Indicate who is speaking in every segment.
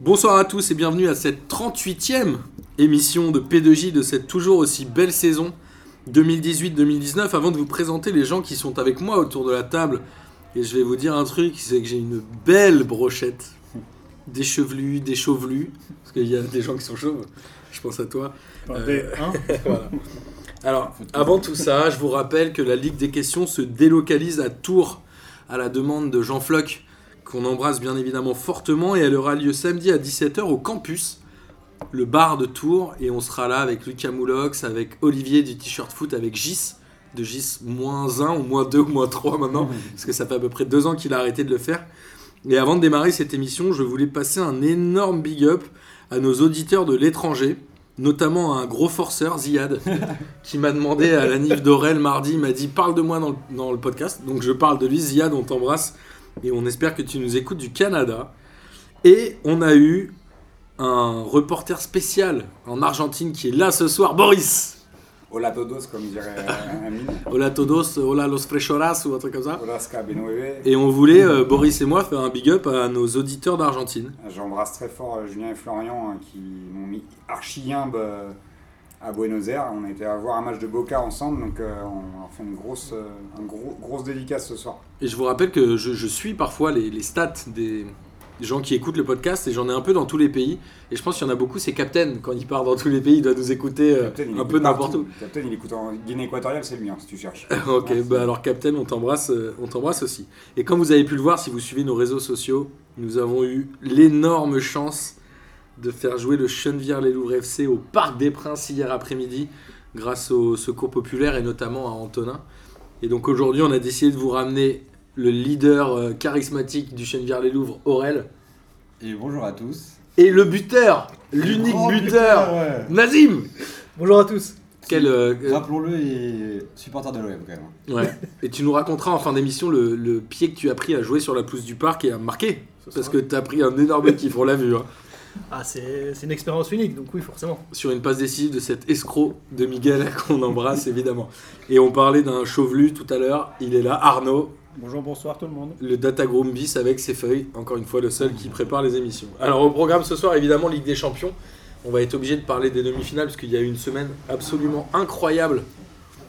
Speaker 1: Bonsoir à tous et bienvenue à cette 38e émission de P2J de cette toujours aussi belle saison 2018-2019. Avant de vous présenter les gens qui sont avec moi autour de la table, et je vais vous dire un truc, c'est que j'ai une belle brochette. Des chevelus, des chauvelus, parce qu'il y a des gens qui sont chauves, je pense à toi.
Speaker 2: Enfin, des- hein
Speaker 1: Voilà. Alors, avant tout ça, je vous rappelle que la Ligue des questions se délocalise à Tours à la demande de Jean Floch, qu'on embrasse bien évidemment fortement, et elle aura lieu samedi à 17h au campus, le bar de Tours, et on sera là avec Lucas Moulox, avec Olivier du t-shirt foot, avec Gis, de Gis moins 1 ou moins 2 ou moins 3 maintenant, parce que ça fait à peu près deux ans qu'il a arrêté de le faire. Et avant de démarrer cette émission, je voulais passer un énorme big up à nos auditeurs de l'étranger, notamment à un gros forceur, Ziad, qui m'a demandé à la Nive d'Aurel mardi, il m'a dit parle de moi dans le, dans le podcast. Donc je parle de lui, Ziad, on t'embrasse et on espère que tu nous écoutes du Canada. Et on a eu un reporter spécial en Argentine qui est là ce soir, Boris.
Speaker 3: Hola a todos, comme dirait un ami.
Speaker 1: Hola todos, hola los freshoras ou un truc comme ça.
Speaker 3: Hola Scabenueve.
Speaker 1: Et on voulait, euh, Boris et moi, faire un big up à nos auditeurs d'Argentine.
Speaker 3: J'embrasse très fort euh, Julien et Florian hein, qui m'ont mis archi humble euh, à Buenos Aires. On était à voir un match de Boca ensemble, donc euh, on leur fait une grosse, euh, un gros, grosse dédicace ce soir.
Speaker 1: Et je vous rappelle que je, je suis parfois les, les stats des des gens qui écoutent le podcast et j'en ai un peu dans tous les pays. Et je pense qu'il y en a beaucoup, c'est Captain. Quand il part dans tous les pays, il doit nous écouter euh,
Speaker 3: Captain, il
Speaker 1: un
Speaker 3: écoute
Speaker 1: peu n'importe
Speaker 3: partout.
Speaker 1: où.
Speaker 3: Captain, il écoute en Guinée équatoriale, c'est le mien si tu cherches.
Speaker 1: ok,
Speaker 3: Merci. Euh,
Speaker 1: bah alors Captain, on t'embrasse, euh, on t'embrasse aussi. Et comme vous avez pu le voir, si vous suivez nos réseaux sociaux, nous avons eu l'énorme chance de faire jouer le Chenevière-les-Louvres FC au Parc des Princes hier après-midi, grâce au Secours Populaire et notamment à Antonin. Et donc aujourd'hui, on a décidé de vous ramener le leader euh, charismatique du Chenevière-les-Louvres, Aurel,
Speaker 4: Et bonjour à tous.
Speaker 1: et le buteur, l'unique
Speaker 4: Grand
Speaker 1: buteur,
Speaker 4: ouais.
Speaker 1: Nazim
Speaker 2: Bonjour à tous.
Speaker 1: Quel, euh, euh,
Speaker 4: Rappelons-le, il est supporter de l'OM quand même. hein.
Speaker 1: Ouais. Et tu nous raconteras en fin d'émission le, le pied que tu as pris à jouer sur la pousse du parc et à marquer. Parce que tu as pris un énorme kiff, on l'a vu, hein,
Speaker 2: Ah, c'est c'est une expérience unique, donc oui, forcément.
Speaker 1: sur une passe décisive de cet escroc de Miguel qu'on embrasse évidemment. Et on parlait d'un chauvelu tout à l'heure, il est là, Arnaud,
Speaker 5: Bonjour, bonsoir tout le monde.
Speaker 1: le Datagroom bis avec ses feuilles, encore une fois le seul qui prépare les émissions. Alors au programme ce soir, évidemment, Ligue des Champions. On va être obligé de parler des demi-finales parce qu'il y a eu une semaine absolument incroyable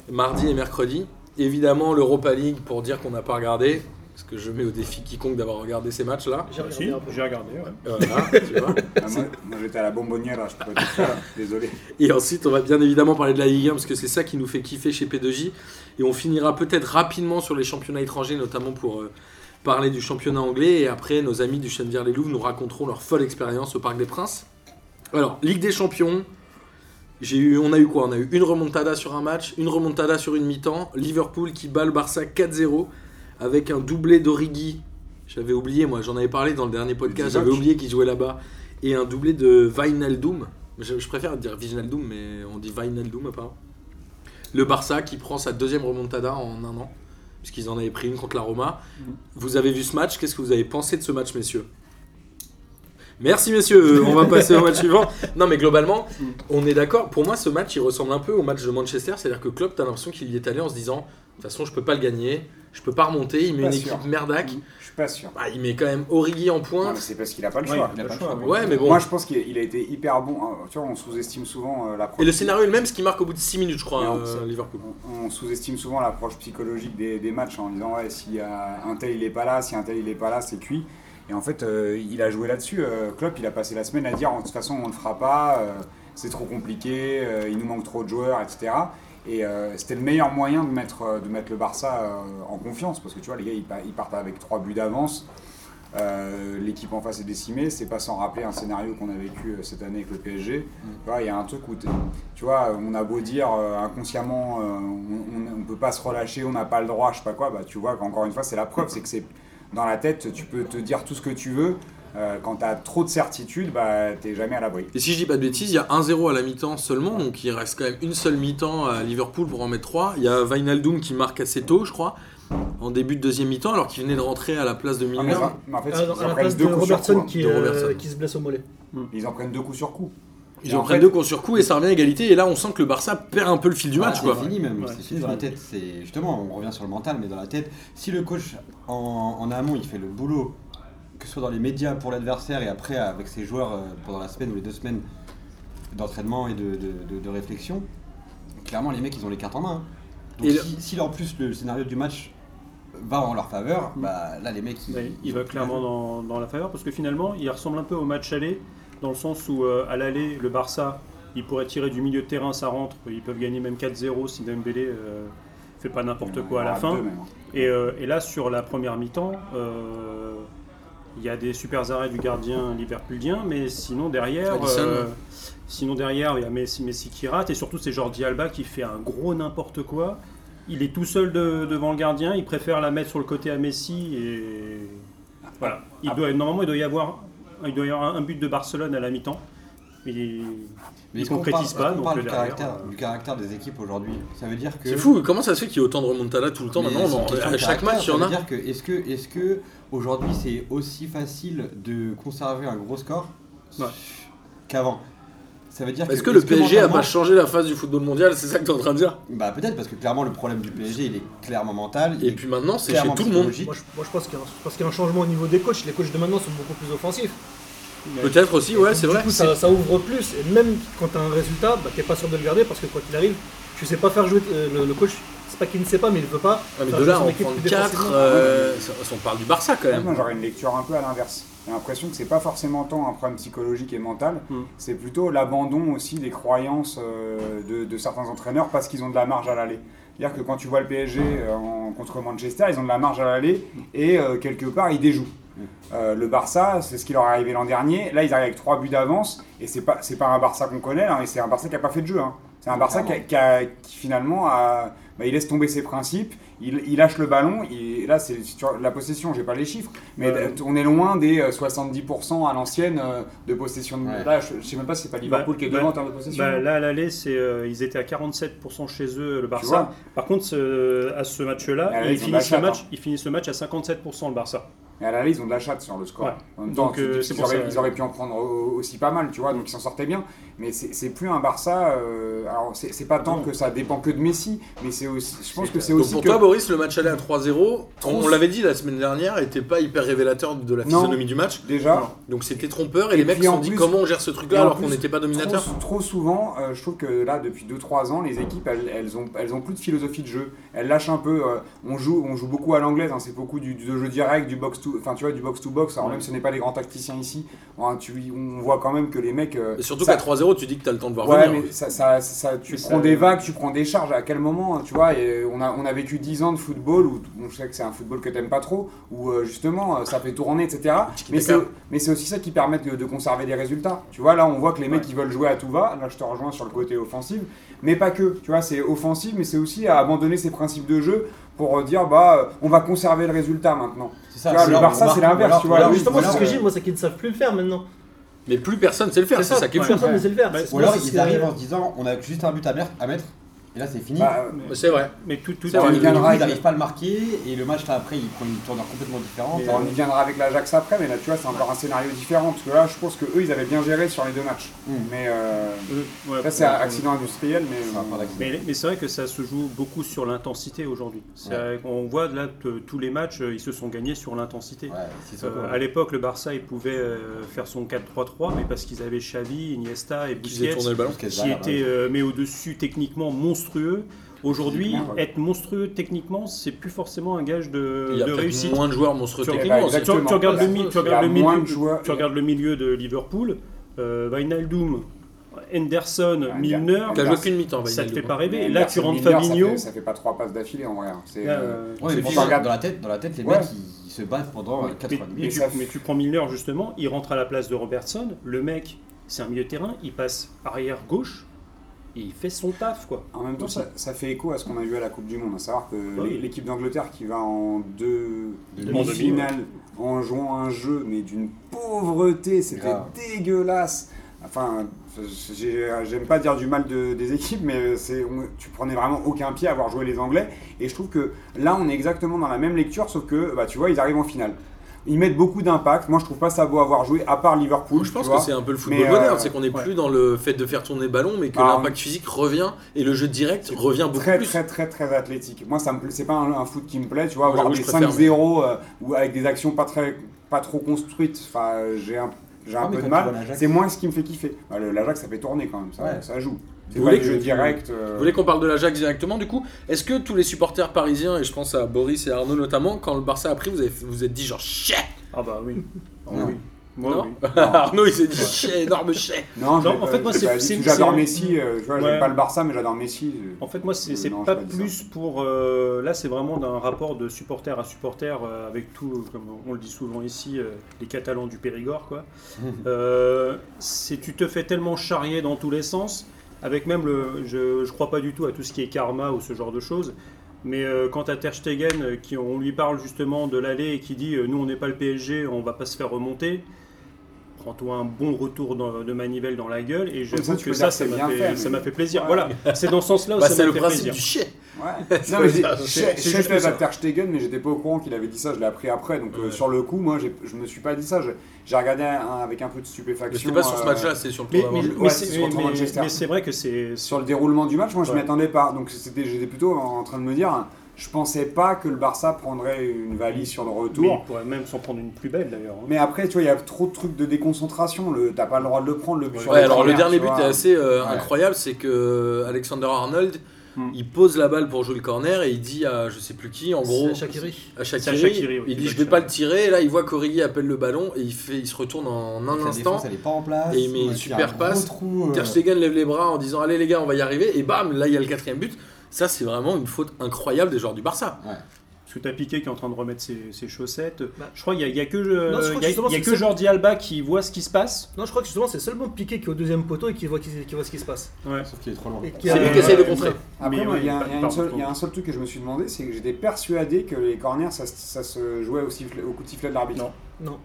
Speaker 1: mardi et mercredi. Évidemment, l'Europa League pour dire qu'on n'a pas regardé, parce que je mets au défi quiconque d'avoir regardé ces matchs-là. Euh,
Speaker 2: J'ai regardé
Speaker 5: Si,
Speaker 2: un peu.
Speaker 5: j'ai regardé, ouais.
Speaker 1: Voilà, tu vois.
Speaker 3: Ah, moi, moi, j'étais à la bonbonnière, je pouvais pas dire ça. Désolé.
Speaker 1: Et ensuite, on va bien évidemment parler de la Ligue 1 parce que c'est ça qui nous fait kiffer chez P2J. Et on finira peut-être rapidement sur les championnats étrangers, notamment pour euh, parler du championnat anglais. Et après, nos amis du Chenevière les Louves nous raconteront leur folle expérience au Parc des Princes. Alors, Ligue des Champions. J'ai eu, on a eu quoi On a eu une remontada sur un match, une remontada sur une mi-temps. Liverpool qui bat le Barça 4-0 avec un doublé d'Origi. J'avais oublié, moi, j'en avais parlé dans le dernier podcast.
Speaker 3: Divac.
Speaker 1: J'avais oublié qu'il jouait là-bas. Et un doublé de Vinaldoom. Je, je préfère dire Vinaldoom, mais on dit Vinaldoom apparemment. Le Barça qui prend sa deuxième remontada en un an, puisqu'ils en avaient pris une contre la Roma. Vous avez vu ce match, qu'est-ce que vous avez pensé de ce match, messieurs Merci, messieurs, on va passer au match suivant. Non, mais globalement, on est d'accord, pour moi, ce match, il ressemble un peu au match de Manchester, c'est-à-dire que Klopp, t'as l'impression qu'il y est allé en se disant, de toute façon, je peux pas le gagner, je peux pas remonter, il met
Speaker 3: Pas
Speaker 1: une
Speaker 3: sûr.
Speaker 1: équipe merdac,
Speaker 3: Je suis pas sûr.
Speaker 1: Bah, il met quand même Origi en
Speaker 3: Non,
Speaker 1: point.
Speaker 3: mais c'est parce qu'il a pas le
Speaker 5: Ouais,
Speaker 3: choix.
Speaker 4: Il a
Speaker 5: Pas
Speaker 4: pas
Speaker 5: le
Speaker 4: le
Speaker 5: choix,
Speaker 4: choix.
Speaker 5: oui.
Speaker 1: Ouais, mais bon.
Speaker 3: Moi, je pense qu'il il a été hyper bon. hein. Tu vois, on sous-estime souvent euh, l'approche.
Speaker 1: Et le scénario est le même, ce qui marque au bout de 6 minutes, je crois,
Speaker 3: Non,
Speaker 1: euh,
Speaker 3: c'est-
Speaker 1: Liverpool.
Speaker 3: On on sous-estime souvent l'approche psychologique des, des matchs hein, en disant ouais, si euh, un tel il est pas là, si un tel il est pas là, c'est cuit. Et en fait, euh, il a joué là-dessus. Euh, Klopp, il a passé la semaine à dire de toute façon, on le fera pas, euh, c'est trop compliqué, euh, il nous manque trop de joueurs, etc. Et euh, c'était le meilleur moyen de mettre, euh, de mettre le Barça euh, en confiance parce que tu vois, les gars, ils, pa- ils partent avec trois buts d'avance. Euh, L'équipe en face est décimée, c'est pas sans rappeler un scénario qu'on a vécu euh, cette année avec le PSG. Tu vois, Il y a un truc où t'es- tu vois, on a beau dire euh, inconsciemment, euh, on- on ne peut pas se relâcher, on n'a pas le droit, je sais pas quoi, bah, tu vois qu'encore une fois, c'est la preuve, c'est que c'est dans la tête, tu peux te dire tout ce que tu veux, euh, quand tu as trop de certitude, bah, t'es jamais à l'abri.
Speaker 1: Et si je dis pas de bêtises, il y a 1-0 à la mi-temps seulement, donc il reste quand même une seule mi-temps à Liverpool pour en mettre 3. Il y a Vinaldoom qui marque assez tôt, je crois, en début de deuxième mi-temps, alors qu'il venait de rentrer à la place de
Speaker 3: Ah, mais
Speaker 1: Milner.
Speaker 3: ça- mais en fait,
Speaker 2: Ah, non,
Speaker 3: ils en
Speaker 2: à la
Speaker 3: prennent
Speaker 2: place de
Speaker 3: deux coups sur coup.
Speaker 2: Robertson,
Speaker 3: hein.
Speaker 2: qui,
Speaker 1: De
Speaker 2: euh,
Speaker 1: Robertson.
Speaker 2: qui se blesse au mollet.
Speaker 3: Ils en prennent deux coups sur coup.
Speaker 1: Ils
Speaker 3: Et
Speaker 1: en
Speaker 3: en
Speaker 1: prennent
Speaker 3: fait-
Speaker 1: deux contre sur coup et ça revient à égalité. Et là, on sent que le Barça perd un peu le fil du
Speaker 4: Voilà,
Speaker 1: match, quoi.
Speaker 4: C'est fini même,
Speaker 5: Ouais,
Speaker 4: c'est
Speaker 5: c'est
Speaker 4: fini dans la
Speaker 5: fini.
Speaker 4: tête. C'est justement, on revient sur le mental, mais dans la tête, si le coach en, en amont il fait le boulot que ce soit dans les médias pour l'adversaire et après avec ses joueurs euh, pendant la semaine ou les deux semaines d'entraînement et de, de- de- de réflexion, clairement les mecs ils ont les cartes en main. hein. Donc
Speaker 1: Et le-
Speaker 4: si, si, en plus le scénario du match va en leur faveur, bah là les mecs ils,
Speaker 5: Bah, il- Mm. il
Speaker 4: ils
Speaker 5: va
Speaker 4: ont-
Speaker 5: clairement dans, dans la faveur parce que finalement, il ressemble un peu au match aller dans le sens où euh, à l'aller, le Barça, il pourrait tirer du milieu de terrain, ça rentre, ils peuvent gagner même 4-0 si Dembélé euh, fait pas n'importe quoi à la fin.
Speaker 3: hein.
Speaker 5: Et, euh, et là, sur la première mi-temps, euh, il y a des super arrêts du gardien liverpoolien, mais sinon derrière,
Speaker 1: Alisson,
Speaker 5: euh,
Speaker 1: ouais.
Speaker 5: sinon derrière, il y a Messi, Messi qui rate, et surtout c'est Jordi Alba qui fait un gros n'importe quoi. Il est tout seul de- devant le gardien, il préfère la mettre sur le côté à Messi, et voilà.
Speaker 4: Ah.
Speaker 5: Il doit, normalement, il doit y avoir, il doit y avoir un but de Barcelone à la mi-temps. Il-
Speaker 4: Mais
Speaker 5: ils
Speaker 4: est-ce qu'on
Speaker 5: concrétisent
Speaker 4: parle-
Speaker 5: pas,
Speaker 4: est-ce qu'on
Speaker 5: donc
Speaker 4: parle du
Speaker 5: derrière,
Speaker 4: caractère,
Speaker 5: euh,
Speaker 4: du caractère des équipes aujourd'hui. Ça veut dire que
Speaker 1: C'est fou, comment ça se fait qu'il y ait autant de remontada tout le temps
Speaker 4: Mais
Speaker 1: maintenant
Speaker 4: c'est
Speaker 1: on en-
Speaker 4: une question
Speaker 1: À
Speaker 4: de
Speaker 1: chaque
Speaker 4: caractère,
Speaker 1: match, il y en
Speaker 4: ça
Speaker 1: a.
Speaker 4: veut dire que est-ce que est-ce que aujourd'hui c'est aussi facile de conserver un gros score
Speaker 5: Ouais.
Speaker 4: qu'avant Ça veut dire
Speaker 1: Est-ce que le PSG a
Speaker 4: mentalement-
Speaker 1: pas changé la face du football mondial C'est ça que tu es en train de dire
Speaker 4: Bah peut-être parce que clairement le problème du PSG il est clairement mental. il
Speaker 1: Et
Speaker 4: est
Speaker 1: puis maintenant, c'est chez
Speaker 4: clairement
Speaker 1: tout le monde.
Speaker 4: psychologique.
Speaker 2: Moi je, moi, je pense qu'il y, a un- je pense qu'il y a un changement au niveau des coachs. Les coachs de maintenant sont beaucoup plus offensifs.
Speaker 5: mais-
Speaker 1: Peut-être aussi, ouais, c'est
Speaker 2: du
Speaker 1: vrai.
Speaker 2: coup, ça, ça ouvre plus. Et même quand t'as un résultat, bah, t'es pas sûr de le garder parce que quand il arrive, tu sais pas faire jouer euh, le, le coach. C'est pas qu'il ne sait pas, mais il veut pas.
Speaker 1: Ah, mais
Speaker 2: faire
Speaker 1: de
Speaker 2: jouer
Speaker 1: là,
Speaker 2: son
Speaker 1: on
Speaker 2: équipe
Speaker 1: prend euh,
Speaker 2: plus
Speaker 1: 4.
Speaker 2: défensivement.
Speaker 1: on parle du Barça quand
Speaker 3: Moi,
Speaker 1: même.
Speaker 3: j'aurais une lecture un peu à l'inverse. J'ai l'impression que c'est pas forcément tant un problème psychologique et mental,
Speaker 5: Hmm.
Speaker 3: c'est plutôt l'abandon aussi des croyances euh, de, de certains entraîneurs parce qu'ils ont de la marge à l'aller. C'est-à-dire que quand tu vois le PSG euh, en- contre Manchester, ils ont de la marge à l'aller et euh, quelque part ils déjouent.
Speaker 1: Hmm.
Speaker 3: Euh, le Barça, c'est ce qui leur est arrivé l'an dernier. Là, ils arrivent avec trois buts d'avance et c'est pas c'est pas un Barça qu'on connaît, là, mais c'est un Barça qui a pas fait de jeu. hein. C'est un Barça qui, a- qui a- qui, finalement a- bah, il laisse tomber ses principes, il, il lâche le ballon. Il, là, c'est sur la possession, j'ai pas les chiffres, mais
Speaker 5: Ouais.
Speaker 3: on est loin des euh, 70% à l'ancienne euh, de possession. de
Speaker 4: Ouais.
Speaker 3: Là, je, je sais même pas si c'est pas Liverpool
Speaker 5: Bah,
Speaker 3: qui est
Speaker 5: bah,
Speaker 3: devant en termes de possession.
Speaker 5: Bah, là, à l'aller, c'est, euh, ils étaient à 47% chez eux, le
Speaker 3: vois.
Speaker 5: Barça. Par contre, ce- à ce match-là,
Speaker 3: Ah, là,
Speaker 5: ils,
Speaker 3: ils ont
Speaker 5: finissent
Speaker 3: de la
Speaker 5: le
Speaker 3: chatte,
Speaker 5: match, ils finissent le match à 57%, le Barça.
Speaker 3: Et à l'aller, ils ont de la chatte sur le score.
Speaker 5: Ouais.
Speaker 3: En même temps,
Speaker 5: Donc,
Speaker 3: tu te dis
Speaker 5: euh,
Speaker 3: qu'ils
Speaker 5: c'est pour
Speaker 3: auraient-
Speaker 5: ça.
Speaker 3: ils auraient pu en prendre au- aussi pas mal, tu vois, donc ils s'en sortaient bien. Mais c'est c'est plus un Barça. euh, alors, c'est c'est pas tant
Speaker 5: Non.
Speaker 3: que ça dépend que de Messi, mais c'est aussi. Je pense que c'est
Speaker 1: Donc
Speaker 3: aussi
Speaker 1: pour
Speaker 3: que.
Speaker 1: toi, Boris, le match aller à 3-0, on,
Speaker 3: Trop-
Speaker 1: on l'avait dit la semaine dernière, était pas hyper révélateur de la
Speaker 3: Non.
Speaker 1: physionomie du match.
Speaker 3: Déjà,
Speaker 1: Donc c'était trompeur et,
Speaker 3: Et
Speaker 1: les mecs
Speaker 3: puis
Speaker 1: se sont
Speaker 3: en
Speaker 1: dit
Speaker 3: plus-
Speaker 1: comment on gère ce
Speaker 3: et
Speaker 1: truc-là
Speaker 3: en
Speaker 1: alors qu'on
Speaker 3: plus,
Speaker 1: n'était pas dominateur.
Speaker 3: trop, trop souvent, euh, je trouve que là, depuis 2-3 ans, les équipes, elles, elles ont, elles ont plus de philosophie de jeu. Elles lâchent un peu. euh, on, joue, on joue beaucoup à l'anglaise, hein, c'est beaucoup du, du jeu direct, du box to, enfin, tu vois, du box to box. Alors même si ce n'est pas des grands tacticiens ici, hein, tu- on voit quand même que les mecs. euh,
Speaker 1: Et surtout
Speaker 3: ça-
Speaker 1: qu'à 3-0, tu dis que t'as le temps de voir
Speaker 3: Ouais,
Speaker 1: venir.
Speaker 3: mais ça, ça, ça- tu
Speaker 5: Mais
Speaker 3: prends
Speaker 5: ça- euh,
Speaker 3: des vagues, tu prends des charges. À quel moment, hein, tu vois et on, a, on a vécu 10 ans de football où bon, je sais que c'est un football que t'aimes pas trop, où euh, justement euh, ça fait tourner, etc. Mais c'est,
Speaker 1: Tiki-taka.
Speaker 3: mais c'est aussi ça qui permet de, de conserver des résultats. Tu vois, là on voit que les mecs ils veulent jouer à tout va. Là je te rejoins sur le côté offensif, mais pas que. Tu vois, c'est offensif, mais c'est aussi à abandonner ses principes de jeu pour euh, dire bah euh, on va conserver le résultat maintenant.
Speaker 4: C'est
Speaker 3: Tu vois, le
Speaker 4: alors,
Speaker 3: Barça,
Speaker 4: on
Speaker 3: c'est
Speaker 4: marque-
Speaker 3: l'inverse,
Speaker 4: alors,
Speaker 3: tu
Speaker 4: ou
Speaker 3: vois,
Speaker 4: alors-
Speaker 2: Alors
Speaker 3: oui,
Speaker 2: justement,
Speaker 4: ou
Speaker 2: c'est
Speaker 3: voilà,
Speaker 2: ce que
Speaker 3: ouais.
Speaker 2: je dis, moi, c'est qu'ils ne savent plus le faire maintenant.
Speaker 1: Mais plus personne sait le faire, c'est ça qui est fou.
Speaker 2: Personne ne sait le faire.
Speaker 5: Bah,
Speaker 2: C'est-
Speaker 4: Ou
Speaker 2: moi,
Speaker 4: alors
Speaker 2: c'est ce
Speaker 4: ils
Speaker 2: qui
Speaker 4: arrivent
Speaker 2: arrive.
Speaker 4: en se disant on a juste un but à mettre, à mettre et là c'est fini.
Speaker 3: Bah, euh,
Speaker 5: Mais,
Speaker 1: C'est vrai.
Speaker 5: mais tout, tout
Speaker 3: Ça,
Speaker 5: est-
Speaker 3: on y
Speaker 4: Et du coup,
Speaker 3: viendra,
Speaker 4: ils n'arrivent
Speaker 3: mais-
Speaker 4: pas à le marquer et le match là après il prend une tournure complètement différente.
Speaker 5: Mais-
Speaker 3: on y viendra avec l'Ajax après, mais là tu vois c'est encore un scénario différent parce que là je pense que eux ils avaient bien géré sur les deux matchs.
Speaker 4: Mm.
Speaker 3: Mais euh,
Speaker 5: euh, ouais,
Speaker 3: ça c'est un accident industriel, mais euh,
Speaker 4: Ça va pas d'accident.
Speaker 5: mais, mais c'est vrai que ça se joue beaucoup sur l'intensité aujourd'hui. C'est
Speaker 4: Ouais.
Speaker 5: vrai qu'on- On voit là t- tous les matchs, euh, ils se sont gagnés sur l'intensité.
Speaker 4: Ouais, c'est ça,
Speaker 5: Euh,
Speaker 4: quoi.
Speaker 5: à l'époque, le Barça, il pouvait euh, faire son 4-3-3, mais parce qu'ils avaient Xavi, Iniesta et
Speaker 1: Qui faisait
Speaker 5: Busquets,
Speaker 1: tourner le ballon.
Speaker 4: Parce que
Speaker 5: qui
Speaker 4: voilà,
Speaker 5: était euh, mais au-dessus techniquement monstrueux. Aujourd'hui,
Speaker 3: Techniquement, ouais.
Speaker 5: être monstrueux techniquement, c'est plus forcément un gage de,
Speaker 1: Il y a
Speaker 5: de
Speaker 1: peut-être
Speaker 5: réussite.
Speaker 1: moins de joueurs monstrueux
Speaker 5: Tu,
Speaker 1: techniquement.
Speaker 3: bah,
Speaker 5: tu- tu
Speaker 3: Exactement.
Speaker 5: regardes, le, mi-
Speaker 2: Il y
Speaker 5: tu
Speaker 2: a
Speaker 5: regardes le
Speaker 3: moins de
Speaker 5: milieu,
Speaker 3: joueurs.
Speaker 5: tu regardes le milieu de Liverpool, euh, Wijnaldum, Henderson,
Speaker 3: Ah,
Speaker 5: Milner,
Speaker 1: T'as
Speaker 3: Bah,
Speaker 1: joué qu'une mi-temps, hein.
Speaker 5: ça te fait
Speaker 1: Wijnaldum.
Speaker 5: pas rêver.
Speaker 3: mais
Speaker 5: Eh Là, tu
Speaker 3: Larson
Speaker 5: rentres
Speaker 3: Miller, ça
Speaker 5: Fabinho.
Speaker 3: fait- Ça fait pas trois passes d'affilée en vrai. hein. C'est,
Speaker 5: là,
Speaker 3: euh,
Speaker 5: euh,
Speaker 4: Ouais, mais
Speaker 1: C'est
Speaker 4: pour
Speaker 3: fini.
Speaker 4: ça, dans la tête, dans la tête, les
Speaker 3: Ouais.
Speaker 4: mecs ils, ils se battent pendant euh, 90
Speaker 5: mais,
Speaker 4: minutes.
Speaker 5: tu,
Speaker 3: ça fait-
Speaker 5: mais tu prends Milner justement, il rentre à la place de Robertson, le mec, c'est un milieu de terrain, il passe arrière gauche et il fait son taf quoi.
Speaker 3: En même temps, ça, ça fait écho à ce qu'on a vu à la Coupe du Monde, à savoir que l'é- l'équipe d'Angleterre qui va en deux
Speaker 5: Demi.
Speaker 3: demi-finale en jouant un jeu, mais d'une pauvreté, c'était
Speaker 4: Grave.
Speaker 3: dégueulasse. Enfin, j'ai- j'aime pas dire du mal de- des équipes, mais c'est, on- tu prenais vraiment aucun pied à avoir joué les Anglais. Et je trouve que là, on est exactement dans la même lecture, sauf que, bah, tu vois, ils arrivent en finale. Ils mettent beaucoup d'impact. Moi, je trouve pas ça beau à voir jouer, à part Liverpool.
Speaker 1: je
Speaker 3: tu
Speaker 1: pense
Speaker 3: vois.
Speaker 1: que c'est un peu le football
Speaker 3: Mais, euh,
Speaker 1: moderne, c'est qu'on n'est
Speaker 3: ouais.
Speaker 1: plus dans le fait de faire tourner le ballon, mais que
Speaker 3: Ah,
Speaker 1: l'impact physique revient et le jeu direct revient beaucoup
Speaker 3: très
Speaker 1: plus.
Speaker 3: très très très athlétique. Moi ça me plaît, c'est pas un, un foot qui me plaît, tu vois, avoir
Speaker 1: j'avoue,
Speaker 3: des
Speaker 1: je préfère,
Speaker 3: 5-0 euh, ou avec des actions pas très pas trop construites. Enfin, euh, j'ai un j'ai un
Speaker 4: Ah, mais
Speaker 3: peu de
Speaker 4: quand tu vois
Speaker 3: mal.
Speaker 4: l'Ajax-
Speaker 3: C'est moins ce qui me fait kiffer. Bah, le- L'Ajax ça fait tourner quand même, ça,
Speaker 4: Ouais.
Speaker 3: ça joue. C'est
Speaker 1: Vous
Speaker 3: pas
Speaker 1: voulez
Speaker 3: le
Speaker 1: que
Speaker 3: jeu
Speaker 1: je-
Speaker 3: direct. euh,
Speaker 1: Vous voulez qu'on parle de l'Ajax directement du coup Est-ce que tous les supporters parisiens, et je pense à Boris et Arnaud notamment, quand le Barça a pris, vous avez, vous vous êtes dit genre shit
Speaker 5: Ah bah oui. Ah
Speaker 4: Non.
Speaker 5: oui. Moi,
Speaker 1: Non
Speaker 5: oui.
Speaker 1: Arnaud il s'est dit shit, énorme shit
Speaker 3: Non, je
Speaker 5: Non,
Speaker 3: l'ai
Speaker 5: en
Speaker 3: pas-
Speaker 5: fait, moi,
Speaker 3: j'ai
Speaker 5: c'est-
Speaker 3: pas dit
Speaker 5: c'est-
Speaker 3: tout. j'adore
Speaker 5: c'est-
Speaker 3: Messi, euh, tu vois,
Speaker 5: Ouais.
Speaker 3: j'aime pas le Barça mais j'adore Messi.
Speaker 1: Oh.
Speaker 3: euh.
Speaker 5: En fait, moi, c'est
Speaker 3: Euh,
Speaker 5: c'est
Speaker 3: non,
Speaker 5: pas
Speaker 3: je vais pas dire
Speaker 5: plus pour. euh, là, c'est vraiment d'un rapport de supporter à supporter euh, avec tout, comme on le dit souvent ici, euh, les Catalans du Périgord, quoi. Euh, c'est tu te fais tellement charrier dans tous les sens, avec même le. Je, je crois pas du tout à tout ce qui est karma ou ce genre de choses. Mais euh, quant à Ter Stegen, euh, qui on lui parle justement de l'aller et qui dit euh, nous on n'est pas le PSG, on va pas se faire remonter. Prends-toi un bon retour dans- de manivelle dans la gueule et
Speaker 3: Comme ça,
Speaker 5: j'avoue
Speaker 3: tu peux
Speaker 5: que
Speaker 3: dire
Speaker 5: ça, ça
Speaker 3: que c'est
Speaker 5: m'a
Speaker 3: bien
Speaker 5: fait,
Speaker 3: fait,
Speaker 5: ça
Speaker 3: mais-
Speaker 5: m'a fait plaisir.
Speaker 3: Ouais.
Speaker 5: Voilà, c'est dans ce sens-là où
Speaker 1: Bah,
Speaker 5: Oh, ça
Speaker 1: c'est
Speaker 5: m'a
Speaker 1: le
Speaker 5: fait
Speaker 1: principe
Speaker 5: plaisir.
Speaker 1: du shit
Speaker 3: Ouais.
Speaker 1: C'est
Speaker 3: non, mais
Speaker 1: ça,
Speaker 3: j'ai-
Speaker 1: c'est- c'est
Speaker 3: j'ai- j'ai
Speaker 1: juste
Speaker 3: fait
Speaker 1: ça.
Speaker 3: à Ter Stegen, mais j'étais pas au courant qu'il avait dit ça. Je l'ai appris après. Donc, euh,
Speaker 1: Ouais.
Speaker 3: sur le coup, moi, j'ai- je me suis pas dit ça. Je- J'ai regardé un- avec un peu de
Speaker 1: Mais
Speaker 3: stupéfaction.
Speaker 1: c'était pas sur ce
Speaker 3: euh,
Speaker 1: match-là, c'est sur le tour
Speaker 5: Mais,
Speaker 1: d'avant.
Speaker 5: mais-
Speaker 3: Ouais,
Speaker 5: mais
Speaker 3: c'est
Speaker 5: c'est
Speaker 3: contre
Speaker 5: mais-
Speaker 3: Manchester.
Speaker 5: mais c'est vrai que c'est.
Speaker 3: Sur le déroulement du match, moi je
Speaker 5: Ouais.
Speaker 3: m'y attendais pas. Donc c'était, j'étais plutôt en train de me dire, je pensais pas que le Barça prendrait une valise sur le
Speaker 5: Mais
Speaker 1: hein.
Speaker 5: il
Speaker 3: retour.
Speaker 5: pourrait même s'en prendre une plus belle d'ailleurs. hein.
Speaker 3: Mais, après, tu vois, il y a trop de trucs de déconcentration. Le, t'as pas le droit de le prendre, le but sur
Speaker 1: Ouais,
Speaker 3: la
Speaker 1: alors le
Speaker 3: première,
Speaker 1: dernier
Speaker 3: tu
Speaker 1: but
Speaker 3: vois.
Speaker 1: est assez euh,
Speaker 4: Ouais.
Speaker 1: incroyable, c'est que euh, Alexander Arnold,
Speaker 5: Hmm.
Speaker 1: il pose la balle pour jouer le corner et il dit à je sais plus qui, en gros,
Speaker 2: C'est Shaqiri.
Speaker 1: à
Speaker 5: C'est à
Speaker 1: Shaqiri,
Speaker 5: Shaqiri, oui,
Speaker 1: il
Speaker 5: qui
Speaker 1: dit
Speaker 5: doit
Speaker 1: je vais
Speaker 5: le
Speaker 1: pas
Speaker 5: tirer.
Speaker 1: le tirer, et là il voit qu'Origi appelle le ballon et il, fait, il se retourne en un
Speaker 4: La
Speaker 1: instant.
Speaker 4: défense, elle est pas en place.
Speaker 1: Et il met une
Speaker 4: Ouais, puis
Speaker 1: super
Speaker 4: y a un gros
Speaker 1: passe.
Speaker 4: trou, euh,
Speaker 1: Ter Stegen lève les bras en disant allez les gars on va y arriver et bam là il y a le quatrième but. Ça c'est vraiment une faute incroyable des joueurs du Barça.
Speaker 5: Parce que t'as Piqué qui est en train de remettre ses, ses chaussettes.
Speaker 2: Bah.
Speaker 5: je crois qu'il y a, il y a que, euh,
Speaker 2: Non, je crois
Speaker 5: il
Speaker 2: que
Speaker 5: y a-
Speaker 2: justement,
Speaker 5: il y a
Speaker 2: c'est
Speaker 5: que
Speaker 2: que-
Speaker 5: Jordi Alba qui voit ce qui se passe.
Speaker 2: Non, je crois que justement, c'est seulement Piqué qui est au deuxième poteau et qui voit, qui, qui voit ce qui se passe.
Speaker 5: Ouais.
Speaker 4: Sauf qu'il est trop loin.
Speaker 2: Et qui
Speaker 1: C'est
Speaker 2: a-
Speaker 1: lui qui essaye de contrer.
Speaker 3: Après,
Speaker 5: Mais
Speaker 3: moi,
Speaker 5: ouais,
Speaker 3: il y a-
Speaker 5: il part-
Speaker 3: il
Speaker 5: il
Speaker 3: y a une
Speaker 5: part
Speaker 3: seule-
Speaker 5: beaucoup.
Speaker 3: il y a un seul truc que je me suis demandé, c'est que j'étais persuadé que les corners, ça, se- ça se jouait au, sifflet- au coup de sifflet de l'arbitre.
Speaker 5: Non.
Speaker 2: Non.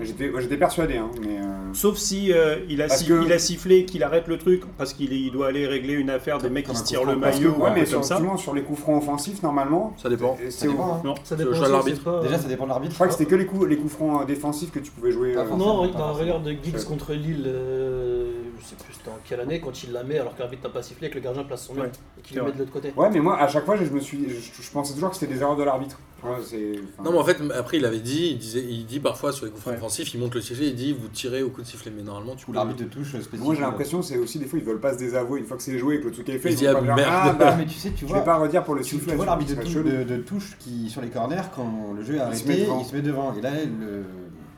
Speaker 3: J'étais, moi, j'étais persuadé, hein, mais... euh,
Speaker 5: Sauf si euh, il, a
Speaker 3: Parce
Speaker 5: si-
Speaker 3: que-
Speaker 5: il a sifflé, qu'il arrête le truc, parce qu'il est- il doit aller régler une affaire des
Speaker 4: Comme-
Speaker 5: mecs qui
Speaker 4: comme
Speaker 5: se
Speaker 4: un
Speaker 5: tirent le
Speaker 4: contre- parce que-
Speaker 5: maillot ou
Speaker 3: ouais,
Speaker 5: un
Speaker 3: mais
Speaker 5: truc
Speaker 3: sur,
Speaker 5: comme ça.
Speaker 3: effectivement, sur les coups francs offensifs, normalement,
Speaker 1: Ça dépend.
Speaker 3: c'est-
Speaker 4: Ça
Speaker 3: c'est
Speaker 4: dépend, hein.
Speaker 5: Non.
Speaker 2: Ça
Speaker 1: C'est le
Speaker 2: dépend.
Speaker 1: choix de
Speaker 2: aussi,
Speaker 1: l'arbitre.
Speaker 2: c'est pas-
Speaker 4: Déjà, ça dépend de
Speaker 3: Je
Speaker 4: l'arbitre.
Speaker 3: crois que c'était que les coups, les coups francs euh, défensifs que tu pouvais jouer.
Speaker 4: Pas hein.
Speaker 3: euh,
Speaker 4: forcément.
Speaker 2: Non,
Speaker 4: Pas
Speaker 2: bah, regarde de Giggs
Speaker 3: Ouais.
Speaker 2: contre Lille, euh, je sais plus c'était en quelle année, quand il la met alors que l'arbitre n'a pas sifflé et que le gardien place son main
Speaker 5: Ouais.
Speaker 2: et qu'il
Speaker 5: C'est
Speaker 2: le met
Speaker 5: vrai.
Speaker 2: de l'autre côté.
Speaker 3: Ouais, mais moi, à chaque fois, je, je me suis, je, je pensais toujours que c'était des erreurs de l'arbitre. Tu vois, c'est. enfin,
Speaker 1: Non mais en fait après il avait dit, il, disait, il dit parfois sur les coups francs
Speaker 5: Ouais.
Speaker 1: offensifs, il monte le sifflet, il dit vous tirez au coup de sifflet mais normalement tu
Speaker 4: Ou
Speaker 1: peux
Speaker 4: l'arbitre de touche spécifique.
Speaker 3: moi, j'ai l'impression, c'est aussi des fois, ils veulent pas se désavouer une fois que c'est joué et que le truc est fait.
Speaker 1: Ils
Speaker 3: vont
Speaker 1: disent,
Speaker 3: pas
Speaker 1: ah,
Speaker 3: faire,
Speaker 1: merde.
Speaker 3: Ah,
Speaker 4: Non,
Speaker 3: bah,
Speaker 4: mais tu sais, tu
Speaker 3: je vais
Speaker 4: vois.
Speaker 3: pas redire pour le
Speaker 4: Tu, tu
Speaker 3: sifflet.
Speaker 4: vois
Speaker 3: ça
Speaker 4: l'arbitre de,
Speaker 3: serait
Speaker 4: tou-
Speaker 3: chelou.
Speaker 4: de- de touche qui, sur les corners, quand le jeu est
Speaker 3: Il se
Speaker 4: arrêté,
Speaker 3: met devant.
Speaker 4: il se met devant. Et là, le...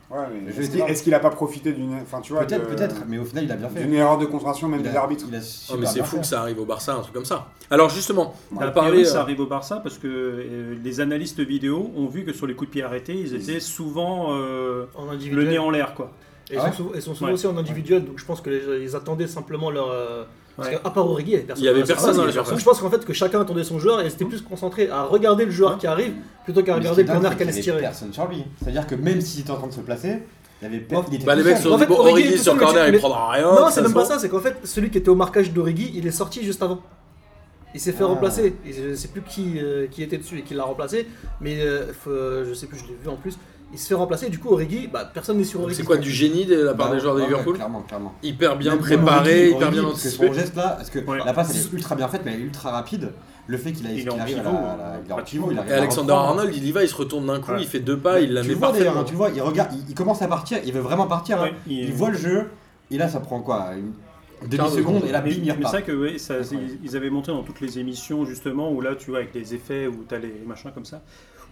Speaker 3: Ouais, mais
Speaker 4: Je
Speaker 3: est-ce
Speaker 4: sais
Speaker 3: qu'il-
Speaker 4: pas.
Speaker 3: est-ce qu'il a pas profité d'une, enfin, tu vois,
Speaker 4: peut-être,
Speaker 3: de-
Speaker 4: peut-être, mais au final, il a bien fait.
Speaker 3: d'une erreur de concentration même
Speaker 4: Il a-
Speaker 3: des arbitres.
Speaker 4: il a
Speaker 1: Ah,
Speaker 4: super
Speaker 1: mais c'est
Speaker 4: bah, bien
Speaker 1: fou
Speaker 4: fait.
Speaker 1: que ça arrive au Barça, un truc comme ça. Alors justement, on
Speaker 5: A
Speaker 1: a
Speaker 5: priori,
Speaker 1: parlé. euh,
Speaker 5: Ah, ça arrive au Barça parce que euh, les analystes vidéo ont vu que sur les coups de pied arrêtés, ils étaient souvent euh,
Speaker 2: En
Speaker 5: le
Speaker 2: individuel.
Speaker 5: nez en l'air. quoi.
Speaker 2: Et ils
Speaker 4: Ah ouais
Speaker 2: sont souvent, ils sont souvent
Speaker 5: Ouais.
Speaker 2: aussi en individuel, donc je pense que les, ils attendaient simplement leur. euh, Parce
Speaker 5: Ouais.
Speaker 2: qu'à part Origi, il y avait personne.
Speaker 1: Il y avait
Speaker 2: dans la
Speaker 1: personne dans la Mmh.
Speaker 2: surface.
Speaker 1: surface.
Speaker 2: Je pense qu'en fait que chacun attendait son joueur et c'était plus concentré à regarder le
Speaker 1: Mmh.
Speaker 2: joueur qui arrive plutôt qu'à
Speaker 4: Mais ce
Speaker 2: regarder
Speaker 4: qui est
Speaker 2: le
Speaker 4: dingue,
Speaker 2: corner
Speaker 4: c'est
Speaker 2: qu'elle allait
Speaker 4: qu'il
Speaker 2: se
Speaker 4: y avait
Speaker 2: tirer.
Speaker 4: Personne sur lui. C'est-à-dire que même s'il était en train de se placer, il avait pe-
Speaker 2: Bon.
Speaker 4: il était
Speaker 1: bah, les
Speaker 4: tout
Speaker 1: mecs
Speaker 4: seul.
Speaker 1: se sont
Speaker 2: En
Speaker 1: dit
Speaker 2: fait,
Speaker 1: bon,
Speaker 2: Origi
Speaker 1: Origi
Speaker 2: est
Speaker 1: sur
Speaker 2: tout seul,
Speaker 1: corner il
Speaker 2: mais-
Speaker 1: prendra rien.
Speaker 2: Non,
Speaker 1: de
Speaker 2: c'est
Speaker 1: toute
Speaker 2: même pas
Speaker 1: façon.
Speaker 2: ça, c'est qu'en fait, celui qui était au marquage d'Origi, il est sorti juste avant. Il s'est fait
Speaker 4: Ah.
Speaker 2: remplacer. Et je sais plus qui, euh, qui était dessus et qui l'a remplacé, mais euh, faut- euh, je sais plus, je l'ai vu en plus. Il se fait remplacer, du coup, Origi, bah, personne n'est sur
Speaker 1: Donc,
Speaker 2: Origi.
Speaker 1: C'est quoi du génie de la part
Speaker 4: Bah,
Speaker 1: des joueurs de
Speaker 4: ouais,
Speaker 1: Liverpool
Speaker 4: Clairement, clairement.
Speaker 1: Hyper bien
Speaker 4: Même
Speaker 1: préparé,
Speaker 4: Origi,
Speaker 1: hyper bien
Speaker 4: parce que
Speaker 1: anticipé.
Speaker 4: Son geste là, parce que
Speaker 5: Ouais.
Speaker 4: la passe elle est ultra bien faite, mais elle est ultra rapide. Le fait qu'il a-
Speaker 5: Il est
Speaker 4: qu'il
Speaker 5: en
Speaker 4: arrive à
Speaker 5: pivot,
Speaker 4: la- à la- il est en pivot, il arrive
Speaker 1: Et
Speaker 4: à la
Speaker 1: Alexander
Speaker 4: reprendre.
Speaker 1: Arnold, il y va, il se retourne d'un coup,
Speaker 5: Ouais.
Speaker 1: il fait deux pas, il la
Speaker 4: tu
Speaker 1: met
Speaker 4: le vois d'ailleurs, hein,
Speaker 1: parfaitement.
Speaker 4: tu le vois, il regarde, il, il commence à partir, il veut vraiment partir. hein.
Speaker 5: Ouais, il-
Speaker 4: il... voit le jeu, et là ça prend quoi Une
Speaker 1: Quart de
Speaker 4: demi-seconde,
Speaker 1: seconde.
Speaker 4: et là
Speaker 5: Mais,
Speaker 4: bim,
Speaker 5: mais
Speaker 4: il
Speaker 5: c'est
Speaker 4: repart.
Speaker 5: vrai que ouais, ça, c'est-
Speaker 4: Incroyable.
Speaker 5: ils avaient montré dans toutes les émissions justement où là tu vois avec les effets où t'as les machins comme ça.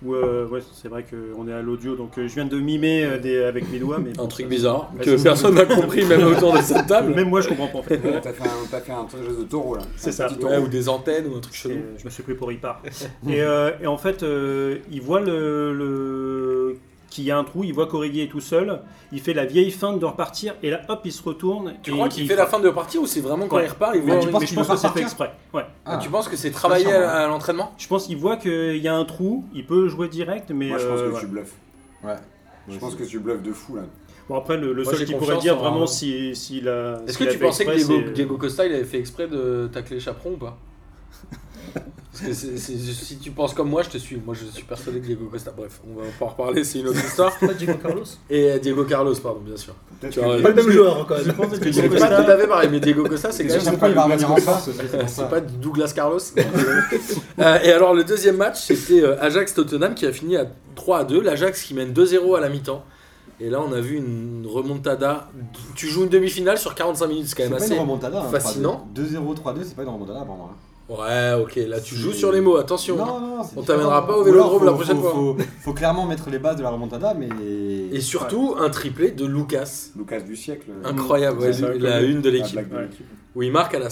Speaker 5: Où, euh, ouais, c'est vrai qu'on est à l'audio donc euh, je viens de mimer euh, des, avec mes doigts mais
Speaker 1: Un
Speaker 5: bon,
Speaker 1: truc
Speaker 5: ça-
Speaker 1: bizarre
Speaker 5: Ouais,
Speaker 1: que
Speaker 5: c'est-
Speaker 1: personne n'a compris, même autour de cette table.
Speaker 5: Même moi je comprends pas en fait.
Speaker 3: Ouais, T'as fait un, t'as fait un truc de taureau là.
Speaker 5: C'est
Speaker 3: Un
Speaker 5: ça.
Speaker 3: petit
Speaker 1: Ouais,
Speaker 3: taureau.
Speaker 1: ou des antennes ou un truc
Speaker 5: Et,
Speaker 1: chelou.
Speaker 5: euh, je me suis pris pour y part. et, euh, et en fait, euh, il voit le, le- qu'il y a un trou, il voit qu'Origi est tout seul, il fait la vieille feinte de repartir, et là, hop, il se retourne.
Speaker 1: Tu
Speaker 5: et
Speaker 1: crois
Speaker 5: il-
Speaker 1: qu'il
Speaker 5: il
Speaker 1: fait la
Speaker 5: frappe.
Speaker 1: fin de partie ou c'est vraiment quand
Speaker 5: Ouais.
Speaker 1: il repart il
Speaker 5: Ouais,
Speaker 1: voit-
Speaker 4: tu
Speaker 5: mais
Speaker 4: penses
Speaker 5: je
Speaker 4: qu'il
Speaker 5: pense
Speaker 4: veut
Speaker 5: que c'est fait
Speaker 4: partir
Speaker 5: exprès. Ouais.
Speaker 1: Ah,
Speaker 4: Ah.
Speaker 1: Tu penses que c'est travaillé
Speaker 4: sûrement,
Speaker 1: à à l'entraînement
Speaker 5: Je pense qu'il voit qu'il y a un trou, il peut jouer direct, mais.
Speaker 3: Moi, je pense
Speaker 5: euh,
Speaker 3: que tu
Speaker 5: voilà.
Speaker 3: bluffes.
Speaker 4: Ouais.
Speaker 3: Je pense que tu bluffes de fou là.
Speaker 5: Bon, après, le, le
Speaker 1: Moi, j'ai
Speaker 5: seul qui pourrait
Speaker 1: confiance
Speaker 5: dire
Speaker 1: en-
Speaker 5: vraiment si- s'il a.
Speaker 1: Est-ce
Speaker 5: s'il
Speaker 1: que
Speaker 5: a
Speaker 1: tu
Speaker 5: fait
Speaker 1: pensais que
Speaker 5: exprès,
Speaker 1: Diego,
Speaker 5: c'est-
Speaker 1: Diego Costa il avait fait exprès de tacler Chaperon ou pas Parce que c'est- c'est- si tu penses comme moi, je te suis. Moi, je suis persuadé que Diego Costa. Bref, on va pas en reparler, c'est une autre histoire.
Speaker 2: Pas Diego Carlos.
Speaker 1: Et euh, Diego Carlos, pardon, bien sûr.
Speaker 3: Peut-être
Speaker 1: Tu
Speaker 3: que-
Speaker 1: as raison.
Speaker 2: Pas le même joueur hein, quand
Speaker 5: Je
Speaker 2: même.
Speaker 5: pense que
Speaker 1: C'est
Speaker 5: Diego
Speaker 1: pas tout
Speaker 5: Costa,
Speaker 1: à fait pareil, mais Diego Costa, c'est
Speaker 3: Et
Speaker 1: quand même.
Speaker 3: surtout,
Speaker 4: pourquoi il va revenir en force aussi, hein, c'est pour ça.
Speaker 1: C'est pas Douglas Carlos. Euh, et alors le deuxième match, c'était euh, Ajax-Tottenham qui a fini à 3 à 2. L'Ajax qui mène 2-0 à la mi-temps. Et là, on a vu une remontada. Tu joues une demi-finale sur 45 minutes, c'est quand
Speaker 4: C'est
Speaker 1: même
Speaker 4: pas
Speaker 1: assez.
Speaker 4: une remontada. hein,
Speaker 1: fascinant.
Speaker 4: 3-2. 2-0, 3-2, c'est pas une remontada pour moi.
Speaker 1: Ouais, ok, là tu
Speaker 4: C'est-
Speaker 1: joues sur les mots, attention.
Speaker 4: Non, non, c'est
Speaker 1: On
Speaker 4: différent.
Speaker 1: t'amènera pas au
Speaker 4: Ou
Speaker 1: Vélodrome
Speaker 4: alors, faut-
Speaker 1: la prochaine
Speaker 4: faut-
Speaker 1: fois.
Speaker 4: Faut, faut clairement mettre les bases de la remontada, mais.
Speaker 1: Et surtout, un triplé de Lucas.
Speaker 3: Lucas du siècle.
Speaker 1: Ah,
Speaker 3: euh,
Speaker 1: Incroyable, ouais,
Speaker 5: C'est ça,
Speaker 1: la
Speaker 5: comme-
Speaker 1: une de
Speaker 3: la
Speaker 1: l'équipe.
Speaker 3: blague de
Speaker 5: Ouais.
Speaker 3: l'équipe.
Speaker 1: Où il marque à la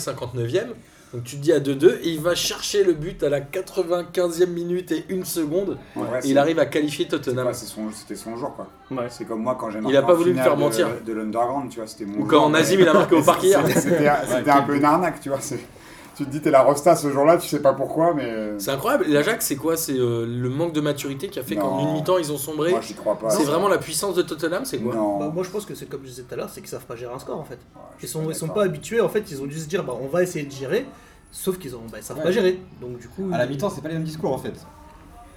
Speaker 1: 55-59e. Donc tu te dis à 2-2 et il va chercher le but à la 95e minute et une seconde.
Speaker 3: En vrai,
Speaker 1: Et
Speaker 3: c'est-
Speaker 1: il arrive à qualifier
Speaker 3: c'est
Speaker 1: Tottenham.
Speaker 3: pas- c'est son- C'était son jour, quoi.
Speaker 5: ouais.
Speaker 3: C'est comme moi quand j'ai
Speaker 1: Il a pas
Speaker 3: en
Speaker 1: voulu me
Speaker 3: finale
Speaker 1: faire
Speaker 3: de-
Speaker 1: mentir.
Speaker 3: De l'underground, tu vois, c'était mon.
Speaker 1: Ou quand
Speaker 3: jour, mais-
Speaker 1: Nazim il a marqué au parquet hier.
Speaker 3: C'était c'était un peu une arnaque, tu vois. c'est- Tu te dis, t'es la Rosta ce jour-là, tu sais pas pourquoi, mais.
Speaker 1: C'est incroyable. Et L'Ajax, c'est quoi C'est euh, le manque de maturité qui a fait qu'en
Speaker 3: Non.
Speaker 1: une mi-temps, ils ont sombré.
Speaker 3: Moi, j'y crois pas.
Speaker 1: C'est vraiment la puissance de Tottenham, c'est quoi
Speaker 3: Non.
Speaker 2: Bah, moi je pense que c'est comme je disais tout à l'heure, c'est qu'ils savent pas gérer un score en fait.
Speaker 3: Ouais, je suis
Speaker 2: Ils sont, ils sont
Speaker 3: d'accord.
Speaker 2: pas habitués en fait, ils ont dû se dire bah on va essayer de gérer, sauf qu'ils ont, bah, ils savent
Speaker 4: Ouais.
Speaker 2: pas gérer. Donc du coup.
Speaker 4: À la
Speaker 2: ils-
Speaker 4: mi-temps, c'est pas les mêmes discours en fait.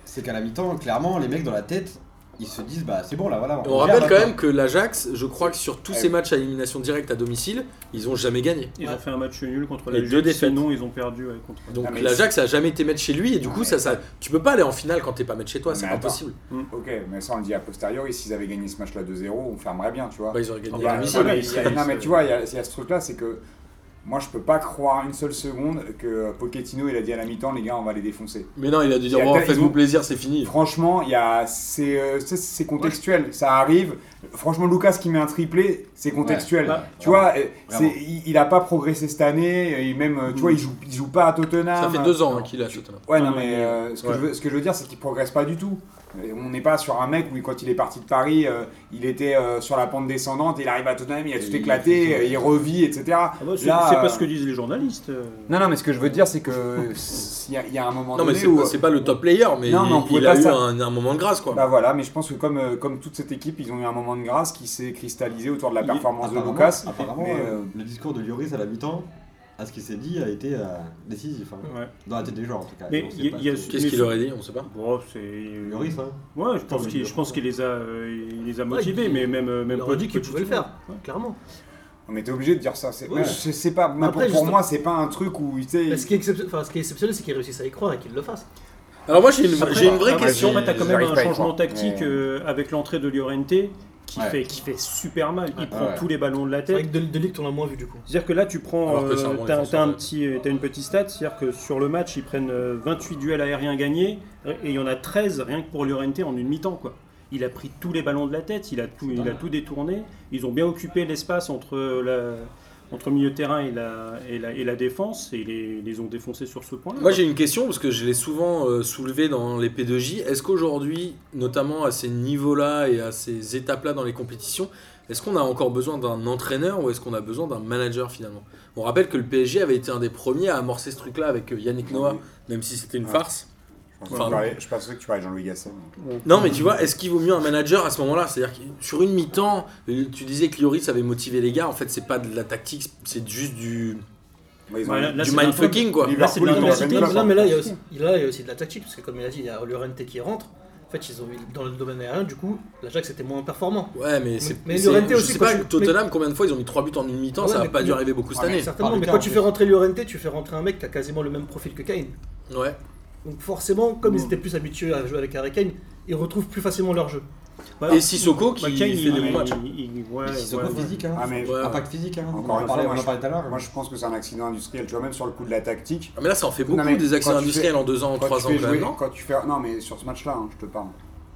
Speaker 4: C'est qu'à la mi-temps, clairement, les mecs dans la tête, ils se disent bah c'est bon là, voilà.
Speaker 1: Et On
Speaker 4: gère
Speaker 1: rappelle quand
Speaker 4: maintenant.
Speaker 1: même que l'Ajax, je crois que sur tous
Speaker 3: Ouais.
Speaker 1: ces matchs à élimination directe à domicile, ils ont jamais gagné.
Speaker 5: Ils ont fait un match nul contre
Speaker 1: Les
Speaker 5: la
Speaker 1: deux
Speaker 5: Juve,
Speaker 1: défaites.
Speaker 5: sinon ils ont perdu ouais, contre.
Speaker 1: Donc
Speaker 3: Ah, mais
Speaker 1: l'Ajax a jamais été maître chez lui et du
Speaker 3: Ah,
Speaker 1: coup
Speaker 3: mais-
Speaker 1: ça, ça tu peux pas aller en finale quand t'es pas maître chez toi,
Speaker 3: Mais
Speaker 1: c'est
Speaker 3: attends.
Speaker 1: impossible.
Speaker 3: Ok, mais ça, on le dit a posteriori. S'ils avaient gagné ce match-là 2-0, on fermerait bien, tu vois.
Speaker 1: Bah, ils auraient
Speaker 3: Il
Speaker 1: gagné
Speaker 3: y a-
Speaker 1: à domicile.
Speaker 5: ouais,
Speaker 3: voilà,
Speaker 5: mais
Speaker 3: il y
Speaker 5: ça,
Speaker 3: a-
Speaker 5: il
Speaker 3: Non,
Speaker 5: se-
Speaker 3: mais tu vois, il y a, il y a ce truc-là, c'est que moi, je peux pas croire une seule seconde que Pochettino, il a dit à la mi-temps, les gars, on va les défoncer.
Speaker 1: Mais non, il a dû dire
Speaker 3: Il y a
Speaker 1: bon,
Speaker 3: peut-être-
Speaker 1: faites-vous
Speaker 3: ils ont-
Speaker 1: plaisir, c'est fini.
Speaker 3: Franchement, il y a, c'est, euh, c'est, c'est contextuel, ça arrive. Franchement, Lucas qui met un triplé, c'est contextuel.
Speaker 5: Ouais, bah,
Speaker 3: tu
Speaker 4: vraiment,
Speaker 3: vois, euh,
Speaker 4: vraiment.
Speaker 3: c'est- il, il a pas progressé cette année. euh, Il même, euh, tu
Speaker 5: Mm.
Speaker 3: vois, il joue, il joue pas à Tottenham.
Speaker 1: Ça fait deux ans
Speaker 3: Non.
Speaker 1: hein, qu'il a Tottenham.
Speaker 3: Ouais, non,
Speaker 5: Non,
Speaker 3: mais
Speaker 5: mais,
Speaker 3: euh, ce, que
Speaker 1: ouais.
Speaker 3: je veux, ce que je veux dire, c'est qu'il progresse pas du tout. Et On n'est pas sur un mec où, quand il est parti de Paris, euh, il était euh, sur la pente descendante, il arrive à Tottenham, il a
Speaker 4: Et
Speaker 3: tout
Speaker 4: il-
Speaker 3: éclaté, euh, il revit, etc.
Speaker 5: Ah bah, c'est
Speaker 3: Là,
Speaker 5: c'est pas
Speaker 3: euh,
Speaker 5: ce que disent les journalistes. euh.
Speaker 3: Non, non, mais ce que je veux dire, c'est que s- il y, a- il y a un moment
Speaker 1: Non mais
Speaker 3: donné
Speaker 1: c'est
Speaker 3: où. euh
Speaker 1: pas- c'est pas le top player, mais
Speaker 3: Non, mais on
Speaker 1: il-
Speaker 3: pouvait
Speaker 1: il a
Speaker 3: pas
Speaker 1: eu
Speaker 3: ça.
Speaker 1: un un moment de grâce quoi.
Speaker 3: Bah voilà, mais je pense que comme, euh, comme toute cette équipe, ils ont eu un moment de grâce qui s'est cristallisé autour de la
Speaker 5: Il-
Speaker 3: performance de
Speaker 4: Apparemment-
Speaker 3: Lucas.
Speaker 4: Apparemment,
Speaker 3: mais,
Speaker 4: euh,
Speaker 3: euh,
Speaker 4: le discours de Lloris à la mi-temps, à ce qu'il s'est dit, a été euh, décisif. hein.
Speaker 5: Ouais.
Speaker 4: Dans la tête des gens en tout cas.
Speaker 5: Mais
Speaker 4: On sait
Speaker 5: il y-
Speaker 4: pas
Speaker 5: il y a
Speaker 4: si-
Speaker 5: ce-
Speaker 1: Qu'est-ce qu'il aurait dit On sait pas.
Speaker 5: Bon, c'est. Ouais,
Speaker 4: Lloris, hein.
Speaker 5: je pense qu'il, je pense qu'il les a, euh, il les a motivés,
Speaker 2: il-
Speaker 5: mais même, euh,
Speaker 2: Il
Speaker 5: même
Speaker 2: leur a dit qu'ils
Speaker 5: Pochettino.
Speaker 2: pouvaient le faire, clairement.
Speaker 3: on était obligé de dire ça. C'est,
Speaker 2: Oui.
Speaker 3: moi, je sais pas, moi,
Speaker 2: Après,
Speaker 3: pour, pour
Speaker 2: juste-
Speaker 3: moi, c'est pas un truc où. tu sais,
Speaker 2: Mais ce qui est, excep- enfin, ce qui est exceptionnel, c'est qu'ils réussissent à y croire et qu'ils le fassent.
Speaker 1: Alors moi j'ai une,
Speaker 5: Après,
Speaker 1: j'ai une vraie
Speaker 5: après,
Speaker 1: question.
Speaker 5: Après, t'as quand
Speaker 3: Ils
Speaker 5: même
Speaker 3: arrivent
Speaker 5: un
Speaker 3: pas à y
Speaker 5: changement
Speaker 3: croire.
Speaker 5: tactique
Speaker 3: Mais-
Speaker 5: euh, avec l'entrée de Llorente qui,
Speaker 4: Ouais.
Speaker 5: fait, qui fait super mal. Il prend
Speaker 4: ouais.
Speaker 5: tous les ballons de la
Speaker 2: C'est vrai
Speaker 5: tête.
Speaker 2: que de, de Ligue, on l'a moins vu du coup.
Speaker 5: C'est-à-dire que là, tu prends.
Speaker 1: Alors que c'est un
Speaker 5: euh,
Speaker 1: bon
Speaker 5: t'as-
Speaker 1: défenseur,
Speaker 5: T'as un
Speaker 1: ouais.
Speaker 5: petit, euh, t'as une petite stat, c'est-à-dire que sur le match, ils prennent euh, 28 duels aériens gagnés et il y en a 13 rien que pour Llorente en une mi-temps, quoi. Il a pris tous les ballons de la tête, il a tout, il a tout détourné. Ils ont bien occupé l'espace entre euh, la entre milieu de terrain et la, et la, et la défense, et ils les, ils les ont défoncés sur ce point-là.
Speaker 1: Moi j'ai une question parce que je l'ai souvent euh, soulevée dans les P2J. Est-ce qu'aujourd'hui, notamment à ces niveaux-là et à ces étapes-là dans les compétitions, est-ce qu'on a encore besoin d'un entraîneur ou est-ce qu'on a besoin d'un manager finalement On rappelle que le PSG avait été un des premiers à amorcer ce truc-là avec euh, Yannick Noah, même si c'était une
Speaker 3: Ouais.
Speaker 1: farce.
Speaker 3: Je
Speaker 1: Enfin,
Speaker 3: pensais que tu parlais- je pensais que tu parlais de Jean-Louis Gasset. mais-
Speaker 1: Non mais tu vois, est-ce qu'il vaut mieux un manager à ce moment-là C'est-à-dire que sur une mi-temps, euh, tu disais que Lloris avait motivé les gars. En fait, c'est pas de la tactique, c'est juste du,
Speaker 3: Ouais, ils ont-
Speaker 5: Ouais, Bah, là- là,
Speaker 1: du
Speaker 5: c'est un peu-
Speaker 1: mindfucking quoi.
Speaker 5: Là, c'est de
Speaker 3: Liverpool, ils ont
Speaker 5: l'intensité,
Speaker 3: gagné
Speaker 5: mais
Speaker 3: la
Speaker 2: Non,
Speaker 3: Coupe.
Speaker 2: mais là, il y, a aussi, là, il y a aussi de la tactique, parce que comme il a dit, il y a Llorente qui rentre. En fait, ils ont eu- dans le domaine aérien, du coup, l'Ajax était moins performant.
Speaker 1: Ouais, mais c'est.
Speaker 2: mais
Speaker 1: c'est-
Speaker 2: Llorente
Speaker 1: je
Speaker 2: aussi,
Speaker 1: sais
Speaker 2: quand
Speaker 1: pas,
Speaker 2: tu-
Speaker 1: Tottenham, combien de fois ils ont mis 3 buts en une mi-temps
Speaker 2: Ouais,
Speaker 1: Ça n'a
Speaker 2: mais-
Speaker 1: pas dû
Speaker 2: mais-
Speaker 1: arriver beaucoup cette
Speaker 3: Ouais, mais
Speaker 1: année.
Speaker 2: Certainement,
Speaker 4: Par
Speaker 2: mais
Speaker 4: Lucas,
Speaker 2: quand
Speaker 4: en
Speaker 2: tu
Speaker 4: plus.
Speaker 2: fais rentrer Llorente, tu fais rentrer un mec qui a quasiment le même profil que Kane.
Speaker 1: Ouais.
Speaker 2: Donc forcément, comme ils
Speaker 5: Mm.
Speaker 2: étaient plus habitués à jouer avec Harry Kane, ils retrouvent plus facilement leur jeu.
Speaker 5: Voilà.
Speaker 1: Et Sissoko qui
Speaker 5: Bah, Kane,
Speaker 1: fait
Speaker 5: il-
Speaker 1: des bons
Speaker 5: il-
Speaker 1: matchs.
Speaker 5: il- il- ouais,
Speaker 4: Mais ils sont
Speaker 5: ouais,
Speaker 4: pas
Speaker 5: ouais.
Speaker 4: physiques, hein.
Speaker 3: Ah, mais-
Speaker 1: Ouais.
Speaker 4: Impact physique, hein.
Speaker 3: Encore
Speaker 4: on en
Speaker 3: une
Speaker 4: parlait
Speaker 3: fois,
Speaker 4: on en
Speaker 3: moi,
Speaker 4: parlait tout à l'heure.
Speaker 3: Moi, je pense que c'est un accident industriel. Tu vois, même sur le coup de la tactique,
Speaker 1: Ah, mais là, ça en fait beaucoup
Speaker 3: Non, mais
Speaker 1: des accidents
Speaker 3: quand tu
Speaker 1: industriels en 2 ans, en
Speaker 3: quand
Speaker 1: 3
Speaker 3: tu
Speaker 1: ans
Speaker 3: fais
Speaker 1: quand
Speaker 3: jouer-
Speaker 1: même, non
Speaker 3: quand tu fais, non, mais sur ce match-là, hein, je te parle.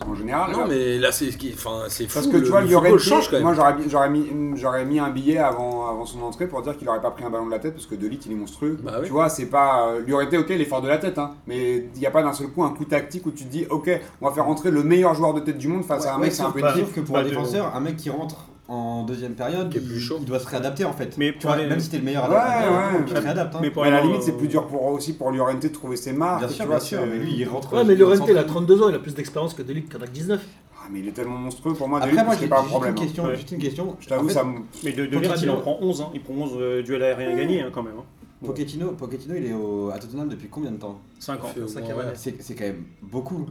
Speaker 3: En général,
Speaker 1: Non,
Speaker 3: là,
Speaker 1: mais là, c'est ce qui- enfin, c'est fou.
Speaker 3: parce que
Speaker 1: le,
Speaker 3: tu vois,
Speaker 1: le
Speaker 3: Llorente,
Speaker 1: football change quand même.
Speaker 3: moi j'aurais mis, j'aurais mis, j'aurais mis un billet avant, avant son entrée pour dire qu'il aurait pas pris un ballon de la tête parce que Delite il est monstrueux.
Speaker 1: Bah oui.
Speaker 3: Tu vois, c'est pas. euh, Llorente, ok, il est fort de la tête, hein, mais il n'y a pas d'un seul coup un coup tactique où tu te dis, ok, on va faire rentrer le meilleur joueur de tête du monde face à un mec, c'est un peu
Speaker 4: Bah,
Speaker 3: difficile.
Speaker 4: sauf que pour
Speaker 5: Bah,
Speaker 4: un
Speaker 5: de-
Speaker 4: défenseur, un mec qui rentre en deuxième période,
Speaker 1: Qui est plus
Speaker 4: il-
Speaker 1: chaud.
Speaker 4: il doit se réadapter en fait.
Speaker 5: Mais
Speaker 4: tu
Speaker 5: pour
Speaker 4: vois,
Speaker 5: aller-
Speaker 4: même si t'es le meilleur
Speaker 3: Ouais,
Speaker 4: adaptateur,
Speaker 3: ouais,
Speaker 4: tu
Speaker 3: mais-
Speaker 4: te réadaptes. hein.
Speaker 5: Ah, Mais pour
Speaker 3: Mais à la
Speaker 5: aller,
Speaker 3: limite,
Speaker 5: euh,
Speaker 3: c'est plus dur pour aussi pour Llorente de trouver ses marques.
Speaker 4: Bien
Speaker 3: tu
Speaker 4: sûr,
Speaker 3: vois,
Speaker 4: bien sûr,
Speaker 3: c'est-
Speaker 4: euh, mais lui il rentre.
Speaker 2: Ouais, mais
Speaker 4: il est
Speaker 2: Llorente, il a
Speaker 4: centre.
Speaker 2: 32 ans, il a plus d'expérience que Delic, qui en a que 19.
Speaker 3: Ah, mais il est tellement monstrueux pour moi,
Speaker 4: Après,
Speaker 3: Delite,
Speaker 4: moi
Speaker 3: c'est
Speaker 4: j'ai
Speaker 3: pas un
Speaker 4: juste
Speaker 3: problème.
Speaker 4: une
Speaker 3: hein.
Speaker 4: question.
Speaker 5: Ouais.
Speaker 4: Juste une question.
Speaker 3: Je t'avoue,
Speaker 4: En fait,
Speaker 3: ça me.
Speaker 5: Mais de, de
Speaker 4: Pochettino.
Speaker 5: Verratti, il en prend 11. hein. Il prend 11 euh, duels aériens gagnés hein, quand même. hein.
Speaker 4: Pochettino, Pochettino, il est au, à Tottenham depuis combien de temps
Speaker 5: 5 ans.
Speaker 1: Fait au
Speaker 2: cinquième
Speaker 1: moins-
Speaker 2: année.
Speaker 4: C'est c'est quand même beaucoup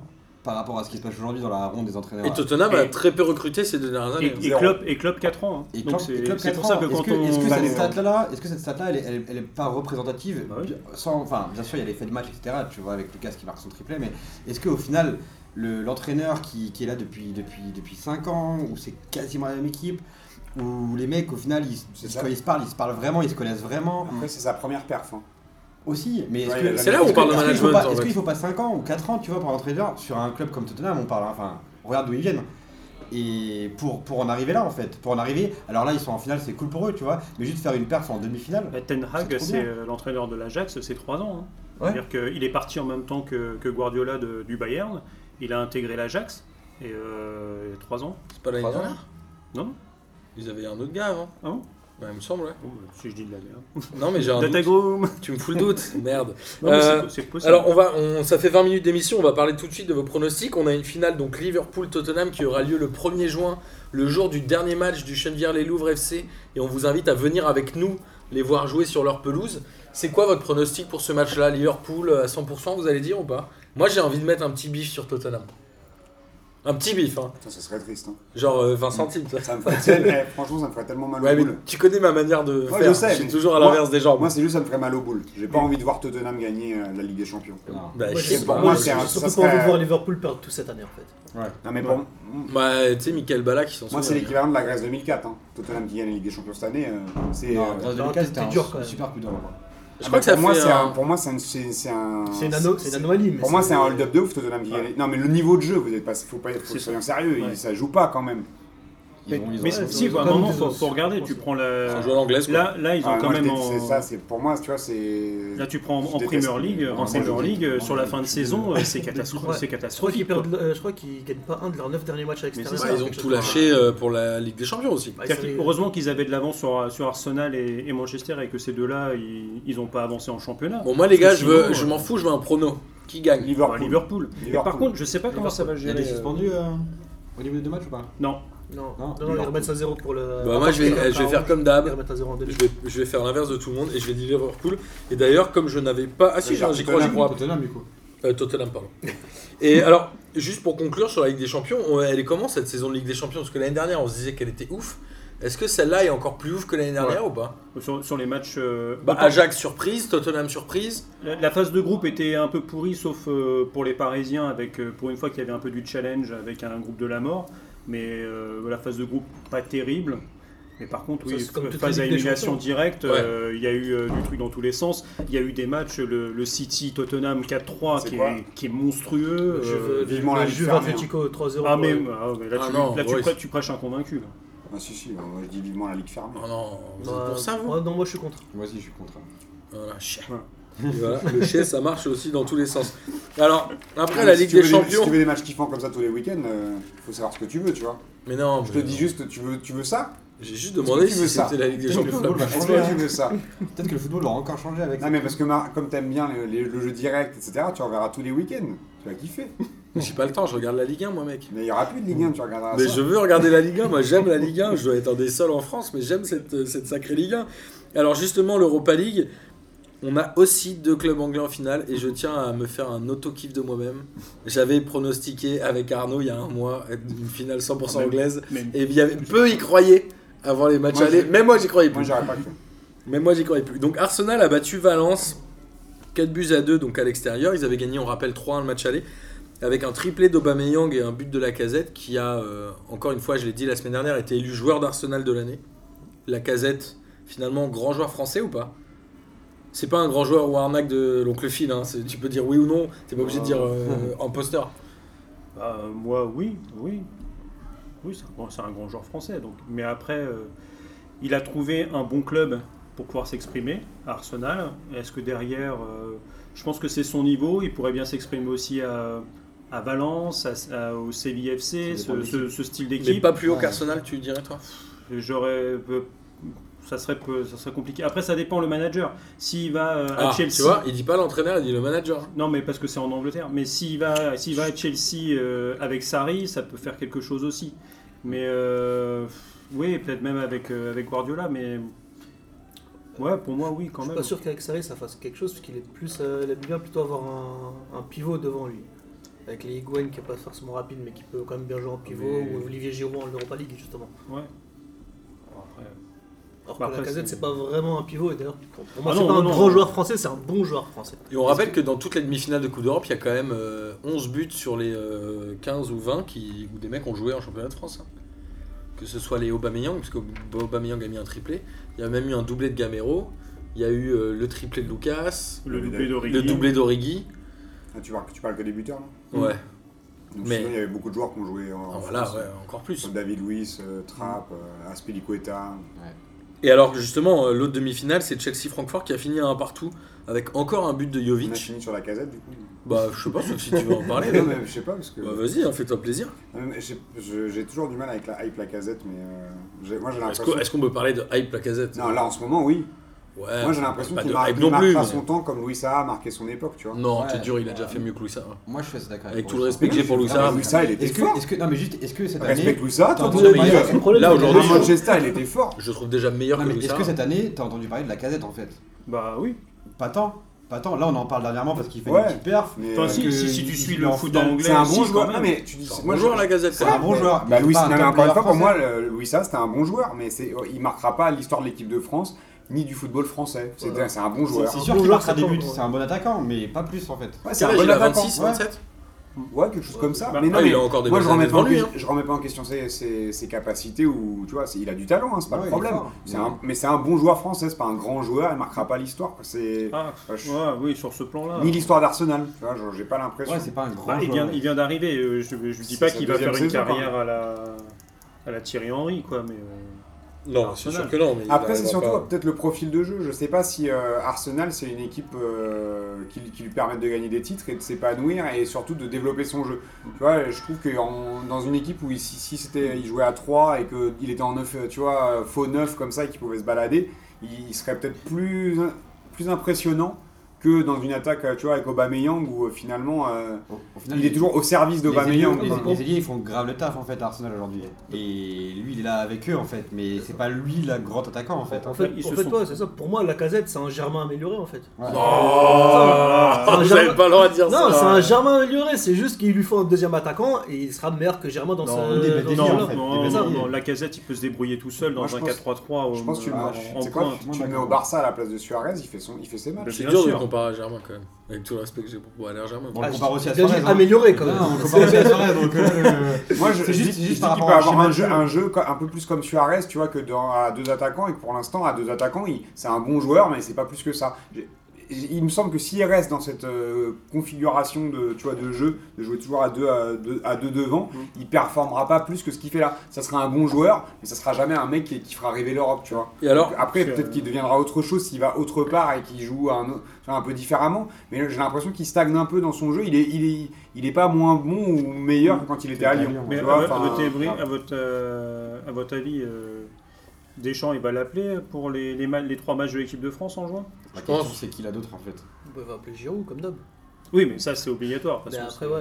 Speaker 4: par rapport à ce qui se passe aujourd'hui dans la ronde des entraîneurs.
Speaker 1: Et Tottenham a
Speaker 5: Et-
Speaker 1: très peu recruté ces deux dernières
Speaker 5: Et,
Speaker 1: années. hein.
Speaker 5: et
Speaker 3: Zéro.
Speaker 5: Klopp, et Klopp 4 ans. hein.
Speaker 4: Et
Speaker 5: Donc
Speaker 4: Klopp- et Klopp
Speaker 5: c'est c'est pour
Speaker 4: quatre
Speaker 5: ça
Speaker 4: ans.
Speaker 5: que quand
Speaker 4: est-ce que,
Speaker 5: on.
Speaker 4: est-ce que
Speaker 3: Bah,
Speaker 4: cette
Speaker 3: euh,
Speaker 4: stat là, est-ce que cette stat là, elle, est- elle est- elle est pas représentative
Speaker 5: Bah oui.
Speaker 4: Bien- sans, enfin, bien sûr, il y a l'effet de match, etc. Tu vois, avec Lucas qui marque son triplé, mais est-ce qu'au final, le- l'entraîneur qui, qui est là depuis depuis depuis 5 ans, où c'est quasiment la même équipe, où les mecs au final, ils, se-
Speaker 3: C'est
Speaker 4: ils se-
Speaker 3: ça. Mm.
Speaker 4: quand ils se parlent, ils se parlent vraiment, ils se connaissent vraiment
Speaker 3: Après, c'est sa première perf. hein.
Speaker 4: aussi. Mais est-ce
Speaker 3: Ouais,
Speaker 4: que-
Speaker 3: il a
Speaker 1: C'est là où on
Speaker 4: est-ce que-
Speaker 1: parle de
Speaker 4: est-ce qu'il faut
Speaker 1: management.
Speaker 4: pas-
Speaker 1: en
Speaker 4: Est-ce
Speaker 1: fait.
Speaker 4: qu'il faut pas 5 ans ou 4 ans, tu vois, pour un entraîneur sur un club comme Tottenham, on parle, hein, enfin, regarde d'où ils viennent. Et pour, pour en arriver là, en fait, pour en arriver, alors là, ils sont en finale, c'est cool pour eux, tu vois, mais juste faire une perf en demi-finale.
Speaker 5: Bah, Ten
Speaker 4: C'est
Speaker 5: Hag,
Speaker 4: trop
Speaker 5: c'est
Speaker 4: bien.
Speaker 5: euh, l'entraîneur de l'Ajax, c'est 3 ans. hein.
Speaker 4: Ouais.
Speaker 5: C'est-à-dire qu'il est parti en même temps que, que Guardiola de- du Bayern. Il a intégré l'Ajax. Et 3 ans.
Speaker 1: C'est pas l'année
Speaker 4: Pardon
Speaker 1: dernière
Speaker 5: Non
Speaker 1: Ils avaient un autre gars avant.
Speaker 5: Ah bon
Speaker 1: Bah, il me semble, ouais.
Speaker 5: Bon, bah, Si je dis de la merde.
Speaker 1: Non, mais j'ai un doute.
Speaker 5: Datago
Speaker 1: Tu me fous le doute, merde.
Speaker 5: Non, mais
Speaker 1: Euh,
Speaker 5: c'est- C'est possible.
Speaker 1: Alors, on va, on- ça fait 20 minutes d'émission, on va parler tout de suite de vos pronostics. On a une finale, donc Liverpool-Tottenham, qui aura lieu le 1er juin, le jour du dernier match du Chennevières-les-Louvres FC. Et on vous invite à venir avec nous les voir jouer sur leur pelouse. C'est quoi votre pronostic pour ce match-là Liverpool à 100%, vous allez dire ou pas Moi, j'ai envie de mettre un petit bif sur Tottenham. Un petit bif, hein.
Speaker 3: Putain, ça serait triste. hein.
Speaker 1: genre euh, 20 centimes. ça.
Speaker 3: Ça me ferait tellement- eh, franchement, ça me ferait tellement mal
Speaker 1: Ouais,
Speaker 3: au
Speaker 1: mais
Speaker 3: boule.
Speaker 1: tu connais ma manière de
Speaker 3: Ouais,
Speaker 1: faire.
Speaker 3: je sais,
Speaker 1: suis
Speaker 3: mais
Speaker 1: toujours à
Speaker 3: moi-
Speaker 1: l'inverse des gens.
Speaker 3: Moi, c'est juste, ça me ferait mal au boule. J'ai pas envie de voir Tottenham gagner euh, la Ligue des Champions.
Speaker 4: Non.
Speaker 1: Bah,
Speaker 2: Moi,
Speaker 1: je sais
Speaker 2: j'ai-
Speaker 3: pas,
Speaker 2: moi,
Speaker 1: moi,
Speaker 2: j'ai
Speaker 3: c'est un-
Speaker 2: surtout
Speaker 3: ça
Speaker 2: pas envie de
Speaker 3: serait-
Speaker 2: voir Liverpool perdre tout cette année en fait.
Speaker 4: Ouais.
Speaker 3: Non, mais
Speaker 5: Ouais.
Speaker 3: bon,
Speaker 1: Bah, tu sais, Michael Bala qui s'en souvient.
Speaker 3: moi, c'est l'équivalent de la Grèce 2004. hein. Tottenham qui gagne la Ligue des Champions cette année, euh, c'est. euh,
Speaker 4: Non, dans
Speaker 3: ah,
Speaker 4: le
Speaker 2: non,
Speaker 4: cas,
Speaker 2: t'es-
Speaker 4: c'était
Speaker 2: t'es
Speaker 4: un
Speaker 2: dur, quand même.
Speaker 4: super coup d'envoi.
Speaker 1: Je
Speaker 3: bah,
Speaker 1: crois que ça
Speaker 3: pour moi,
Speaker 1: fait
Speaker 3: c'est
Speaker 1: un-
Speaker 3: un- Pour moi, c'est une- c'est c'est un.
Speaker 2: C'est une, ano- c'est une anomalie. mais
Speaker 3: Pour moi, Ah, c'est un hold-up de ouf, Tottenham qui gagne. Non, mais le niveau de jeu, vous êtes pas. Faut pas faut
Speaker 5: C'est
Speaker 3: soyons sérieux,
Speaker 5: Ouais.
Speaker 3: il- ça joue pas quand même.
Speaker 4: Ils vont- ils
Speaker 5: Mais
Speaker 4: ont-
Speaker 2: Ouais,
Speaker 5: si,
Speaker 2: ils ont
Speaker 5: à un
Speaker 2: pas
Speaker 5: moment,
Speaker 2: mis
Speaker 5: faut,
Speaker 2: de-
Speaker 5: faut regarder. Tu prends
Speaker 1: C'est un
Speaker 5: la.
Speaker 1: joueur anglaise. quoi.
Speaker 5: Là, là, ils ont
Speaker 3: Ah,
Speaker 5: quand
Speaker 3: moi, je
Speaker 5: même.
Speaker 3: dé- c'est
Speaker 5: en-
Speaker 3: ça, c'est pour moi, tu vois, c'est.
Speaker 5: Là, tu prends en, en
Speaker 3: Je déteste.
Speaker 5: Premier League,
Speaker 3: Non,
Speaker 5: en
Speaker 3: moi, je
Speaker 5: Premier
Speaker 3: déteste.
Speaker 5: League, euh, sur la
Speaker 3: Moi,
Speaker 5: fin de
Speaker 3: je-
Speaker 5: saison, euh, c'est catastro-
Speaker 2: Ouais.
Speaker 5: c'est
Speaker 2: Je crois qu'ils
Speaker 5: catastrophique. quoi.
Speaker 2: perdent, euh, je crois qu'ils gagnent pas un de leurs 9 derniers matchs à l'extérieur.
Speaker 5: c'est
Speaker 1: Bah,
Speaker 5: ça,
Speaker 1: ils ont
Speaker 2: Quelque
Speaker 1: tout
Speaker 2: chose.
Speaker 1: lâché euh, pour la Ligue des Champions aussi.
Speaker 2: Bah, ils
Speaker 5: C'est-à-dire
Speaker 2: sont-
Speaker 5: qu'ils- Heureusement qu'ils avaient de l'avance sur, sur Arsenal et, et Manchester et que ces deux-là, ils n'ont pas avancé en championnat.
Speaker 1: Bon, moi les gars,
Speaker 5: Parce
Speaker 1: je,
Speaker 5: que
Speaker 1: veux,
Speaker 5: sinon,
Speaker 1: je
Speaker 5: euh,
Speaker 1: m'en fous, je veux un prono. Qui gagne
Speaker 5: Enfin,
Speaker 3: Liverpool.
Speaker 5: Liverpool. Mais
Speaker 3: Liverpool.
Speaker 5: par contre, je sais pas comment ça va
Speaker 4: Il y a
Speaker 5: gérer.
Speaker 4: des
Speaker 5: euh,
Speaker 4: suspendus euh, au niveau des deux matchs ou pas
Speaker 5: Non,
Speaker 2: Non, non,
Speaker 4: Non,
Speaker 2: non, ils
Speaker 4: Liverpool.
Speaker 2: remettent ça à zéro pour le.
Speaker 1: Bah, moi, je vais,
Speaker 2: Après,
Speaker 1: je vais
Speaker 2: on-
Speaker 1: faire comme
Speaker 2: Ils
Speaker 1: d'hab.
Speaker 2: remettent à zéro en
Speaker 1: Je
Speaker 2: demi.
Speaker 1: vais, je vais faire l'inverse de tout le monde et je vais dire Liverpool. Et d'ailleurs, comme je n'avais pas. Ah si,
Speaker 3: Liverpool,
Speaker 1: j'y crois, j'y crois.
Speaker 4: Tottenham, du coup.
Speaker 1: Euh, Tottenham, pardon. Et alors, juste pour conclure sur la Ligue des Champions, on- elle est comment cette saison de Ligue des Champions Parce que l'année dernière, on se disait qu'elle était ouf. Est-ce que celle-là est encore plus ouf que l'année dernière ou pas
Speaker 5: sur, sur les matchs. euh,
Speaker 1: Bah,
Speaker 5: autant-
Speaker 1: Ajax surprise, Tottenham surprise.
Speaker 5: la, la phase de groupe était un peu pourrie, sauf euh, pour les Parisiens, avec euh, pour une fois qu'il y avait un peu du challenge avec un groupe de la mort. Mais euh, la phase de groupe, pas terrible. Mais par contre,
Speaker 2: Ça,
Speaker 5: oui,
Speaker 2: c'est comme toute
Speaker 5: phase
Speaker 2: la
Speaker 5: à
Speaker 2: Ligue des
Speaker 5: élimination
Speaker 2: Champions.
Speaker 5: directe,
Speaker 1: Ouais.
Speaker 5: euh, il y a eu euh, du truc dans tous les sens. Il y a eu des matchs, le, le City Tottenham 4-3
Speaker 3: C'est
Speaker 5: qui,
Speaker 3: quoi
Speaker 5: est- qui est monstrueux.
Speaker 2: Je
Speaker 5: euh,
Speaker 2: veux
Speaker 3: vivement
Speaker 2: le
Speaker 3: la Ligue
Speaker 2: Juve
Speaker 3: fermée, hein.
Speaker 2: Atletico 3-0.
Speaker 5: Ah
Speaker 2: pour-
Speaker 5: mais ah, mais là,
Speaker 1: Ah
Speaker 5: tu,
Speaker 1: non,
Speaker 5: là, tu
Speaker 1: ouais,
Speaker 5: prê-
Speaker 1: c'est-
Speaker 5: tu prêches un convaincu. là.
Speaker 3: Ah, si, si, moi, je dis vivement la Ligue fermée.
Speaker 1: Oh non, vous êtes
Speaker 2: Bah,
Speaker 1: pour ça vous
Speaker 2: ah, Non, moi je suis contre.
Speaker 4: Moi aussi, je suis contre.
Speaker 3: Oh,
Speaker 1: Voilà, chien.
Speaker 5: Voilà.
Speaker 1: Et voilà, le chien, ça marche aussi dans tous les sens. Alors, après la
Speaker 3: Si
Speaker 1: Ligue
Speaker 3: tu
Speaker 1: des
Speaker 3: veux Si tu
Speaker 1: Champions.
Speaker 3: veux des matchs kiffants comme ça tous les week-ends, euh, faut savoir ce que tu veux, tu vois.
Speaker 1: Mais non,
Speaker 3: Je te dis juste, tu veux, tu veux ça
Speaker 1: J'ai juste demandé
Speaker 3: tu
Speaker 1: si
Speaker 3: veux ça
Speaker 1: c'était la Ligue des
Speaker 4: Peut-être que le
Speaker 1: Champions.
Speaker 4: football va
Speaker 3: Est-ce
Speaker 4: changer,
Speaker 3: que tu
Speaker 4: hein.
Speaker 3: veux ça
Speaker 4: Peut-être que le football aura encore changé avec
Speaker 3: Non, mais parce que Mar- comme t'aimes bien le, le- le jeu direct, etc., tu en verras tous les week-ends. Tu vas kiffer.
Speaker 1: Mais J'ai pas le temps, je regarde la Ligue 1, moi, mec.
Speaker 3: Mais il n'y aura plus de Ligue 1, tu regarderas
Speaker 1: Mais
Speaker 3: Ah, ça.
Speaker 1: je veux regarder la Ligue 1, moi j'aime la Ligue 1, je dois être un des seuls en France, mais j'aime cette, euh, cette sacrée Ligue 1. Alors justement, l'Europa League, on a aussi deux clubs anglais en finale, et je tiens à me faire un auto-kiff de moi-même. J'avais pronostiqué avec Arnaud il y a un mois une finale
Speaker 3: Ah,
Speaker 1: 100% anglaise,
Speaker 5: Mais-
Speaker 1: et il y avait, peu y croyaient avant les matchs
Speaker 3: Moi,
Speaker 1: allés,
Speaker 3: j'ai-
Speaker 1: même moi j'y croyais
Speaker 3: Moi,
Speaker 1: plus.
Speaker 3: j'aurais pas cru.
Speaker 1: Mais moi, j'y croyais plus. Donc, Arsenal a battu Valence 4 buts à 2, donc à l'extérieur. Ils avaient gagné, on rappelle, 3-1 le match aller, avec un triplé d'Aubameyang et un but de la casette, qui a, euh, encore une fois, je l'ai dit la semaine dernière, été élu joueur d'Arsenal de l'année. La casette, finalement, grand joueur français ou pas C'est pas un grand joueur ou arnaque de l'oncle Phil, hein. C'est- tu peux dire oui ou non, t'es pas obligé de dire euh, imposteur.
Speaker 5: Bah, euh, moi, oui, oui. Oui, c'est un, grand- c'est un grand joueur français. Donc. Mais après, euh, il a trouvé un bon club pour pouvoir s'exprimer à Arsenal. Est-ce que derrière, euh, je pense que c'est son niveau. Il pourrait bien s'exprimer aussi à, à Valence, à- à- au CVFC,
Speaker 4: Ça dépend
Speaker 5: ce, ce-
Speaker 4: de
Speaker 5: ce style
Speaker 1: Mais
Speaker 5: d'équipe.
Speaker 1: pas plus haut
Speaker 4: Ouais.
Speaker 1: qu'Arsenal, tu dirais, toi
Speaker 5: J'aurais. euh, ça serait, peu- ça serait compliqué. Après, ça dépend le manager. S'il va euh, à
Speaker 1: Ah,
Speaker 5: Chelsea,
Speaker 1: Tu vois, il dit pas l'entraîneur, il dit le manager.
Speaker 5: Non, mais parce que c'est en Angleterre. Mais s'il va, s'il va à Chelsea euh, avec Sarri, ça peut faire quelque chose aussi. Mais euh, oui, peut-être même avec, euh, avec Guardiola. Mais Ouais, pour moi, oui, quand
Speaker 2: Je suis
Speaker 5: même.
Speaker 2: pas sûr qu'avec Sarri ça fasse quelque chose, parce qu'il est plus, euh, il aime bien plutôt avoir un, un pivot devant lui. Avec les Higuain qui est pas forcément rapide, mais qui peut quand même bien jouer en pivot,
Speaker 5: Ah, Mais-
Speaker 2: ou Olivier Giroud en Europa League justement.
Speaker 5: Ouais. Bon, après,
Speaker 2: Alors
Speaker 5: Bah
Speaker 2: que la
Speaker 5: après,
Speaker 2: casette
Speaker 5: c'est-
Speaker 2: c'est pas vraiment un pivot, et d'ailleurs pour pour moi
Speaker 5: Ah
Speaker 2: c'est
Speaker 5: non,
Speaker 2: pas
Speaker 5: non,
Speaker 2: un
Speaker 5: non.
Speaker 2: grand joueur français, c'est un bon joueur français.
Speaker 1: Et on rappelle que dans toutes les demi-finales de Coupe d'Europe, il y a quand même euh, 11 buts sur les euh, 15 ou 20 qui, où des mecs ont joué en championnat de France. hein. Que ce soit les Aubameyang, parce qu'Aubameyang a mis un triplé. Il y a même eu un doublé de Gamero. Il y a eu euh, le triplé de Lucas.
Speaker 5: le
Speaker 3: Le
Speaker 5: doublé d'Origi.
Speaker 1: Le doublé d'Origi.
Speaker 3: Ah, tu, parles, tu parles que des buteurs, là
Speaker 1: Ouais.
Speaker 3: Donc,
Speaker 1: Mais-
Speaker 3: sinon, il y avait beaucoup de joueurs qui ont joué Mm. en,
Speaker 1: Alors
Speaker 3: en
Speaker 1: voilà,
Speaker 3: France.
Speaker 1: ouais, encore plus.
Speaker 3: Comme David Luiz, euh, Trapp, euh, Aspilicueta.
Speaker 1: Et alors justement, euh, l'autre demi-finale, c'est Chelsea-Francfort qui a fini à un partout avec encore un but de
Speaker 3: On a
Speaker 1: Jovic.
Speaker 3: fini sur la casette, du coup.
Speaker 1: Bah je sais pas sauf si tu veux en parler.
Speaker 3: non, mais je sais pas, parce que...
Speaker 1: Bah vas-y, hein, fais-toi plaisir.
Speaker 3: Non, mais j'ai- je- J'ai toujours du mal avec la hype la casette, mais euh, j'ai- moi j'ai
Speaker 1: Est-ce
Speaker 3: l'impression.
Speaker 1: qu'on est-ce qu'on peut parler de hype la casette
Speaker 3: Non, là en ce moment, oui.
Speaker 1: Ouais,
Speaker 3: moi j'ai l'impression
Speaker 1: pas
Speaker 3: qu'il
Speaker 1: de
Speaker 3: marque,
Speaker 1: hype
Speaker 3: il
Speaker 1: non
Speaker 3: marquera
Speaker 1: plus.
Speaker 3: son
Speaker 1: mais-
Speaker 3: temps comme Louis Saha a marqué son époque, tu vois.
Speaker 1: Non,
Speaker 4: Ouais.
Speaker 1: t'es dur, il a déjà fait mieux que Louis hein. Sarr.
Speaker 4: Moi, je suis assez d'accord.
Speaker 1: Avec
Speaker 4: toi,
Speaker 1: tout le
Speaker 4: je
Speaker 1: respect que j'ai pour Louis
Speaker 4: suis d'accord.
Speaker 1: Sarr.
Speaker 3: Louis Saha, il était
Speaker 4: Est-ce
Speaker 3: fort.
Speaker 4: que, est-ce que, non mais juste, est-ce que cette année,
Speaker 3: Respecte Louis Saha, toi,
Speaker 4: Attends,
Speaker 3: ton
Speaker 4: non,
Speaker 1: mais
Speaker 3: meilleur.
Speaker 2: Le problème,
Speaker 1: Là,
Speaker 2: c'est
Speaker 1: aujourd'hui,
Speaker 3: À
Speaker 2: que-
Speaker 3: euh, Manchester, il était fort.
Speaker 1: Je le trouve déjà meilleur
Speaker 4: non,
Speaker 1: que
Speaker 4: mais
Speaker 1: Louis
Speaker 4: est-ce
Speaker 1: Sarr.
Speaker 4: que cette année, t'as entendu parler de la casette en fait
Speaker 5: Bah oui.
Speaker 4: Pas tant, pas tant. Là, on en parle dernièrement parce qu'il fait
Speaker 3: Ouais.
Speaker 4: une petite perf.
Speaker 3: Mais,
Speaker 5: Enfin,
Speaker 3: euh,
Speaker 5: si,
Speaker 4: que-
Speaker 5: si, si tu
Speaker 4: il-
Speaker 5: suis
Speaker 4: il
Speaker 5: le
Speaker 4: en
Speaker 5: foot
Speaker 4: finale.
Speaker 5: anglais,
Speaker 3: C'est un
Speaker 5: si,
Speaker 3: bon
Speaker 5: quand
Speaker 3: joueur.
Speaker 5: même.
Speaker 3: Non, mais tu dis,
Speaker 1: C'est un
Speaker 3: moi
Speaker 1: bon
Speaker 3: je-
Speaker 1: joueur la Gazette.
Speaker 4: C'est
Speaker 1: quand
Speaker 4: un
Speaker 1: même.
Speaker 4: bon joueur. mais
Speaker 3: Bah,
Speaker 4: c'est
Speaker 3: Louis,
Speaker 4: pas un
Speaker 3: non, mais
Speaker 4: top
Speaker 3: encore une
Speaker 4: player
Speaker 3: fois, pour moi,
Speaker 4: français.
Speaker 3: le- Louis Saha, c'était un bon joueur, mais c'est, oh, il marquera pas l'histoire de l'équipe de France, ni du football français. C'est
Speaker 2: Voilà.
Speaker 3: c'est un bon joueur.
Speaker 4: C'est
Speaker 2: un
Speaker 4: sûr
Speaker 2: bon
Speaker 4: qu'il
Speaker 2: joueur,
Speaker 4: marquera
Speaker 2: c'est
Speaker 4: des
Speaker 2: pas
Speaker 4: buts.
Speaker 2: bon.
Speaker 4: C'est un bon attaquant, mais pas plus en fait.
Speaker 3: Ouais, c'est
Speaker 1: Quel
Speaker 3: un
Speaker 1: âge
Speaker 3: bon
Speaker 1: il a
Speaker 3: attaquant.
Speaker 1: 26,
Speaker 4: ouais.
Speaker 1: 27
Speaker 3: Ouais, quelque chose comme ça.
Speaker 5: Bah,
Speaker 3: mais non,
Speaker 1: ah,
Speaker 3: mais
Speaker 1: il a encore des
Speaker 3: moi, je
Speaker 1: bonnes
Speaker 3: remets,
Speaker 1: années
Speaker 3: pas en
Speaker 1: devant lui, hein.
Speaker 3: question- je remets pas en question ses, ses- ses capacités ou tu vois, c'est- il a du talent, hein, c'est pas
Speaker 4: Ouais,
Speaker 3: le
Speaker 4: il est
Speaker 3: problème.
Speaker 4: fort.
Speaker 3: C'est
Speaker 4: Ouais.
Speaker 3: un- mais c'est un bon joueur français, c'est pas un grand joueur, il marquera pas l'histoire. quoi. C'est
Speaker 5: Ah,
Speaker 3: Ouais, je-
Speaker 5: ouais, oui, sur ce plan-là.
Speaker 3: ni l'histoire d'Arsenal, tu vois, genre, j'ai pas l'impression.
Speaker 4: Ouais, c'est pas un grand
Speaker 5: Bah, il
Speaker 4: joueur.
Speaker 5: vient, il vient d'arriver. euh, Je ne dis
Speaker 3: C'est
Speaker 5: pas
Speaker 3: sa
Speaker 5: qu'il va
Speaker 3: deuxième
Speaker 5: faire une
Speaker 3: saison, par
Speaker 5: carrière à la, à la Thierry Henry, quoi, mais. euh,
Speaker 1: Non, c'est
Speaker 5: Arsenal.
Speaker 1: sûr que non. mais bah, il
Speaker 3: Après,
Speaker 1: arrivera
Speaker 3: c'est surtout
Speaker 1: pas.
Speaker 3: peut-être le profil de jeu. Je sais pas si euh, Arsenal, c'est une équipe euh, qui, qui lui permet de gagner des titres et de s'épanouir et surtout de développer son jeu. Tu vois, je trouve que en- dans une équipe où il, si, si c'était, il jouait à 3 et qu'il était en 9, tu vois, euh, faux 9 comme ça et qu'il pouvait se balader, il, il serait peut-être plus, plus impressionnant que dans une attaque, euh, tu vois, avec Aubameyang où euh, finalement euh,
Speaker 4: Au- au final,
Speaker 3: il est toujours au service
Speaker 4: les ailiers,
Speaker 3: d'Aubameyang.
Speaker 4: les-
Speaker 3: quoi.
Speaker 4: les ailiers, ils font grave le taf en fait à Arsenal aujourd'hui. Et lui il est là avec eux en fait, mais c'est pas lui le grand attaquant en fait.
Speaker 2: En fait,
Speaker 5: Ils
Speaker 2: en
Speaker 5: se
Speaker 2: fait,
Speaker 5: sont-
Speaker 2: ouais, c'est ça. Pour moi, la casette, c'est un germain amélioré en fait.
Speaker 4: Ouais.
Speaker 1: Oh,
Speaker 2: Ah,
Speaker 1: vous
Speaker 2: Germain-
Speaker 1: n'avez pas le droit de dire ça.
Speaker 2: Non, c'est un germain amélioré, c'est juste qu'il lui faut un deuxième attaquant et il sera meilleur que Germain dans
Speaker 4: Non,
Speaker 2: ce-
Speaker 4: on est des
Speaker 2: dans ce
Speaker 5: Non,
Speaker 4: délires,
Speaker 5: euh,
Speaker 2: jeu-là.
Speaker 4: en fait.
Speaker 5: non,
Speaker 4: Des
Speaker 5: non,
Speaker 4: ailiers.
Speaker 5: non, la casette, il peut se débrouiller tout seul dans
Speaker 3: Moi, je
Speaker 5: un
Speaker 3: pense-
Speaker 5: 4-3-3.
Speaker 3: Je
Speaker 5: au-
Speaker 3: pense que tu le,
Speaker 5: en-
Speaker 4: Ah,
Speaker 3: tu
Speaker 5: euh, en
Speaker 3: sais quoi,
Speaker 5: pointe.
Speaker 3: tu le mets au Barça à la place de Suarez, il fait, son, il fait ses matchs.
Speaker 1: C'est
Speaker 5: Bien
Speaker 1: dur de
Speaker 5: sûr.
Speaker 1: comparer à Germain quand même. Avec tout le respect que j'ai pour pour aller à Germain.
Speaker 4: On le
Speaker 2: Ah,
Speaker 4: compare aussi à
Speaker 2: j'ai bien
Speaker 4: Suarez.
Speaker 2: dit
Speaker 4: hein.
Speaker 2: améliorer, quand
Speaker 4: Non,
Speaker 2: même.
Speaker 4: On le compare aussi à Suarez donc. euh,
Speaker 3: Moi, je,
Speaker 4: C'est
Speaker 3: je
Speaker 4: juste-
Speaker 3: dis,
Speaker 4: juste
Speaker 3: je dis
Speaker 4: par
Speaker 3: qu'il peut
Speaker 4: rapport au
Speaker 3: avoir
Speaker 4: schéma
Speaker 3: un
Speaker 4: de
Speaker 3: jeu,
Speaker 4: jeu.
Speaker 3: un jeu co- un peu plus comme Suarez, tu vois, que dans à deux attaquants. Et que pour l'instant, à deux attaquants, il- c'est un bon joueur, mais c'est pas plus que ça. J'ai- j'ai- Il me semble que s'il reste dans cette euh, configuration de, tu vois, de jeu, de jouer toujours à deux, à deux, à deux devant,
Speaker 5: Mm.
Speaker 3: il performera pas plus que ce qu'il fait là. Ça sera un bon joueur, mais ça sera jamais un mec qui, qui fera rêver l'Europe, tu vois.
Speaker 1: Et alors
Speaker 3: Donc euh, après,
Speaker 5: Parce que-
Speaker 3: peut-être qu'il deviendra autre chose s'il va autre part et qu'il joue un, autre- enfin, un peu différemment. Mais là, j'ai l'impression qu'il stagne un peu dans son jeu. Il est, il est, il est pas moins bon ou meilleur euh, que quand il était à Lyon.
Speaker 5: Mais
Speaker 3: tu
Speaker 5: à,
Speaker 3: vois,
Speaker 5: votre- à
Speaker 3: enfin,
Speaker 5: votre, abri-
Speaker 3: voilà.
Speaker 5: à votre, euh, à votre avis, euh, Deschamps, il va l'appeler pour les, les, ma- les trois matchs de l'équipe de France en juin
Speaker 4: La
Speaker 1: pense-
Speaker 4: question c'est qu'il a d'autres en fait.
Speaker 2: Vous pouvez appeler Giroud comme d'hab.
Speaker 5: Oui, mais ça, c'est obligatoire. parce
Speaker 2: Mais
Speaker 5: que
Speaker 2: après,
Speaker 5: c'est-
Speaker 2: ouais.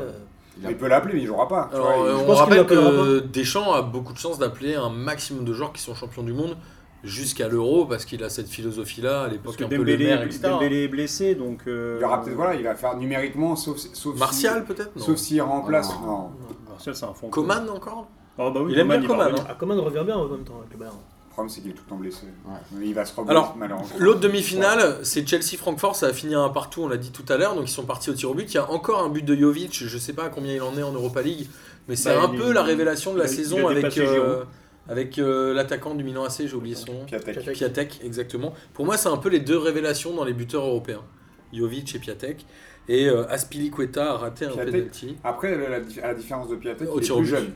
Speaker 4: Il a-
Speaker 3: Il peut l'appeler, mais il jouera pas. tu
Speaker 1: Alors,
Speaker 3: vois, il-
Speaker 1: euh,
Speaker 2: je
Speaker 1: on
Speaker 2: pense qu'il
Speaker 1: rappelle que
Speaker 2: l'appellera
Speaker 1: Deschamps a beaucoup de chance d'appeler un maximum de joueurs qui sont champions du monde jusqu'à l'euro parce qu'il a cette philosophie-là à
Speaker 5: Parce
Speaker 1: l'époque
Speaker 5: que
Speaker 1: un peu le
Speaker 5: Dembélé,
Speaker 1: maire, etc.
Speaker 5: Dembélé est blessé, donc. euh,
Speaker 3: Il y aura peut-être, voilà, il va faire numériquement, sauf, sauf
Speaker 1: Martial peut-être
Speaker 3: si,
Speaker 1: Non.
Speaker 3: sauf s'il remplace.
Speaker 4: Ah,
Speaker 3: non.
Speaker 5: Martial, c'est un fond.
Speaker 1: Coman encore
Speaker 5: Ah bah oui,
Speaker 1: Il aime bien
Speaker 5: va
Speaker 1: Coman,
Speaker 5: revenir.
Speaker 1: hein.
Speaker 2: Ah, Coman revient bien en même temps avec le Bayern.
Speaker 3: Le problème, c'est qu'il est tout le temps blessé.
Speaker 4: Ouais.
Speaker 3: Il va se reblesser,
Speaker 1: Alors,
Speaker 3: malheureusement.
Speaker 1: L'autre demi-finale, c'est Chelsea-Francfort, ça a fini à un partout, on l'a dit tout à l'heure, donc ils sont partis au tir au but. Il y a encore un but de Jovic, je sais pas à combien il en est en Europa League, mais c'est
Speaker 5: Bah,
Speaker 1: un
Speaker 5: il-
Speaker 1: peu la révélation de la
Speaker 5: il a- il a
Speaker 1: saison avec,
Speaker 5: dépassé
Speaker 1: euh,
Speaker 5: Giroud.
Speaker 1: avec euh, l'attaquant du Milan AC, j'ai oublié son nom.
Speaker 3: Piatek.
Speaker 2: Piatek.
Speaker 1: Piatek, exactement. Pour moi, c'est un peu les deux révélations dans les buteurs européens. Jovic et Piatek. Et euh, Aspilicueta a raté un
Speaker 3: Piatek.
Speaker 1: penalty.
Speaker 3: Après, la, la- à la différence de Piatek,
Speaker 1: Au
Speaker 3: il est
Speaker 1: tir au
Speaker 3: plus
Speaker 1: but.
Speaker 3: jeune.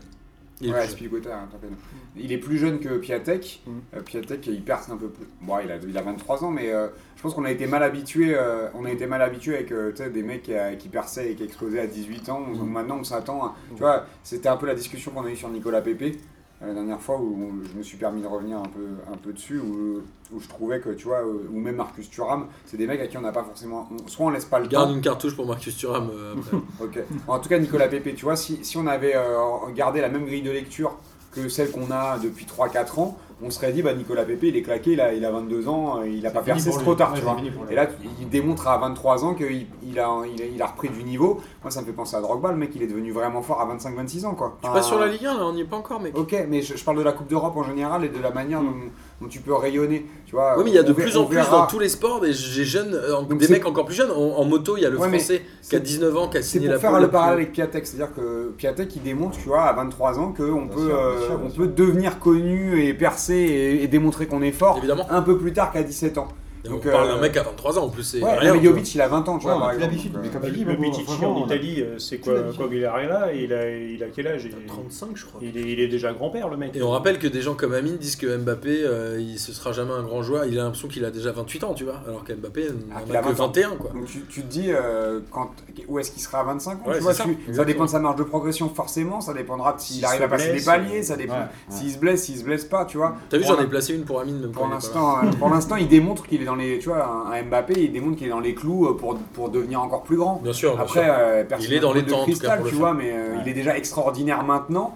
Speaker 1: Il est
Speaker 3: Ouais,
Speaker 1: plus Mm. jeune.
Speaker 3: Spilicueta, hein, t'as raison. Il est plus jeune que Piatek.
Speaker 5: Mm.
Speaker 3: Euh, Piatek, il perce un peu plus. Bon, il a, il a 23 ans, mais euh, je pense qu'on a été mal habitué. euh, on a été mal habitué avec euh, tu sais, des mecs qui, euh, qui perçaient et qui explosaient à 18 ans.
Speaker 1: Mm.
Speaker 3: Donc maintenant, on s'attend. à- Tu vois, c'était un peu la discussion qu'on a eue sur Nicolas Pépé euh, la dernière fois où on- je me suis permis de revenir un peu, un peu dessus, où, où je trouvais que, tu vois, euh, ou même Marcus Thuram, c'est des mecs à qui on n'a pas forcément. on- soit on laisse pas le temps.
Speaker 1: Garde une cartouche pour Marcus Thuram euh, après.
Speaker 3: Ok. En tout cas, Nicolas Pépé, tu vois, si, si on avait euh, gardé la même grille de lecture que celle qu'on a depuis 3-4 ans, on serait dit, bah, Nicolas Pepe, il est claqué, il a, il a 22 ans, euh, il a pas percé, c'est trop tard, tu vois. Et là, tu- il démontre à 23 ans qu'il il a, il a, il a repris du niveau. Moi, ça me fait penser à Drogba, le mec, il est devenu vraiment fort à 25-26 ans, quoi.
Speaker 5: Ah.
Speaker 1: Pas sur la Ligue 1, là, on n'y est pas encore, mec.
Speaker 3: Ok, mais je, je parle de la Coupe d'Europe en général et de la manière dont, dont tu peux rayonner, tu vois.
Speaker 1: Hmm. Oui, mais il y a de
Speaker 3: Ah, On ver-
Speaker 1: plus en
Speaker 3: on
Speaker 1: plus
Speaker 3: verra.
Speaker 1: dans tous les sports des, j'ai jeunes, euh, en-
Speaker 3: Donc
Speaker 1: des
Speaker 3: c'est-
Speaker 1: mecs encore plus jeunes. En, en moto, il y a le
Speaker 3: Ouais, mais
Speaker 1: français qui a
Speaker 3: c'est-
Speaker 1: 19 ans, qui a
Speaker 3: C'est
Speaker 1: signé
Speaker 3: pour
Speaker 1: la
Speaker 3: faire
Speaker 1: pole
Speaker 3: le
Speaker 1: la
Speaker 3: parallèle
Speaker 1: plus-
Speaker 3: avec Piatek, c'est-à-dire que Piatek il démontre, tu vois, à 23 ans qu'on
Speaker 4: Bien
Speaker 3: peut,
Speaker 4: sûr, bien
Speaker 3: euh,
Speaker 4: sûr, bien
Speaker 3: on
Speaker 4: sûr.
Speaker 3: peut devenir connu et percer et, et démontrer qu'on est fort
Speaker 1: Évidemment.
Speaker 3: un peu plus tard qu'à 17 ans.
Speaker 1: Et
Speaker 3: Donc,
Speaker 1: on parle
Speaker 3: euh,
Speaker 1: d'un mec à 23 ans en plus, c'est
Speaker 3: Ouais,
Speaker 1: rien.
Speaker 3: mais Jovic il a 20 ans, tu
Speaker 4: Ouais,
Speaker 3: vois,
Speaker 4: on
Speaker 3: par
Speaker 4: a plus
Speaker 3: exemple.
Speaker 4: l'habitude,
Speaker 3: Donc,
Speaker 4: mais comme
Speaker 3: euh,
Speaker 4: tu dis,
Speaker 5: Le
Speaker 4: bon,
Speaker 5: Pichichi
Speaker 4: franchement,
Speaker 5: en
Speaker 4: on a-
Speaker 5: Italie, euh, c'est
Speaker 4: Plus
Speaker 5: quoi
Speaker 4: d'habitude.
Speaker 5: Quagliarella Il a, il a quel âge il,
Speaker 2: 35, je crois.
Speaker 5: il est, il est déjà grand-père, le mec.
Speaker 1: Et on rappelle que des gens comme Amine disent que Mbappé, euh, il se sera jamais un grand joueur. Il a l'impression qu'il a déjà 28 ans, tu vois. Alors qu'Mbappé
Speaker 3: Ah,
Speaker 1: n'en
Speaker 3: qu'il
Speaker 1: a
Speaker 3: a
Speaker 1: que
Speaker 3: 20 ans.
Speaker 1: 21, quoi.
Speaker 3: donc tu, tu te dis euh, quand, où est-ce qu'il sera à 25 ans
Speaker 1: Ouais,
Speaker 3: tu vois,
Speaker 1: c'est
Speaker 3: tu-
Speaker 1: ça.
Speaker 3: ça, dépend de sa marge de progression forcément, ça dépendra de s'il
Speaker 5: S'il
Speaker 3: arrive
Speaker 5: se
Speaker 3: à passer
Speaker 5: blesse,
Speaker 3: des paliers, ça dépend
Speaker 4: euh, ouais, Mm, ouais.
Speaker 3: s'il se blesse, s'il se blesse pas, tu vois.
Speaker 1: T'as vu,
Speaker 3: Pour
Speaker 1: j'en ai
Speaker 3: l'in-
Speaker 1: placé une pour Amine. même
Speaker 3: Pour
Speaker 1: quand il est pas là.
Speaker 3: l'instant, euh, pour l'instant, il démontre qu'il est dans les, tu vois, un, un Mbappé, il démontre qu'il est dans les clous euh, pour, pour devenir encore plus grand.
Speaker 1: Bien sûr, bien
Speaker 3: Après,
Speaker 1: sûr.
Speaker 3: euh, personne
Speaker 1: Il est dans
Speaker 3: n'a
Speaker 1: les
Speaker 3: de
Speaker 1: temps, en tout cas,
Speaker 3: cristal,
Speaker 1: pour le
Speaker 3: tu
Speaker 1: faire.
Speaker 3: vois, mais euh,
Speaker 4: Ouais.
Speaker 3: il est déjà extraordinaire maintenant.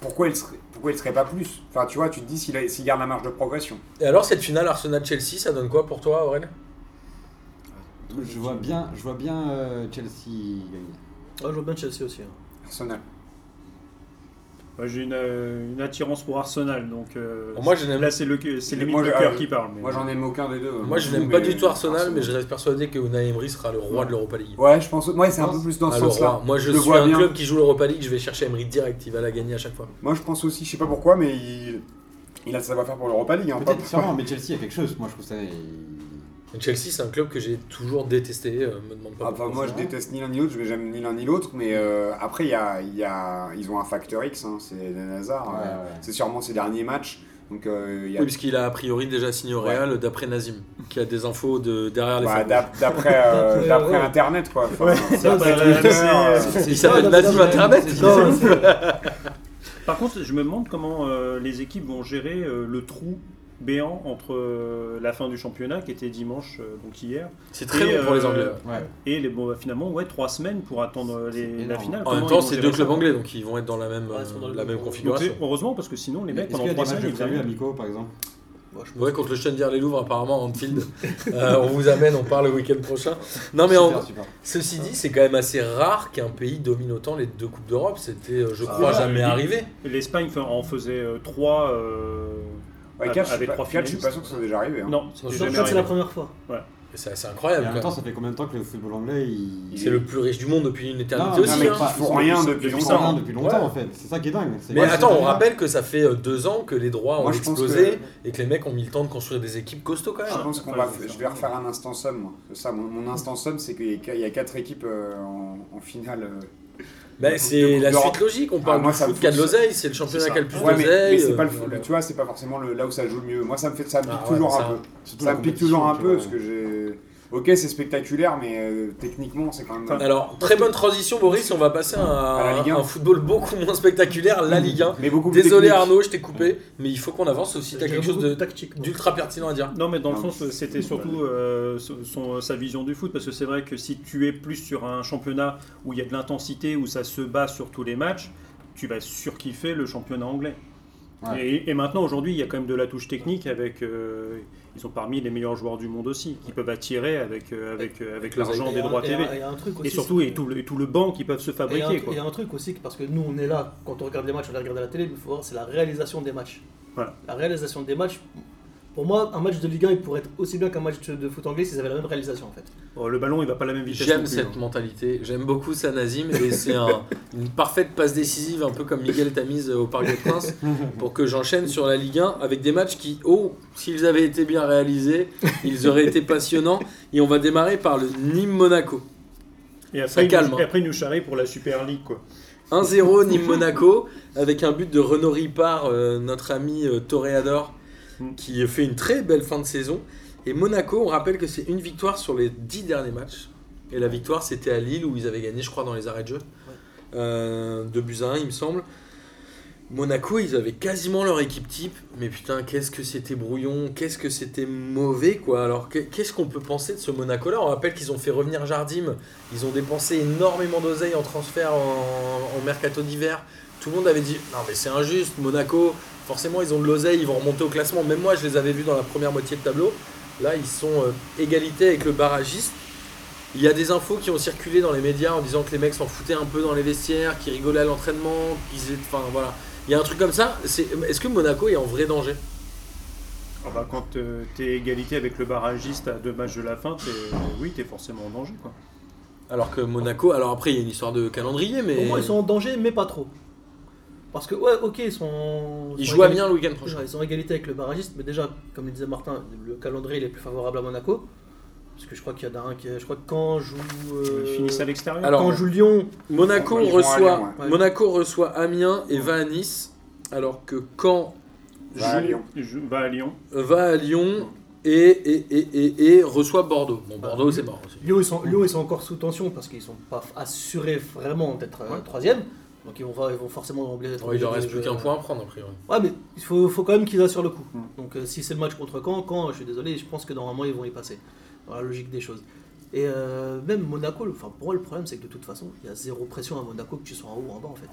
Speaker 3: Pourquoi il serait, pourquoi il serait pas plus Enfin, tu vois, tu te dis s'il a- s'il garde la marge de progression.
Speaker 1: Et alors, cette finale Arsenal-Chelsea, ça donne quoi pour toi, Aurel
Speaker 4: Je vois bien, je vois bien euh, Chelsea gagner.
Speaker 2: Ah, je vois bien Chelsea aussi. hein.
Speaker 3: Arsenal.
Speaker 5: Moi, J'ai une, euh, une attirance pour Arsenal, donc euh,
Speaker 1: Moi, je n'aime-
Speaker 5: là, c'est le, que- c'est limite
Speaker 3: Moi,
Speaker 5: le
Speaker 3: je-
Speaker 5: cœur
Speaker 3: euh,
Speaker 5: qui parle. mais-
Speaker 3: Moi, j'en aime aucun des deux.
Speaker 1: Moi, je
Speaker 3: euh, Mais-
Speaker 1: n'aime pas du tout Arsenal, mais je reste persuadé que Unai Emery sera le roi de l'Europa League.
Speaker 3: Ouais, je pense. Moi, c'est un peu plus dans ce
Speaker 1: Ah, le
Speaker 3: sens-là.
Speaker 1: roi. Moi, je,
Speaker 3: le
Speaker 1: suis
Speaker 3: vois
Speaker 1: un
Speaker 3: bien.
Speaker 1: club qui joue l'Europa League, je vais chercher Emery direct, il va la gagner à chaque fois.
Speaker 3: Moi, je pense aussi, je sais pas pourquoi, mais il, il a le savoir-faire pour l'Europa League. hein, pas-
Speaker 4: Peut-être, sûrement, mais Chelsea a quelque chose. Moi, je trouve ça.
Speaker 1: Et Chelsea, c'est un club que j'ai toujours détesté, euh, me demande pas
Speaker 3: Ah, Enfin,
Speaker 1: pourquoi.
Speaker 3: moi, je déteste ni l'un ni l'autre, je j'aime ni l'un ni l'autre, mais euh, après, il y a, il y a- ils ont un facteur X, hein, c'est Eden Hazard.
Speaker 4: Ouais,
Speaker 3: euh,
Speaker 4: ouais.
Speaker 3: C'est sûrement ses derniers matchs. Donc, euh, il y a-
Speaker 1: Oui, parce qu'il a a priori déjà signé au
Speaker 3: Ouais.
Speaker 1: Real d'après Nazim, qui a des infos de derrière les
Speaker 3: bah,
Speaker 1: fagots.
Speaker 3: d'ap- d'après euh,
Speaker 2: Ouais,
Speaker 3: d'après
Speaker 2: ouais.
Speaker 3: Internet, quoi. Enfin,
Speaker 5: C'est
Speaker 2: Ah,
Speaker 5: après
Speaker 2: bah,
Speaker 5: que-
Speaker 2: là,
Speaker 5: c'est- euh,
Speaker 3: c'est-
Speaker 1: Il s'appelle
Speaker 2: Non,
Speaker 1: Nazim
Speaker 2: non,
Speaker 1: Internet.
Speaker 2: non, non,
Speaker 5: Par contre, je me demande comment euh, les équipes vont gérer euh, le trou béant entre euh, la fin du championnat, qui était dimanche, euh, donc hier,
Speaker 1: C'est très
Speaker 5: Et,
Speaker 1: long pour les
Speaker 5: euh,
Speaker 1: Anglais.
Speaker 4: Ouais.
Speaker 5: et les, bon, bah, finalement, ouais, trois semaines pour attendre euh, les-
Speaker 4: C'est
Speaker 5: la
Speaker 4: énorme.
Speaker 5: finale.
Speaker 1: En
Speaker 5: Comment
Speaker 1: même
Speaker 5: ils
Speaker 1: temps,
Speaker 5: vont
Speaker 1: c'est
Speaker 5: gérer
Speaker 1: deux
Speaker 5: ça
Speaker 1: clubs anglais, donc ils vont être dans la même,
Speaker 2: Ouais,
Speaker 1: euh,
Speaker 2: ils sont dans le
Speaker 1: la
Speaker 2: même
Speaker 1: même
Speaker 2: groupe.
Speaker 5: Donc,
Speaker 1: configuration.
Speaker 5: c'est- heureusement, parce que sinon, les mecs,
Speaker 4: Est-ce qu'il y
Speaker 5: pendant
Speaker 4: a des
Speaker 5: trois
Speaker 4: matchs
Speaker 5: semaines,
Speaker 4: de
Speaker 5: ils
Speaker 4: prévu
Speaker 5: avaient-
Speaker 4: amicaux, par exemple
Speaker 2: Moi, je pense
Speaker 1: Ouais, contre le Chendir les Louvres, apparemment, Anfield. Euh, on vous amène, on parle le week-end prochain. Non, mais en-
Speaker 4: Super, super.
Speaker 1: ceci dit, c'est quand même assez rare qu'un pays domine autant les deux Coupes d'Europe. C'était, euh, je crois,
Speaker 5: ouais.
Speaker 1: jamais
Speaker 5: Oui.
Speaker 1: arrivé.
Speaker 5: L'Espagne fait- en faisait euh, trois. euh,
Speaker 3: Ouais,
Speaker 5: avec-
Speaker 3: quatre, je suis
Speaker 5: avec
Speaker 3: pas-
Speaker 5: trois
Speaker 3: quatre, je suis
Speaker 5: finalistes.
Speaker 3: pas sûr que ça soit déjà arrivé. hein.
Speaker 5: Non,
Speaker 1: Non,
Speaker 5: c'était
Speaker 2: que
Speaker 5: jamais
Speaker 2: c'est la
Speaker 5: arrivé.
Speaker 2: première fois.
Speaker 1: Et C'est assez
Speaker 4: Et
Speaker 1: incroyable.
Speaker 4: en
Speaker 1: quand
Speaker 4: même temps,
Speaker 1: même.
Speaker 4: ça fait combien de temps que le football anglais il.
Speaker 1: euh, C'est le plus riche du monde depuis une éternité
Speaker 4: Non,
Speaker 3: Non,
Speaker 1: aussi.
Speaker 3: Ah, mais
Speaker 1: hein.
Speaker 3: ils font rien depuis
Speaker 5: depuis
Speaker 4: Ils
Speaker 3: longtemps. hein.
Speaker 5: ça.
Speaker 4: sont depuis longtemps
Speaker 1: Ouais.
Speaker 4: en fait, c'est ça qui est dingue. C'est-
Speaker 1: Mais
Speaker 4: Ouais,
Speaker 1: attends,
Speaker 4: c'est-
Speaker 1: on rappelle que ça fait euh, deux ans que les droits ont
Speaker 3: Moi, je pense
Speaker 1: explosé et que les mecs ont mis le temps de construire des équipes costauds quand même.
Speaker 3: Je pense qu'on
Speaker 5: Enfin,
Speaker 3: va,
Speaker 5: c'est
Speaker 3: je
Speaker 5: ça.
Speaker 3: vais refaire un instant somme. moi. Ça, mon, mon instant somme, c'est qu'il y, a qu- il y a quatre équipes euh, en, en finale. euh.
Speaker 1: Bah, c'est la
Speaker 3: D'Europe.
Speaker 1: suite logique, on parle
Speaker 3: Ah, moi,
Speaker 1: du
Speaker 3: ça me
Speaker 1: foot qui a de
Speaker 3: fout-
Speaker 1: l'oseille, c'est le championnat
Speaker 5: ça.
Speaker 1: qui a le plus
Speaker 3: Ouais, mais, mais
Speaker 1: d'oseille.
Speaker 3: c'est pas
Speaker 1: euh,
Speaker 3: le,
Speaker 1: voilà.
Speaker 3: le- tu vois, c'est pas forcément le, là où ça joue le mieux. Moi, ça me fait, ça me
Speaker 1: Ah,
Speaker 3: pique
Speaker 1: ouais,
Speaker 3: toujours
Speaker 1: ça-
Speaker 3: un peu.
Speaker 4: Surtout
Speaker 3: Ça
Speaker 4: la
Speaker 3: me pique toujours un
Speaker 4: compétition,
Speaker 3: peu
Speaker 4: tu
Speaker 3: parce que j'ai. Ok, c'est spectaculaire, mais euh, techniquement, c'est quand même.
Speaker 5: Enfin,
Speaker 1: Alors, très bonne transition, Boris, on va passer à,
Speaker 3: la Ligue Mmh.
Speaker 1: un,
Speaker 3: 1.
Speaker 1: un football beaucoup moins spectaculaire, la Ligue 1.
Speaker 3: mais beaucoup plus
Speaker 1: Désolé
Speaker 3: technique.
Speaker 1: Arnaud, je t'ai coupé, mais il faut qu'on avance aussi. T'as quelque chose de-
Speaker 2: tactique. moi.
Speaker 1: d'ultra pertinent à dire.
Speaker 5: Non, mais dans le
Speaker 3: Non,
Speaker 5: sens, c'était surtout euh, son- son- sa vision du foot, parce que c'est vrai que si tu es plus sur un championnat où il y a de l'intensité, où ça se bat sur tous les matchs, tu vas surkiffer le championnat anglais.
Speaker 4: Ouais.
Speaker 5: Et, et maintenant, aujourd'hui, il y a quand même de la touche technique avec. euh, ils sont parmi les meilleurs joueurs du monde aussi, qui peuvent attirer avec, euh, avec, euh, avec l'argent
Speaker 2: Et
Speaker 5: des
Speaker 2: un-
Speaker 5: droits
Speaker 2: et un-
Speaker 5: TV.
Speaker 2: et un truc
Speaker 5: Et
Speaker 2: aussi,
Speaker 5: surtout,
Speaker 2: c'est-
Speaker 5: et tout, le, et tout le banc qu'ils peuvent se
Speaker 2: Et un-
Speaker 5: fabriquer.
Speaker 2: et
Speaker 5: quoi.
Speaker 2: un truc aussi, que- parce que nous on est là, quand on regarde les matchs, on les regarde à la télé, mais il faut voir, c'est la réalisation des matchs.
Speaker 5: Voilà.
Speaker 2: La réalisation des matchs, pour moi, un match de Ligue 1, il pourrait être aussi bien qu'un match de foot anglais s'ils avaient la même réalisation en fait.
Speaker 5: Oh, le ballon, il va pas à la même vitesse. non
Speaker 1: J'aime
Speaker 5: plus,
Speaker 1: cette
Speaker 5: hein.
Speaker 1: mentalité, j'aime beaucoup ça Nazim, et c'est un- une parfaite passe décisive, un peu comme Miguel Tamise au Parc des Princes, pour que j'enchaîne sur la Ligue 1 avec des matchs qui, oh, s'ils avaient été bien réalisés, ils auraient été passionnants. Et on va démarrer par le Nîmes-Monaco.
Speaker 5: Et
Speaker 1: Ça
Speaker 5: après, il
Speaker 1: calme,
Speaker 5: nous,
Speaker 1: hein.
Speaker 5: et après, il nous charrie pour la Super League. Quoi.
Speaker 1: 1-0 Nîmes Monaco avec un but de Renaud Ripard, euh, notre ami euh, Toréador,
Speaker 5: Mm.
Speaker 1: qui fait une très belle fin de saison. Et Monaco, on rappelle que c'est une victoire sur les 10 derniers matchs. Et la victoire, c'était à Lille où ils avaient gagné, je crois, dans les arrêts de jeu. Euh, de buts à 1, il me semble. Monaco, ils avaient quasiment leur équipe type, mais putain, qu'est-ce que c'était brouillon, qu'est-ce que c'était mauvais, quoi. Alors, que- qu'est-ce qu'on peut penser de ce Monaco-là On rappelle qu'ils ont fait revenir Jardim, ils ont dépensé énormément d'oseille en transfert en, en mercato d'hiver. Tout le monde avait dit non mais c'est injuste, Monaco, forcément, ils ont de l'oseille, ils vont remonter au classement. Même moi, je les avais vus dans la première moitié de tableau. Là, ils sont euh, égalité avec le barragiste. Il y a des infos qui ont circulé dans les médias en disant que les mecs s'en foutaient un peu dans les vestiaires, qu'ils rigolaient à l'entraînement, qu'ils étaient- Enfin, voilà. Il y a un truc comme ça. C'est- Est-ce que Monaco est en vrai danger
Speaker 5: Ah bah, quand euh, t'es égalité avec le barragiste à deux matchs de la fin, t'es- oui, t'es forcément en danger. Quoi.
Speaker 1: Alors que Monaco, alors après, il y a une histoire de calendrier, mais
Speaker 2: Pour moi, ils sont en danger, mais pas trop. Parce que, ouais, ok, ils sont.
Speaker 1: ils
Speaker 2: sont
Speaker 1: jouent à
Speaker 2: égalité-
Speaker 1: bien le week-end
Speaker 2: Déjà,
Speaker 1: prochain.
Speaker 2: Ils sont en égalité avec le barragiste, mais déjà, comme le disait Martin, le calendrier il est plus favorable à Monaco. Parce que je crois qu'il y en a un qui. Je crois que quand joue. euh,
Speaker 5: Ils finissent à l'extérieur.
Speaker 1: Alors,
Speaker 2: quand joue Lyon,
Speaker 1: Monaco
Speaker 2: Bah,
Speaker 3: Ils vont à
Speaker 1: reçoit,
Speaker 3: Lyon,
Speaker 2: ouais.
Speaker 1: Monaco reçoit Amiens et va à Nice, alors que Caen
Speaker 3: Va à
Speaker 1: joue-
Speaker 3: Lyon.
Speaker 5: Je- va à Lyon.
Speaker 1: va à Lyon et, et, et, et, et reçoit Bordeaux. Bon, Bordeaux, c'est mort. aussi.
Speaker 2: Lyon ils, sont, Lyon, ils sont encore sous tension parce qu'ils sont pas assurés vraiment d'être euh, troisième. Donc ils vont, voir- ils vont forcément oublier d'être.
Speaker 1: Ouais, il
Speaker 2: obligés
Speaker 1: leur reste
Speaker 2: de-
Speaker 1: plus qu'un point à prendre, a priori.
Speaker 2: euh, Ouais, mais il faut, faut quand même qu'ils assurent le coup.
Speaker 5: Mm.
Speaker 2: Donc euh, si c'est le match contre Caen, Caen, je suis désolé, je pense que normalement ils vont y passer. Dans la logique des choses. Et euh, même Monaco, le- enfin, pour moi le problème c'est que de toute façon, il y a zéro pression à Monaco que tu sois en haut ou en bas en fait.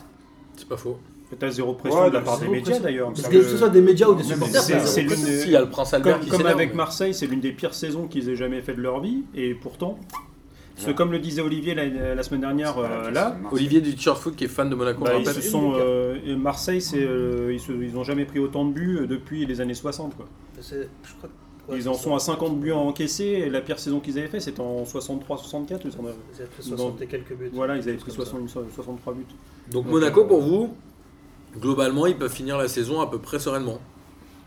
Speaker 1: C'est pas faux.
Speaker 5: T'as zéro pression
Speaker 3: Ouais,
Speaker 5: de la
Speaker 3: bah,
Speaker 5: part des
Speaker 2: zéro
Speaker 5: médias
Speaker 2: pression.
Speaker 5: d'ailleurs.
Speaker 2: Parce
Speaker 3: Ça
Speaker 2: que,
Speaker 3: me-
Speaker 2: ce soit des médias ou des
Speaker 3: Non, mais
Speaker 2: supporters,
Speaker 5: c'est-
Speaker 2: ça-
Speaker 5: c'est l'une-
Speaker 1: Si, il y a le prince Albert
Speaker 5: Comme,
Speaker 1: qui
Speaker 5: comme
Speaker 1: s'énerve,
Speaker 5: avec
Speaker 1: mais-
Speaker 5: Marseille, c'est l'une des pires saisons qu'ils aient jamais fait de leur vie. Et pourtant, parce que
Speaker 3: Ouais.
Speaker 5: comme le disait Olivier la, la semaine dernière,
Speaker 3: C'est pas la
Speaker 5: euh,
Speaker 3: question
Speaker 5: là,
Speaker 3: de Marseille.
Speaker 1: Olivier Duchurfoot qui est fan de Monaco,
Speaker 5: bah,
Speaker 1: on
Speaker 5: ils
Speaker 1: rappelle.
Speaker 5: se sont, euh, et Marseille, c'est, euh, ils, se- ils ont jamais pris autant de buts euh, depuis les années 60. Quoi.
Speaker 2: c'est- je crois que- ouais,
Speaker 5: ils en sont à 50 buts encaissés. Et la pire saison qu'ils avaient fait, c'était en 63-64. ils en avaient-
Speaker 2: Ils avaient pris 60 et quelques buts.
Speaker 5: Voilà, ils avaient
Speaker 2: Comme
Speaker 5: pris
Speaker 2: ça.
Speaker 5: 60 63 buts.
Speaker 1: Donc
Speaker 5: Donc,
Speaker 1: Monaco,
Speaker 5: euh,
Speaker 1: pour vous, globalement, ils peuvent finir la saison à peu près sereinement.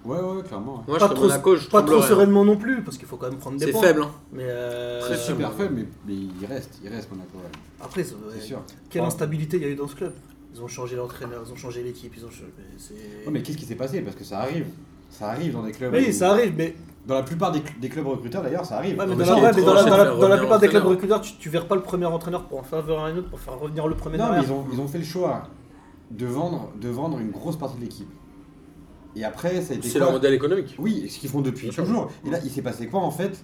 Speaker 4: Ouais, ouais, clairement.
Speaker 1: Moi, je
Speaker 2: Pas
Speaker 1: serais
Speaker 2: trop-
Speaker 1: Monaco, je
Speaker 2: Pas trop
Speaker 1: tremblerais, hein.
Speaker 2: sereinement non plus, parce qu'il faut quand même prendre des
Speaker 1: C'est
Speaker 2: points.
Speaker 1: faible. hein.
Speaker 2: Mais euh,
Speaker 1: Très
Speaker 4: C'est super
Speaker 1: euh,
Speaker 4: faible, mais, mais il reste, il reste Monaco, ouais,
Speaker 2: Après, ça-
Speaker 4: c'est sûr.
Speaker 2: quelle
Speaker 5: Enfin.
Speaker 2: instabilité il y a eu dans ce club. Ils ont changé l'entraîneur, ils ont changé l'équipe, ils ont changé. mais c'est-
Speaker 4: Ouais, mais qu'est-ce qui s'est passé Parce que ça arrive. Ça arrive dans des clubs. où-
Speaker 2: Oui, ça arrive, mais,
Speaker 4: Dans la plupart des, cl- des clubs recruteurs d'ailleurs, ça arrive.
Speaker 2: Ouais, mais
Speaker 1: Non, mais
Speaker 2: dans la-
Speaker 1: ce qui
Speaker 2: ouais,
Speaker 1: est
Speaker 2: mais dans
Speaker 1: étrange,
Speaker 2: la-
Speaker 1: c'est
Speaker 2: dans
Speaker 1: de
Speaker 2: la-
Speaker 1: faire
Speaker 2: dans la
Speaker 1: revenir
Speaker 2: plupart des clubs
Speaker 1: l'entraîneur.
Speaker 2: recruteurs, tu, tu verres pas le premier entraîneur pour en faveur à un autre, pour faire revenir le premier
Speaker 4: Non, mais
Speaker 2: derrière.
Speaker 4: ils ont, ils ont fait le choix de vendre, de vendre une grosse partie de l'équipe. Et après, ça a été
Speaker 1: C'est
Speaker 4: quoi
Speaker 1: leur modèle économique.
Speaker 4: Oui, et ce qu'ils font depuis
Speaker 1: Bien sûr.
Speaker 4: toujours. Et là, il s'est passé quoi en fait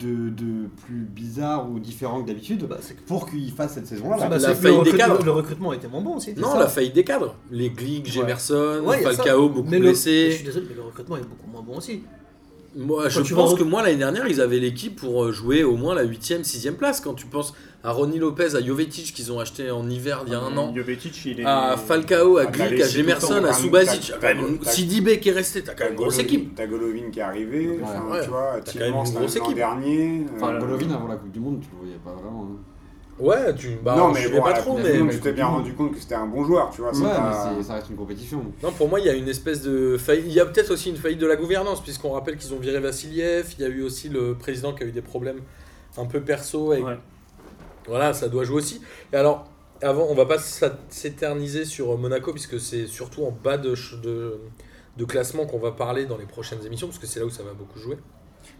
Speaker 4: de, de plus bizarre ou différent que d'habitude
Speaker 2: Bah, c'est que-
Speaker 4: pour qu'ils fassent cette saison-là là
Speaker 2: bah,
Speaker 1: la
Speaker 2: c'est que
Speaker 1: faillite
Speaker 2: le,
Speaker 1: des
Speaker 2: recrutement-
Speaker 1: cadres.
Speaker 2: le recrutement était moins bon aussi.
Speaker 1: Non,
Speaker 2: c'est
Speaker 1: la
Speaker 2: ça.
Speaker 1: faillite des cadres. Les Glick, Gemerson,
Speaker 2: Ouais, il y a ça.
Speaker 1: Falcao, beaucoup
Speaker 2: Mais le- Je suis
Speaker 1: blessés.
Speaker 2: désolé, mais le recrutement est beaucoup moins bon aussi.
Speaker 1: Moi, je
Speaker 2: tu
Speaker 1: pense
Speaker 2: vas-
Speaker 1: que moi, l'année dernière, ils avaient l'équipe pour euh, jouer au moins la 8ème, 6ème place. Quand tu penses à Ronny Lopez, à Jovetic qu'ils ont acheté en hiver il y a un an,
Speaker 5: Jovetic, il est. euh,
Speaker 1: à Falcao, à
Speaker 3: Mmh. Ah, t'as
Speaker 1: Glick, à
Speaker 3: laissé tout le
Speaker 1: Gemerson,
Speaker 3: temps,
Speaker 1: à
Speaker 3: t'as-
Speaker 1: Subasic,
Speaker 3: t'as-
Speaker 1: quand même,
Speaker 3: t'as-
Speaker 1: Sidi Bey qui est resté, t'as quand même une grosse
Speaker 3: Golovin-
Speaker 1: équipe.
Speaker 3: T'as Golovin qui est arrivé,
Speaker 4: Ouais.
Speaker 3: enfin,
Speaker 1: Ouais.
Speaker 3: tu vois,
Speaker 1: quand même une
Speaker 3: Tillmans
Speaker 1: grosse
Speaker 3: c'était
Speaker 1: équipe.
Speaker 3: l'an
Speaker 1: hein.
Speaker 3: dernier. euh,
Speaker 4: Enfin,
Speaker 5: Euh,
Speaker 4: Golovin avant la Coupe du Monde, tu le voyais pas vraiment. hein.
Speaker 1: Ouais, tu bah,
Speaker 3: non,
Speaker 1: je
Speaker 3: mais
Speaker 1: vais
Speaker 3: bon, à
Speaker 1: pas
Speaker 3: la
Speaker 1: trop,
Speaker 3: Coupe
Speaker 1: mais.
Speaker 3: du Monde,
Speaker 4: mais-
Speaker 3: tu t'es bien rendu compte que c'était un bon joueur, tu vois. c'est
Speaker 4: Ouais,
Speaker 3: pas-
Speaker 4: mais c'est- ça reste une compétition.
Speaker 1: Non, pour moi, il y a une espèce de faillite. Il y a peut-être aussi une faillite de la gouvernance, puisqu'on rappelle qu'ils ont viré Vassiliev. Il y a eu aussi le président qui a eu des problèmes un peu perso. Et...
Speaker 5: Ouais.
Speaker 1: Voilà, ça doit jouer aussi. Et alors, avant, on va pas s'at- s'éterniser sur euh, Monaco, puisque c'est surtout en bas de, ch- de, de classement qu'on va parler dans les prochaines émissions, parce que c'est là où ça va beaucoup jouer.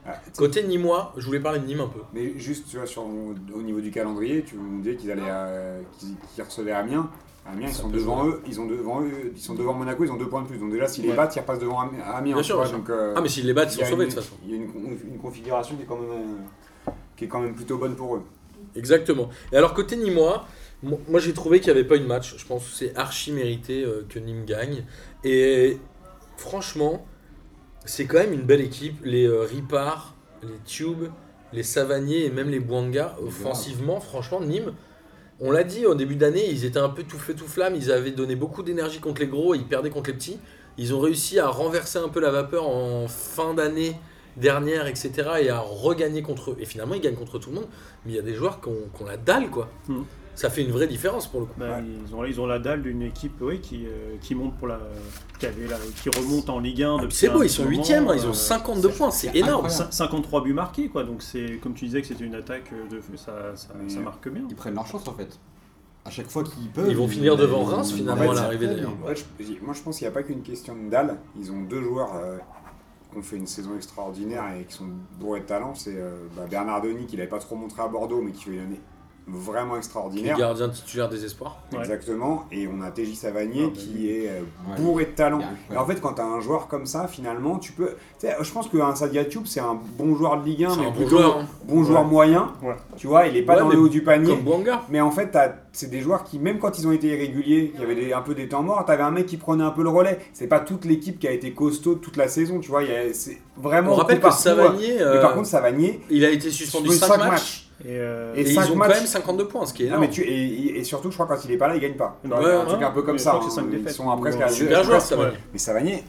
Speaker 3: Ah,
Speaker 1: Côté Nîmois, je voulais parler de Nîmes un peu.
Speaker 3: Mais juste, tu vois, sur, au niveau du calendrier, tu me disais qu'ils allaient, euh, qu'ils, qu'ils recevaient Amiens. Amiens, ils
Speaker 1: Ça
Speaker 3: sont
Speaker 1: peut
Speaker 3: devant eux, ils ont devant eux, ils sont devant Monaco, ils ont deux points de plus. Donc déjà, s'ils
Speaker 4: Ouais.
Speaker 3: les battent, ils repassent devant Ami- Amiens.
Speaker 1: Bien
Speaker 3: tu
Speaker 1: sûr,
Speaker 3: vois,
Speaker 1: bien sûr.
Speaker 3: donc, euh,
Speaker 1: Ah, mais s'ils les battent, ils
Speaker 3: il y
Speaker 1: sont
Speaker 3: a
Speaker 1: sauvés
Speaker 3: une-
Speaker 1: de toute façon.
Speaker 3: Il y a une, con- une configuration qui est quand même, euh, qui est quand même plutôt bonne pour eux.
Speaker 1: Exactement. Et alors côté Nîmois, mo- moi j'ai trouvé qu'il n'y avait pas une match. Je pense que c'est archi mérité euh, que Nîmes gagne. Et franchement, c'est quand même une belle équipe. Les euh, Ripard, les Tubes, les Savanier et même les Bouanga, offensivement, franchement, Nîmes. On l'a dit au début d'année, ils étaient un peu tout feu tout flamme, ils avaient donné beaucoup d'énergie contre les gros et ils perdaient contre les petits. Ils ont réussi à renverser un peu la vapeur en fin d'année dernière, etc. et à regagner contre eux. Et finalement, ils gagnent contre tout le monde. Mais il y a des joueurs qui ont, qui ont la dalle, quoi.
Speaker 5: Mm.
Speaker 1: Ça fait une vraie différence pour le coup.
Speaker 5: Bah,
Speaker 3: Ouais.
Speaker 5: ils, ont, ils ont la dalle d'une équipe oui, qui, euh, qui monte pour la, qui, avait la- qui remonte en Ligue 1
Speaker 1: Ah,
Speaker 5: depuis
Speaker 1: C'est
Speaker 5: un
Speaker 1: beau, ils
Speaker 5: petit
Speaker 1: sont
Speaker 5: moment,
Speaker 1: 8 ils
Speaker 5: euh,
Speaker 1: ont 52 points, c'est
Speaker 4: c'est
Speaker 1: énorme.
Speaker 4: incroyable.
Speaker 5: cin- 53 buts marqués quoi donc c'est comme tu disais que c'était une attaque euh, de ça, ça,
Speaker 3: Mais-
Speaker 5: ça marque bien.
Speaker 4: Ils prennent leur chance en fait. À chaque fois qu'ils peuvent.
Speaker 1: Ils vont finir devant Reims, finalement,
Speaker 3: à
Speaker 1: l'arrivée d'ailleurs.
Speaker 3: Ouais, je- moi, je pense qu'il n'y a pas qu'une question de dalle. Ils ont deux joueurs euh, qui ont fait une saison extraordinaire et qui sont bourrés de talent. C'est euh, bah, Bernardoni, qui l'avait pas trop montré à Bordeaux, mais qui fait une année vraiment
Speaker 1: Qui est
Speaker 3: extraordinaire.
Speaker 1: gardien titulaire des espoirs.
Speaker 5: Ouais.
Speaker 3: Exactement, et on a TJ Savanier
Speaker 4: Ah, bah
Speaker 3: qui
Speaker 4: oui.
Speaker 3: est euh,
Speaker 4: Ouais.
Speaker 3: bourré de talent.
Speaker 4: Il est incroyable.
Speaker 3: Et en fait, quand tu as un joueur comme ça, finalement, tu peux. tu sais, Je pense qu'un Sadia Tube, c'est un bon joueur de Ligue 1,
Speaker 1: C'est
Speaker 3: mais
Speaker 1: un bon
Speaker 3: plutôt
Speaker 1: joueur, hein.
Speaker 3: bon joueur
Speaker 5: Ouais.
Speaker 3: moyen.
Speaker 5: Ouais.
Speaker 3: Tu vois, il est pas
Speaker 1: Ouais,
Speaker 3: dans
Speaker 1: mais
Speaker 3: le haut du panier.
Speaker 1: Comme Bouanga.
Speaker 3: Mais en fait, t'as- c'est des joueurs qui, même quand ils ont été irréguliers, il y avait des- un peu des temps morts, t'avais un mec qui prenait un peu le relais. C'est pas toute l'équipe qui a été costaud toute la saison, tu vois. il y a- C'est vraiment.
Speaker 1: On rappelle
Speaker 3: coup
Speaker 1: que
Speaker 3: par coup, euh,
Speaker 1: Savanier,
Speaker 3: Mais
Speaker 1: euh,
Speaker 3: par contre, Savanier,
Speaker 1: il a été suspendu
Speaker 3: sur
Speaker 1: 5
Speaker 3: cinq
Speaker 1: matchs.
Speaker 3: matchs.
Speaker 5: Et, euh,
Speaker 1: Et,
Speaker 3: Et
Speaker 1: ils
Speaker 3: cinq
Speaker 1: ont
Speaker 3: matchs.
Speaker 1: quand même 52 points, ce qui est
Speaker 3: Non,
Speaker 1: énorme.
Speaker 3: mais tu, et, et surtout, je crois, quand il est pas là, il gagne pas.
Speaker 5: Ouais,
Speaker 3: Il y a un
Speaker 1: ouais,
Speaker 3: truc
Speaker 5: ouais.
Speaker 3: un peu comme
Speaker 5: Mais je
Speaker 3: ça.
Speaker 5: crois que c'est
Speaker 3: hein.
Speaker 5: cinq
Speaker 3: Ils
Speaker 5: défaites.
Speaker 3: sont à presque à
Speaker 5: Ouais.
Speaker 1: Super joueur,
Speaker 3: presque-
Speaker 1: Savanier.
Speaker 3: Mais Savanier,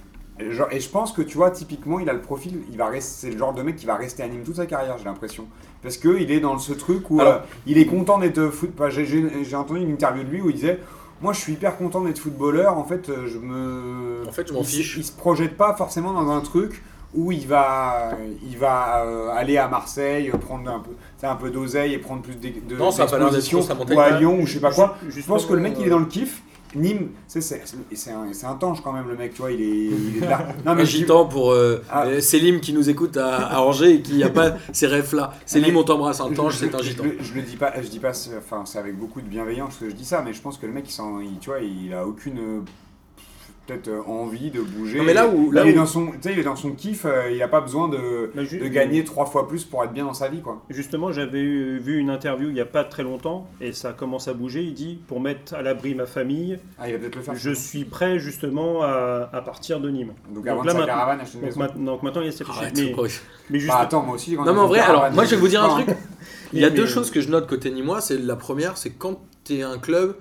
Speaker 3: genre, et je pense que tu vois, typiquement, il a le profil, il va rester, c'est le genre de mec qui va rester à Nîmes toute sa carrière, j'ai l'impression. Parce que il est dans ce truc où
Speaker 1: Alors-
Speaker 3: euh, il est content d'être foot. pas- J'ai, j'ai- j'ai entendu une interview de lui où il disait Moi, je suis hyper content d'être footballeur, en fait, euh, je me.
Speaker 1: En fait, je m'en
Speaker 3: il se-
Speaker 1: fiche.
Speaker 3: Il se projette pas forcément dans un truc où il va, il va euh, aller à Marseille, euh, prendre un peu, tu sais, un peu d'oseille et prendre plus d'ex- de,
Speaker 1: Non, ça a pas l'air d'être
Speaker 3: d'exposition,
Speaker 1: trop sa
Speaker 3: ou à
Speaker 1: mentalité.
Speaker 3: Lyon ou je sais pas quoi.
Speaker 5: Juste-
Speaker 3: Je pense que le mec il est
Speaker 5: euh,
Speaker 3: dans le kiff. Nîmes, c'est c'est- c'est un, c'est un tange quand même le mec, tu vois, il est, il est là. Non
Speaker 1: Un
Speaker 3: mais je dis-
Speaker 1: gitan pour euh,
Speaker 3: Ah.
Speaker 1: euh, Selim qui nous écoute à, à Angers et qui n'a pas ces rêves-là. Selim,
Speaker 3: mais-
Speaker 1: on t'embrasse, un
Speaker 3: je-
Speaker 1: tange,
Speaker 3: je-
Speaker 1: c'est un
Speaker 3: je-
Speaker 1: gitan.
Speaker 3: Je, je le dis pas, je dis pas, c'est- enfin c'est avec beaucoup de bienveillance que je dis ça, mais je pense que le mec il, s'en- il- tu vois, il a aucune euh, peut-être euh, envie de bouger.
Speaker 1: Non, mais là où- là
Speaker 3: il est
Speaker 1: où-
Speaker 3: dans son, tu sais, il est dans son kiff, euh, il a pas besoin de,
Speaker 5: bah, ju-
Speaker 3: de gagner trois fois plus pour être bien dans sa vie quoi.
Speaker 5: Justement, j'avais eu- vu une interview il n'y a pas très longtemps et ça commence à bouger. Il dit Pour mettre à l'abri ma famille,
Speaker 3: Ah il va peut-être le faire.
Speaker 5: je suis prêt justement à, à partir de Nîmes.
Speaker 3: Donc
Speaker 5: donc
Speaker 3: avant de
Speaker 5: là,
Speaker 3: sa
Speaker 5: maintenant-
Speaker 3: caravane, acheter une
Speaker 5: Donc,
Speaker 3: maison.
Speaker 5: ma- donc maintenant, il y a cette
Speaker 1: Arrête,
Speaker 5: mais,
Speaker 1: quoi.
Speaker 5: mais juste-
Speaker 3: Bah attends moi aussi. quand
Speaker 1: Non,
Speaker 3: j'ai
Speaker 1: mais en
Speaker 3: une
Speaker 1: vrai,
Speaker 3: caravane,
Speaker 1: alors moi je vais vous dire
Speaker 3: pas,
Speaker 1: un
Speaker 3: hein.
Speaker 1: truc. Il y a
Speaker 5: mais-
Speaker 1: deux choses que je note côté Nîmois. C'est la première, c'est quand tu es un club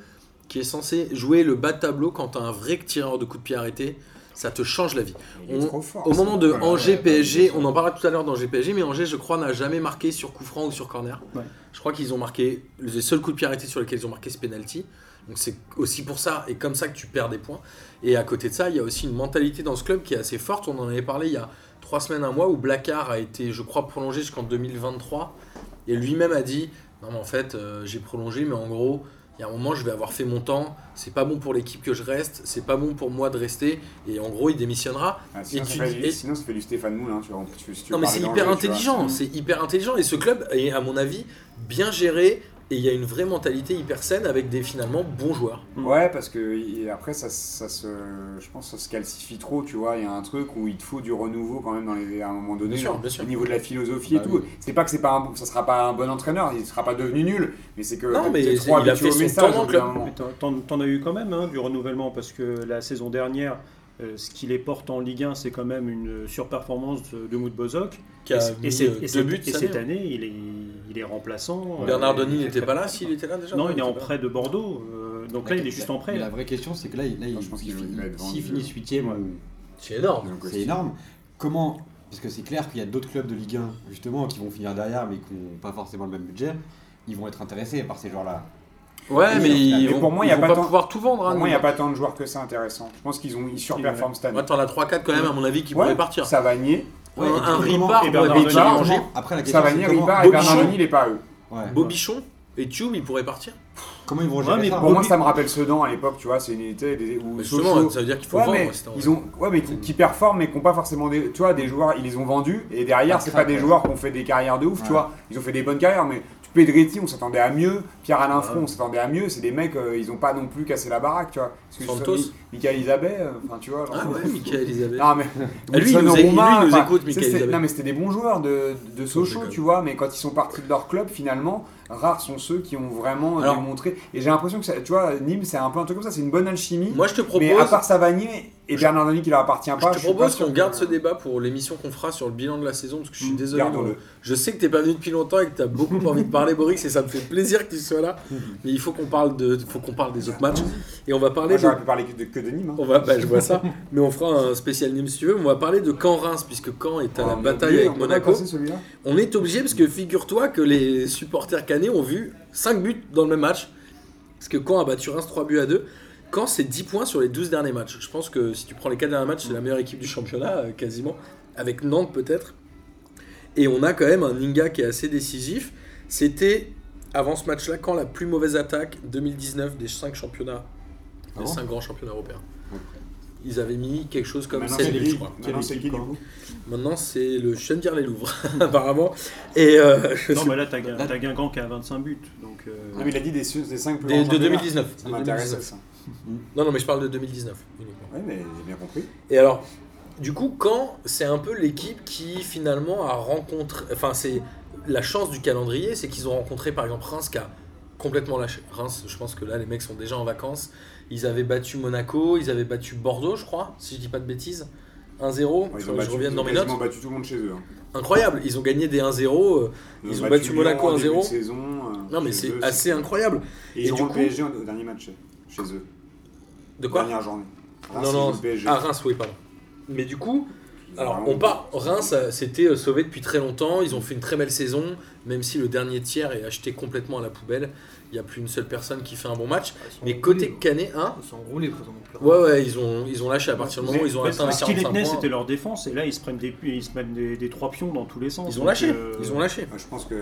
Speaker 1: qui est censé jouer le bas de tableau, quand tu as un vrai tireur de coup de pied arrêté, ça te change la vie.
Speaker 3: Il est
Speaker 1: On-
Speaker 3: trop fort.
Speaker 1: Au moment de
Speaker 4: Voilà,
Speaker 1: Angers
Speaker 4: ouais,
Speaker 1: PSG,
Speaker 4: bah,
Speaker 1: on en parlera tout à l'heure d'Angers PSG, mais Angers, je crois, n'a jamais marqué sur coup franc ou sur corner.
Speaker 5: Ouais.
Speaker 1: Je crois qu'ils ont marqué les seuls coups de pied arrêtés sur lesquels ils ont marqué ce penalty. Donc c'est aussi pour ça et comme ça que tu perds des points. Et à côté de ça, il y a aussi une mentalité dans ce club qui est assez forte. On en avait parlé il y a trois semaines, un mois, où Blacard a été, je crois, prolongé jusqu'en 2023. Et lui-même a dit Non, mais en fait, euh, j'ai prolongé, mais en gros, il y a un moment, je vais avoir fait mon temps. C'est pas bon pour l'équipe que je reste. C'est pas bon pour moi de rester. Et en gros, il démissionnera.
Speaker 3: Ah, sinon,
Speaker 1: Et
Speaker 3: ça
Speaker 1: tu
Speaker 3: fait
Speaker 1: dis-
Speaker 3: du-
Speaker 1: et-
Speaker 3: sinon, ça fait du Stéphane Moulin, tu vois. Tu, tu
Speaker 1: Non mais c'est
Speaker 3: parlais d'Angers,
Speaker 1: hyper
Speaker 3: tu vois.
Speaker 1: intelligent, c'est hyper intelligent et ce club est à mon avis bien géré et il y a une vraie mentalité hyper saine avec des finalement bons joueurs.
Speaker 3: Ouais, parce que et après, ça, ça se, je pense que ça se calcifie trop, tu vois. Il y a un truc où il te faut du renouveau quand même dans les- à un moment donné,
Speaker 1: Bien sûr,
Speaker 3: genre,
Speaker 1: bien sûr.
Speaker 3: au niveau de la philosophie
Speaker 4: Bah
Speaker 3: et tout. C'est pas que c'est pas un, bon- ça sera pas un bon entraîneur, il sera pas devenu nul, mais c'est que
Speaker 1: Non,
Speaker 3: t'es-
Speaker 1: mais
Speaker 3: t'es
Speaker 1: c'est-
Speaker 3: trop
Speaker 1: il a
Speaker 3: habitué
Speaker 1: fait
Speaker 3: au
Speaker 1: son
Speaker 3: message
Speaker 1: temps dans le
Speaker 3: au bout d'un
Speaker 1: club.
Speaker 3: moment.
Speaker 5: Mais t'en- T'en t'en as eu quand même hein, du renouvellement parce que la saison dernière, euh, ce qui les porte en Ligue 1, c'est quand même une surperformance de, de Mout Bozok.
Speaker 1: Qui a
Speaker 5: c-
Speaker 1: mis
Speaker 5: c'est-
Speaker 1: euh,
Speaker 5: et
Speaker 1: deux
Speaker 5: c'est-
Speaker 1: buts
Speaker 5: et
Speaker 1: cette
Speaker 5: cette
Speaker 1: année.
Speaker 5: année, il est, il est remplaçant.
Speaker 1: Bernard
Speaker 5: Euh,
Speaker 1: Denis
Speaker 5: il est
Speaker 1: n'était
Speaker 5: très-
Speaker 1: pas là, s'il était là déjà.
Speaker 5: Non, il est en
Speaker 1: était pas
Speaker 5: prêt de Bordeaux. euh, donc là, il est juste en prêt.
Speaker 4: Mais la vraie question, c'est que là, il- là,
Speaker 3: Non,
Speaker 4: il-
Speaker 3: je pense
Speaker 4: il
Speaker 3: qu'il va- il va être
Speaker 4: finit-
Speaker 3: vendu.
Speaker 4: s'il finit 8ème,
Speaker 5: Ouais.
Speaker 1: là. C'est énorme.
Speaker 3: Donc,
Speaker 4: c'est énorme. Comment Parce que c'est clair qu'il y a d'autres clubs de Ligue 1, justement, qui vont finir derrière, mais qui n'ont pas forcément le même budget. Ils vont être intéressés par ces joueurs-là.
Speaker 1: Ouais, mais
Speaker 4: mais
Speaker 1: ils vont,
Speaker 3: pour moi, il
Speaker 1: ils
Speaker 3: y a
Speaker 1: vont
Speaker 3: pas
Speaker 1: pas
Speaker 3: tant-
Speaker 1: pouvoir tout vendre.
Speaker 3: Pour
Speaker 1: Hein,
Speaker 3: moi, il n'y a pas tant de joueurs que ça intéressants. Je pense qu'ils ont, ils surperforment cette année.
Speaker 1: Moi, t'en as 3-4 quand même, à mon avis, qui
Speaker 3: Ouais,
Speaker 1: pourraient partir.
Speaker 3: Savanier,
Speaker 1: Un-
Speaker 4: Ouais, et
Speaker 1: un
Speaker 4: puis comment-
Speaker 1: Ripard
Speaker 5: et
Speaker 1: pourrait
Speaker 5: Bernard
Speaker 1: partir à
Speaker 5: Denis.
Speaker 1: Angers.
Speaker 4: Après, la question,
Speaker 3: Savanier,
Speaker 4: c'est comment,
Speaker 3: Ripard et
Speaker 1: Bobichon.
Speaker 3: Bernardoni, il est pas à eux.
Speaker 4: Ouais.
Speaker 1: Bobichon et Tube, ils pourraient partir.
Speaker 4: Comment ils vont
Speaker 5: Ouais,
Speaker 4: gérer
Speaker 5: mais
Speaker 4: ça hein
Speaker 3: Pour moi,
Speaker 5: Bobi-
Speaker 3: ça me rappelle Sedan à l'époque, tu vois. C'est une unité des- où
Speaker 1: Bah,
Speaker 3: Sochaux-
Speaker 1: Justement, ça veut dire qu'il faut
Speaker 3: Ouais,
Speaker 1: vendre.
Speaker 3: mais
Speaker 1: c'est-
Speaker 3: ils ont, ouais, mais qui, qui performent, mais qui n'ont pas forcément des, tu vois, des joueurs, ils les ont vendus, et derrière, c'est pas des joueurs qui ont fait des carrières de ouf, tu
Speaker 4: Ouais.
Speaker 3: vois. Ils ont fait des bonnes carrières, mais tu- Pedretti, on s'attendait à mieux, Pierre Alain Front, on s'attendait à mieux, c'est des mecs, euh, ils ont pas non plus cassé la baraque, tu vois. Parce que
Speaker 1: Santos.
Speaker 3: Mi- Michael Isabet, euh, enfin, tu vois. genre-
Speaker 1: Ah ouais, Michael Elisabeth.
Speaker 3: Non, mais.
Speaker 1: Ah, lui, il
Speaker 3: Wilson
Speaker 1: nous é-
Speaker 3: Romain,
Speaker 1: lui, il nous
Speaker 3: enfin,
Speaker 1: écoute,
Speaker 3: tu sais,
Speaker 1: Michael
Speaker 3: c'est-
Speaker 1: Isabelle.
Speaker 3: Non, mais c'était des bons joueurs de, de Sochaux,
Speaker 1: déconne.
Speaker 3: tu vois, mais quand ils sont partis de leur club, finalement, rares sont ceux qui ont vraiment
Speaker 1: Alors-
Speaker 3: démontré. Et j'ai l'impression que, ça- tu vois, Nîmes, c'est un peu un truc comme ça, c'est une bonne alchimie.
Speaker 1: Moi, je te propose.
Speaker 3: Mais à part Savanier et Bernardoni qui leur appartient pas,
Speaker 1: Je te
Speaker 3: Ah, suis pas
Speaker 1: propose
Speaker 3: sûr
Speaker 1: qu'on
Speaker 3: que-
Speaker 1: garde ce débat pour l'émission qu'on fera sur le bilan de la saison parce que je suis
Speaker 3: Mm,
Speaker 1: désolé.
Speaker 3: gardons-le.
Speaker 1: mais Je sais que t'es pas venu depuis longtemps et que t'as beaucoup envie de parler Borix et ça me fait plaisir que tu sois là. Mais il faut qu'on parle de, faut qu'on parle des autres matchs et on va
Speaker 3: Moi,
Speaker 1: parler. de-
Speaker 3: j'aurais pu parler que de, que de Nîmes. hein.
Speaker 1: On va, bah, je vois ça. Mais on fera un spécial Nîmes si tu veux. On va parler de Caen Reims puisque Caen est à la
Speaker 3: On est
Speaker 1: bataille
Speaker 3: obligé, Oh, on
Speaker 1: avec
Speaker 3: peut pas
Speaker 1: Monaco.
Speaker 3: passer celui-là.
Speaker 1: On est obligé parce que figure-toi que les supporters canés ont vu 5 buts dans le même match. Parce que Caen a battu Reims 3 buts à 2. Caen, c'est 10 points sur les 12 derniers matchs. Je pense que si tu prends les 4 derniers matchs, c'est la meilleure équipe du championnat, euh, quasiment. Avec Nantes, peut-être. Et on a quand même un Ninga qui est assez décisif. C'était, avant ce match-là, Caen la plus mauvaise attaque 2019 des 5 championnats,
Speaker 4: Ah
Speaker 1: des
Speaker 4: bon
Speaker 1: 5 grands championnats européens. ils avaient mis quelque chose comme
Speaker 3: Maintenant,
Speaker 1: 7
Speaker 3: c'est
Speaker 1: buts,
Speaker 3: qui
Speaker 1: je crois.
Speaker 3: Maintenant, c'est qui, du coup
Speaker 1: Maintenant, c'est le Chendir les Louvres, apparemment. Et euh, je
Speaker 5: Non,
Speaker 1: sais-
Speaker 5: mais là, t'as Guin- t'as Guingamp qui a 25 buts. Donc, euh,
Speaker 3: Non, mais il a dit des 5 plus
Speaker 1: des-
Speaker 3: grands
Speaker 1: de
Speaker 3: championnats.
Speaker 1: 2019.
Speaker 3: Ça
Speaker 1: de
Speaker 3: m'intéressait,
Speaker 1: 2019.
Speaker 3: ça.
Speaker 1: Non, non, mais je parle de 2019 uniquement.
Speaker 3: Oui, mais j'ai bien compris.
Speaker 1: Et alors, du coup, quand c'est un peu l'équipe qui finalement a rencontré. Enfin, c'est la chance du calendrier, c'est qu'ils ont rencontré par exemple Reims qui a complètement lâché. Reims, je pense que là, les mecs sont déjà en vacances. Ils avaient battu Monaco, ils avaient battu Bordeaux, je crois, si je dis pas de bêtises. 1-0,
Speaker 3: Bon,
Speaker 1: je,
Speaker 3: Ils ont battu-
Speaker 1: reviens
Speaker 3: ils
Speaker 1: dans
Speaker 3: ont
Speaker 1: mes notes.
Speaker 3: quasiment battu tout le monde chez eux. hein.
Speaker 1: Incroyable, ils ont gagné des 1-0. euh, Ils ont battu
Speaker 3: Lyon
Speaker 1: Monaco
Speaker 3: en début de
Speaker 1: 1-0.
Speaker 3: saison, euh,
Speaker 1: Non, mais
Speaker 3: chez
Speaker 1: c'est
Speaker 3: eux,
Speaker 1: assez incroyable. Et
Speaker 3: Et ils
Speaker 1: du
Speaker 3: ont le
Speaker 1: coup-
Speaker 3: PSG au dernier match chez eux.
Speaker 1: De quoi
Speaker 3: Dernière journée. Reims,
Speaker 1: Non,
Speaker 3: ils ont
Speaker 1: non,
Speaker 3: Ah, le Ah, PSG.
Speaker 1: à Reims, oui, pardon. Mais du coup,
Speaker 3: Ils ont
Speaker 1: Alors,
Speaker 3: vraiment-
Speaker 1: on part. Reims, euh, c'était euh, sauvé depuis très longtemps. Ils ont fait une très belle saison, même si le dernier tiers est acheté complètement à la poubelle. Il n'y a plus une seule personne qui fait un bon match.
Speaker 2: Ils sont
Speaker 1: Mais
Speaker 2: roulés,
Speaker 1: côté
Speaker 2: quoi.
Speaker 1: Canet, hein
Speaker 2: Ils sont roulés, quoi, donc, plus
Speaker 1: Ouais, ouais, ils ont, ils ont lâché à partir du moment où ils ont
Speaker 5: Ouais,
Speaker 1: atteint les
Speaker 5: ce qui les
Speaker 1: 45
Speaker 5: tenait, c'était
Speaker 1: points.
Speaker 5: leur défense. Et là, ils se prennent des, ils se prennent des, des trois pions dans tous les sens.
Speaker 1: Ils ont
Speaker 5: donc,
Speaker 1: lâché.
Speaker 5: euh,
Speaker 1: Ils ont lâché.
Speaker 3: Moi, Je pense que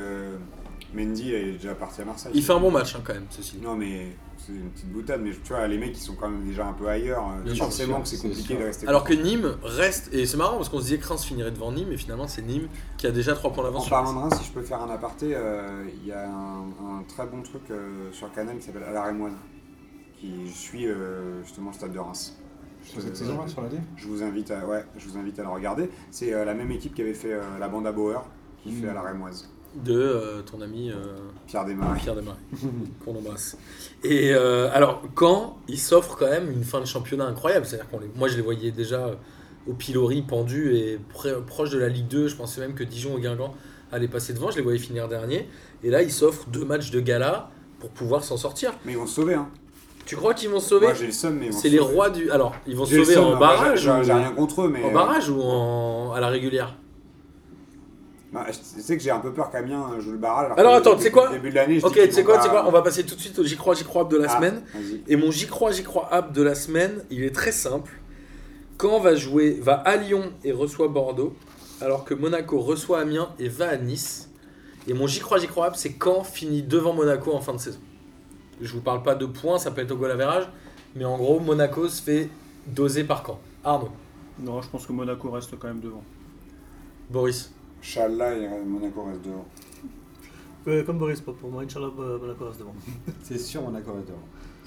Speaker 3: Mendy est déjà parti à Marseille.
Speaker 1: Il fait un bon match, hein, quand même, ceci. dit.
Speaker 3: Non, mais c'est une petite boutade, mais tu vois, les mecs, ils sont quand même déjà un peu ailleurs. euh,
Speaker 1: Bien sûr,
Speaker 3: Forcément
Speaker 4: sûr,
Speaker 3: que c'est
Speaker 4: c'est
Speaker 3: compliqué
Speaker 4: sûr.
Speaker 3: de rester.
Speaker 1: Alors que Nîmes reste. Et c'est marrant parce qu'on se disait que Reims finirait devant Nîmes, et finalement, c'est Nîmes qui a déjà 3 points d'avance.
Speaker 3: En
Speaker 1: sur
Speaker 3: parlant
Speaker 1: Reims.
Speaker 3: de Reims, si je peux faire un aparté, euh, il y a un, un très bon truc euh, sur Canal qui s'appelle À la Rémoise, qui suit euh, justement le stade de Reims.
Speaker 4: Sur cette
Speaker 3: Euh,
Speaker 4: saison-là, sur l'année
Speaker 3: Je vous invite à, ouais, je vous invite à le regarder. C'est euh, la même équipe qui avait fait euh, la bande à Bauer, qui
Speaker 4: Mm.
Speaker 1: Hmm.
Speaker 3: fait à la Rémoise.
Speaker 1: De euh, ton ami. euh,
Speaker 3: Pierre Desmarais.
Speaker 1: Pierre Desmarais, qu'on embrasse. Et euh, alors, quand ils s'offrent quand même une fin de championnat incroyable, c'est-à-dire qu'on les, moi je les voyais déjà euh, au pilori, pendus et près- proche de la Ligue 2, je pensais même que Dijon ou Guingamp allaient passer devant, je les voyais finir dernier, et là ils s'offrent deux matchs de gala pour pouvoir s'en sortir.
Speaker 3: Mais ils vont se sauver, hein.
Speaker 1: Tu crois qu'ils vont se sauver
Speaker 3: Moi j'ai le seum, mais ils vont
Speaker 1: C'est
Speaker 3: se
Speaker 1: les
Speaker 3: sauver.
Speaker 1: rois du. Alors, ils vont se
Speaker 3: J'ai le
Speaker 1: sauver
Speaker 3: seum,
Speaker 1: en
Speaker 3: hein.
Speaker 1: barrage
Speaker 3: J'ai-
Speaker 1: ou,
Speaker 3: J'ai rien contre eux, mais.
Speaker 1: en
Speaker 3: euh,
Speaker 1: barrage ou en, à la régulière
Speaker 3: bah, je je sais que j'ai un peu peur qu'Amiens joue le barrage.
Speaker 1: Alors,
Speaker 3: que
Speaker 1: attends, tu
Speaker 3: depuis
Speaker 1: sais quoi
Speaker 3: le Début de l'année, je
Speaker 1: Ok,
Speaker 3: dis qu'ils
Speaker 1: tu sais
Speaker 3: vont
Speaker 1: quoi,
Speaker 3: pas-
Speaker 1: tu sais quoi, on va passer tout de suite au J'y crois, J'y crois de la
Speaker 3: Ah,
Speaker 1: semaine.
Speaker 3: vas-y.
Speaker 1: Et mon j'y crois, j'y crois app de la semaine, il est très simple. Caen va jouer, va à Lyon et reçoit Bordeaux, alors que Monaco reçoit Amiens et va à Nice. Et mon j'y crois, j'y crois app, c'est Caen finit devant Monaco en fin de saison. Je vous parle pas de points, ça peut être au goal average, mais en gros, Monaco se fait doser par Caen. Arnaud,
Speaker 5: Non, je pense que Monaco reste quand même devant.
Speaker 1: Boris,
Speaker 3: Inch'Allah, et Monaco reste devant.
Speaker 2: Euh, comme Boris, pas pour moi, Inch'Allah, euh, Monaco reste devant.
Speaker 4: C'est sûr, on a quand même devant.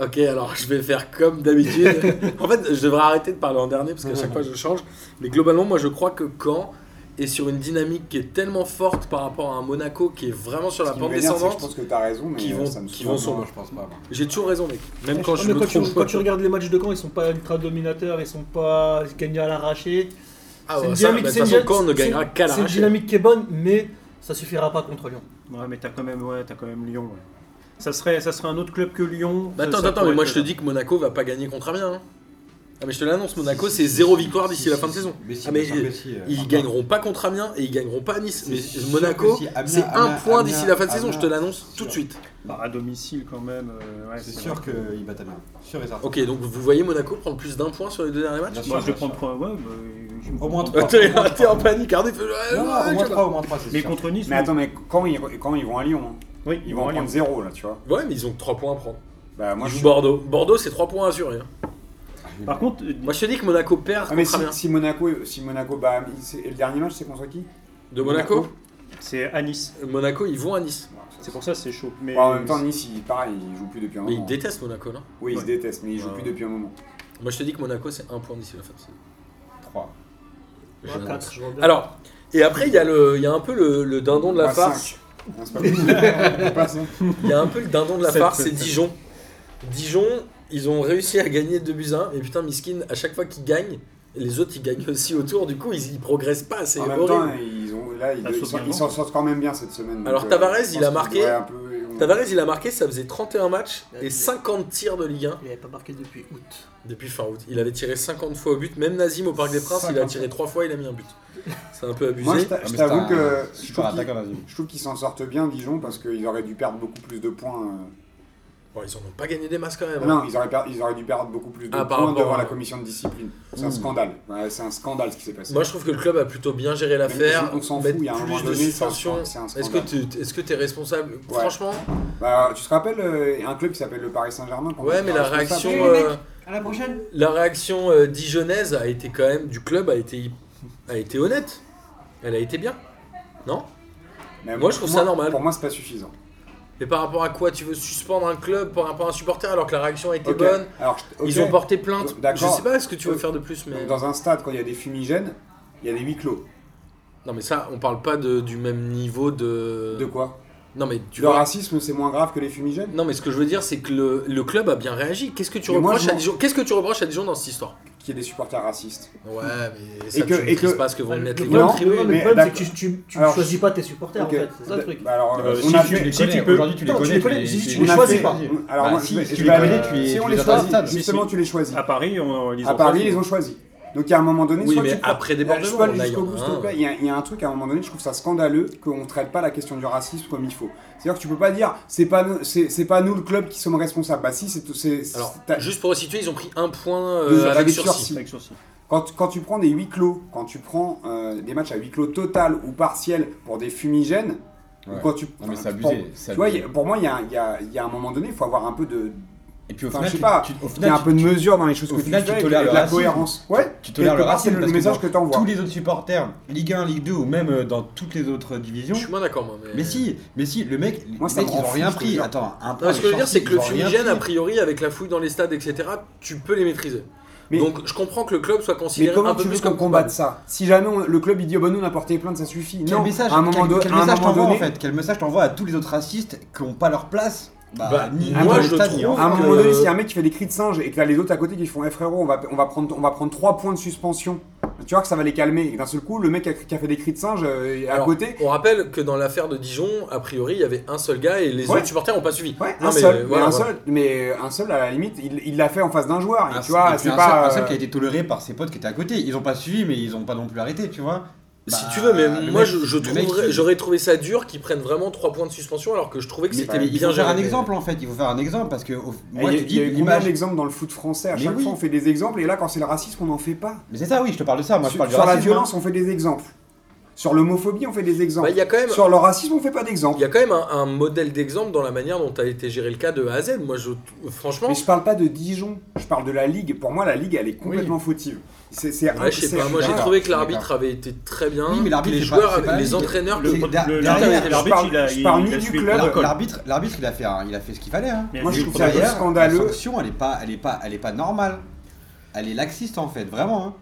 Speaker 1: Ok, alors je vais faire comme d'habitude. en fait, je devrais arrêter de parler en dernier parce qu'à chaque fois je change. Mais globalement, moi je crois que Caen est sur une dynamique qui est tellement forte par rapport à un Monaco qui est vraiment sur la
Speaker 3: Ce qui me
Speaker 1: pente
Speaker 3: vénère, c'est que Je
Speaker 1: descendante.
Speaker 3: pense que t'as raison, mais
Speaker 1: qui
Speaker 3: euh,
Speaker 1: vont-
Speaker 3: ça me
Speaker 1: qui
Speaker 3: saoule.
Speaker 1: vont sombrer.
Speaker 4: Non, je pense pas. moi.
Speaker 1: J'ai toujours raison, mec. Même quand
Speaker 2: Ah,
Speaker 1: je
Speaker 2: mais
Speaker 1: me
Speaker 2: quand
Speaker 1: trompe.
Speaker 2: tu, quand tu regardes les matchs de Caen, ils sont pas ultra dominateurs, ils sont pas ils gagnent à l'arraché.
Speaker 1: Ah,
Speaker 2: C'est
Speaker 1: ouais,
Speaker 2: une
Speaker 1: ça, bah, de
Speaker 2: dynamique-
Speaker 1: toute
Speaker 2: c'est une
Speaker 1: façon,
Speaker 2: dy-
Speaker 1: Caen ne
Speaker 2: c'est-
Speaker 1: gagnera qu'à
Speaker 2: C'est une
Speaker 1: l'arraché.
Speaker 2: dynamique qui est bonne, mais ça suffira pas contre Lyon.
Speaker 5: Ouais, mais t'as quand même, ouais, t'as quand même Lyon. ouais. Ça serait, ça serait un autre club que Lyon.
Speaker 1: Bah,
Speaker 5: ça-
Speaker 1: attends, attends,
Speaker 5: ça
Speaker 1: mais
Speaker 5: pourrait
Speaker 1: moi
Speaker 5: être
Speaker 1: je te
Speaker 5: là.
Speaker 1: dis que Monaco va pas gagner contre Amiens. hein. Ah, mais je te l'annonce, Monaco c'est zéro victoire d'ici
Speaker 4: Si,
Speaker 1: la
Speaker 4: si,
Speaker 1: fin de
Speaker 4: si.
Speaker 1: saison.
Speaker 4: Mais si,
Speaker 1: Ah,
Speaker 4: bien
Speaker 1: mais
Speaker 4: sûr que si, euh,
Speaker 1: Ils
Speaker 4: enfin,
Speaker 1: gagneront pas contre Amiens et ils gagneront pas à Nice.
Speaker 4: C'est
Speaker 1: Mais
Speaker 4: sûr
Speaker 1: Monaco,
Speaker 4: que si. Amiens,
Speaker 1: c'est un
Speaker 4: Amiens,
Speaker 1: point d'ici la fin de
Speaker 4: Amiens,
Speaker 1: saison, je te l'annonce
Speaker 4: c'est
Speaker 1: tout de
Speaker 4: sûr.
Speaker 1: suite.
Speaker 5: Bah, à domicile quand même. euh, ouais,
Speaker 4: C'est
Speaker 5: c'est-
Speaker 4: sûr qu'ils battent Amiens. Sûr et certain.
Speaker 1: Ok, donc vous voyez Monaco prendre plus d'un point sur les deux derniers matchs
Speaker 4: Bien
Speaker 5: Moi,
Speaker 4: sûr,
Speaker 5: je
Speaker 4: bien
Speaker 5: prends
Speaker 4: sûr.
Speaker 5: trois. Ouais, bah, je-
Speaker 4: Au moins
Speaker 1: Euh,
Speaker 4: trois.
Speaker 1: T'es
Speaker 4: Au moins
Speaker 1: t'es en
Speaker 4: trois.
Speaker 1: panique, Arnaud, il fait, ouais,
Speaker 4: Non, non,
Speaker 1: ouais,
Speaker 4: au moins
Speaker 1: je-
Speaker 4: trois, au moins trois, c'est
Speaker 5: Mais
Speaker 4: sûr.
Speaker 5: contre Nice.
Speaker 3: Mais
Speaker 5: oui.
Speaker 3: attends, mais quand ils, re- quand ils vont à Lyon, hein,
Speaker 5: Oui,
Speaker 3: ils vont prendre zéro, là, tu vois.
Speaker 1: Ouais, mais ils ont que 3 points à prendre.
Speaker 3: Bah, moi,
Speaker 1: ils
Speaker 3: je
Speaker 1: jouent
Speaker 3: suis-
Speaker 1: Bordeaux. Bordeaux, c'est 3 points assurés. hein.
Speaker 5: Par contre, euh,
Speaker 1: Moi, je te dis que Monaco perd
Speaker 3: Ah, mais
Speaker 1: contre
Speaker 3: si,
Speaker 1: Amiens.
Speaker 3: si Monaco, si Monaco bah, et le dernier match, c'est contre qui
Speaker 1: De Monaco
Speaker 5: c'est à Nice.
Speaker 1: Monaco, ils vont à Nice.
Speaker 5: C'est pour ça, c'est chaud. Mais euh,
Speaker 3: Bon, Bah, en même temps, Nice, il, pareil, il joue plus depuis un
Speaker 1: Mais
Speaker 3: moment.
Speaker 1: ils détestent Monaco, non
Speaker 3: Oui, ils se
Speaker 5: Ouais.
Speaker 3: détestent, mais ils jouent
Speaker 1: Ouais.
Speaker 3: plus depuis un moment.
Speaker 1: Moi, je te dis que Monaco, c'est 1 point d'ici la fin de saison.
Speaker 4: Trois.
Speaker 1: Je
Speaker 2: Moi,
Speaker 1: l'annonce.
Speaker 2: quatre, je vois bien.
Speaker 1: Alors, et après, il y, a le- il y a un peu le, le dindon de la
Speaker 3: Pas
Speaker 1: farce.
Speaker 3: cinq. Non, c'est pas possible. C'est pas cinq.
Speaker 1: Il y a un peu le dindon de la
Speaker 5: Sept,
Speaker 1: farce,
Speaker 5: sept,
Speaker 1: c'est
Speaker 5: sept.
Speaker 1: Dijon. Dijon, ils ont réussi à gagner 2 buts à 1. Mais putain, Miskin, à chaque fois qu'ils gagnent, les autres, ils gagnent aussi autour. Du coup, ils, ils progressent pas. C'est
Speaker 3: En même
Speaker 1: horrible.
Speaker 3: temps, ils ont- là, ils
Speaker 5: Ah,
Speaker 3: ils
Speaker 5: sauf
Speaker 3: sont-
Speaker 5: Guingamp.
Speaker 3: ils s'en sortent quand même bien cette semaine. donc,
Speaker 1: Alors,
Speaker 3: euh,
Speaker 1: Tavares,
Speaker 3: je pense
Speaker 1: il a
Speaker 3: qu'ils
Speaker 1: marqué.
Speaker 3: devraient un peu- on-
Speaker 1: Tavares, il a marqué, ça faisait 31 matchs et
Speaker 2: Ouais.
Speaker 1: 50 tirs de Ligue 1
Speaker 2: Il avait pas marqué depuis août.
Speaker 1: depuis fin août. Il avait tiré 50 fois au but, même Nazim au Parc des Princes, il a
Speaker 3: 50.
Speaker 1: tiré 3 fois, il a mis un but. C'est un peu abusé.
Speaker 3: Moi, je t'a-
Speaker 4: Ah,
Speaker 3: je
Speaker 4: mais
Speaker 3: t'avoue
Speaker 4: c'est
Speaker 3: que
Speaker 4: un
Speaker 3: je
Speaker 4: Super
Speaker 3: trouve qu'ils-
Speaker 4: attaquant, vas-y.
Speaker 3: je trouve qu'ils s'en sortent bien, Dijon, parce qu'ils auraient dû perdre beaucoup plus de points. euh,
Speaker 1: Bon, ils en ont pas gagné des masses quand même. hein.
Speaker 3: Non, ils auraient, per- ils auraient dû perdre beaucoup plus de
Speaker 1: Ah, par
Speaker 3: points
Speaker 1: rapport
Speaker 3: devant
Speaker 1: à-
Speaker 3: la commission de discipline. C'est un
Speaker 4: Hmm.
Speaker 3: scandale. Ouais, c'est un scandale ce qui s'est passé.
Speaker 1: Moi, je trouve que le club a plutôt bien géré l'affaire.
Speaker 3: on s'en fout,
Speaker 1: Mettre
Speaker 3: il y a un
Speaker 1: plus
Speaker 3: moment
Speaker 1: de
Speaker 3: donné, c'est un
Speaker 1: suspensions.
Speaker 3: scan- c'est un
Speaker 1: Est-ce que
Speaker 3: scandale.
Speaker 1: tu est-ce que es responsable Franchement,
Speaker 3: Bah, tu te rappelles euh, un club qui s'appelle le Paris Saint-Germain quand
Speaker 1: ouais,
Speaker 3: on
Speaker 1: mais
Speaker 3: était
Speaker 1: la
Speaker 3: responsable
Speaker 1: réaction,
Speaker 6: Oui, les mecs.
Speaker 1: euh,
Speaker 6: À la prochaine.
Speaker 1: la réaction euh, dijonnaise a été quand même du club a été a été honnête. Elle a été bien, non
Speaker 3: Mais
Speaker 1: moi, je trouve
Speaker 3: pour
Speaker 1: ça normal.
Speaker 3: Pour moi, c'est pas suffisant.
Speaker 1: Mais par rapport à quoi tu veux suspendre un club par rapport à un supporter alors que la réaction a été
Speaker 3: Ok.
Speaker 1: bonne
Speaker 3: Alors, je- ok.
Speaker 1: Ils ont porté plainte. Je
Speaker 3: D'accord.
Speaker 1: sais pas ce que tu veux
Speaker 3: Ok.
Speaker 1: faire de plus, mais
Speaker 3: Donc, Dans un stade, quand il y a des fumigènes, il y a des huis clos.
Speaker 1: non, mais ça, on parle pas de- du même niveau de.
Speaker 3: De quoi
Speaker 1: Non, mais tu
Speaker 3: Le
Speaker 1: vois.
Speaker 3: racisme, c'est moins grave que les fumigènes
Speaker 1: Non, mais ce que je veux dire, c'est que le, le club a bien réagi. Qu'est-ce que tu
Speaker 3: Mais moi,
Speaker 1: reproches
Speaker 3: je
Speaker 1: à
Speaker 3: m'en-
Speaker 1: Dijon Qu'est-ce que tu reproches à Dijon dans cette histoire
Speaker 3: Qu'il y ait des supporters racistes.
Speaker 1: Ouais, mais ça,
Speaker 3: Et
Speaker 1: tu
Speaker 3: que- et
Speaker 1: maîtrises
Speaker 3: que-
Speaker 1: pas ce que vont
Speaker 2: Le
Speaker 1: mettre les
Speaker 2: problème,
Speaker 1: gens.
Speaker 3: Non,
Speaker 2: c'est- non, mais
Speaker 3: mais
Speaker 2: le problème, c'est
Speaker 3: d'accord.
Speaker 2: que tu, tu
Speaker 3: Alors,
Speaker 2: choisis pas tes supporters,
Speaker 3: Ok.
Speaker 2: en fait. C'est ça le truc.
Speaker 3: Bah, alors,
Speaker 5: Euh,
Speaker 3: on
Speaker 5: si
Speaker 3: a
Speaker 5: tu
Speaker 3: fait-
Speaker 5: les
Speaker 4: Si
Speaker 5: connais,
Speaker 4: tu peux. Aujourd'hui, tu les
Speaker 2: Putain, tu
Speaker 4: connais.
Speaker 2: les connais, si-
Speaker 4: tu
Speaker 2: tu
Speaker 4: les
Speaker 3: on a
Speaker 4: choisis
Speaker 3: fait-
Speaker 4: pas.
Speaker 3: Alors,
Speaker 4: Bah,
Speaker 3: moi,
Speaker 4: si,
Speaker 3: je vais-
Speaker 4: si
Speaker 3: je
Speaker 4: tu
Speaker 3: vais
Speaker 4: les
Speaker 3: aller-
Speaker 4: connais, tu les-
Speaker 3: Si on
Speaker 4: tu
Speaker 3: les
Speaker 4: les as dans le
Speaker 3: choisit,
Speaker 4: stade.
Speaker 3: justement, tu les choisis.
Speaker 5: À Paris, on, Ah, ils ont
Speaker 3: À Paris,
Speaker 5: choisi.
Speaker 3: ils ont choisi. Donc, il y a un moment donné,
Speaker 1: Oui,
Speaker 3: soit
Speaker 1: mais
Speaker 3: tu prends-
Speaker 1: après
Speaker 3: Je peux
Speaker 1: débordement,
Speaker 3: aller
Speaker 1: là, il y
Speaker 3: jusqu'au
Speaker 1: en
Speaker 3: bout,
Speaker 1: a
Speaker 3: s'il te
Speaker 1: un.
Speaker 3: plaît. Il y, a- il y a un truc à un moment donné, je trouve ça scandaleux qu'on ne traite pas la question du racisme comme il faut. C'est-à-dire que tu peux pas dire c'est pas nous- c'est c'est pas nous le club qui sommes responsables. Bah si, c'est tout- c'est c'est-
Speaker 1: Alors,
Speaker 3: t'as-
Speaker 1: juste pour resituer, ils ont pris un point euh,
Speaker 3: Deux-
Speaker 1: avec,
Speaker 3: avec
Speaker 1: sursis.
Speaker 3: sursis.
Speaker 5: Avec sursis.
Speaker 3: quand, quand tu prends des huis clos, quand tu prends euh, des matchs à huis clos total ou partiel pour des fumigènes, ou
Speaker 6: Ouais.
Speaker 3: quand tu,
Speaker 6: Non, mais
Speaker 3: enfin,
Speaker 6: c'est
Speaker 3: tu
Speaker 6: abusé,
Speaker 3: prends-
Speaker 6: c'est
Speaker 3: tu vois,
Speaker 6: abusé.
Speaker 3: il y a- pour moi, il y a, un- il y a- il y a un moment donné, il faut avoir un peu de,
Speaker 6: Et puis au
Speaker 3: enfin,
Speaker 6: final,
Speaker 3: je sais
Speaker 6: tu-
Speaker 3: pas,
Speaker 6: tu- au
Speaker 3: il y a
Speaker 6: final,
Speaker 3: un peu de
Speaker 6: tu-
Speaker 3: mesure dans les choses
Speaker 6: au
Speaker 3: que
Speaker 6: final,
Speaker 3: tu
Speaker 6: tu
Speaker 3: fais, et
Speaker 6: tolères
Speaker 3: de
Speaker 6: le
Speaker 3: la
Speaker 6: racisme.
Speaker 3: cohérence. Ouais,
Speaker 6: tu tolères
Speaker 3: quelque
Speaker 6: le
Speaker 3: part,
Speaker 6: racisme
Speaker 3: c'est le
Speaker 6: parce que
Speaker 3: message
Speaker 6: dans
Speaker 3: que t'envoies.
Speaker 6: tous les autres supporters, Ligue 1, Ligue 2 ou même euh, dans toutes les autres divisions.
Speaker 1: Je suis moins d'accord, moi. Mais,
Speaker 4: Mais si, mais si, le mec,
Speaker 3: Moi,
Speaker 4: les
Speaker 3: ça
Speaker 4: mecs,
Speaker 3: me
Speaker 4: ils
Speaker 3: rend
Speaker 4: ont
Speaker 3: fou,
Speaker 4: rien
Speaker 3: je te
Speaker 4: pris.
Speaker 3: jure.
Speaker 4: Attends, un
Speaker 1: Non,
Speaker 4: point,
Speaker 1: ce que je veux
Speaker 4: ils
Speaker 1: dire,
Speaker 4: sont
Speaker 1: c'est que le
Speaker 4: sortis, ils ont rien
Speaker 1: fumigène, a
Speaker 4: pris.
Speaker 1: priori, avec la fouille dans les stades, etc., tu peux les maîtriser.
Speaker 3: Mais-
Speaker 1: Donc, je comprends que le club soit
Speaker 3: Mais
Speaker 1: considéré un
Speaker 3: comment
Speaker 1: peu
Speaker 3: tu veux
Speaker 1: plus
Speaker 3: qu'on
Speaker 1: comme
Speaker 3: combatte ça Si jamais on- le club il dit oh, bah nous on a porté plainte ça suffit.
Speaker 4: Quel
Speaker 3: non,
Speaker 4: message,
Speaker 3: à un moment,
Speaker 4: quel,
Speaker 3: do-
Speaker 4: quel
Speaker 3: à un
Speaker 4: message
Speaker 3: moment
Speaker 4: t'envoies
Speaker 3: donné,
Speaker 4: en fait Quel message t'envoies à tous les autres racistes qui n'ont pas leur place Bah,
Speaker 1: Bah,
Speaker 4: ni
Speaker 1: moi,
Speaker 4: dans les
Speaker 1: je
Speaker 4: stades,
Speaker 1: trouve-
Speaker 4: ni en-
Speaker 3: À un
Speaker 1: Donc,
Speaker 3: moment donné,
Speaker 1: euh,
Speaker 3: s'il y a un mec qui fait des cris de singe et que t'as les autres à côté qui font Eh frérot, on va, on, va prendre, on va prendre 3 points de suspension, tu vois que ça va les calmer. Et d'un seul coup, le mec qui a, qui a fait des cris de singe euh, est à
Speaker 1: Alors,
Speaker 3: côté,
Speaker 1: On rappelle que dans l'affaire de Dijon, a priori, il y avait un seul gars et les
Speaker 3: Ouais.
Speaker 1: autres supporters n'ont pas suivi.
Speaker 3: ouais,
Speaker 1: Non,
Speaker 3: un,
Speaker 1: mais,
Speaker 3: seul,
Speaker 1: euh,
Speaker 3: mais
Speaker 1: voilà,
Speaker 3: un
Speaker 1: voilà.
Speaker 3: seul, mais euh, un seul, à la limite, il il l'a fait en face d'un joueur. Et
Speaker 4: Un-
Speaker 3: tu vois,
Speaker 4: Ah, et puis
Speaker 3: c'est
Speaker 4: un
Speaker 3: pas.
Speaker 4: seul- un seul
Speaker 3: euh,
Speaker 4: qui a été toléré par ses potes qui étaient à côté. Ils ont pas suivi, mais ils ont pas non plus arrêté, tu vois.
Speaker 1: Si
Speaker 4: Bah,
Speaker 1: tu veux, mais
Speaker 4: le
Speaker 1: moi
Speaker 4: mec-
Speaker 1: je, je
Speaker 4: le mec,
Speaker 1: trouverais-
Speaker 4: il-
Speaker 1: j'aurais trouvé ça dur qu'ils prennent vraiment 3 points de suspension alors que je trouvais que
Speaker 4: Mais,
Speaker 1: c'était
Speaker 4: mais il
Speaker 1: bien
Speaker 4: faut faire
Speaker 1: géré.
Speaker 4: un exemple en fait, il faut faire un exemple parce que au-
Speaker 3: eh, il y
Speaker 4: moi je
Speaker 3: a-
Speaker 4: te
Speaker 3: il
Speaker 4: dis
Speaker 3: y a eu combien
Speaker 4: l'image.
Speaker 3: d'exemples dans le foot français À
Speaker 4: Mais
Speaker 3: chaque
Speaker 4: oui.
Speaker 3: fois, on fait des exemples, et là, quand c'est le racisme, on n'en fait pas.
Speaker 4: Mais c'est ça, oui, je te parle de ça. Moi je
Speaker 3: Sur
Speaker 4: parle du
Speaker 3: sur la
Speaker 4: racisme. hein.
Speaker 3: violence, on fait des exemples. Sur l'homophobie, on fait des
Speaker 1: Bah,
Speaker 3: exemples.
Speaker 1: Il y a quand même,
Speaker 3: Sur le racisme, on fait pas
Speaker 1: il
Speaker 3: d'exemple.
Speaker 1: y a quand même un, un modèle d'exemple dans la manière dont a été géré le cas de A à Z. Moi, je, franchement,
Speaker 3: Mais je parle pas de Dijon, je parle de la Ligue. Pour moi, la Ligue, elle est complètement fautive. C'est c'est
Speaker 4: Ah,
Speaker 1: ouais, je sais
Speaker 3: c'est-
Speaker 1: pas, moi j'ai
Speaker 4: d'accord,
Speaker 1: trouvé que
Speaker 4: je suis
Speaker 1: l'arbitre avait été très bien.
Speaker 4: Oui, mais l'arbitre,
Speaker 1: les
Speaker 4: c'est pas-
Speaker 1: joueurs,
Speaker 4: c'est pas
Speaker 1: les
Speaker 4: lui,
Speaker 1: entraîneurs.
Speaker 4: mais-
Speaker 5: Le-
Speaker 4: C'est
Speaker 5: le-
Speaker 4: da-
Speaker 5: le-
Speaker 4: derrière,
Speaker 5: L'arbitre,
Speaker 3: je parle-
Speaker 5: il a-
Speaker 3: je
Speaker 5: il
Speaker 3: parle ni
Speaker 5: a
Speaker 3: du
Speaker 5: suivi le
Speaker 3: club.
Speaker 4: Alors,
Speaker 5: protocole.
Speaker 4: L'arbitre, l'arbitre, il a fait, un- il a fait ce qu'il fallait. hein.
Speaker 5: Mais
Speaker 3: Moi,
Speaker 5: il a
Speaker 3: je
Speaker 5: suivi le
Speaker 3: trouve ça
Speaker 5: protocole.
Speaker 3: hier.
Speaker 4: D'ailleurs,
Speaker 3: scandaleux.
Speaker 4: La sanction, elle est pas, elle est pas, elle est pas normale. Elle est laxiste en fait, vraiment. hein.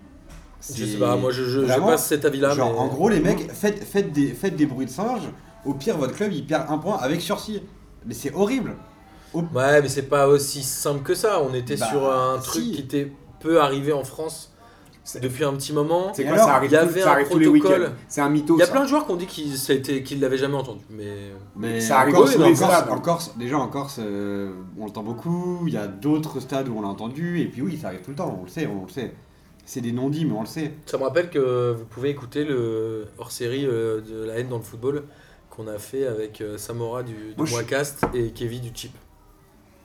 Speaker 1: Je sais
Speaker 4: C'est-
Speaker 1: pas, moi je, je, je
Speaker 4: Vraiment,
Speaker 1: passe cet avis-là.
Speaker 4: genre,
Speaker 1: mais-
Speaker 4: en gros, les mecs, faites, faites, des, faites des bruits de singe. Au pire, votre club, il perd un point avec sursis. Mais c'est horrible.
Speaker 1: Ouais, mais c'est pas aussi simple que ça. On était
Speaker 4: Bah,
Speaker 1: sur un
Speaker 4: si.
Speaker 1: truc qui était peu arrivé en France
Speaker 3: C'est-
Speaker 1: depuis un petit moment.
Speaker 3: C'est
Speaker 4: Et
Speaker 3: quoi
Speaker 4: alors,
Speaker 3: ça arrive,
Speaker 1: il y
Speaker 3: tout-
Speaker 1: avait
Speaker 3: ça
Speaker 1: un
Speaker 3: arrive tous les
Speaker 1: protocole.
Speaker 3: week-ends. C'est un mytho.
Speaker 1: Il y a
Speaker 3: ça.
Speaker 1: plein de joueurs qui ont dit qu'ils ça a été- qu'ils l'avaient jamais entendu. Mais
Speaker 4: Mais
Speaker 3: Ça
Speaker 4: en
Speaker 3: arrive
Speaker 4: Corse,
Speaker 1: aussi dans les
Speaker 4: en Corse-
Speaker 3: stades.
Speaker 4: en Corse- déjà en Corse, euh, on l'entend beaucoup. Il y a d'autres stades où on l'a entendu. Et puis oui, ça arrive tout le temps. On le sait, on le sait. C'est des non-dits, mais on le sait.
Speaker 1: ça me rappelle que vous pouvez écouter le hors-série euh, de la haine dans le football qu'on a fait avec euh, Samora du, du
Speaker 3: Moi, je-
Speaker 1: Moicast et Kevin du Chip.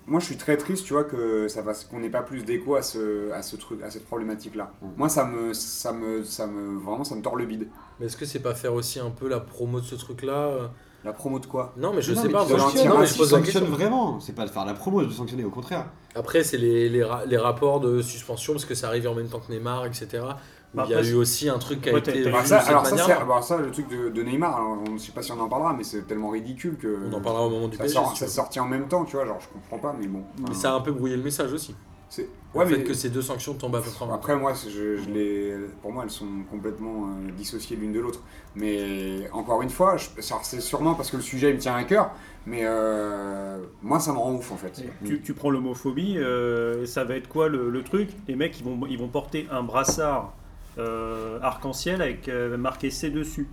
Speaker 3: Moi, je suis très triste, tu vois, que ça fasse qu'on n'ait pas plus d'écho à ce, à ce truc, à cette problématique-là.
Speaker 4: Mm.
Speaker 3: Moi, ça me, ça me, ça me, vraiment, ça me tord le bide.
Speaker 1: Mais est-ce que c'est pas faire aussi un peu la promo de ce truc-là euh
Speaker 3: La promo de quoi
Speaker 1: Non, mais je
Speaker 4: Non,
Speaker 1: sais
Speaker 4: mais
Speaker 1: pas.
Speaker 4: tu
Speaker 1: moi, je-
Speaker 4: sanctionnes, hein,
Speaker 1: non, mais
Speaker 4: tu
Speaker 1: je pose la
Speaker 4: sanctionnes
Speaker 1: question.
Speaker 4: vraiment. C'est pas de faire la promo de sanctionner, au contraire.
Speaker 1: Après, c'est les, les, ra- les rapports de suspension parce que ça arrivait en même temps que Neymar, etc. où
Speaker 5: Bah,
Speaker 1: il y a
Speaker 5: après,
Speaker 1: eu aussi un truc qui a
Speaker 5: Ouais,
Speaker 1: été
Speaker 5: t'as-
Speaker 1: vu
Speaker 5: t'as
Speaker 3: alors
Speaker 1: de
Speaker 5: vu
Speaker 3: Bah, ça,
Speaker 1: cette
Speaker 3: alors ça,
Speaker 1: manière.
Speaker 3: c'est- alors ça, le truc de, de Neymar, alors, on ne sait pas si on en parlera, mais c'est tellement ridicule que
Speaker 1: On en parlera au moment du
Speaker 3: ça,
Speaker 1: PSG.
Speaker 3: sort-
Speaker 1: si tu
Speaker 3: ça
Speaker 1: veux.
Speaker 3: sortit en même temps, tu vois, genre je comprends pas, mais bon.
Speaker 1: Mais
Speaker 3: Enfin,
Speaker 1: ça a un peu brouillé le message aussi.
Speaker 3: c'est-
Speaker 1: le fait que ces deux sanctions tombent à peu près en même temps.
Speaker 3: Après, moi, c'est- je, je les, pour moi, elles sont complètement euh, dissociées l'une de l'autre. Mais encore une fois, je- ça, c'est sûrement parce que le sujet il me tient à cœur, mais euh, moi, ça me rend ouf en fait.
Speaker 5: Tu, tu prends l'homophobie, euh, ça va être quoi le, le truc Les mecs, ils vont, ils vont porter un brassard euh, arc-en-ciel avec euh, marqué C dessus,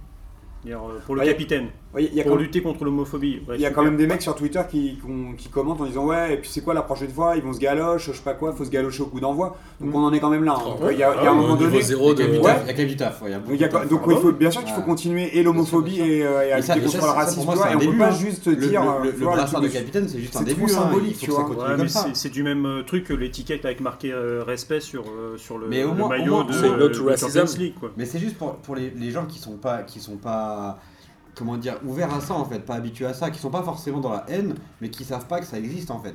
Speaker 5: C'est-à-dire, euh, pour le
Speaker 3: Ah, y a-
Speaker 5: capitaine.
Speaker 3: Ouais, Il y a
Speaker 5: pour
Speaker 3: quand-
Speaker 5: lutter contre l'homophobie. Ouais,
Speaker 3: il y a
Speaker 5: super.
Speaker 3: quand même des mecs sur Twitter qui, qui ont- qui commentent en disant Ouais, et puis c'est quoi la prochaine fois Ils vont se galocher, je sais pas quoi, faut se galocher au coup d'envoi. Donc
Speaker 5: Mm.
Speaker 3: on en est quand même là. hein.
Speaker 1: Oh,
Speaker 3: Donc, Il y a, il y a un moment donné.
Speaker 1: niveau zéro de.
Speaker 4: Il y a
Speaker 3: Ouais.
Speaker 4: quand même du taf, ouais, il y a beaucoup
Speaker 3: Donc, il y a
Speaker 4: de
Speaker 3: quand-
Speaker 4: taf.
Speaker 3: donc, il faut, bien sûr qu'il faut
Speaker 4: Ouais.
Speaker 3: continuer et l'homophie
Speaker 4: Bien sûr,
Speaker 3: et, euh, et à
Speaker 4: Et ça-
Speaker 3: lutter
Speaker 4: et
Speaker 3: contre
Speaker 4: ça,
Speaker 3: le
Speaker 4: ça, pour moi,
Speaker 3: racisme.
Speaker 4: c'est
Speaker 3: tu vois,
Speaker 4: un
Speaker 3: et on peut
Speaker 4: début,
Speaker 3: pas
Speaker 4: hein.
Speaker 3: juste
Speaker 4: Le-
Speaker 3: dire.
Speaker 4: le-
Speaker 3: euh,
Speaker 4: le,
Speaker 3: tu
Speaker 4: le
Speaker 3: vois, le
Speaker 4: brassard de
Speaker 3: truc de-
Speaker 4: capitaine, c'est juste un
Speaker 3: c'est
Speaker 4: début.
Speaker 3: trop
Speaker 4: hein,
Speaker 3: symbolique,
Speaker 4: il faut
Speaker 3: tu
Speaker 4: que ça
Speaker 3: vois.
Speaker 4: continue
Speaker 5: Ouais,
Speaker 4: comme
Speaker 5: mais
Speaker 4: ça.
Speaker 5: c'est c'est du même euh, truc que l'étiquette avec marqué euh, respect sur, euh, sur le,
Speaker 4: Mais au
Speaker 5: le
Speaker 4: moins- au
Speaker 5: maillot
Speaker 4: moins-
Speaker 5: de,
Speaker 4: C'est
Speaker 5: euh,
Speaker 1: no to
Speaker 5: de
Speaker 1: racism.
Speaker 5: Champions League. Quoi.
Speaker 4: Mais c'est juste pour, pour les, les gens qui sont pas qui sont pas comment dire ouverts à ça en fait, pas habitués à ça, qui sont pas forcément dans la haine, mais qui savent pas que ça existe en fait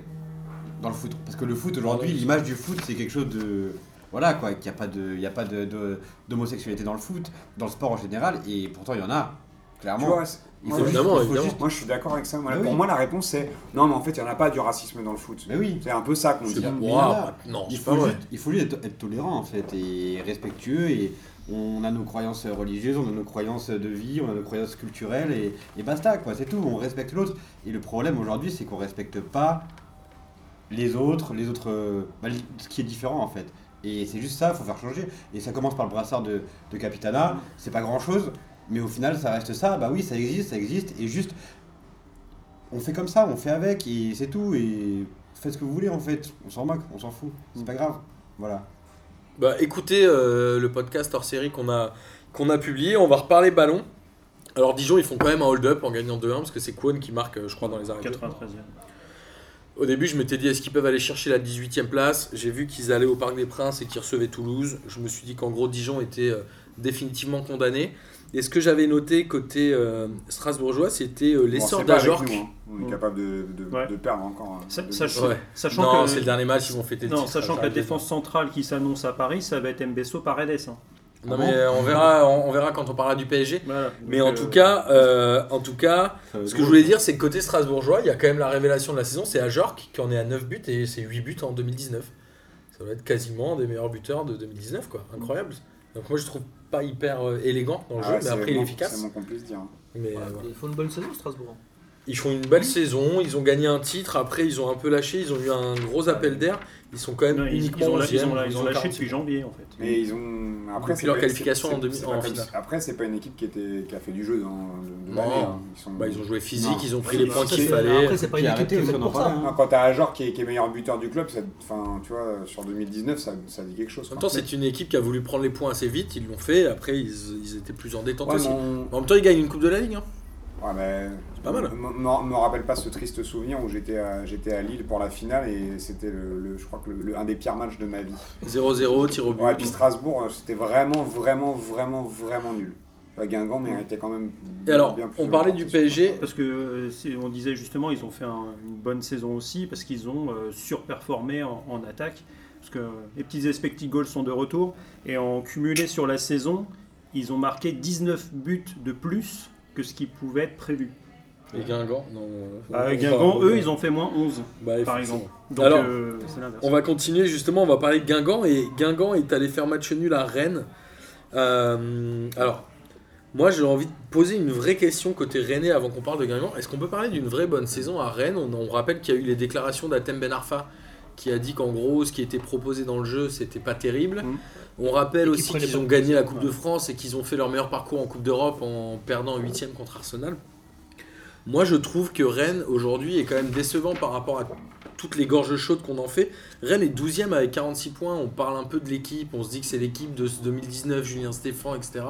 Speaker 4: dans le foot. Parce que le foot aujourd'hui, l'image du foot c'est quelque chose de voilà quoi, qu'il n'y a pas de il y a pas de de- d'homosexualité dans le foot, dans le sport en général, et pourtant il y en a
Speaker 3: Tu
Speaker 4: clairement.
Speaker 3: vois, c'est-
Speaker 4: il
Speaker 3: moi,
Speaker 4: faut juste,
Speaker 1: Évidemment,
Speaker 4: il faut
Speaker 1: évidemment.
Speaker 4: juste-
Speaker 3: Moi, je suis d'accord avec ça. Moi,
Speaker 1: Ah
Speaker 4: Bah
Speaker 3: Pour
Speaker 4: oui.
Speaker 3: moi, la réponse, c'est non, mais en fait, il n'y en a pas du racisme dans le foot.
Speaker 4: Mais oui.
Speaker 3: C'est un peu ça qu'on
Speaker 1: C'est
Speaker 3: dit.
Speaker 4: Mais
Speaker 1: Waouh,
Speaker 4: voilà.
Speaker 1: non,
Speaker 4: il
Speaker 1: c'est pas
Speaker 4: faut,
Speaker 1: vrai.
Speaker 4: juste, il faut juste être, être tolérant en fait et respectueux et on a nos croyances religieuses, on a nos croyances de vie, on a nos croyances culturelles et, et basta quoi, c'est tout, on respecte l'autre. Et le problème aujourd'hui c'est qu'on respecte pas les autres, les autres, euh, bah, li- ce qui est différent en fait. Et c'est juste ça, faut faire changer. Et ça commence par le brassard de, de Capitana, c'est pas grand chose, mais au final ça reste ça, bah oui ça existe, ça existe, et juste on fait comme ça, on fait avec, et c'est tout, et faites ce que vous voulez en fait, on s'en moque, on s'en fout, c'est pas grave, voilà.
Speaker 1: Bah écoutez euh, le podcast hors série qu'on a, qu'on a publié, on va reparler ballon. Alors Dijon ils font quand même un hold-up en gagnant 2-1 parce que c'est Kwon qui marque euh, je crois dans les arrêts.
Speaker 5: 93e.
Speaker 1: Au début je m'étais dit est-ce qu'ils peuvent aller chercher la 18e place J'ai vu qu'ils allaient au Parc des Princes et qu'ils recevaient Toulouse. Je me suis dit qu'en gros Dijon était euh, définitivement condamné. Et ce que j'avais noté côté euh, strasbourgeois c'était euh,
Speaker 3: Bon,
Speaker 1: l'essor
Speaker 3: c'est pas avec
Speaker 1: d'Ajorc.
Speaker 3: nous, hein. On est
Speaker 5: Mm. capable
Speaker 3: capable de, de-
Speaker 5: Ouais.
Speaker 3: de perdre encore. hein.
Speaker 5: Sa-
Speaker 3: De-
Speaker 5: sachant
Speaker 1: Ouais.
Speaker 5: sachant
Speaker 1: Non
Speaker 5: que,
Speaker 1: c'est le dernier match ils vont fêter le
Speaker 5: non,
Speaker 1: titre,
Speaker 5: sachant que la
Speaker 1: j'arrive.
Speaker 5: défense centrale qui s'annonce à Paris, ça va être Mbesso Paredes. hein.
Speaker 1: Non mais euh, on verra, on, on verra quand on parlera du PSG.
Speaker 5: Voilà.
Speaker 1: Mais
Speaker 5: Donc,
Speaker 1: en
Speaker 5: euh,
Speaker 1: tout cas, euh, en tout cas,
Speaker 4: Ça veut
Speaker 1: Ce que
Speaker 4: dire-
Speaker 1: je voulais dire, c'est que côté Strasbourgeois, il y a quand même la révélation de la saison, c'est Ajorc qui en est à 9 buts et c'est 8 buts en 2019. Ça doit être quasiment un des meilleurs buteurs de 2019, quoi. Incroyable. Donc moi, je trouve pas hyper euh, élégant dans le
Speaker 3: Ah
Speaker 1: jeu,
Speaker 3: ouais,
Speaker 1: mais
Speaker 3: c'est
Speaker 1: après, il est
Speaker 3: mon-
Speaker 1: efficace.
Speaker 3: C'est mon qu'on puisse dire. hein.
Speaker 1: Mais,
Speaker 2: Voilà,
Speaker 1: euh, voilà.
Speaker 2: Il faut une bonne saison, Strasbourg. hein.
Speaker 1: Ils font une belle saison, ils ont gagné un titre, après, ils ont un peu lâché, ils ont eu un gros appel d'air. Ils sont quand même
Speaker 5: non, ils, ils
Speaker 1: uniquement
Speaker 5: ont, la- ils
Speaker 1: 11e,
Speaker 5: ont la- ils ont lâché
Speaker 1: 46.
Speaker 5: depuis janvier en fait.
Speaker 3: Mais ils ont. Après,
Speaker 1: Depuis
Speaker 3: c'est
Speaker 1: leur
Speaker 3: pas-
Speaker 1: qualification
Speaker 3: c'est-
Speaker 1: en
Speaker 3: c'est-
Speaker 1: demi-
Speaker 3: c'est
Speaker 1: en
Speaker 3: pas comme
Speaker 1: finale.
Speaker 3: si- Après, c'est pas une équipe qui, était, qui a fait du jeu dans, de, de
Speaker 1: Non.
Speaker 3: l'année. hein. Ils sont.
Speaker 1: Bah, ils ont joué physique,
Speaker 4: Non.
Speaker 1: ils ont pris
Speaker 2: Ouais,
Speaker 1: les points
Speaker 2: ça,
Speaker 1: qu'il
Speaker 2: c'est-
Speaker 1: fallait.
Speaker 2: Après, c'est pas
Speaker 4: Puis
Speaker 2: une équipe
Speaker 4: arrêtez,
Speaker 2: qui est
Speaker 4: aussi,
Speaker 2: faite
Speaker 4: on en
Speaker 2: pour
Speaker 4: parle,
Speaker 2: ça.
Speaker 4: hein.
Speaker 2: hein.
Speaker 3: Non, quand t'as Ajor qui est, qui est meilleur buteur du club, ça, enfin, tu vois, sur 2019, ça, ça dit quelque chose.
Speaker 1: En même temps,
Speaker 3: quoi.
Speaker 1: c'est une équipe qui a voulu prendre les points assez vite, ils l'ont fait, après, ils, ils étaient plus en détente
Speaker 3: Ouais,
Speaker 1: aussi.
Speaker 3: mais on-
Speaker 1: En même temps, ils gagnent une Coupe de la Ligue. Hein.
Speaker 3: Ouais, mais
Speaker 1: pas mal.
Speaker 3: Ne me rappelle pas ce triste souvenir où j'étais à, j'étais à Lille pour la finale et c'était, le, le- je crois que le, le- un des pires matchs de ma vie.
Speaker 1: 0-0, tir au but.
Speaker 3: Ouais, puis Strasbourg, euh, c'était vraiment, vraiment, vraiment, vraiment nul. Enfin, Guingamp méritait quand même.
Speaker 1: Et alors,
Speaker 3: bien plus
Speaker 1: on
Speaker 3: de
Speaker 1: parlait du
Speaker 3: l'importance.
Speaker 1: PSG.
Speaker 5: Parce que euh, c'est- on disait justement, ils ont fait un- une bonne saison aussi parce qu'ils ont euh, surperformé en, en attaque. Parce que les petits expected goals sont de retour et en cumulé sur la saison, ils ont marqué 19 buts de plus que ce qui pouvait être prévu.
Speaker 1: Et Guingamp, non.
Speaker 5: Euh, Guingamp, eux, ils ont fait moins 11. par exemple. Donc,
Speaker 1: bah, Alors,
Speaker 5: euh, c'est l'inverse.
Speaker 1: On va continuer justement, on va parler de Guingamp. Et Guingamp est allé faire match nul à Rennes. Euh, alors, moi j'ai envie de poser une vraie question côté Rennais avant qu'on parle de Guingamp. Est-ce qu'on peut parler d'une vraie bonne saison à Rennes on, on rappelle qu'il y a eu les déclarations d'Atem Ben Arfa qui a dit qu'en gros ce qui était proposé dans le jeu c'était pas terrible.
Speaker 5: Mhm.
Speaker 1: On rappelle
Speaker 2: Et qu'ils
Speaker 1: aussi
Speaker 2: prenaient
Speaker 1: qu'ils
Speaker 2: pas
Speaker 1: ont
Speaker 2: de
Speaker 1: gagné la
Speaker 2: plaisir,
Speaker 1: Coupe
Speaker 2: ouais.
Speaker 1: de France et qu'ils ont fait leur meilleur parcours en Coupe d'Europe en perdant 8 contre Arsenal. Moi je trouve que Rennes aujourd'hui est quand même décevant par rapport à toutes les gorges chaudes qu'on en fait. Rennes est 12ème avec 46 points. On parle un peu de l'équipe, on se dit que c'est l'équipe de ce 2019, Julien Stéphan, etc.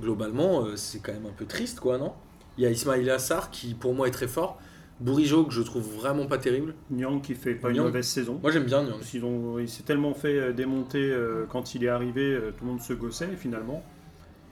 Speaker 1: Globalement, euh, c'est quand même un peu triste, quoi, non Il y a Ismail Assar qui, pour moi, est très fort. Bourigeau, que je trouve vraiment pas terrible.
Speaker 5: Niang qui fait pas
Speaker 1: Niang.
Speaker 5: une mauvaise saison.
Speaker 1: Moi, j'aime bien Nyon.
Speaker 5: Parce qu'ils ont- il s'est tellement fait euh, démonter euh, quand il est arrivé, euh, tout le monde se gossait et finalement,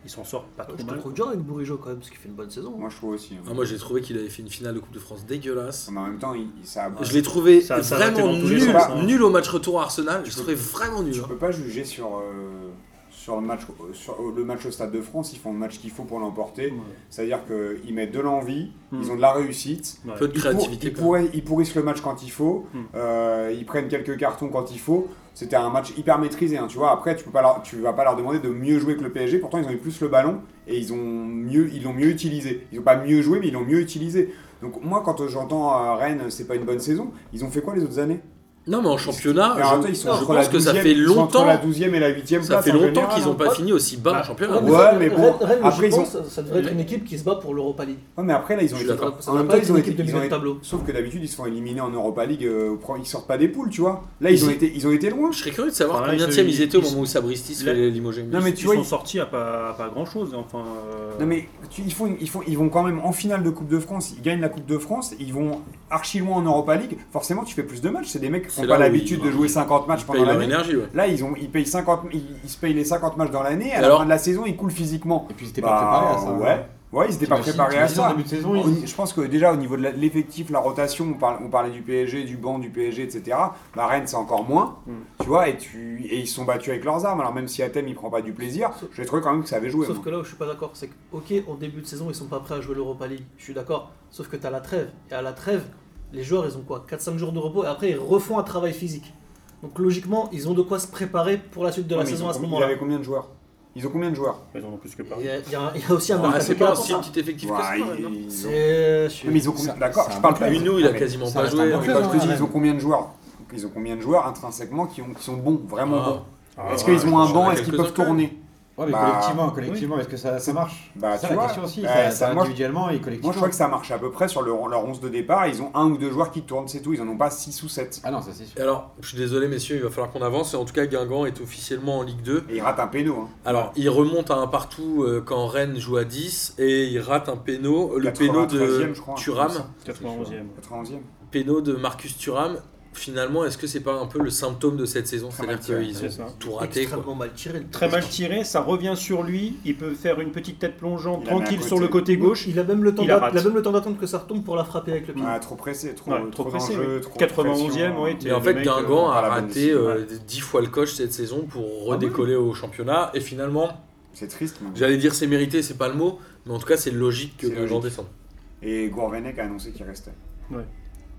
Speaker 5: il s'en sort
Speaker 3: hein.
Speaker 5: pas trop
Speaker 2: Je te
Speaker 5: mal.
Speaker 2: trouve dur avec Bourigeau quand même, parce qu'il fait une bonne saison. hein.
Speaker 3: Moi, je trouve aussi. hein.
Speaker 1: Ah, moi, j'ai trouvé qu'il avait fait une finale de Coupe de France dégueulasse.
Speaker 3: Mais en même temps, il, il- Ah, ça.
Speaker 1: Je l'ai trouvé
Speaker 5: Ça- ça a raté
Speaker 1: vraiment
Speaker 5: dans tous les
Speaker 1: nul,
Speaker 5: sens, hein.
Speaker 1: nul au match retour à Arsenal. Je
Speaker 3: Tu
Speaker 1: l'ai
Speaker 3: peux-
Speaker 1: trouvé vraiment nul.
Speaker 3: Tu
Speaker 1: hein.
Speaker 3: peux pas juger sur, euh, sur, le match, sur euh, le match au Stade de France. Ils font le match qu'il faut pour l'emporter. C'est-à-dire qu'ils mettent de l'envie,
Speaker 1: Hmm.
Speaker 5: Mm.
Speaker 3: ils ont de la réussite.
Speaker 5: Ouais.
Speaker 1: Peu de
Speaker 3: Ils, pour-
Speaker 1: créativité. Hmm.
Speaker 3: ils
Speaker 1: quand même.
Speaker 3: pourraient- ils pourrissent le match quand il faut,
Speaker 5: Mm.
Speaker 3: euh, ils prennent quelques cartons quand il faut. C'était un match hyper maîtrisé, hein, tu vois. Après, tu peux pas leur- tu vas pas leur demander de mieux jouer que le PSG. Pourtant, ils ont eu plus le ballon et ils ont mieux, ils l'ont mieux utilisé. Ils ont pas mieux joué, mais ils l'ont mieux utilisé. Donc moi, quand j'entends euh, Rennes, c'est pas une bonne saison. Ils ont fait quoi les autres années
Speaker 1: Non, mais en championnat,
Speaker 3: Mais
Speaker 1: Ah,
Speaker 3: en même
Speaker 1: je,
Speaker 3: temps, ils sont
Speaker 1: je
Speaker 3: entre la
Speaker 1: pense que ça
Speaker 3: 12e
Speaker 1: fait
Speaker 3: ils sont entre la
Speaker 1: longtemps,
Speaker 3: 12e et la 8e
Speaker 1: ça
Speaker 3: place.
Speaker 1: fait
Speaker 3: en
Speaker 1: longtemps
Speaker 3: général,
Speaker 1: qu'ils n'ont
Speaker 3: hein.
Speaker 1: pas fini aussi bas en
Speaker 5: Bah,
Speaker 1: championnat.
Speaker 3: Ouais,
Speaker 2: ça-
Speaker 3: mais bon,
Speaker 2: Rennes- Rennes,
Speaker 3: après,
Speaker 2: je
Speaker 3: ils
Speaker 2: pense, ça- ça devrait être une équipe qui se bat pour l'Europa League.
Speaker 3: Ouais, mais après, là, ils ont
Speaker 1: Je suis
Speaker 3: été-
Speaker 1: d'accord.
Speaker 2: Ça
Speaker 3: En
Speaker 2: va
Speaker 3: même
Speaker 2: pas
Speaker 3: temps,
Speaker 2: être
Speaker 3: ils ont
Speaker 2: une
Speaker 3: été.
Speaker 2: équipe de
Speaker 3: ils
Speaker 2: milieu
Speaker 3: ont
Speaker 2: de
Speaker 3: été-
Speaker 2: tableau.
Speaker 3: Sauf que d'habitude, ils se font éliminer en Europa League. euh, au pro- ils sortent pas des poules, tu vois. Là,
Speaker 1: Ils
Speaker 3: ils ont
Speaker 1: y-
Speaker 3: été, ils ont été loin.
Speaker 1: Je serais curieux de savoir
Speaker 5: Pareil,
Speaker 1: combien de
Speaker 5: je-
Speaker 1: tièmes ils étaient au
Speaker 5: ils-
Speaker 1: moment où Sabristi se
Speaker 5: Là-
Speaker 1: fait limoger.
Speaker 3: Non, mais tu
Speaker 5: Ils
Speaker 3: vois,
Speaker 5: sont
Speaker 3: ils-
Speaker 5: sortis à pas, à pas grand chose. Enfin, euh,
Speaker 3: Non mais tu- ils, font une- ils, font- ils vont quand même en finale de Coupe de France, ils gagnent la Coupe de France, ils vont archi loin en Europa League, forcément tu fais plus de matchs, c'est des mecs qui
Speaker 1: C'est
Speaker 3: n'ont
Speaker 1: là
Speaker 3: pas
Speaker 1: où
Speaker 3: l'habitude
Speaker 1: ils-
Speaker 3: de jouer 50 matchs
Speaker 1: ils
Speaker 3: pendant
Speaker 1: payent leur
Speaker 3: l'année.
Speaker 1: énergie, ouais.
Speaker 3: Là ils, ont, ils, payent 50, ils, ils se payent les 50 matchs dans l'année, à la
Speaker 1: Alors
Speaker 3: fin de la saison ils coulent physiquement.
Speaker 4: Et puis c'était
Speaker 3: Bah,
Speaker 4: pas préparé à ça. hein.
Speaker 3: Ouais, ouais ils n'étaient pas
Speaker 4: T'imagines-
Speaker 3: préparés à
Speaker 4: t'imagines en
Speaker 3: ça.
Speaker 4: début de saison,
Speaker 3: Bon,
Speaker 4: ils-
Speaker 3: Je pense que déjà au niveau de la- l'effectif, la rotation, on, parle- on parlait du PSG, du banc, du PSG, etc. Bah, Rennes, c'est encore moins,
Speaker 5: Mm.
Speaker 4: Hmm.
Speaker 3: tu vois, et, tu, et ils se sont battus avec leurs armes. Alors même si Athènes, il prend pas du plaisir, j'ai trouvé quand même que ça avait joué.
Speaker 2: Sauf
Speaker 3: moi.
Speaker 2: que là où je suis pas d'accord, c'est que, ok, en début de saison, ils sont pas prêts à jouer l'Europa League. Je suis d'accord. Sauf que tu as la trêve. Et à la trêve, les joueurs, ils ont quoi 4-5 jours de repos et après, ils refont un travail physique. Donc logiquement, ils ont de quoi se préparer pour la suite de
Speaker 3: Ouais,
Speaker 2: la
Speaker 3: mais ils
Speaker 2: saison
Speaker 3: ont
Speaker 2: à ce
Speaker 3: combien-
Speaker 2: moment-là.
Speaker 3: Ils avaient combien de joueurs Ils ont combien de joueurs
Speaker 5: ils en ont plus que pas.
Speaker 2: Il y, a- il y a- il y a aussi un
Speaker 1: Ah,
Speaker 2: mercato
Speaker 1: C'est
Speaker 2: qui est
Speaker 1: pas un si
Speaker 2: important.
Speaker 1: petit effectif que ça.
Speaker 3: Ouais,
Speaker 1: quand même, hein.
Speaker 3: ils- ils ont-
Speaker 2: C'est. je suis-
Speaker 3: Mais ils ont combien
Speaker 4: Ça-
Speaker 3: D'accord,
Speaker 4: ça
Speaker 3: je parle
Speaker 4: manque la-
Speaker 3: pas. Ah,
Speaker 1: Luno, il a
Speaker 3: mais-
Speaker 1: quasiment
Speaker 4: ça
Speaker 1: pas
Speaker 4: reste
Speaker 1: joué.
Speaker 4: un
Speaker 3: mais
Speaker 1: hein.
Speaker 3: quand je te dis,
Speaker 4: Ouais.
Speaker 3: ils ont combien de joueurs Ils ont combien de joueurs intrinsèquement qui, ont, qui sont bons, vraiment
Speaker 1: Ah.
Speaker 3: bons Est-ce qu'ils ont un
Speaker 1: j'en
Speaker 3: banc
Speaker 1: ai
Speaker 3: Est-ce qu'ils peuvent
Speaker 1: quelques-uns,
Speaker 3: tourner
Speaker 4: Ouais, mais
Speaker 3: Bah,
Speaker 4: collectivement, collectivement est-ce que ça, ça marche
Speaker 3: Bah,
Speaker 4: C'est
Speaker 3: tu
Speaker 4: ça la
Speaker 3: vois,
Speaker 4: question aussi.
Speaker 3: bah,
Speaker 4: eh, ça,
Speaker 3: ça-
Speaker 4: ça
Speaker 3: moi,
Speaker 4: individuellement et collectivement.
Speaker 3: Moi, je crois que ça marche à peu près sur leur, leur 11 de départ. Ils ont un ou deux joueurs qui tournent, c'est tout. Ils en ont pas 6 ou 7.
Speaker 4: Ah non, ça c'est sûr.
Speaker 1: Alors, je suis désolé, messieurs, il va falloir qu'on avance. En tout cas, Guingamp est officiellement en Ligue 2.
Speaker 3: Et ils ratent un péno. Hein.
Speaker 1: Alors, il remonte à un partout euh, quand Rennes joue à 10 et il rate un péno, le péno
Speaker 3: 93e,
Speaker 1: de
Speaker 3: je crois, un truc
Speaker 1: Thuram,
Speaker 5: 91e.
Speaker 3: 91e.
Speaker 1: péno de Marcus Thuram. Finalement, est-ce que c'est pas un peu le symptôme de cette saison
Speaker 3: Très
Speaker 1: C'est-à-dire
Speaker 3: mal tiré,
Speaker 1: qu'ils
Speaker 5: c'est
Speaker 1: ont
Speaker 5: ça.
Speaker 1: tout raté. quoi.
Speaker 2: extrêmement mal tiré. le
Speaker 5: Très
Speaker 2: truc.
Speaker 5: mal tiré, ça revient sur lui. Il peut faire une petite tête plongeante
Speaker 3: Il la met à
Speaker 5: tranquille
Speaker 3: côté.
Speaker 5: sur le côté gauche.
Speaker 2: Il a même le temps
Speaker 5: Il la
Speaker 2: d'att-
Speaker 5: rate.
Speaker 2: il a même le temps d'attendre que ça retombe pour la frapper avec le pied.
Speaker 3: Ah, trop pressé, trop,
Speaker 5: Ouais, trop pressé,
Speaker 3: d'enjeux,
Speaker 5: oui.
Speaker 3: trop de
Speaker 5: 91e,
Speaker 3: pression. hein.
Speaker 5: ouais, t'es-
Speaker 1: Mais en
Speaker 5: le
Speaker 1: fait,
Speaker 5: mec,
Speaker 1: Guingamp
Speaker 3: euh,
Speaker 1: a
Speaker 3: pas la bonne Ah
Speaker 1: raté
Speaker 3: décision,
Speaker 1: euh, 10 fois le coche cette saison pour redécoller au championnat. Et finalement,
Speaker 3: C'est triste. même.
Speaker 1: j'allais dire c'est mérité, c'est pas le mot, mais en tout cas, c'est logique que
Speaker 3: C'est
Speaker 1: Guingamp
Speaker 3: logique.
Speaker 1: descende.
Speaker 3: Et Gourvenec a annoncé qu'il restait.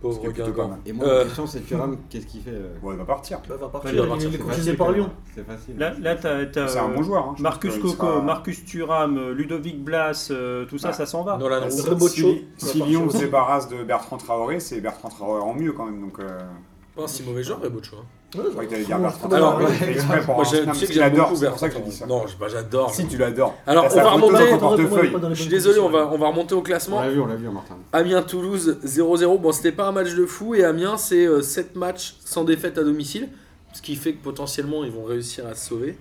Speaker 3: Ce qui
Speaker 1: Pauvre
Speaker 3: est plutôt pas
Speaker 1: Guingamp.
Speaker 3: mal.
Speaker 4: Et moi,
Speaker 1: Euh,
Speaker 4: la question, c'est Thuram, qu'est-ce qu'il fait euh,
Speaker 3: Bon, il va partir.
Speaker 2: Bah, va
Speaker 5: Il
Speaker 2: partir,
Speaker 5: va
Speaker 2: il
Speaker 1: partir,
Speaker 2: il est
Speaker 1: c'est
Speaker 2: cotisé
Speaker 4: facile,
Speaker 2: par
Speaker 4: quand même.
Speaker 2: Lyon.
Speaker 4: C'est facile.
Speaker 5: Là, là t'as, t'as,
Speaker 3: C'est un
Speaker 5: euh,
Speaker 3: bon joueur. hein. Je
Speaker 5: Marcus
Speaker 3: pense qu'il
Speaker 5: Coco,
Speaker 3: sera-
Speaker 5: Marcus Thuram, euh, Ludovic Blas, euh, tout ça,
Speaker 3: Bah,
Speaker 5: ça s'en va.
Speaker 1: Ah. Nolan Roux.
Speaker 3: Si-
Speaker 2: Rebocho.
Speaker 3: si, si Lyon se débarrasse de Bertrand Traoré, c'est Bertrand Traoré en mieux quand même. Donc, euh,
Speaker 1: Pas un Ah, si mauvais joueur, Rebocho. hein.
Speaker 2: Ouais,
Speaker 3: je croyais que t'allais
Speaker 2: c'est
Speaker 3: dire
Speaker 2: bon,
Speaker 3: Bertrand
Speaker 2: c'est bon.
Speaker 1: Alors,
Speaker 3: Traoré.
Speaker 1: ouais.
Speaker 3: je fais exprès
Speaker 1: Moi,
Speaker 3: pour un-
Speaker 1: je
Speaker 3: non,
Speaker 1: sais
Speaker 3: mais
Speaker 1: que
Speaker 3: tu
Speaker 1: j'aime
Speaker 3: l'adores,
Speaker 1: beaucoup
Speaker 3: c'est pour ça que je
Speaker 1: Bertrand.
Speaker 3: dis ça.
Speaker 1: Non, je- bah, j'adore.
Speaker 3: Si tu l'adores.
Speaker 1: Alors,
Speaker 3: T'as
Speaker 1: on
Speaker 3: sa
Speaker 1: va
Speaker 3: photo dans
Speaker 1: remonter.
Speaker 3: ton portefeuille.
Speaker 1: Je suis désolé, on va, on va remonter au
Speaker 4: On
Speaker 1: classement.
Speaker 4: l'a vu, on l'a vu, Martin.
Speaker 1: Amiens-Toulouse 0-0. Bon, c'était pas un match de fou. Et Amiens, c'est 7 matchs sans défaite à domicile. Ce qui fait que potentiellement, ils vont réussir à se sauver.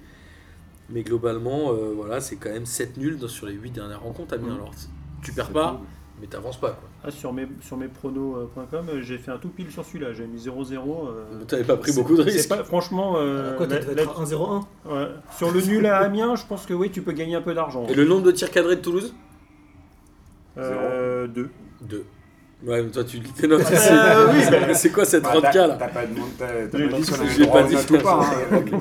Speaker 1: Mais globalement, euh, voilà, c'est quand même 7 nuls dans- sur les 8 dernières rencontres, Amiens.
Speaker 5: Mhm.
Speaker 1: Alors, t- tu perds
Speaker 4: C'est
Speaker 1: pas,
Speaker 4: tout.
Speaker 1: mais t'avances pas. Quoi.
Speaker 5: Ah, sur mes, sur mes euh, pronos.com, j'ai fait un tout pile sur celui-là. J'ai mis 0-0. euh,
Speaker 1: Mais T'avais pas pris
Speaker 5: c'est-
Speaker 1: beaucoup de
Speaker 5: c'est
Speaker 1: risques.
Speaker 5: pas- Franchement, euh,
Speaker 2: Alors quoi,
Speaker 5: la-
Speaker 2: t'as
Speaker 5: la-
Speaker 2: être à 1-0-1
Speaker 5: ouais. sur le nul à Amiens, je pense que oui, tu peux gagner un peu d'argent.
Speaker 1: Et le nombre de tirs cadrés de Toulouse
Speaker 5: Euh, deux.
Speaker 1: 2. Ouais, mais toi, tu lis tes notes.
Speaker 5: Ah,
Speaker 1: c'est-
Speaker 5: oui, bah,
Speaker 1: c'est quoi cette
Speaker 3: Bah,
Speaker 1: 30K
Speaker 3: t'as-
Speaker 1: là
Speaker 3: T'as pas de monde, t'as t'as
Speaker 5: Oui,
Speaker 3: pas dit si on
Speaker 1: je
Speaker 3: avait
Speaker 1: l'ai
Speaker 3: le droit
Speaker 1: pas
Speaker 3: au
Speaker 1: dit,
Speaker 3: note ou
Speaker 1: ça,
Speaker 3: pas.
Speaker 1: ça.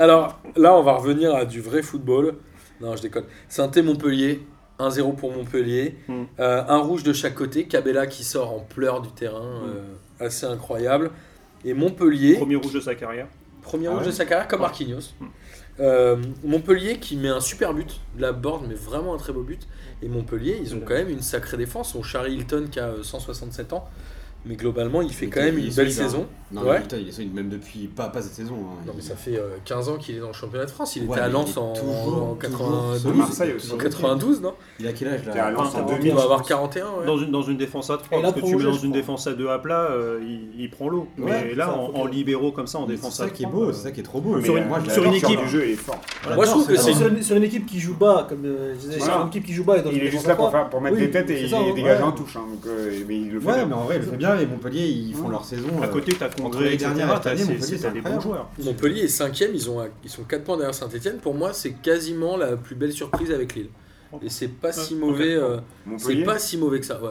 Speaker 3: hein.
Speaker 1: Alors là, on va revenir à du vrai football. Non, je déconne. Saint-Montpellier, 1-0 pour Montpellier.
Speaker 4: Hmm.
Speaker 5: Mm.
Speaker 1: Euh, un rouge de chaque côté. Cabella qui sort en pleurs du terrain.
Speaker 4: Hmm.
Speaker 1: euh, assez incroyable. Et Montpellier,
Speaker 5: Premier rouge de sa carrière.
Speaker 1: premier
Speaker 4: Ah Hmm.
Speaker 1: rouge de
Speaker 4: ouais
Speaker 1: sa carrière comme
Speaker 5: Ouais.
Speaker 1: Marquinhos.
Speaker 5: Mm.
Speaker 1: Euh, Montpellier qui met un super but de la borne, mais vraiment un très beau but. Et Montpellier, ils ont
Speaker 5: Ouais.
Speaker 1: quand même une sacrée défense. On charrie Hilton qui a euh, 167 ans, mais globalement, il fait
Speaker 4: Mais
Speaker 1: quand
Speaker 4: t'as-
Speaker 1: même
Speaker 4: il
Speaker 1: une
Speaker 4: est
Speaker 1: belle
Speaker 4: solide, hein.
Speaker 1: saison.
Speaker 4: Non,
Speaker 1: Ouais.
Speaker 4: mais putain, il est solide même depuis pas, pas cette saison. hein.
Speaker 1: Non, mais
Speaker 4: Il-
Speaker 1: ça fait euh, 15 ans qu'il est dans le championnat de France. Il
Speaker 4: Ouais,
Speaker 1: était à
Speaker 4: mais
Speaker 1: Lens
Speaker 4: est
Speaker 1: en,
Speaker 4: toujours-
Speaker 1: en
Speaker 4: toujours
Speaker 1: 92.
Speaker 4: solide.
Speaker 3: Marseille
Speaker 4: Il est
Speaker 3: aussi.
Speaker 1: En
Speaker 4: toujours-
Speaker 1: 92, non
Speaker 4: Il a quel âge
Speaker 3: T'es à
Speaker 4: là
Speaker 3: Lens en 2000.
Speaker 1: Il doit
Speaker 3: je
Speaker 1: avoir
Speaker 3: pense.
Speaker 1: 41, ouais.
Speaker 5: Dans, une, dans une défense à 3,
Speaker 2: Et là,
Speaker 5: parce que tu
Speaker 2: prolongé,
Speaker 5: mets dans
Speaker 2: je
Speaker 5: une
Speaker 2: crois.
Speaker 5: défense à 2 à plat, euh, il, il prend l'eau.
Speaker 4: Ouais,
Speaker 5: mais là,
Speaker 2: ça,
Speaker 5: en,
Speaker 2: faut que-
Speaker 5: en libéraux comme ça, en
Speaker 4: Mais
Speaker 5: défense
Speaker 4: C'est
Speaker 5: à
Speaker 4: ça qui est
Speaker 5: 3,
Speaker 4: beau,
Speaker 5: euh,
Speaker 4: c'est ça qui est trop beau.
Speaker 3: Mais
Speaker 5: sur
Speaker 4: Mais
Speaker 5: une-
Speaker 3: la-
Speaker 4: moi, je-
Speaker 3: la
Speaker 5: sur une
Speaker 3: lecture
Speaker 5: équipe.
Speaker 3: du jeu, il est fort.
Speaker 5: voilà.
Speaker 1: Moi, je
Speaker 4: Non,
Speaker 1: trouve
Speaker 4: c'est
Speaker 1: que
Speaker 4: ça.
Speaker 1: c'est.
Speaker 2: sur, une, sur une équipe qui joue bas, comme euh, je disais,
Speaker 3: Ah, Voilà.
Speaker 2: sur une équipe qui joue bas et dans
Speaker 3: Il
Speaker 2: une
Speaker 3: est juste
Speaker 2: défense
Speaker 3: là
Speaker 2: à
Speaker 3: pour,
Speaker 2: trois,
Speaker 3: faire- pour mettre
Speaker 2: Oui,
Speaker 3: des têtes et
Speaker 2: c'est ça,
Speaker 3: il est
Speaker 2: ouais.
Speaker 3: dégagé en touche. hein, donc, euh, mais il le fait
Speaker 4: Ouais,
Speaker 3: bien.
Speaker 4: mais en vrai, il le fait bien. Et Montpellier, ils font leur saison.
Speaker 5: À
Speaker 4: euh,
Speaker 5: côté, t'as
Speaker 4: entre
Speaker 5: Congrès,
Speaker 4: les
Speaker 5: etc.
Speaker 4: dernières et cette
Speaker 5: t'as-
Speaker 4: année,
Speaker 5: c'est-
Speaker 4: Montpellier,
Speaker 5: c'est-
Speaker 4: c'est
Speaker 5: T'as des bons
Speaker 4: incroyable.
Speaker 5: joueurs.
Speaker 1: Montpellier est 5ème, ils, ont un- ils sont 4 points derrière Saint-Etienne. Pour moi, c'est quasiment la plus belle surprise avec Lille. Et c'est pas si
Speaker 5: Ouais.
Speaker 1: mauvais. euh, c'est
Speaker 3: Montpellier.
Speaker 1: pas si mauvais que ça, ouais.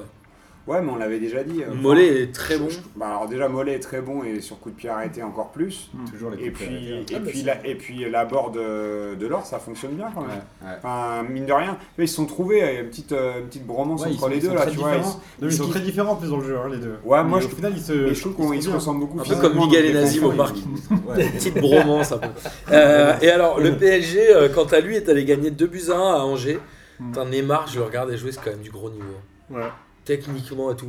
Speaker 3: Ouais, mais on l'avait déjà dit. euh, enfin,
Speaker 1: Mollet est très
Speaker 3: je-
Speaker 1: bon.
Speaker 3: je- bah, alors déjà, Mollet est très bon et sur coup de pied arrêté encore plus.
Speaker 4: Toujours les
Speaker 3: Et
Speaker 4: coups
Speaker 3: puis,
Speaker 4: de-
Speaker 3: et puis, la, et puis l'abord de, de l'or, ça fonctionne bien quand
Speaker 4: Ouais,
Speaker 3: même.
Speaker 4: ouais.
Speaker 3: Enfin, mine de rien, ils se sont trouvés euh, une petite, euh, une petite bromance
Speaker 4: Ouais,
Speaker 3: entre les
Speaker 4: ils
Speaker 3: deux
Speaker 4: sont
Speaker 3: là,
Speaker 4: très
Speaker 3: tu vois. ils-
Speaker 4: différents. Non, mais Ils
Speaker 3: ils-
Speaker 4: sont très différents en plus dans le jeu, hein, les deux.
Speaker 3: Ouais, moi,
Speaker 4: Mais au
Speaker 3: je-
Speaker 4: final, ils se.
Speaker 3: Et je trouve
Speaker 4: ils
Speaker 3: qu'ils
Speaker 4: se
Speaker 3: se
Speaker 4: bien.
Speaker 3: ressemblent beaucoup.
Speaker 1: Un peu
Speaker 3: physiquement,
Speaker 1: comme Miguel
Speaker 3: donc,
Speaker 1: et Nazim au
Speaker 3: défensivement,
Speaker 1: parc.
Speaker 4: Ouais.
Speaker 1: Petite bromance un peu. Euh, et alors, le PSG, euh, quant à lui, est allé gagner 2 buts à 1 à Angers.
Speaker 5: Mm.
Speaker 3: Hmm.
Speaker 1: Putain, Neymar, je le regarde et jouer, c'est quand même du gros niveau.
Speaker 5: Ouais.
Speaker 1: Techniquement et tout.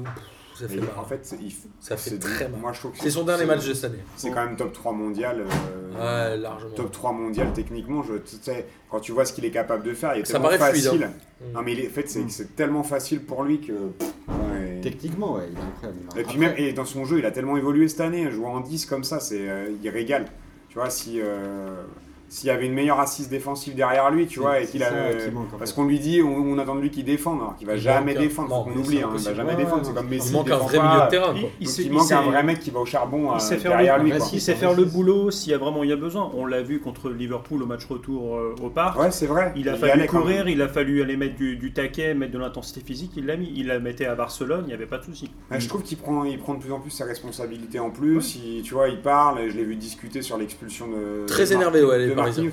Speaker 1: Ça fait
Speaker 3: Et
Speaker 1: mal.
Speaker 3: en fait, il f-
Speaker 1: Ça fait
Speaker 3: c'est-
Speaker 1: très mal.
Speaker 3: Moi, je trouve que
Speaker 1: C'est son dernier
Speaker 3: c'est-
Speaker 1: match de cette année.
Speaker 3: C'est quand même top 3 mondial. euh,
Speaker 1: Ouais, largement.
Speaker 3: Top 3 mondial techniquement, je, tu sais, quand tu vois ce qu'il est capable de faire, il est
Speaker 1: Ça
Speaker 3: tellement
Speaker 1: paraît fluide,
Speaker 3: facile.
Speaker 1: hein. Mm.
Speaker 3: Non mais il est- en fait c'est c'est tellement facile pour lui que. pff, ouais.
Speaker 4: Techniquement, ouais, il est incroyable. il est
Speaker 3: Et
Speaker 4: incroyable.
Speaker 3: puis même et dans son jeu, il a tellement évolué cette année, jouer en 10 comme ça, c'est euh, il régale. Tu vois, si euh, s'il y avait une meilleure assise défensive derrière lui, tu
Speaker 4: C'est-
Speaker 3: vois, et
Speaker 4: c'est
Speaker 3: qu'il
Speaker 4: ça
Speaker 3: avait-
Speaker 4: qui manque, en
Speaker 3: parce
Speaker 4: fait.
Speaker 3: qu'on lui dit, on, on attend de lui qu'il défende, alors qu'il va
Speaker 1: Il
Speaker 3: jamais
Speaker 1: manque un-
Speaker 3: défendre, faut
Speaker 1: non,
Speaker 3: qu'on
Speaker 1: c'est
Speaker 3: oublie, hein, il va
Speaker 1: impossible.
Speaker 3: jamais
Speaker 4: Ouais,
Speaker 3: défendre,
Speaker 4: ouais,
Speaker 3: c'est comme Messi.
Speaker 1: Il manque un
Speaker 3: défend
Speaker 1: vrai
Speaker 3: pas,
Speaker 1: milieu de terrain.
Speaker 5: Il,
Speaker 1: quoi.
Speaker 5: il
Speaker 3: donc
Speaker 5: sait-
Speaker 3: il
Speaker 5: il
Speaker 3: manque
Speaker 5: sait-
Speaker 3: un vrai mec qui va au charbon
Speaker 5: il
Speaker 3: euh,
Speaker 5: sait faire
Speaker 3: derrière
Speaker 5: le-
Speaker 3: lui.
Speaker 4: un
Speaker 3: quoi.
Speaker 4: vrai
Speaker 5: Il sait faire le boulot s'il y a vraiment il y a besoin. On l'a vu contre Liverpool au match retour euh, au parc.
Speaker 3: Ouais, c'est vrai.
Speaker 5: Il a
Speaker 3: y
Speaker 5: fallu
Speaker 3: allait quand même.
Speaker 5: courir, il a fallu aller mettre du, du taquet, mettre de l'intensité physique, il l'a mis. Il la mettait à Barcelone, il n'y avait pas de souci.
Speaker 3: Ouais, Ah,
Speaker 1: Mm.
Speaker 3: je trouve qu'il prend, il prend de plus en plus ses responsabilités en plus. Il- tu vois, il parle. et Je l'ai vu discuter sur l'expulsion de.
Speaker 1: Très
Speaker 3: de Mar-
Speaker 1: énervé, ouais, les
Speaker 3: de
Speaker 1: Parisiens.
Speaker 3: Marquinhos.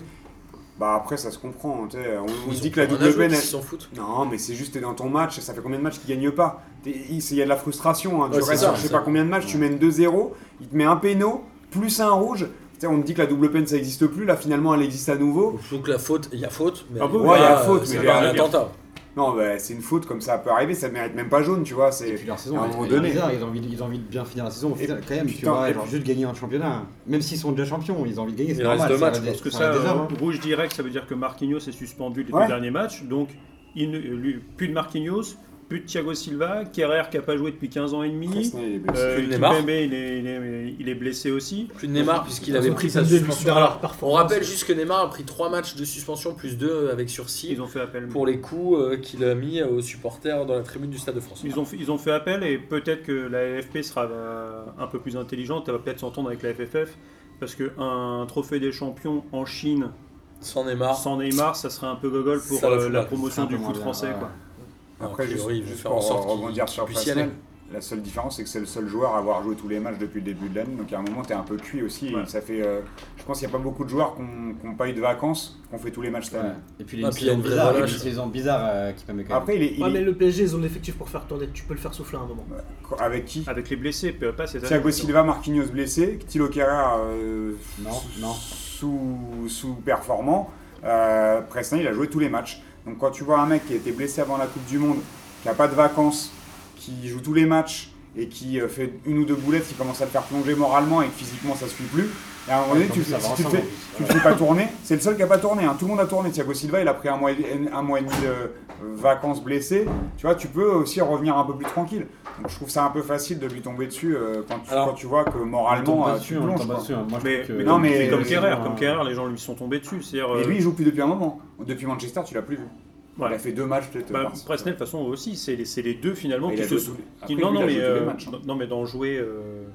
Speaker 3: Bah après, ça se comprend. tu sais, On, on
Speaker 1: Ils
Speaker 3: se
Speaker 1: ont
Speaker 3: dit que la
Speaker 1: rien à
Speaker 3: double
Speaker 1: jouer,
Speaker 3: peine.
Speaker 1: qu'ils
Speaker 3: elle-
Speaker 1: s'en foutent.
Speaker 3: Non, mais c'est juste, t'es dans ton match. Ça fait combien de matchs qu'il gagne pas T'es- Il c'est- il y a de la frustration. hein,
Speaker 1: Ouais,
Speaker 3: tu
Speaker 1: c'est
Speaker 3: restes
Speaker 1: ça,
Speaker 3: sur je
Speaker 1: c'est
Speaker 3: sais pas
Speaker 1: ça.
Speaker 3: combien de matchs. Tu mènes 2-0. Il te met un péno plus un rouge. Tu sais, on te dit que la double peine ça existe plus. Là, finalement, elle existe à nouveau.
Speaker 1: Surtout que la faute, il y a faute, mais
Speaker 5: Ah bon,
Speaker 1: voilà,
Speaker 3: ouais, il y a
Speaker 1: euh,
Speaker 3: faute,
Speaker 1: c'est
Speaker 3: mais
Speaker 1: pas un
Speaker 3: derrière-
Speaker 1: attentat.
Speaker 3: Non, bah, c'est une faute comme ça peut arriver. Ça mérite même pas jaune, tu vois.
Speaker 4: Et
Speaker 3: C'est
Speaker 4: puis leur saison,
Speaker 3: à un
Speaker 4: elle est
Speaker 3: moment
Speaker 4: très
Speaker 3: donné.
Speaker 4: bizarre, ils ont, envie, ils ont envie de bien finir la saison. au
Speaker 3: Et
Speaker 4: final, quand même, tu
Speaker 3: putain,
Speaker 4: vois,
Speaker 3: et
Speaker 4: genre
Speaker 3: puis-
Speaker 4: juste gagner un championnat. Même s'ils sont déjà champions, ils ont envie de gagner.
Speaker 1: Il
Speaker 4: C'est
Speaker 1: reste
Speaker 4: normal.
Speaker 1: deux
Speaker 4: ça
Speaker 1: matchs,
Speaker 4: reste-
Speaker 5: Parce que
Speaker 4: ça
Speaker 5: ça,
Speaker 4: reste des
Speaker 5: euh,
Speaker 4: hommes.
Speaker 5: rouge direct, ça veut dire que Marquinhos est suspendu les
Speaker 3: Ouais.
Speaker 5: deux derniers matchs. Donc, il ne- lui, plus de Marquinhos, plus de Thiago Silva, Kerrer qui n'a pas joué depuis 15 ans et demi.
Speaker 3: Presnel, il est blessé.
Speaker 5: Euh,
Speaker 1: Plus de
Speaker 5: Kimpembe,
Speaker 1: Neymar.
Speaker 5: il est, il est- il est blessé aussi.
Speaker 1: Plus de Neymar, puisqu'il
Speaker 2: Ils
Speaker 1: avait
Speaker 2: ont
Speaker 1: pris
Speaker 2: pris
Speaker 1: sa
Speaker 2: deux buts
Speaker 1: suspension.
Speaker 2: derrière leur
Speaker 1: Alors, on
Speaker 2: performance.
Speaker 1: rappelle juste que Neymar a pris 3 matchs de suspension, plus 2 avec sursis,
Speaker 5: Ils ont fait appel.
Speaker 1: pour les coups euh, qu'il a mis aux supporters dans la tribune du Stade de France.
Speaker 5: Ils ont, fait- ils ont fait appel et peut-être que la LFP sera euh, un peu plus intelligente, elle va peut-être s'entendre avec la FFF, parce qu'un trophée des champions en Chine
Speaker 1: Sans Neymar,
Speaker 5: sans Neymar, ça serait un peu gogol pour
Speaker 1: Ah. Ça la
Speaker 5: euh,
Speaker 1: fout
Speaker 5: la
Speaker 1: mal.
Speaker 5: promotion du
Speaker 4: Simplement
Speaker 5: foot
Speaker 4: bien,
Speaker 5: français.
Speaker 4: ouais.
Speaker 5: Quoi.
Speaker 3: Après,
Speaker 1: a
Speaker 3: juste,
Speaker 1: priori, ils vont
Speaker 3: euh, juste
Speaker 1: faire
Speaker 3: pour
Speaker 1: en sorte qu'il-
Speaker 3: rebondir sur
Speaker 1: qu'il puisse y aller.
Speaker 3: Presnel, la seule différence, c'est que c'est le seul joueur à avoir joué tous les matchs depuis le début de l'année. Donc, à un moment, t'es un peu cuit aussi.
Speaker 5: Ouais.
Speaker 3: Et ça fait, euh, je pense qu'il n'y a pas beaucoup de joueurs qui n'ont pas eu de vacances, qui ont fait tous les matchs cette année.
Speaker 4: Ouais. Et puis il y
Speaker 1: Ah,
Speaker 4: a une
Speaker 1: puis il y a
Speaker 4: saison
Speaker 1: une vraie
Speaker 4: bizarre, il y a
Speaker 1: relâche.
Speaker 4: une saison bizarre euh, qui permet quand même.
Speaker 3: Après, il est, il
Speaker 2: Ouais, mais
Speaker 3: est-
Speaker 2: le PSG, ils ont l'effectif pour faire tourner. Tu peux le faire souffler à un moment.
Speaker 3: avec qui
Speaker 5: Avec les blessés, peut- pas cette année.
Speaker 3: Thiago Silva, Marquinhos blessé, Tilo Kerrer euh,
Speaker 4: Non,
Speaker 3: sous-
Speaker 4: non.
Speaker 3: sous- sous-performant. euh, Presnel, il a joué tous les matchs. Donc quand tu vois un mec qui a été blessé avant la Coupe du Monde, qui n'a pas de vacances, qui joue tous les matchs et qui euh, fait une ou deux boulettes, qui commence à le faire plonger moralement et que physiquement ça ne suit plus, et à un moment donné,
Speaker 4: donc
Speaker 3: tu,
Speaker 4: ça va
Speaker 3: si tu le fais,
Speaker 4: ensemble, en plus.
Speaker 3: tu le fais pas tourner. C'est le seul qui n'a pas tourné. hein. Tout le monde a tourné. Thiago Silva, il a pris un mois et, un mois et demi de euh, vacances blessé. Tu vois, tu peux aussi revenir un peu plus tranquille. Donc je trouve ça un peu facile de lui tomber dessus euh, quand, tu,
Speaker 1: Alors,
Speaker 3: quand tu vois que
Speaker 4: On tombe
Speaker 3: moralement, euh,
Speaker 4: dessus,
Speaker 3: tu
Speaker 4: on
Speaker 3: plonges.
Speaker 4: tombe
Speaker 3: quoi.
Speaker 4: dessus, hein. Moi, je
Speaker 5: Mais,
Speaker 4: trouve que-
Speaker 5: mais
Speaker 3: non,
Speaker 5: comme-
Speaker 3: mais-
Speaker 5: comme
Speaker 3: euh,
Speaker 5: Kerrer, comme Kerrer, les gens lui sont tombés dessus. C'est-à-dire,
Speaker 3: Et
Speaker 5: euh,
Speaker 3: lui, il joue plus depuis un moment. Depuis Manchester, tu l'as plus vu.
Speaker 5: ouais.
Speaker 3: Il a fait deux matchs peut-être.
Speaker 5: Bah,
Speaker 3: euh, par-
Speaker 5: Presnel, de toute façon, aussi, c'est les, c'est les deux finalement
Speaker 3: Et hein. il
Speaker 5: qui
Speaker 3: a
Speaker 5: se
Speaker 3: joué
Speaker 5: sont.
Speaker 3: tous les-
Speaker 5: qui-
Speaker 3: Après,
Speaker 5: non,
Speaker 3: lui,
Speaker 5: non,
Speaker 3: il a
Speaker 5: mais,
Speaker 3: joué tous les
Speaker 5: euh,
Speaker 3: matchs, hein.
Speaker 5: non, mais d'en jouer, euh,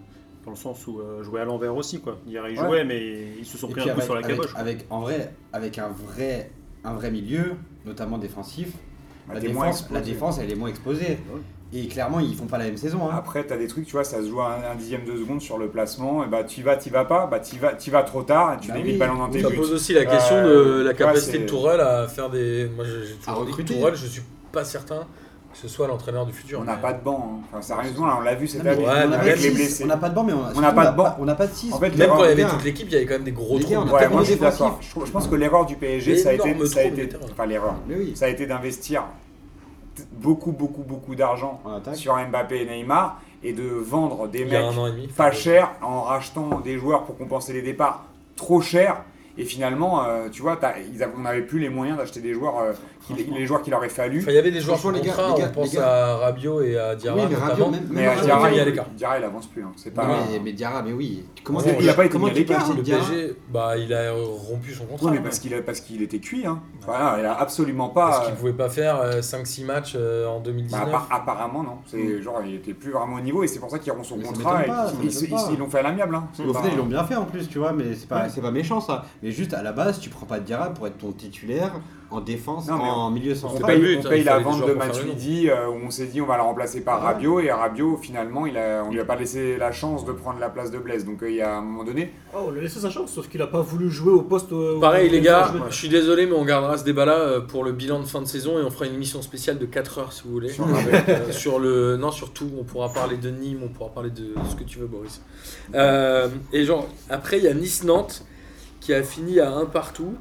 Speaker 5: dans le sens où euh, jouer à l'envers aussi. quoi. Hier, ils
Speaker 3: Ouais.
Speaker 5: jouaient, mais ils se sont
Speaker 4: Et
Speaker 5: pris
Speaker 4: puis
Speaker 5: un coup
Speaker 4: avec,
Speaker 5: sur la
Speaker 4: avec-
Speaker 5: caboche. quoi.
Speaker 4: avec- en vrai, avec un vrai, un vrai milieu, notamment défensif,
Speaker 3: Bah,
Speaker 4: la,
Speaker 3: t'es moins
Speaker 4: défense, la
Speaker 3: exposé.
Speaker 4: défense, hein. elle est moins exposée. Et clairement, ils font pas la même saison. hein.
Speaker 3: Après, t'as des trucs, tu vois, ça se joue à un, un dixième de seconde sur le placement. Et bah, tu vas, tu vas pas. Bah, tu vas, tu vas trop tard. Et tu
Speaker 4: Bah
Speaker 3: dévies
Speaker 4: oui.
Speaker 3: le ballon dans tes
Speaker 1: Ça
Speaker 3: buts.
Speaker 1: pose aussi la question de
Speaker 3: Euh,
Speaker 1: la
Speaker 3: tu vois,
Speaker 1: capacité
Speaker 3: c'est-
Speaker 1: de Tourelle à faire des. Moi, j'ai j'ai toujours
Speaker 4: À
Speaker 1: dit que
Speaker 4: recruter.
Speaker 1: Tourelle, je suis pas certain que ce soit l'entraîneur du futur.
Speaker 3: On n'a
Speaker 1: mais-
Speaker 3: pas de banc. hein. Enfin, sérieusement, là, on l'a vu cette
Speaker 4: Non, mais
Speaker 3: année.
Speaker 1: Ouais,
Speaker 4: on n'a
Speaker 1: mais
Speaker 4: pas
Speaker 3: avec
Speaker 4: de
Speaker 3: les
Speaker 4: six,
Speaker 3: blessés.
Speaker 4: On n'a pas de banc, mais on a, surtout,
Speaker 3: n'a pas de banc.
Speaker 4: On n'a pas de 6.
Speaker 3: En fait,
Speaker 1: Même quand il y avait
Speaker 3: l'erreur-
Speaker 1: toute l'équipe, il y avait quand même des gros
Speaker 4: Les
Speaker 1: trous.
Speaker 4: gars, on a
Speaker 3: Ouais,
Speaker 4: tellement
Speaker 3: moi je suis
Speaker 4: défensif.
Speaker 3: d'accord. Je, trouve- je pense que l'erreur du PSG, ça a été,
Speaker 1: Énorme
Speaker 3: ça
Speaker 1: trou au
Speaker 3: a été-
Speaker 1: milieu de terrain.
Speaker 3: enfin l'erreur,
Speaker 4: Mais oui.
Speaker 3: ça a été d'investir t- beaucoup, beaucoup, beaucoup d'argent
Speaker 4: En attaque.
Speaker 3: sur Mbappé et Neymar et de vendre des
Speaker 1: Il y a
Speaker 3: mecs
Speaker 1: un an et demi.
Speaker 3: pas chers en rachetant des joueurs pour compenser les départs trop chers. Et finalement, euh, tu vois, t'as- ils avaient- on n'avait plus les moyens d'acheter des joueurs, euh, qui- les joueurs qu'il aurait fallu.
Speaker 1: Enfin, il y avait des joueurs sous
Speaker 4: Franchement, les gars,
Speaker 1: contrat,
Speaker 4: les gars,
Speaker 1: on pense
Speaker 4: les gars.
Speaker 1: à Rabiot et à Diarra
Speaker 4: Oui, mais Rabiot,
Speaker 1: notamment.
Speaker 4: même-
Speaker 3: Mais euh,
Speaker 4: même
Speaker 1: Rabiot,
Speaker 3: Diarra,
Speaker 1: il est à
Speaker 3: il,
Speaker 1: l'écart.
Speaker 3: Diarra, il avance plus. hein. C'est pas.
Speaker 4: Non,
Speaker 1: Ah.
Speaker 4: mais, mais Diarra, mais oui. Comment
Speaker 1: Non,
Speaker 4: tu-
Speaker 1: il a
Speaker 3: pas été
Speaker 4: comment
Speaker 3: mis à
Speaker 4: tu peux
Speaker 3: l'écart,
Speaker 4: acheter
Speaker 1: hein, Le
Speaker 4: Diarra
Speaker 1: PSG, bah, il a rompu son contrat.
Speaker 3: Oui, mais
Speaker 1: hein.
Speaker 3: parce qu'il a- parce qu'il était cuit. Hein. Enfin, il a absolument pas.
Speaker 1: Parce qu'il ne pouvait pas faire 5-6 matchs euh, en
Speaker 3: Bah,
Speaker 1: 2019.
Speaker 3: appar- apparemment, non. C'est genre, il était plus vraiment au niveau et c'est pour ça qu'ils rompt son
Speaker 4: Mais ça
Speaker 3: contrat.
Speaker 4: m'étonne pas,
Speaker 3: et
Speaker 4: ça
Speaker 3: qu'ils- ils,
Speaker 4: m'étonne pas.
Speaker 3: ils- ils l'ont fait à l'amiable. Hein. C'est
Speaker 4: Au
Speaker 3: pas-
Speaker 4: final, ils l'ont bien fait en plus, tu vois, mais c'est pas,
Speaker 3: Ouais.
Speaker 4: c'est pas méchant ça. Mais juste à la base, tu prends pas Diarra pour être ton titulaire en défense,
Speaker 3: Non, mais
Speaker 4: en milieu
Speaker 3: On
Speaker 4: central.
Speaker 1: pas
Speaker 3: paye,
Speaker 1: le but,
Speaker 3: on
Speaker 1: hein, il
Speaker 3: paye la
Speaker 1: fallait des
Speaker 3: vente
Speaker 1: joueurs Ah
Speaker 3: de
Speaker 1: pour faire le nom.
Speaker 3: Matuidi euh, où on s'est dit on va le remplacer par
Speaker 4: Ouais.
Speaker 3: Rabiot et Rabiot finalement il a, on lui a pas laissé la chance de prendre la place de Blaise donc euh, il y a un moment donné
Speaker 2: Oh, on lui a laissé sa chance, sauf qu'il a pas voulu jouer au poste. euh, où
Speaker 1: Pareil
Speaker 2: il
Speaker 1: les
Speaker 2: devait
Speaker 1: gars,
Speaker 2: jouer.
Speaker 1: je suis désolé mais on gardera ce débat là euh, pour le bilan de fin de saison et on fera une émission spéciale de 4 heures si vous voulez.
Speaker 3: Sur
Speaker 1: Euh, sur le non sur tout, on pourra parler de Nîmes, on pourra parler de ce que tu veux Boris. Euh, et genre après il y a Nice Nantes qui a fini à un partout.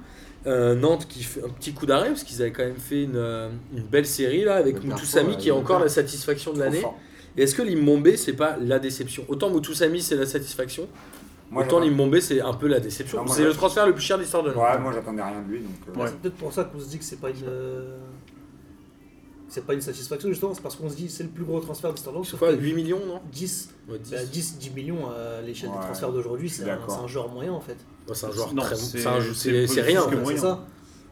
Speaker 1: Euh, Nantes qui fait un petit coup d'arrêt parce qu'ils avaient quand même fait une, euh, une belle série là avec
Speaker 4: Le perso,
Speaker 1: Moutoussamy
Speaker 4: ouais,
Speaker 1: qui est
Speaker 4: il est
Speaker 1: encore
Speaker 4: bien.
Speaker 1: la satisfaction de l'année
Speaker 3: fort.
Speaker 1: Et est-ce que l'Immombe, c'est pas la déception Autant Mutusami, c'est la satisfaction,
Speaker 3: Moi,
Speaker 1: autant
Speaker 3: j'attends-
Speaker 1: l'Immombe, c'est un peu la déception.
Speaker 3: Non, moi,
Speaker 1: c'est le
Speaker 3: j'attends-
Speaker 1: transfert le plus cher de l'histoire de Nantes.
Speaker 3: Ouais, moi j'attendais rien de lui donc. euh,
Speaker 2: C'est peut-être pour ça qu'on se dit que c'est pas une. euh, C'est pas une satisfaction, justement, c'est parce qu'on se dit c'est le plus gros transfert de l'histoire de l'Europe,
Speaker 1: Je sais
Speaker 2: sauf
Speaker 1: pas,
Speaker 2: que
Speaker 1: 8 millions, non
Speaker 2: 10,
Speaker 1: Ouais, 10.
Speaker 2: bah, 10, 10 millions à l'échelle
Speaker 3: Ouais,
Speaker 2: des transferts d'aujourd'hui,
Speaker 3: je suis
Speaker 2: c'est un,
Speaker 3: d'accord.
Speaker 2: c'est un joueur moyen en fait.
Speaker 1: Ouais, c'est un joueur
Speaker 5: Non,
Speaker 1: très bon.
Speaker 5: c'est-
Speaker 1: C'est un jou-
Speaker 5: c'est
Speaker 1: c'est-
Speaker 5: plus
Speaker 1: c'est rien.
Speaker 5: que
Speaker 1: en fait.
Speaker 5: moyen.
Speaker 2: C'est ça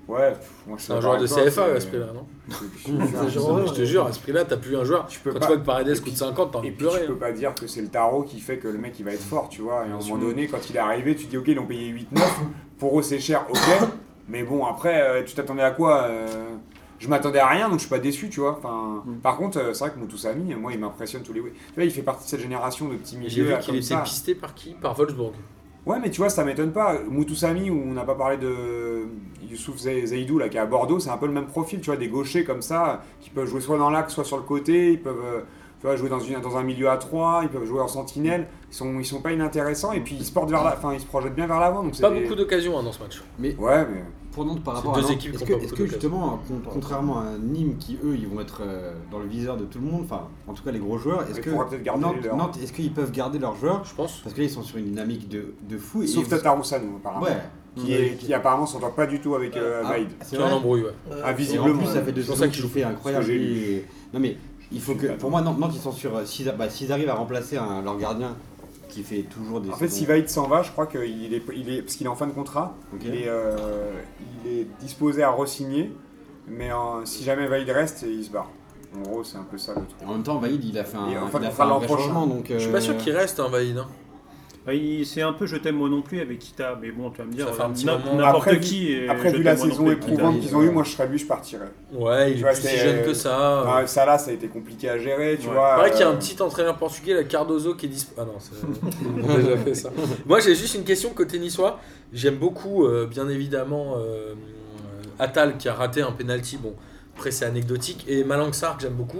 Speaker 3: Ouais, pff, moi je suis
Speaker 1: C'est un
Speaker 3: d'accord
Speaker 1: joueur de
Speaker 3: avec
Speaker 1: CFA
Speaker 3: toi, c'est-
Speaker 1: à ce prix-là, non
Speaker 3: Je- je- je-
Speaker 2: C'est
Speaker 3: je-
Speaker 2: genre-
Speaker 1: Je te jure, à ce prix-là, t'as plus un joueur.
Speaker 3: Tu peux
Speaker 1: Quand
Speaker 3: pas-
Speaker 1: tu vois que Paredes
Speaker 3: et puis-
Speaker 1: coûte 50, t'as envie
Speaker 3: Et
Speaker 1: de
Speaker 3: puis tu
Speaker 1: pleurer.
Speaker 3: peux
Speaker 1: hein.
Speaker 3: pas dire que c'est le tarot qui fait que le mec il va être fort, tu vois. Et à un
Speaker 5: Bien
Speaker 3: moment
Speaker 5: sûr.
Speaker 3: donné, quand il est arrivé, tu te dis ok, ils l'ont payé 8-9. Pour eux, c'est cher, ok. Mais bon, après, euh, tu t'attendais à quoi euh, Je m'attendais à rien, donc je suis pas déçu, tu vois. Enfin,
Speaker 5: Mm.
Speaker 3: Par contre, euh, c'est vrai que Moutoussami, moi, il m'impressionne tous les week Tu vois, il fait partie de cette génération de petits
Speaker 1: J'ai
Speaker 3: milieux
Speaker 1: vu
Speaker 3: là,
Speaker 1: qu'il
Speaker 3: comme
Speaker 1: était
Speaker 3: ça.
Speaker 1: pisté par qui Par Wolfsburg.
Speaker 3: Ouais, mais tu vois, ça m'étonne pas. Moutoussami, où on n'a pas parlé de Youssouf Zai- Zaidou, là, qui est à Bordeaux, c'est un peu le même profil, tu vois, des gauchers comme ça, qui peuvent jouer soit dans l'axe, soit sur le côté, ils peuvent euh, tu vois, jouer dans, une, dans un milieu à 3, ils peuvent jouer en sentinelle, ils sont, ils sont pas inintéressants, et puis ils se portent vers la, enfin, ils se projettent bien vers l'avant, donc c'est
Speaker 1: Pas
Speaker 3: des-
Speaker 1: beaucoup d'occasions hein, dans ce match.
Speaker 3: Ouais, mais...
Speaker 4: Pour Nantes par
Speaker 1: C'est
Speaker 4: rapport
Speaker 1: deux
Speaker 4: à Nantes,
Speaker 1: équipes qui
Speaker 4: est-ce
Speaker 1: ont
Speaker 4: que,
Speaker 1: pas
Speaker 4: est-ce
Speaker 1: beaucoup
Speaker 4: que
Speaker 1: d'occasions.
Speaker 4: justement, euh, con- contrairement à Nîmes qui eux ils vont être euh, dans le viseur de tout le monde, enfin en tout cas les gros joueurs, est-ce
Speaker 3: Mais
Speaker 4: que
Speaker 3: pourra peut-être garder les
Speaker 4: Nantes,
Speaker 3: leurs.
Speaker 4: Nantes, est-ce qu'ils peuvent garder leurs joueurs
Speaker 1: Je pense.
Speaker 4: Parce que là ils sont sur une dynamique de, de fou. et
Speaker 3: Sauf
Speaker 4: vous-
Speaker 3: Tatarusanu, apparemment.
Speaker 4: Ouais.
Speaker 3: Qui, est- qui apparemment s'entend pas du tout avec euh,
Speaker 4: Ah,
Speaker 3: Vaïd.
Speaker 4: c'est
Speaker 1: C'est un
Speaker 4: vrai.
Speaker 1: embrouille, ouais.
Speaker 2: Euh,
Speaker 3: Ah,
Speaker 4: Et
Speaker 3: visiblement.
Speaker 4: en plus, ça fait deux
Speaker 1: C'est pour
Speaker 4: saisons
Speaker 1: ça
Speaker 4: qu'il
Speaker 1: qu'il
Speaker 4: fait incroyable.
Speaker 3: Parce que j'ai
Speaker 4: Et- Non mais il faut que pour moi Nantes, Nantes, ils sont sur euh, s'ils a- bah, s'ils arrivent à remplacer un, leur gardien qui fait toujours des
Speaker 3: En fait, si
Speaker 4: saisons-
Speaker 3: Vaïd s'en va, je crois qu'il est, il est, parce qu'il est en fin de contrat,
Speaker 4: Ok.
Speaker 3: il, est, euh, il est disposé à re-signer, mais en- si jamais Vaïd reste, il se barre. En gros, c'est un peu ça le truc.
Speaker 4: Et En même temps Vaïd il a fait un,
Speaker 3: Et en fait,
Speaker 4: il a
Speaker 3: on
Speaker 4: fait
Speaker 3: fera
Speaker 4: un
Speaker 3: l'an
Speaker 4: vrai
Speaker 3: prochain.
Speaker 4: changement donc euh,
Speaker 1: Je suis pas sûr qu'il reste, hein, Vaïd. hein.
Speaker 5: Bah, il- c'est un peu je t'aime moi non plus avec Kita, mais bon, tu vas me dire,
Speaker 1: Ça fait un petit
Speaker 5: n'a-
Speaker 1: moment.
Speaker 5: n'importe
Speaker 3: Après,
Speaker 5: qui. est
Speaker 3: Après,
Speaker 5: je
Speaker 3: vu la
Speaker 5: t'aime, moi non
Speaker 3: saison
Speaker 5: plus avec Kita.
Speaker 3: éprouvante qu'ils ont
Speaker 4: euh,
Speaker 3: eue, moi je serais lui, je partirais.
Speaker 1: Ouais,
Speaker 3: Tu
Speaker 1: il
Speaker 3: vois,
Speaker 1: est plus
Speaker 3: c'est-
Speaker 1: si jeune que ça.
Speaker 3: Ah, ça là, ça a été compliqué à gérer, tu
Speaker 5: Ouais.
Speaker 3: vois.
Speaker 1: Il paraît qu'il y a
Speaker 3: euh,
Speaker 1: un petit entraîneur portugais, la Cardozo, qui est dispo. Ah non, c'est- on a déjà fait ça. Moi, j'ai juste une question côté niçois. J'aime beaucoup, euh, bien évidemment, euh, Attal qui a raté un penalty. Bon, après, c'est anecdotique. Et Malangsar, que j'aime beaucoup.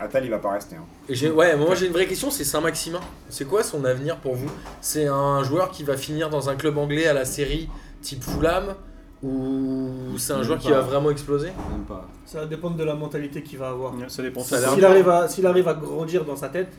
Speaker 3: Attal, il va pas rester. hein.
Speaker 1: Et j'ai- ouais, moi, j'ai une vraie question c'est Saint-Maximin. C'est quoi son avenir pour vous C'est un joueur qui va finir dans un club anglais à la série type Fulham Ou c'est un joueur qui va vraiment exploser
Speaker 4: même pas.
Speaker 2: Ça va dépendre de la mentalité qu'il va avoir.
Speaker 5: Ça dépend.
Speaker 1: Ça a l'air
Speaker 2: S'il
Speaker 1: bien.
Speaker 2: arrive, à- s'il arrive à grandir dans sa tête,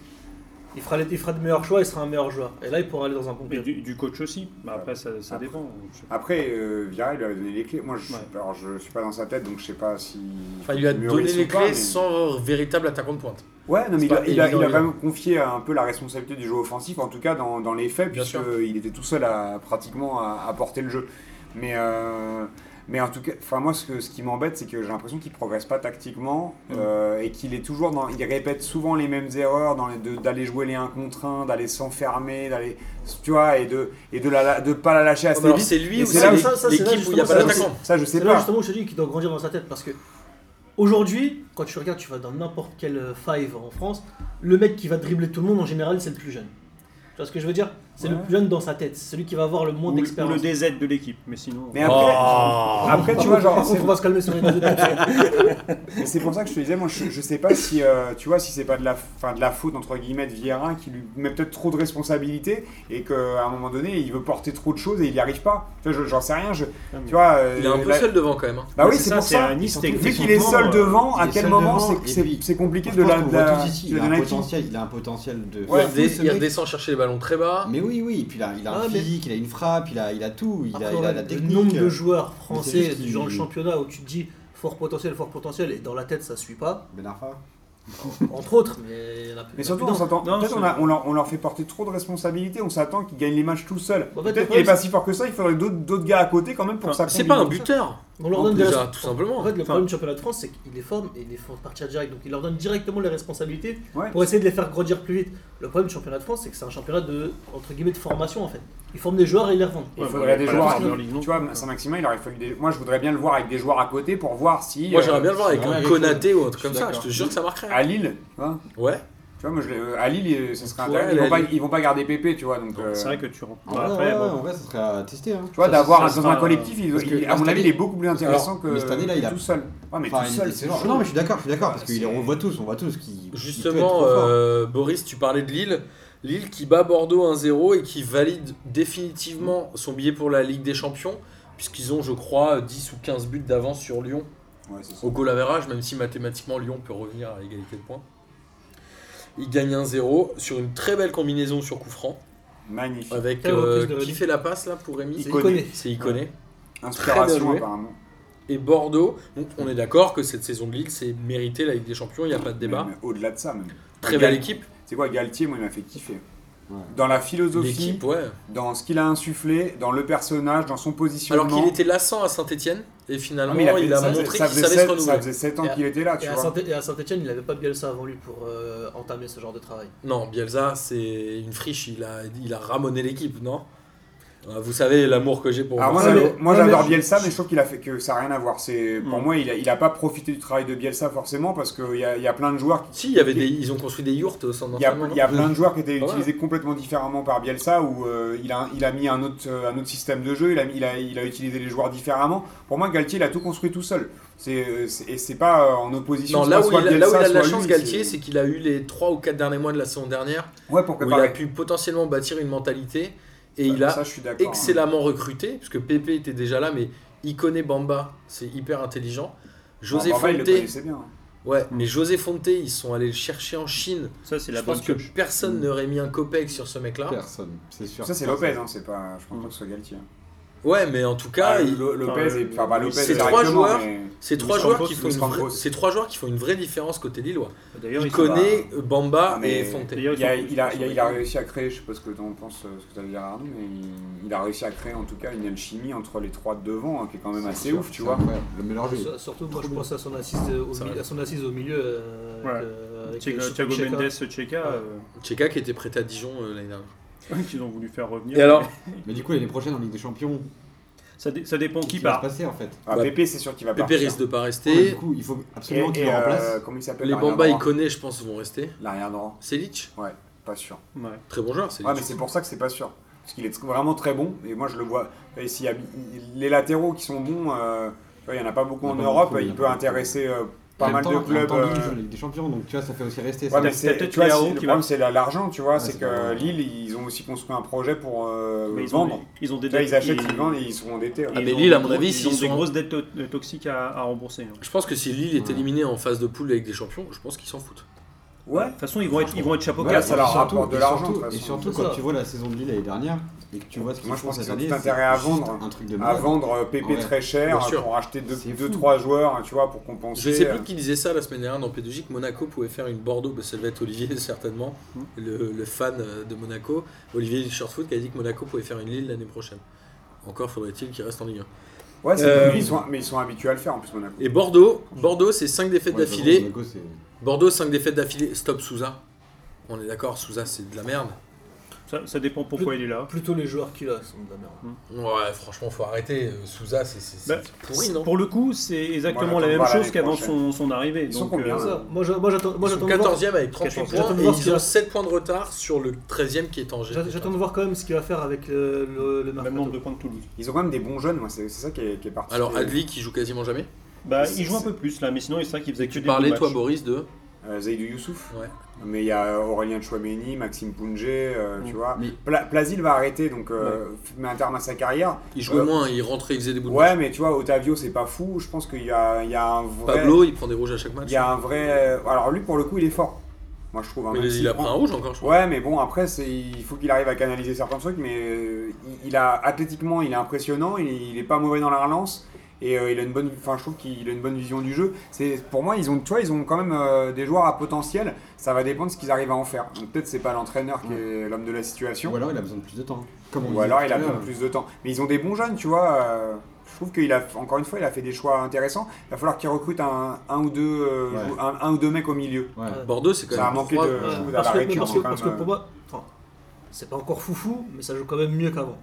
Speaker 2: il fera, les- il fera de meilleurs choix, il sera un meilleur joueur. Et là, il pourra aller dans un bon
Speaker 5: Et
Speaker 2: club.
Speaker 5: du, du coach aussi. Bah, après, ça, ça
Speaker 3: Après.
Speaker 5: dépend. Je sais pas.
Speaker 3: Après, euh, Vieira, il lui avait donné les clés. Moi, je,
Speaker 5: Ouais.
Speaker 3: alors, je suis pas dans sa tête, donc je sais pas si.
Speaker 1: Enfin, il lui a donné
Speaker 3: mûrisse ou
Speaker 1: les
Speaker 3: pas,
Speaker 1: clés
Speaker 3: mais-
Speaker 1: sans véritable attaquant de pointe.
Speaker 3: Ouais, non, mais
Speaker 1: C'est
Speaker 3: il a,
Speaker 1: pas
Speaker 3: il, a,
Speaker 1: évident,
Speaker 3: il a
Speaker 1: évident.
Speaker 3: quand même confié un peu la responsabilité du jeu offensif, en tout cas dans, dans les faits,
Speaker 1: Bien sûr.
Speaker 3: puisqu'il était tout seul à, pratiquement à, à porter le jeu. Mais, euh, mais en tout cas, enfin, moi, ce, que- ce qui m'embête, c'est que j'ai l'impression qu'il progresse pas tactiquement
Speaker 1: Mm.
Speaker 3: euh, et qu'il est toujours dans. Il répète souvent les mêmes erreurs dans les- de- d'aller jouer les 1 contre 1, d'aller s'enfermer, d'aller. Tu vois, et de et de, la- la- de pas la lâcher assez
Speaker 1: Oh, Alors,
Speaker 3: vite.
Speaker 1: c'est lui ou
Speaker 3: Et Ah, c'est
Speaker 1: c'est
Speaker 3: là où
Speaker 1: l'é-
Speaker 2: ça- ça, c'est là
Speaker 1: l'équipe où il n'y a
Speaker 2: justement,
Speaker 1: pas
Speaker 3: Ça, je
Speaker 1: d'attaquant
Speaker 3: sais- Ça, je sais
Speaker 2: C'est là
Speaker 3: pas.
Speaker 2: justement où je te dis qu'il doit grandir dans sa tête parce que aujourd'hui, quand tu regardes, tu vas dans n'importe quel euh, five en France, le mec qui va dribbler tout le monde en général, c'est le plus jeune. Tu vois ce que je veux dire C'est le
Speaker 3: Ouais.
Speaker 2: plus jeune dans sa tête, celui qui va avoir le
Speaker 5: Ou,
Speaker 2: moins
Speaker 5: le- ou le
Speaker 2: d'expérience.
Speaker 5: DZ de l'équipe, mais sinon. euh,
Speaker 3: Mais après, après tu vois, Ah, genre.
Speaker 2: Par
Speaker 3: c'est-
Speaker 2: contre, on va se calmer sur les deux têtes.
Speaker 3: Et c'est pour ça que je te disais, moi, je, je sais pas si, euh, tu vois, si c'est pas de la, fin, de la faute, entre guillemets, de Vieira, qui lui met peut-être trop de responsabilités, et qu'à un moment donné, il veut porter trop de choses et il n'y arrive pas. Tu vois, je- j'en sais rien, je-
Speaker 5: Ah, mais-
Speaker 3: tu vois... euh,
Speaker 1: Il est un peu
Speaker 3: la-
Speaker 1: seul devant quand même. hein.
Speaker 3: Bah oui,
Speaker 5: Ouais,
Speaker 3: c'est pour
Speaker 5: c'est
Speaker 3: ça.
Speaker 5: un Nice
Speaker 4: Surtout-
Speaker 3: Vu
Speaker 5: technique.
Speaker 3: qu'il est seul
Speaker 5: euh,
Speaker 3: devant, à
Speaker 4: il est
Speaker 3: quel
Speaker 4: seul
Speaker 3: moment
Speaker 4: devant,
Speaker 3: c'est-
Speaker 4: et
Speaker 3: c'est
Speaker 4: puis,
Speaker 3: c'est compliqué
Speaker 4: Je
Speaker 3: de
Speaker 4: pense
Speaker 3: la...
Speaker 4: qu'on
Speaker 3: de
Speaker 4: voit
Speaker 3: la-
Speaker 4: tous ici,
Speaker 3: de
Speaker 4: il a,
Speaker 3: la
Speaker 4: un
Speaker 3: Nike.
Speaker 4: potentiel, il a un potentiel de.
Speaker 3: Ouais,
Speaker 1: il,
Speaker 4: fou,
Speaker 1: redé-
Speaker 4: ce
Speaker 1: il
Speaker 4: mec.
Speaker 1: redescend chercher les ballons très bas.
Speaker 4: Mais oui, oui, et puis il a, il a un
Speaker 2: Ah, mais-
Speaker 4: physique, il a une frappe, il a, il a tout, il a,
Speaker 2: Après,
Speaker 4: il a
Speaker 2: ouais,
Speaker 4: la
Speaker 2: le
Speaker 4: technique. euh,
Speaker 2: nombre de joueurs
Speaker 4: Mais c'est
Speaker 2: français
Speaker 4: juste
Speaker 2: du
Speaker 4: qu'il-
Speaker 2: genre le championnat où tu te dis fort potentiel, fort potentiel, et dans la tête ça suit pas,
Speaker 4: Ben Arfa.
Speaker 2: entre autres, mais il y en a plus.
Speaker 3: Mais
Speaker 2: il y en a
Speaker 3: surtout,
Speaker 2: plus
Speaker 3: on s'attend.
Speaker 5: Non,
Speaker 3: Peut-être
Speaker 5: c'est-
Speaker 3: on, a- on leur, on leur fait porter trop de responsabilités. On s'attend qu'ils gagnent les matchs tout seuls.
Speaker 2: En fait, le
Speaker 3: Peut-être qu'il
Speaker 2: problème,
Speaker 3: n'est pas si fort que ça. Il faudrait d'autres d'autres gars à côté quand même pour
Speaker 5: Enfin,
Speaker 3: que ça.
Speaker 1: C'est pas un
Speaker 3: combine.
Speaker 1: buteur.
Speaker 2: On leur
Speaker 1: En
Speaker 2: donne
Speaker 1: plus,
Speaker 2: des
Speaker 1: déjà,
Speaker 2: respons-
Speaker 1: tout simplement.
Speaker 2: En fait, le
Speaker 5: Enfin-
Speaker 2: problème du championnat de France, c'est qu'ils les forment et ils les font partir direct. Donc, ils leur donnent directement les responsabilités
Speaker 3: Ouais.
Speaker 2: pour essayer de les faire grandir plus vite. Le problème du championnat de France, c'est que c'est un championnat de, entre guillemets, de formation en fait. Ils forment des joueurs et ils les revendent.
Speaker 3: Il
Speaker 5: Ouais,
Speaker 3: faudrait
Speaker 5: bah,
Speaker 3: des
Speaker 5: pas la
Speaker 3: joueurs.
Speaker 5: Première Ligue non
Speaker 3: Tu vois,
Speaker 5: plus, quoi.
Speaker 3: Saint-Maximin, il aurait fallu des. Moi, je voudrais bien le voir avec des joueurs à côté pour voir si.
Speaker 1: Moi
Speaker 3: euh,
Speaker 1: j'aimerais bien le voir avec
Speaker 4: c'est vrai,
Speaker 1: un
Speaker 4: avec
Speaker 1: Konaté ou un truc
Speaker 4: Je suis
Speaker 1: comme ça. Je te
Speaker 4: d'accord.
Speaker 1: jure que ça marquerait.
Speaker 3: À Lille, tu vois.
Speaker 1: Ouais.
Speaker 3: Tu vois, moi, je l'ai- euh, à Lille, euh, ça serait
Speaker 1: Ouais,
Speaker 3: intéressant.
Speaker 1: elle
Speaker 3: Ils
Speaker 1: est
Speaker 3: vont, pas,
Speaker 1: allée.
Speaker 3: ils vont pas garder Pépé, tu vois. Donc,
Speaker 5: Bon, C'est
Speaker 3: euh,
Speaker 5: vrai que tu rentres.
Speaker 4: Ouais,
Speaker 5: après,
Speaker 4: ouais,
Speaker 5: bon.
Speaker 4: en vrai, ça serait à tester. Hein.
Speaker 3: Tu vois,
Speaker 5: ça-
Speaker 3: d'avoir
Speaker 5: ça
Speaker 3: un- dans
Speaker 5: sera-
Speaker 3: un collectif, il-
Speaker 4: parce que
Speaker 3: il- à mon
Speaker 4: cette
Speaker 3: avis, il
Speaker 4: année-
Speaker 3: est beaucoup plus intéressant que
Speaker 4: mais cette année, là, il a-
Speaker 3: tout seul. Ouais, mais
Speaker 4: Enfin,
Speaker 3: tout
Speaker 4: il
Speaker 3: seul,
Speaker 4: était
Speaker 3: c'est
Speaker 4: genre-
Speaker 3: chaud.
Speaker 4: Non, mais je suis d'accord, je suis d'accord, parce
Speaker 3: c'est-
Speaker 4: qu'on voit tous, on voit tous qui.
Speaker 1: Justement, euh, Boris, tu parlais de Lille. Lille qui bat Bordeaux 1-0 et qui valide définitivement son billet pour la Ligue des Champions, puisqu'ils ont, je crois, 10 ou 15 buts d'avance sur Lyon
Speaker 3: Ouais, c'est ça.
Speaker 1: au goal average, même si mathématiquement Lyon peut revenir à égalité de points. Il gagne 1-0 sur une très belle combinaison sur coup franc.
Speaker 3: Magnifique.
Speaker 1: Avec
Speaker 2: Quelle reprise
Speaker 1: euh,
Speaker 2: de
Speaker 1: qui
Speaker 2: Rémi
Speaker 1: fait la passe là pour Rémi
Speaker 2: Il
Speaker 3: Iconé.
Speaker 2: connaît.
Speaker 1: C'est Iconé. Très bien
Speaker 3: Inspiration
Speaker 1: joué.
Speaker 3: apparemment.
Speaker 1: Et Bordeaux, donc, on est d'accord que cette saison de Lille, c'est mérité la Ligue des Champions, il n'y a pas de débat.
Speaker 3: Mais- mais Au-delà de ça, même.
Speaker 1: Très belle équipe.
Speaker 3: C'est quoi, Galtier, moi, il m'a fait kiffer.
Speaker 4: Ouais.
Speaker 3: Dans la philosophie,
Speaker 1: L'équipe, ouais.
Speaker 3: dans ce qu'il a insufflé, dans le personnage, dans son positionnement.
Speaker 1: Alors qu'il était lassant à Saint-Etienne, et finalement,
Speaker 3: Ah, mais
Speaker 1: il a,
Speaker 3: fait- ça faisait-
Speaker 1: montré
Speaker 3: ça
Speaker 1: qu'il
Speaker 3: faisait
Speaker 1: savait se
Speaker 3: sept-
Speaker 1: renouveler.
Speaker 3: Ça faisait 7
Speaker 2: Et
Speaker 3: ans
Speaker 2: à-
Speaker 3: qu'il était là, Ah, tu
Speaker 2: Et à
Speaker 3: vois.
Speaker 2: Saint- et à Saint-Etienne, il n'avait pas Bielsa avant lui pour euh, entamer ce genre de travail.
Speaker 1: Non, Bielsa, c'est une friche, il a, il a ramoné l'équipe, non Euh, Vous savez l'amour que j'ai pour
Speaker 3: Alors moi,
Speaker 2: Ouais,
Speaker 1: Marcelo.
Speaker 3: j'adore-
Speaker 2: mais-
Speaker 3: moi
Speaker 2: ouais,
Speaker 3: j'adore
Speaker 2: mais-
Speaker 3: Bielsa, mais je trouve qu'il a fait que ça n'a rien à voir. C'est pour
Speaker 5: Mm.
Speaker 3: moi, il a, il a pas profité du travail de Bielsa forcément parce qu'il y a, il y a plein de joueurs. qui-
Speaker 1: Si, il y avait des, ils ont construit des yurts euh, au centre
Speaker 3: Il y, a,
Speaker 1: d'entraînement.
Speaker 3: il y a plein de joueurs qui étaient
Speaker 1: Ah Ouais.
Speaker 3: utilisés complètement différemment par Bielsa, où euh, il, a, il a mis un autre, euh, un autre système de jeu, il a, il, a, il a utilisé les joueurs différemment. Pour moi, Galtier, il a tout construit tout seul. C'est, euh, c'est- et c'est pas euh, en opposition.
Speaker 1: Non,
Speaker 3: c'est
Speaker 1: là
Speaker 3: pas
Speaker 1: où, il
Speaker 3: soit
Speaker 1: a, là où il
Speaker 3: Bielsa,
Speaker 1: a de la
Speaker 3: soit
Speaker 1: chance,
Speaker 3: lui,
Speaker 1: Galtier, c'est qu'il a eu les 3 ou 4 derniers mois de la saison dernière,
Speaker 3: Ouais, pour
Speaker 1: où il a
Speaker 3: préparer.
Speaker 1: pu potentiellement bâtir une mentalité, et il
Speaker 3: Ça,
Speaker 1: a
Speaker 3: ça, je suis d'accord. hein.
Speaker 1: excellemment recruté, puisque Pépé était déjà là, mais il connaît Bamba, c'est hyper intelligent. José
Speaker 3: Enfin, il le
Speaker 1: Fonte,
Speaker 3: connaissait Mm. bien. hein.
Speaker 1: ouais, mais José Fonte, ils sont allés le chercher en Chine.
Speaker 5: Ça, c'est
Speaker 1: Je
Speaker 5: la bonne
Speaker 1: pense que
Speaker 5: pioche.
Speaker 3: Mm.
Speaker 1: personne n'aurait mis un copec sur ce mec-là.
Speaker 4: Personne, c'est sûr.
Speaker 3: Ça, c'est Lopez, hein, c'est pas, je pense pas que ce soit Galtier. hein.
Speaker 1: Ouais, mais en tout cas,
Speaker 3: Ah,
Speaker 1: il-
Speaker 3: Lo- Lopez,
Speaker 5: enfin,
Speaker 3: et, enfin, bah, Lopez,
Speaker 1: c'est
Speaker 3: il
Speaker 1: trois
Speaker 3: directement,
Speaker 1: joueurs.
Speaker 3: mais-
Speaker 1: c'est
Speaker 3: Luis
Speaker 1: trois joueurs
Speaker 3: Campos,
Speaker 1: qui font
Speaker 3: Luis
Speaker 1: une
Speaker 3: Campos.
Speaker 1: vraie, c'est trois joueurs qui font une vraie différence côté Lillois.
Speaker 5: D'ailleurs,
Speaker 1: Il
Speaker 5: ils
Speaker 3: sont-
Speaker 1: connaît euh, Bamba
Speaker 3: Ah, mais-
Speaker 1: et Fonte.
Speaker 5: D'ailleurs, ils
Speaker 3: Il a,
Speaker 5: sont-
Speaker 3: il, a,
Speaker 5: ils sont-
Speaker 3: il a- il a réussi à créer, je sais pas ce que tu en penses, euh, ce que tu as dit Arnaud, mais il, il a réussi à créer en tout cas une alchimie entre les trois de devant hein, qui est quand même assez ouf, tu vois.
Speaker 4: Le meilleur jeu.
Speaker 2: Sur- Surtout, moi, je pense à son assise euh, au,
Speaker 1: Ça
Speaker 2: mi-
Speaker 1: va.
Speaker 2: à son assise au milieu. euh,
Speaker 5: Ouais.
Speaker 2: avec, euh, avec,
Speaker 5: Thiago
Speaker 2: euh,
Speaker 5: Thiago
Speaker 2: Cheka.
Speaker 5: Mendes, Checa, euh,
Speaker 1: Tcheka qui était prêté à Dijon euh, l'année dernière.
Speaker 5: qu'ils ont voulu faire revenir.
Speaker 1: Et alors,
Speaker 4: Mais du coup, l'année prochaine en Ligue des Champions,
Speaker 5: ça, dé- ça dépend qui
Speaker 4: qui va se
Speaker 5: part.
Speaker 4: passer en fait
Speaker 3: Ah,
Speaker 1: Ouais.
Speaker 3: Pépé, c'est sûr qu'il va
Speaker 1: Pépé
Speaker 3: partir.
Speaker 1: risque de pas
Speaker 4: Et du
Speaker 1: rester.
Speaker 4: coup, il faut
Speaker 3: Et,
Speaker 4: absolument qu'il
Speaker 3: et,
Speaker 4: le
Speaker 3: euh,
Speaker 4: remplace.
Speaker 3: comment il s'appelle
Speaker 1: Les
Speaker 3: l'arrière
Speaker 1: Bamba, il
Speaker 3: droit
Speaker 1: connaît, je pense, vont rester.
Speaker 3: L'arrière droit,
Speaker 1: Selic,
Speaker 3: pas sûr.
Speaker 5: Ouais.
Speaker 1: très bon joueur. Selic.
Speaker 3: Ouais, mais c'est pour ça que c'est pas sûr. Parce qu'il est vraiment très bon, et moi je le vois. Et s'il y a- les latéraux qui sont bons, euh, tu vois, il y en a pas beaucoup
Speaker 4: Il y
Speaker 3: en
Speaker 4: en a pas
Speaker 3: Europe,
Speaker 4: beaucoup, il y en
Speaker 3: il
Speaker 4: a
Speaker 3: peut
Speaker 4: pas beaucoup.
Speaker 3: intéresser euh, pas
Speaker 4: En
Speaker 3: mal
Speaker 4: même temps,
Speaker 3: de
Speaker 4: en même
Speaker 3: clubs.
Speaker 4: temps,
Speaker 3: euh,
Speaker 4: Lille joue la Ligue des Champions, donc tu vois, ça fait aussi rester.
Speaker 3: Ouais,
Speaker 4: ça.
Speaker 3: mais
Speaker 5: T'as-
Speaker 3: c'est,
Speaker 5: t'as peut-être
Speaker 3: tu vois,
Speaker 5: Léao
Speaker 3: c'est- le
Speaker 5: qui va-
Speaker 3: problème, c'est la- l'argent, tu vois.
Speaker 4: Ouais,
Speaker 3: c'est
Speaker 4: c'est
Speaker 3: que
Speaker 4: vrai.
Speaker 3: Lille, ils ont aussi construit un projet pour euh,
Speaker 5: Mais ils ont,
Speaker 3: vendre.
Speaker 5: ils ont des
Speaker 3: Là, ils achètent, ils
Speaker 5: ils-
Speaker 3: vendent et ils sont endettés.
Speaker 1: Ah,
Speaker 5: ils
Speaker 1: mais
Speaker 5: ont
Speaker 1: Lille,
Speaker 5: des
Speaker 1: à mon
Speaker 5: gros-
Speaker 1: avis,
Speaker 5: ils ont
Speaker 1: s'ils
Speaker 5: des
Speaker 1: sont-
Speaker 5: grosses dettes to- toxiques à, à rembourser. hein.
Speaker 1: Je pense que si Lille est
Speaker 4: Ouais.
Speaker 1: éliminé en phase de poule avec des champions, je pense qu'ils s'en foutent.
Speaker 3: Ouais.
Speaker 5: De toute façon, ils vont être, ils vont être chapeau
Speaker 3: Voilà,
Speaker 5: casse.
Speaker 3: ça leur
Speaker 4: Et surtout-
Speaker 3: rapporte de
Speaker 4: et
Speaker 3: l'argent,
Speaker 4: surtout-
Speaker 3: de toute
Speaker 4: Et
Speaker 3: façon.
Speaker 4: surtout,
Speaker 2: C'est
Speaker 4: quand
Speaker 2: ça.
Speaker 4: tu vois la saison de Lille l'année dernière et que tu vois ce qu'ils
Speaker 3: Moi, je
Speaker 4: font
Speaker 3: pense
Speaker 4: cette
Speaker 3: qu'ils ont
Speaker 4: année,
Speaker 3: tout
Speaker 4: c'est
Speaker 3: intérêt à
Speaker 4: juste
Speaker 3: vendre.
Speaker 4: un truc de
Speaker 3: À
Speaker 4: malade.
Speaker 3: vendre euh, Pépé
Speaker 4: Ouais.
Speaker 3: très
Speaker 1: Bien
Speaker 3: cher
Speaker 1: sûr.
Speaker 3: pour acheter
Speaker 4: C'est fou.
Speaker 3: 2-3 joueurs, hein, tu vois, pour compenser. euh,
Speaker 1: Je sais plus qui disait ça la semaine dernière dans Pédogique. Monaco pouvait faire une Bordeaux, bah, ça devait être Olivier certainement,
Speaker 3: Hmm.
Speaker 1: le, le fan euh, de Monaco. Olivier Shortfoot qui a dit que Monaco pouvait faire une Lille l'année prochaine. Encore faudrait-il qu'il reste en Ligue 1.
Speaker 3: Ouais, c'est
Speaker 1: Euh,
Speaker 3: mais ils sont- mais ils sont habitués à le faire en plus, Monaco.
Speaker 1: Et Bordeaux, Bordeaux c'est 5 défaites
Speaker 4: Ouais, de toute façon,
Speaker 1: d'affilée.
Speaker 4: Monaco, c'est-
Speaker 1: Bordeaux 5 défaites d'affilée. Stop Souza. On est d'accord, Souza c'est de la merde.
Speaker 5: Ça, ça dépend pourquoi il est là.
Speaker 2: Plutôt les joueurs qu'il a sont de la merde.
Speaker 1: Ouais, franchement, faut arrêter. Euh, Souza, c'est c'est-
Speaker 5: Bah,
Speaker 1: c'est pourri, non
Speaker 5: Pour le coup, c'est exactement
Speaker 3: Moi,
Speaker 5: la même
Speaker 3: j'attends
Speaker 5: chose
Speaker 3: l'année
Speaker 5: qu'avant
Speaker 3: prochaine.
Speaker 5: son, son arrivée.
Speaker 3: Ils sont
Speaker 5: Donc,
Speaker 3: combien,
Speaker 5: euh,
Speaker 3: là
Speaker 2: Ça, Moi, j'a- moi, j'attends moi,
Speaker 1: Ils sont
Speaker 2: j'attends de voir.
Speaker 1: 14e avec 38
Speaker 2: J'attends
Speaker 1: points
Speaker 2: de
Speaker 1: et
Speaker 2: voir ce qu'il
Speaker 1: ils
Speaker 2: y
Speaker 1: ont
Speaker 2: a.
Speaker 1: 7 points de retard sur le 13e qui est Angers.
Speaker 2: j'a- J'attends de voir quand même ce qu'il va faire avec le, le, le
Speaker 5: même nombre de
Speaker 2: mercato.
Speaker 5: points que Toulouse.
Speaker 3: Ils ont quand même des bons jeunes, moi, c'est c'est ça qui est, qui est parti.
Speaker 1: Alors,
Speaker 3: Et-
Speaker 1: Adli qui joue quasiment jamais.
Speaker 5: Bah,
Speaker 3: C'est-
Speaker 5: il joue un
Speaker 3: c'est-
Speaker 5: peu plus là, mais sinon, c'est vrai qu'il faisait que
Speaker 1: Tu
Speaker 5: des bons
Speaker 1: parlais,
Speaker 5: matchs.
Speaker 1: toi, Boris, de.
Speaker 3: euh, Zaidou Youssouf.
Speaker 1: Ouais.
Speaker 3: Mais il y a euh, Aurélien Chouameni, Maxime Pungé, euh, tu
Speaker 5: Mm.
Speaker 3: vois.
Speaker 4: Mais-
Speaker 3: Pla- Plasil va arrêter, donc euh, met un terme à sa carrière.
Speaker 1: Il jouait
Speaker 3: Euh,
Speaker 1: moins, il rentrait, il faisait des bouts de
Speaker 3: Ouais,
Speaker 1: match.
Speaker 3: mais tu vois, Otavio, c'est pas fou. Je pense qu'il y a, il y a un vrai.
Speaker 1: Pablo, il prend des rouges à chaque match.
Speaker 3: Il y a un vrai. euh, Alors lui, pour le coup, il est fort. Moi, je trouve. hein,
Speaker 1: Mais
Speaker 3: même
Speaker 1: il
Speaker 3: s'il
Speaker 1: a pris un
Speaker 3: prend-
Speaker 1: rouge encore, je crois.
Speaker 3: Ouais, mais bon, après, c'est- il faut qu'il arrive à canaliser certains trucs. Mais euh, il- il a athlétiquement, il est impressionnant. Il, il est pas mauvais dans la relance. Et euh, il a une bonne, enfin, je trouve qu'il a une bonne vision du jeu. C'est pour moi, ils ont, tu vois, ils ont quand même euh, des joueurs à potentiel. Ça va dépendre de ce qu'ils arrivent à en faire. Donc peut-être c'est pas l'entraîneur qui est l'homme de la situation.
Speaker 4: Ou alors il a besoin de plus de temps. Comme on
Speaker 3: Ou
Speaker 4: disait
Speaker 3: alors
Speaker 4: tout
Speaker 3: il a
Speaker 4: à l'heure.
Speaker 3: besoin de plus de temps. Mais ils ont des bons jeunes, tu vois. euh, je trouve qu'il a, encore une fois, il a fait des choix intéressants. Il va falloir qu'il recrute un, un ou deux, euh,
Speaker 4: Ouais.
Speaker 3: jou- un, un ou deux mecs au milieu.
Speaker 4: Ouais.
Speaker 1: Bordeaux, c'est quand
Speaker 3: Ça a
Speaker 1: même.
Speaker 3: manqué
Speaker 1: trois-
Speaker 3: de
Speaker 2: Ouais,
Speaker 3: joues à
Speaker 2: Euh, parce,
Speaker 3: la
Speaker 2: que,
Speaker 3: récure.
Speaker 2: parce, que,
Speaker 3: hein, quand
Speaker 2: parce que
Speaker 3: même.
Speaker 2: pour moi,
Speaker 1: euh,
Speaker 2: enfin, c'est pas encore foufou, mais ça joue quand même mieux qu'avant.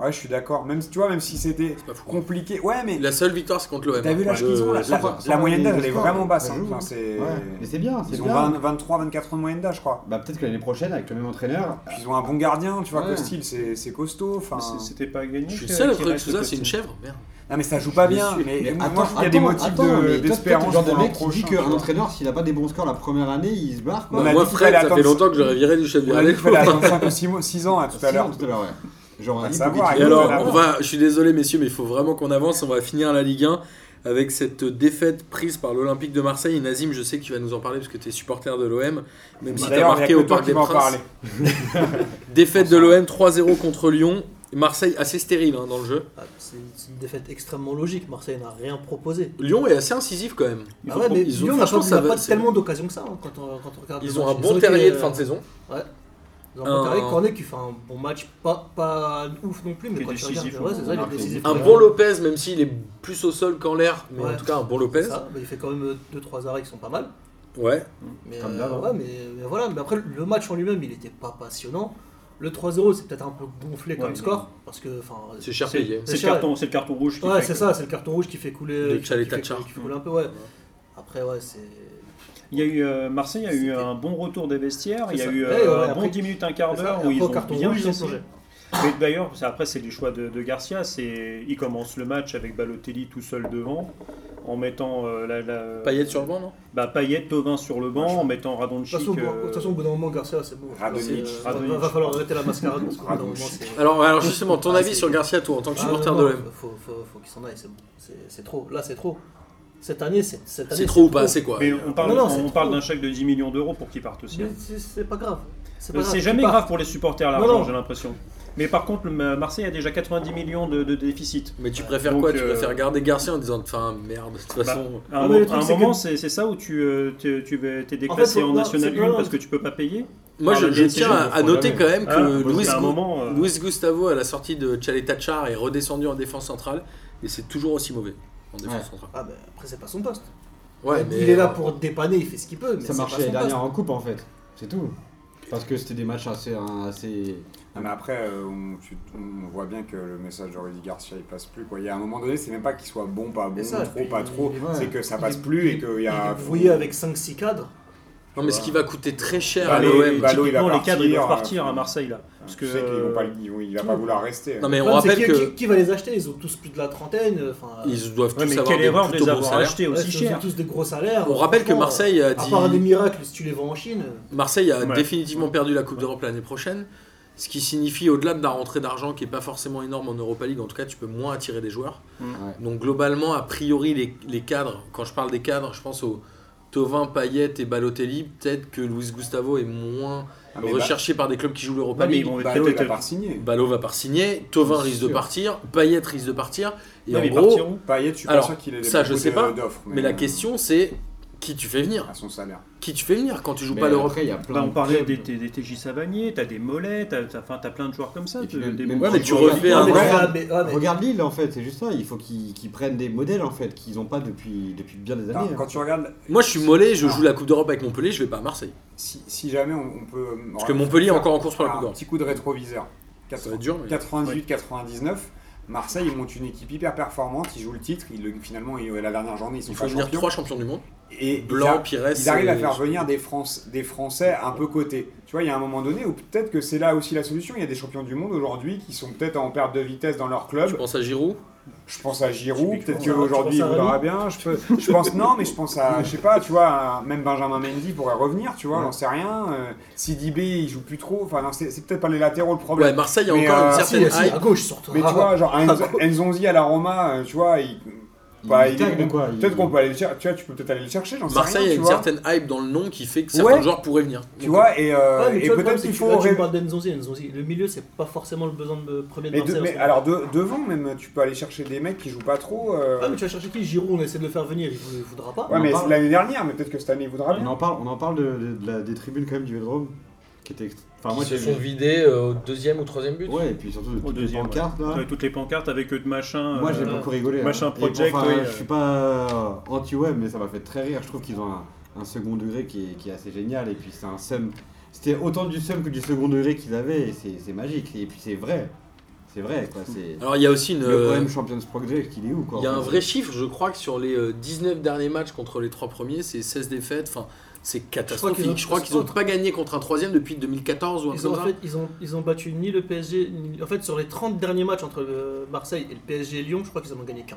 Speaker 3: Ouais, je suis d'accord. Même si- tu vois, même si c'était
Speaker 1: pas fou.
Speaker 3: compliqué. Ouais, mais
Speaker 1: La seule victoire, c'est contre l'OM.
Speaker 3: t'as vu l'âge
Speaker 1: De-
Speaker 3: qu'ils ont là
Speaker 1: de-
Speaker 3: La,
Speaker 4: sans-
Speaker 3: la
Speaker 4: sans
Speaker 3: moyenne
Speaker 4: les-
Speaker 3: d'âge,
Speaker 4: les
Speaker 3: elle est
Speaker 4: scores,
Speaker 3: vraiment basse.
Speaker 4: ça
Speaker 3: hein.
Speaker 4: joue.
Speaker 3: Enfin, c'est-
Speaker 4: Ouais. Mais c'est bien, c'est
Speaker 3: Ils ont
Speaker 4: bien.
Speaker 3: 20 23, 24 ans de moyenne d'âge, je crois.
Speaker 4: Bah, peut-être que l'année prochaine, avec le même entraîneur.
Speaker 3: Puis ils ont un bon gardien, tu vois,
Speaker 4: Ouais.
Speaker 3: Costil, c'est c'est costaud. Enfin,
Speaker 5: Mais c'est- C'était pas gagné.
Speaker 1: Je suis le
Speaker 5: qu'il-
Speaker 1: seul à
Speaker 5: qu'il
Speaker 1: trouver que
Speaker 5: reste
Speaker 1: Souza,
Speaker 5: le
Speaker 1: c'est une
Speaker 5: costume.
Speaker 1: chèvre. Merde.
Speaker 3: Non, mais ça joue pas bien.
Speaker 4: sûr.
Speaker 3: Mais,
Speaker 4: Mais
Speaker 3: moi,
Speaker 4: attends,
Speaker 3: je trouve qu'il y a des
Speaker 4: attends,
Speaker 3: motifs
Speaker 4: attends, mais
Speaker 3: de-
Speaker 4: toi, toi, t'es
Speaker 3: d'espérance
Speaker 4: le genre
Speaker 3: pour
Speaker 4: de
Speaker 3: l'an
Speaker 4: mec qui dit
Speaker 3: prochain. tu
Speaker 4: qu'un
Speaker 3: vois.
Speaker 4: entraîneur, s'il a pas des bons scores la première année, il se barre quoi.
Speaker 3: On a
Speaker 1: Moi,
Speaker 3: dit qu'il
Speaker 1: Fred,
Speaker 3: fallait
Speaker 1: ça fait
Speaker 3: attendre-
Speaker 1: longtemps que j'aurais viré du chef
Speaker 3: On a dit qu'il
Speaker 1: viré.
Speaker 3: fallait attendre 5 ou 6 mois, 6 ans là, tout à
Speaker 4: Bah, Si,
Speaker 3: l'heure.
Speaker 4: Tout à l'heure, ouais. Genre,
Speaker 3: Va
Speaker 4: il
Speaker 3: savoir,
Speaker 4: faut qu'il-
Speaker 1: Et alors,
Speaker 3: Voilà.
Speaker 1: on va, je suis désolé messieurs, mais il faut vraiment qu'on avance. On va finir la Ligue 1 avec cette défaite prise par l'Olympique de Marseille. Et Nazim, je sais que tu vas nous en parler parce que tu es supporter de l'OM, même si tu as
Speaker 3: D'ailleurs, il y a
Speaker 1: marqué
Speaker 3: que
Speaker 1: au
Speaker 3: toi
Speaker 1: Parc
Speaker 3: qui
Speaker 1: des
Speaker 3: m'en
Speaker 1: Princes.
Speaker 3: parlais.
Speaker 1: Défaite de l'OM 3-0 contre Lyon. Marseille assez stérile hein, dans le jeu.
Speaker 2: Ah, c'est c'est une défaite extrêmement logique. Marseille n'a rien proposé.
Speaker 1: Lyon est assez incisif quand même.
Speaker 2: Bah ouais, mais
Speaker 1: ils ont-
Speaker 2: Lyon n'a
Speaker 1: franchement,
Speaker 2: pas,
Speaker 1: ça
Speaker 2: n'a
Speaker 1: va,
Speaker 2: pas
Speaker 1: c'est-
Speaker 2: tellement d'occasions que ça hein, quand, on, quand on regarde.
Speaker 1: Ils
Speaker 2: le
Speaker 1: ont un
Speaker 2: match.
Speaker 1: bon
Speaker 2: été,
Speaker 1: terrier de
Speaker 2: euh,
Speaker 1: fin de saison.
Speaker 2: Ils ont un bon
Speaker 1: Un-
Speaker 2: terrier Cornet qui fait un bon match, pas, pas ouf non plus, mais
Speaker 5: Qui est
Speaker 2: quand tu regardes,
Speaker 5: décisif, hein.
Speaker 2: ouais, c'est ça, il
Speaker 5: on a
Speaker 2: est décisif.
Speaker 1: Un bon Lopez, même s'il est plus au sol qu'en l'air, mais
Speaker 2: Ouais.
Speaker 1: en tout cas un bon
Speaker 2: C'est
Speaker 1: Lopez.
Speaker 2: ça, mais il fait quand même 2-3 arrêts qui sont pas mal.
Speaker 1: Ouais.
Speaker 2: Mais,
Speaker 4: Comme
Speaker 2: euh,
Speaker 4: d'hab, hein.
Speaker 2: ouais, mais, mais voilà, mais après le match en lui-même, il n'était pas passionnant. Le 3-0, c'est peut-être un peu gonflé
Speaker 5: Ouais,
Speaker 2: comme
Speaker 5: mais-
Speaker 2: score, parce que enfin,
Speaker 1: C'est cher
Speaker 5: C'est
Speaker 1: payé.
Speaker 5: c'est
Speaker 2: C'est
Speaker 5: le, carton- c'est le carton rouge qui
Speaker 2: Ouais,
Speaker 5: fait
Speaker 2: c'est
Speaker 5: que-
Speaker 2: ça, c'est le carton rouge qui fait couler, euh,
Speaker 1: De
Speaker 2: qui, qui fait,
Speaker 1: Tchaleta-Tchar.
Speaker 2: qui fait couler un peu, ouais. Après, ouais, c'est.
Speaker 5: Il y a eu, euh, Marseille a eu
Speaker 2: C'était-
Speaker 5: un bon retour des vestiaires,
Speaker 2: C'est
Speaker 5: il y a
Speaker 2: ça.
Speaker 5: eu
Speaker 2: Ouais,
Speaker 5: euh,
Speaker 2: ouais,
Speaker 5: un
Speaker 2: après-
Speaker 5: bon 10 minutes, un quart
Speaker 2: c'est ça,
Speaker 5: d'heure
Speaker 2: et
Speaker 5: où
Speaker 2: après,
Speaker 5: ils
Speaker 2: au
Speaker 5: ont
Speaker 2: carton
Speaker 5: bien
Speaker 2: rouge, ils ont
Speaker 5: pressé.
Speaker 2: plongé.
Speaker 5: Mais d'ailleurs, c'est- après c'est du choix de, de Garcia, c'est il commence le match avec Balotelli tout seul devant, en mettant euh, la, la-
Speaker 1: Payet sur le banc, non
Speaker 5: bah, Payet, Tovin sur le banc, en mettant
Speaker 2: De
Speaker 5: Radonjic.
Speaker 2: toute façon, au- de
Speaker 5: euh,
Speaker 2: toute façon, au bout d'un moment, Garcia, c'est bon.
Speaker 3: Radonjic.
Speaker 2: C'est, euh, va- Va,
Speaker 5: Radonjic.
Speaker 2: va falloir arrêter la mascarade parce qu'au bout d'un moment,
Speaker 3: Radonjic.
Speaker 2: c'est.
Speaker 1: alors, alors justement, ton
Speaker 2: Ah,
Speaker 1: avis
Speaker 2: c'est-
Speaker 1: sur Garcia, toi, en tant que supporter
Speaker 2: Ah, non,
Speaker 1: de
Speaker 2: non,
Speaker 1: l'OM
Speaker 2: Faut, faut, faut qu'il s'en aille, c'est bon. C'est- C'est trop. Là, c'est trop. Cette année, c'est. cette année,
Speaker 1: C'est trop ou pas C'est quoi
Speaker 5: Mais on parle,
Speaker 2: Non, non,
Speaker 5: on
Speaker 2: c'est
Speaker 5: parle
Speaker 2: trop.
Speaker 5: d'un chèque de 10 millions d'euros pour qu'il parte aussi.
Speaker 2: Mais c'est- c'est pas grave. pas
Speaker 5: Euh,
Speaker 2: grave.
Speaker 5: C'est
Speaker 2: Il
Speaker 5: jamais
Speaker 2: part.
Speaker 5: grave pour les supporters
Speaker 2: Non,
Speaker 5: l'argent,
Speaker 2: non.
Speaker 5: j'ai l'impression. Mais par contre, le Ma- Marseille a déjà 90 millions de, de déficit.
Speaker 1: Mais tu préfères
Speaker 5: Donc,
Speaker 1: quoi Tu
Speaker 5: euh, Bah,
Speaker 1: préfères garder Garcia en disant enfin merde de toute façon.
Speaker 5: À un,
Speaker 2: Ah, mais
Speaker 5: mo-
Speaker 2: le truc,
Speaker 5: à un
Speaker 2: c'est
Speaker 5: moment,
Speaker 2: que-
Speaker 5: c'est c'est ça où tu, euh, t'es- tu vas- t'es déclassé
Speaker 2: faut-
Speaker 5: en
Speaker 2: non,
Speaker 5: National
Speaker 2: c'est- non,
Speaker 5: 1
Speaker 2: non,
Speaker 5: parce que tu peux pas payer.
Speaker 1: Moi,
Speaker 5: Ah,
Speaker 1: je,
Speaker 5: le
Speaker 1: je
Speaker 5: DNCG,
Speaker 1: tiens à,
Speaker 5: on
Speaker 1: à
Speaker 5: le
Speaker 1: noter
Speaker 5: prend
Speaker 1: quand même que
Speaker 5: Ah, parce
Speaker 1: Luis,
Speaker 5: qu'à un
Speaker 1: Gu-
Speaker 5: moment, euh,
Speaker 1: Luis Gustavo à la sortie de Chaletachar est redescendu en défense centrale et c'est toujours aussi mauvais en défense
Speaker 4: Ouais.
Speaker 1: centrale.
Speaker 2: Ah, ben après, c'est pas son poste.
Speaker 1: Ouais, mais euh,
Speaker 2: il est là pour dépanner, il fait ce qu'il peut. Mais
Speaker 4: Ça
Speaker 2: c'est
Speaker 4: marchait
Speaker 2: pas
Speaker 4: l'année
Speaker 2: son
Speaker 4: dernière
Speaker 2: poste.
Speaker 4: en coupe en fait, c'est tout. Parce que c'était des matchs assez. hein, assez...
Speaker 3: Non, mais après, euh, on, tu- on voit bien que le message de Rudy Garcia il passe plus. Quoi. Il y a un moment donné, c'est même pas qu'il soit bon, pas bon,
Speaker 2: Et ça,
Speaker 3: trop,
Speaker 2: puis,
Speaker 3: pas trop.
Speaker 4: ouais.
Speaker 3: C'est que ça
Speaker 2: il
Speaker 3: passe
Speaker 2: est-
Speaker 3: plus et qu'il y a.
Speaker 2: Il est brouillé avec 5-6 cadres.
Speaker 1: Non, mais ce qui va coûter très cher
Speaker 3: Bah,
Speaker 1: à
Speaker 3: les-
Speaker 1: l'OM.
Speaker 3: bah, Ballot, il va
Speaker 5: typiquement, les
Speaker 3: partir,
Speaker 5: cadres ils doivent
Speaker 3: euh,
Speaker 5: partir à
Speaker 3: faut-
Speaker 5: Marseille là. Parce
Speaker 3: Parce que
Speaker 5: que
Speaker 3: tu sais qu'il
Speaker 5: euh,
Speaker 3: vont pas le- ils vont- il va pas vouloir rester.
Speaker 1: Non, mais
Speaker 2: Le
Speaker 1: on
Speaker 2: problème, c'est
Speaker 1: rappelle
Speaker 2: qui,
Speaker 1: que
Speaker 2: qui- qui va les acheter Ils ont tous plus de la trentaine. euh, Enfin, ouais,
Speaker 1: ils doivent tous
Speaker 5: ouais, mais
Speaker 1: avoir
Speaker 5: quelle
Speaker 1: des
Speaker 5: erreurs de
Speaker 1: plutôt
Speaker 5: les
Speaker 1: bons
Speaker 5: avoir
Speaker 1: salaires.
Speaker 5: achetés aussi
Speaker 2: ils ont
Speaker 5: cher.
Speaker 2: tous des gros salaires.
Speaker 1: On rappelle que
Speaker 2: Franchement,
Speaker 1: Marseille a
Speaker 2: À part des
Speaker 1: dit
Speaker 2: miracles, si tu les vends en Chine.
Speaker 1: Marseille a
Speaker 5: Ouais.
Speaker 1: définitivement perdu la Coupe d'Europe l'année prochaine, ce qui signifie au-delà de la rentrée d'argent qui est pas forcément énorme en Europa League, en tout cas tu peux moins attirer des joueurs.
Speaker 5: Mm.
Speaker 1: Donc globalement, a priori, les, les cadres, quand je parle des cadres, je pense aux Tovin, Payet et Balotelli. Peut-être que Luis Gustavo est moins
Speaker 4: Ah,
Speaker 3: Ah,
Speaker 1: recherché par des clubs qui jouent l'Europa
Speaker 5: Ouais, mais ils
Speaker 1: League.
Speaker 5: vont
Speaker 3: Ballot, il
Speaker 5: peut-être
Speaker 3: va
Speaker 5: être.
Speaker 3: pas signer.
Speaker 1: Ballot va par signer, Tovin
Speaker 4: C'est
Speaker 1: risque de
Speaker 4: sûr.
Speaker 1: partir, Payet risque de partir. Et
Speaker 5: Non, mais
Speaker 1: en
Speaker 5: ils
Speaker 1: gros,
Speaker 5: partiront.
Speaker 3: Payet, je suis pas
Speaker 1: Alors,
Speaker 3: sûr qu'il ait
Speaker 1: ça, je
Speaker 3: beaucoup
Speaker 1: sais
Speaker 3: de-
Speaker 1: pas,
Speaker 3: d'offres,
Speaker 1: mais la
Speaker 3: euh,
Speaker 1: question c'est qui tu fais venir
Speaker 3: À son salaire.
Speaker 1: Qui tu fais venir quand tu joues
Speaker 4: Mais
Speaker 1: pas l'Europe
Speaker 4: après, il y a plein
Speaker 5: Bah, on
Speaker 4: de
Speaker 5: parlait
Speaker 4: clubs.
Speaker 5: des, des, des TJ Savanier, t'as des Mollets, t'as t'as- enfin, t'as plein de joueurs comme ça.
Speaker 4: Et puis
Speaker 5: t'as
Speaker 4: même-
Speaker 5: euh, des
Speaker 4: même-
Speaker 5: bons
Speaker 1: Ouais, mais
Speaker 5: joueurs.
Speaker 1: tu refais un
Speaker 2: mais-
Speaker 1: an.
Speaker 2: ah, mais- ah, mais-
Speaker 4: Regarde Lille en fait, c'est juste ça. Il faut qu'ils qu'ils prennent des modèles en fait qu'ils n'ont pas depuis, depuis bien des
Speaker 3: Non,
Speaker 4: années.
Speaker 3: Quand
Speaker 4: hein.
Speaker 3: tu regardes,
Speaker 1: Moi je suis mollet,
Speaker 4: Ah.
Speaker 1: je joue la Coupe d'Europe avec Montpellier, je vais pas à Marseille.
Speaker 3: si, si jamais on, on peut.
Speaker 1: Parce que Montpellier est
Speaker 3: faire
Speaker 1: encore en course pour la Coupe
Speaker 3: un
Speaker 1: d'Europe.
Speaker 3: petit coup de rétroviseur.
Speaker 1: Ah, Ça va être dur, mais-
Speaker 3: 98-99, Marseille ils montent une équipe hyper performante, ils jouent le titre, ils le- finalement ils- la dernière journée ils sont
Speaker 1: Il faut
Speaker 3: pas
Speaker 1: venir
Speaker 3: champions.
Speaker 1: trois champions du monde.
Speaker 3: et ils
Speaker 1: Blanc,
Speaker 3: arri-
Speaker 1: Pires. euh,
Speaker 3: ils arrivent à
Speaker 1: et-
Speaker 3: faire venir des, France, des Français un peu cotés. Tu vois, il y a un moment donné où peut-être que c'est là aussi la solution. Il y a des champions du monde aujourd'hui qui sont peut-être en perte de vitesse dans leur club.
Speaker 1: Tu penses à Giroud
Speaker 3: Je pense à Giroud,
Speaker 5: Typiquement,
Speaker 3: peut-être
Speaker 2: là,
Speaker 3: qu'aujourd'hui
Speaker 2: tu
Speaker 3: il
Speaker 2: penses à
Speaker 3: voudra bien. Je, peux- je pense non, mais je pense à, je sais pas, tu vois, à- même Benjamin Mendy pourrait revenir, tu vois, j'en sais rien. Euh, Sidibé, il joue plus trop. Enfin, non, c'est c'est peut-être pas les latéraux le problème.
Speaker 1: Ouais, Marseille a
Speaker 3: Mais,
Speaker 1: encore
Speaker 3: euh,
Speaker 1: une
Speaker 2: Ah, si,
Speaker 1: certaine
Speaker 2: si,
Speaker 1: hype.
Speaker 2: à gauche surtout.
Speaker 3: Mais tu
Speaker 2: Ah,
Speaker 3: vois, genre un Enzo- Enzonzi à la Roma, euh, tu vois, il. bah,
Speaker 4: il
Speaker 3: il-
Speaker 4: stagne, hein. quoi, il-
Speaker 3: Peut-être qu'on peut aller le chercher, tu vois, tu peux peut-être aller le chercher, j'en sais rien.
Speaker 1: Marseille a
Speaker 3: tu
Speaker 1: une
Speaker 3: vois.
Speaker 1: certaine hype dans le nom qui fait que certains
Speaker 3: Ouais.
Speaker 1: joueurs pourraient venir.
Speaker 3: Tu
Speaker 1: Donc,
Speaker 3: vois, et, euh,
Speaker 2: Ouais, mais tu
Speaker 3: et
Speaker 2: vois, le problème,
Speaker 3: peut-être
Speaker 2: c'est
Speaker 3: qu'il
Speaker 2: que
Speaker 3: faut.
Speaker 2: là, tu
Speaker 3: ré-
Speaker 2: parles d'Enzonzi, Enzonzi. Le milieu, c'est pas forcément le besoin de premier de
Speaker 3: Mais, de-
Speaker 2: Marseille. en ce
Speaker 3: mais
Speaker 2: moment.
Speaker 3: alors de- devant même, tu peux aller chercher des mecs qui jouent pas trop. euh,
Speaker 2: Ah, mais tu vas chercher qui Giroud, on essaie de le faire venir, il vou- il voudra pas.
Speaker 3: Ouais, mais
Speaker 4: On en
Speaker 3: c'est
Speaker 4: parle.
Speaker 3: l'année dernière, mais peut-être que cette année il voudra
Speaker 4: On
Speaker 3: bien.
Speaker 4: en parle, on en parle de, de- de la- des tribunes quand même du Vélodrome qui était. ext- Enfin moi
Speaker 1: Ils se
Speaker 4: j'ai
Speaker 1: sont
Speaker 4: vu.
Speaker 1: vidés euh, au deuxième ou troisième but.
Speaker 4: Ouais et puis surtout de
Speaker 5: Au
Speaker 4: toutes les
Speaker 5: deuxième, ouais.
Speaker 4: pancartes là.
Speaker 5: Ouais, toutes les pancartes avec eux de machin.
Speaker 4: Moi
Speaker 5: euh,
Speaker 4: j'ai
Speaker 2: euh,
Speaker 4: beaucoup rigolé. hein.
Speaker 5: Machin
Speaker 4: Et bon,
Speaker 5: Project,
Speaker 4: enfin,
Speaker 5: oui,
Speaker 4: Je
Speaker 5: euh.
Speaker 4: suis pas anti web mais ça m'a fait très rire. Je trouve qu'ils ont un, un second degré qui est, qui est assez génial et puis c'est un seum. C'était autant du seum que du second degré qu'ils avaient et c'est c'est magique et puis c'est vrai. C'est vrai quoi. C'est
Speaker 1: Alors il y a aussi une.
Speaker 4: le
Speaker 1: euh,
Speaker 4: OM Champions Project il est où quoi.
Speaker 1: Il y a un
Speaker 4: Enfin,
Speaker 1: vrai chiffre, je crois que sur les euh, 19 derniers matchs contre les 3 premiers, c'est 16 défaites. Enfin, c'est catastrophique. Je crois qu'ils n'ont pas gagné contre un troisième depuis 2014 ou un truc
Speaker 2: Ils ont,
Speaker 1: comme
Speaker 2: en
Speaker 1: ça.
Speaker 2: fait, ils, ont, ils ont battu ni le PSG. ni- En fait, sur les 30 derniers matchs entre le Marseille et le PSG et Lyon, je crois qu'ils en ont gagné qu'un.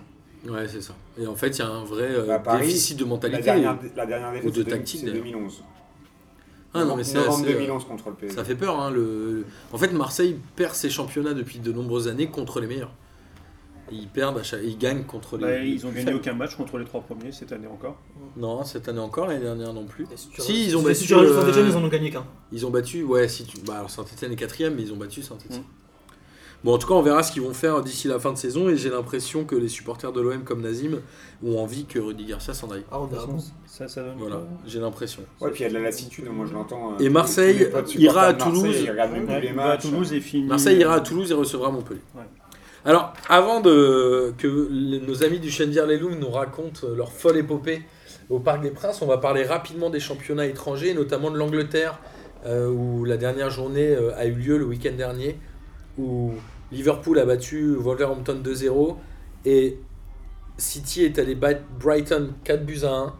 Speaker 1: Ouais, c'est ça. Et en fait, il y a un vrai euh,
Speaker 3: Bah, Paris,
Speaker 1: déficit de
Speaker 3: La
Speaker 1: mentalité.
Speaker 3: dernière, la dernière défaite,
Speaker 1: de
Speaker 3: c'est deux-
Speaker 1: tactique,
Speaker 3: c'est
Speaker 1: d'ailleurs.
Speaker 3: 2011.
Speaker 1: Ah non, mais c'est
Speaker 3: Novembre
Speaker 1: c'est, euh,
Speaker 3: 2011 contre le PSG.
Speaker 1: Ça fait peur. Hein, le... En fait, Marseille perd ses championnats depuis de nombreuses années contre les meilleurs. Ils perdent, à chaque- ils gagnent contre les.
Speaker 5: Bah, ils ont gagné aucun match contre les trois premiers cette année encore.
Speaker 1: Non, cette année encore, l'année dernière non plus.
Speaker 2: Et tu-
Speaker 1: Si, ils ont
Speaker 2: et
Speaker 1: battu,
Speaker 2: Si tu rajoutes
Speaker 1: euh,
Speaker 2: Saint-Etienne, ils en ont gagné qu'un.
Speaker 1: Ils ont battu, ouais, si tu... bah, alors Saint-Etienne est quatrième, mais ils ont battu Saint-Etienne.
Speaker 5: Mmh.
Speaker 1: Bon, en tout cas, on verra ce qu'ils vont faire d'ici la fin de saison, et j'ai l'impression que les supporters de l'OM comme Nazim ont envie que Rudy Garcia s'en aille.
Speaker 2: Ah, on verra.
Speaker 5: Ça, ça donne.
Speaker 1: Voilà,
Speaker 5: quoi
Speaker 1: j'ai l'impression.
Speaker 3: Ouais, puis il y a de la lassitude, moi je l'entends. euh,
Speaker 1: Et
Speaker 3: tous-
Speaker 1: Marseille
Speaker 3: tous les potes supporters
Speaker 1: ira à
Speaker 3: de Marseille,
Speaker 1: Toulouse.
Speaker 3: Ils regardent même plus
Speaker 5: Ouais,
Speaker 3: les
Speaker 5: il va à
Speaker 3: matchs.
Speaker 5: Toulouse et finit.
Speaker 1: Marseille ira à Toulouse et recevra Montpellier.
Speaker 5: Ouais.
Speaker 1: Alors, avant de, que les- nos amis du Chenvier les Loups nous racontent leur folle épopée au Parc des Princes, on va parler rapidement des championnats étrangers, notamment de l'Angleterre, euh, où la dernière journée euh, a eu lieu le week-end dernier, où Liverpool a battu Wolverhampton 2-0 et City est allé battre Brighton 4 buts à 1.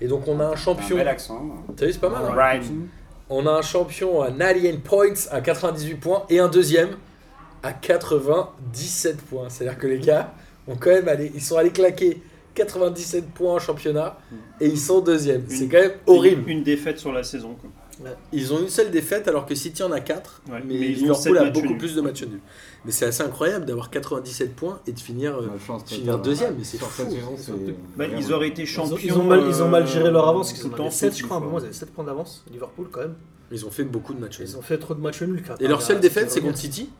Speaker 1: Et donc on a un
Speaker 3: Un
Speaker 1: champion.
Speaker 3: bel accent.
Speaker 1: T'as vu, c'est pas mal.
Speaker 5: Ah,
Speaker 1: hein
Speaker 3: Brighton.
Speaker 1: on a un champion à 98 points, à 98 points, et un deuxième à 97 points. C'est-à-dire que les gars ont quand même allé, ils sont allés claquer 97 points en championnat et ils sont deuxième.
Speaker 5: Une-
Speaker 1: C'est quand même
Speaker 5: Une-
Speaker 1: horrible.
Speaker 5: Une défaite sur la saison. quoi.
Speaker 1: Ils ont une seule défaite alors que City en a 4,
Speaker 5: Ouais,
Speaker 1: mais,
Speaker 5: mais ils ont sept
Speaker 1: Liverpool a
Speaker 5: matchs
Speaker 1: beaucoup
Speaker 5: nuls.
Speaker 1: plus de matchs nuls. Mais c'est assez incroyable d'avoir 97 points et de finir, euh,
Speaker 6: La chance,
Speaker 1: finir
Speaker 6: t'as-
Speaker 1: deuxième. Mais c'est
Speaker 6: Sur
Speaker 1: fou.
Speaker 6: cette saison, c'est.
Speaker 5: Bah, ils auraient été
Speaker 2: Ils ont-
Speaker 5: champions.
Speaker 2: Ils ont, mal, ils ont mal géré leur
Speaker 5: euh,
Speaker 2: avance, ils
Speaker 5: tout le
Speaker 2: en
Speaker 5: temps.
Speaker 2: avaient 7, je crois, à un
Speaker 6: fois.
Speaker 2: moment, ils avaient 7 points d'avance. Liverpool, quand même.
Speaker 1: Ils ont fait beaucoup de matchs nuls.
Speaker 2: Ils ont fait trop de matchs nuls. Bah,
Speaker 1: Et
Speaker 5: Ah,
Speaker 1: leur
Speaker 5: bah,
Speaker 1: seule défaite, c'est contre City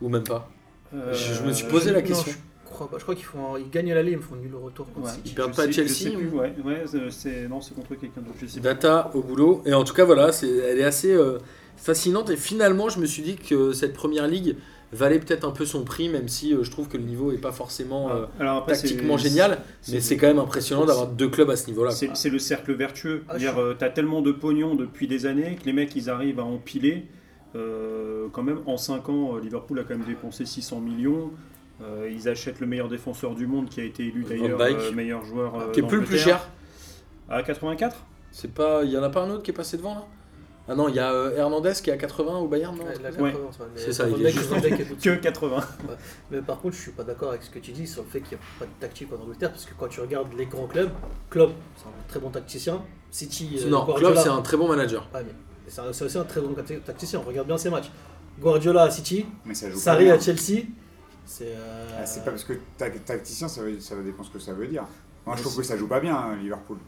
Speaker 1: Ou même pas
Speaker 5: Euh,
Speaker 1: Je- je me suis posé la
Speaker 2: non,
Speaker 1: question.
Speaker 2: Je crois pas. Je crois qu'ils font, ils gagnent à l'aller, ils me font nul au retour contre
Speaker 5: Ouais.
Speaker 2: City.
Speaker 1: Ils perdent
Speaker 5: Je
Speaker 1: pas à
Speaker 5: sais- je
Speaker 1: Chelsea, hein.
Speaker 5: sais plus, ouais, ouais, c'est- c'est non, c'est contre quelqu'un d'autre. Je sais pas.
Speaker 1: Data au boulot. Et en tout cas, voilà, c'est, elle est assez euh, fascinante. Et finalement, je me suis dit que cette première ligue valait peut-être un peu son prix, même si euh, je trouve que le niveau est pas forcément euh,
Speaker 5: Alors Ah. après, c'est-
Speaker 1: tactiquement génial. Mais c'est quand même impressionnant d'avoir deux clubs à ce niveau-là. quoi.
Speaker 5: C'est c'est le cercle vertueux.
Speaker 2: Ah, je
Speaker 5: dire,
Speaker 2: suis-
Speaker 5: euh, t'as tellement de pognon depuis des années que les mecs, ils arrivent à empiler. Euh, quand même, en 5 ans, euh, Liverpool a quand même dépensé 600 millions. Euh, ils achètent le meilleur défenseur du monde qui a été élu
Speaker 1: Van
Speaker 5: d'ailleurs
Speaker 1: Dijk.
Speaker 5: euh, meilleur joueur. euh,
Speaker 1: Qui est plus le plus
Speaker 5: d'Angleterre.
Speaker 1: cher.
Speaker 5: À 84
Speaker 1: C'est pas, il y en a pas un autre qui est passé devant là. Ah non, il y a euh, Hernandez qui est à 80 au Bayern. Non
Speaker 2: Ouais, la
Speaker 5: Ouais.
Speaker 2: 80, ouais, mais
Speaker 1: C'est ça,
Speaker 2: Van
Speaker 1: il est
Speaker 2: Dijk,
Speaker 1: juste
Speaker 2: Van Dijk est au-dessus.
Speaker 5: Que 80.
Speaker 2: Mais par contre, je suis pas d'accord avec ce que tu dis sur le fait qu'il n'y a pas de tactique en Angleterre, parce que quand tu regardes les grands clubs, Klopp, c'est un très bon tacticien. City, euh,
Speaker 1: non,
Speaker 2: Guardiola-
Speaker 1: Klopp c'est un très bon manager.
Speaker 2: Ouais, mais c'est un- c'est aussi un très bon tacticien. On regarde bien ses matchs. Guardiola à City,
Speaker 3: Mais ça joue pas
Speaker 2: Sarri
Speaker 3: bien.
Speaker 2: à Chelsea. C'est. euh,
Speaker 3: Ah, C'est pas parce que ta- tacticien, ça, veut- ça dépend ce que ça veut dire. Moi, je trouve que ça joue pas bien, hein, Liverpool.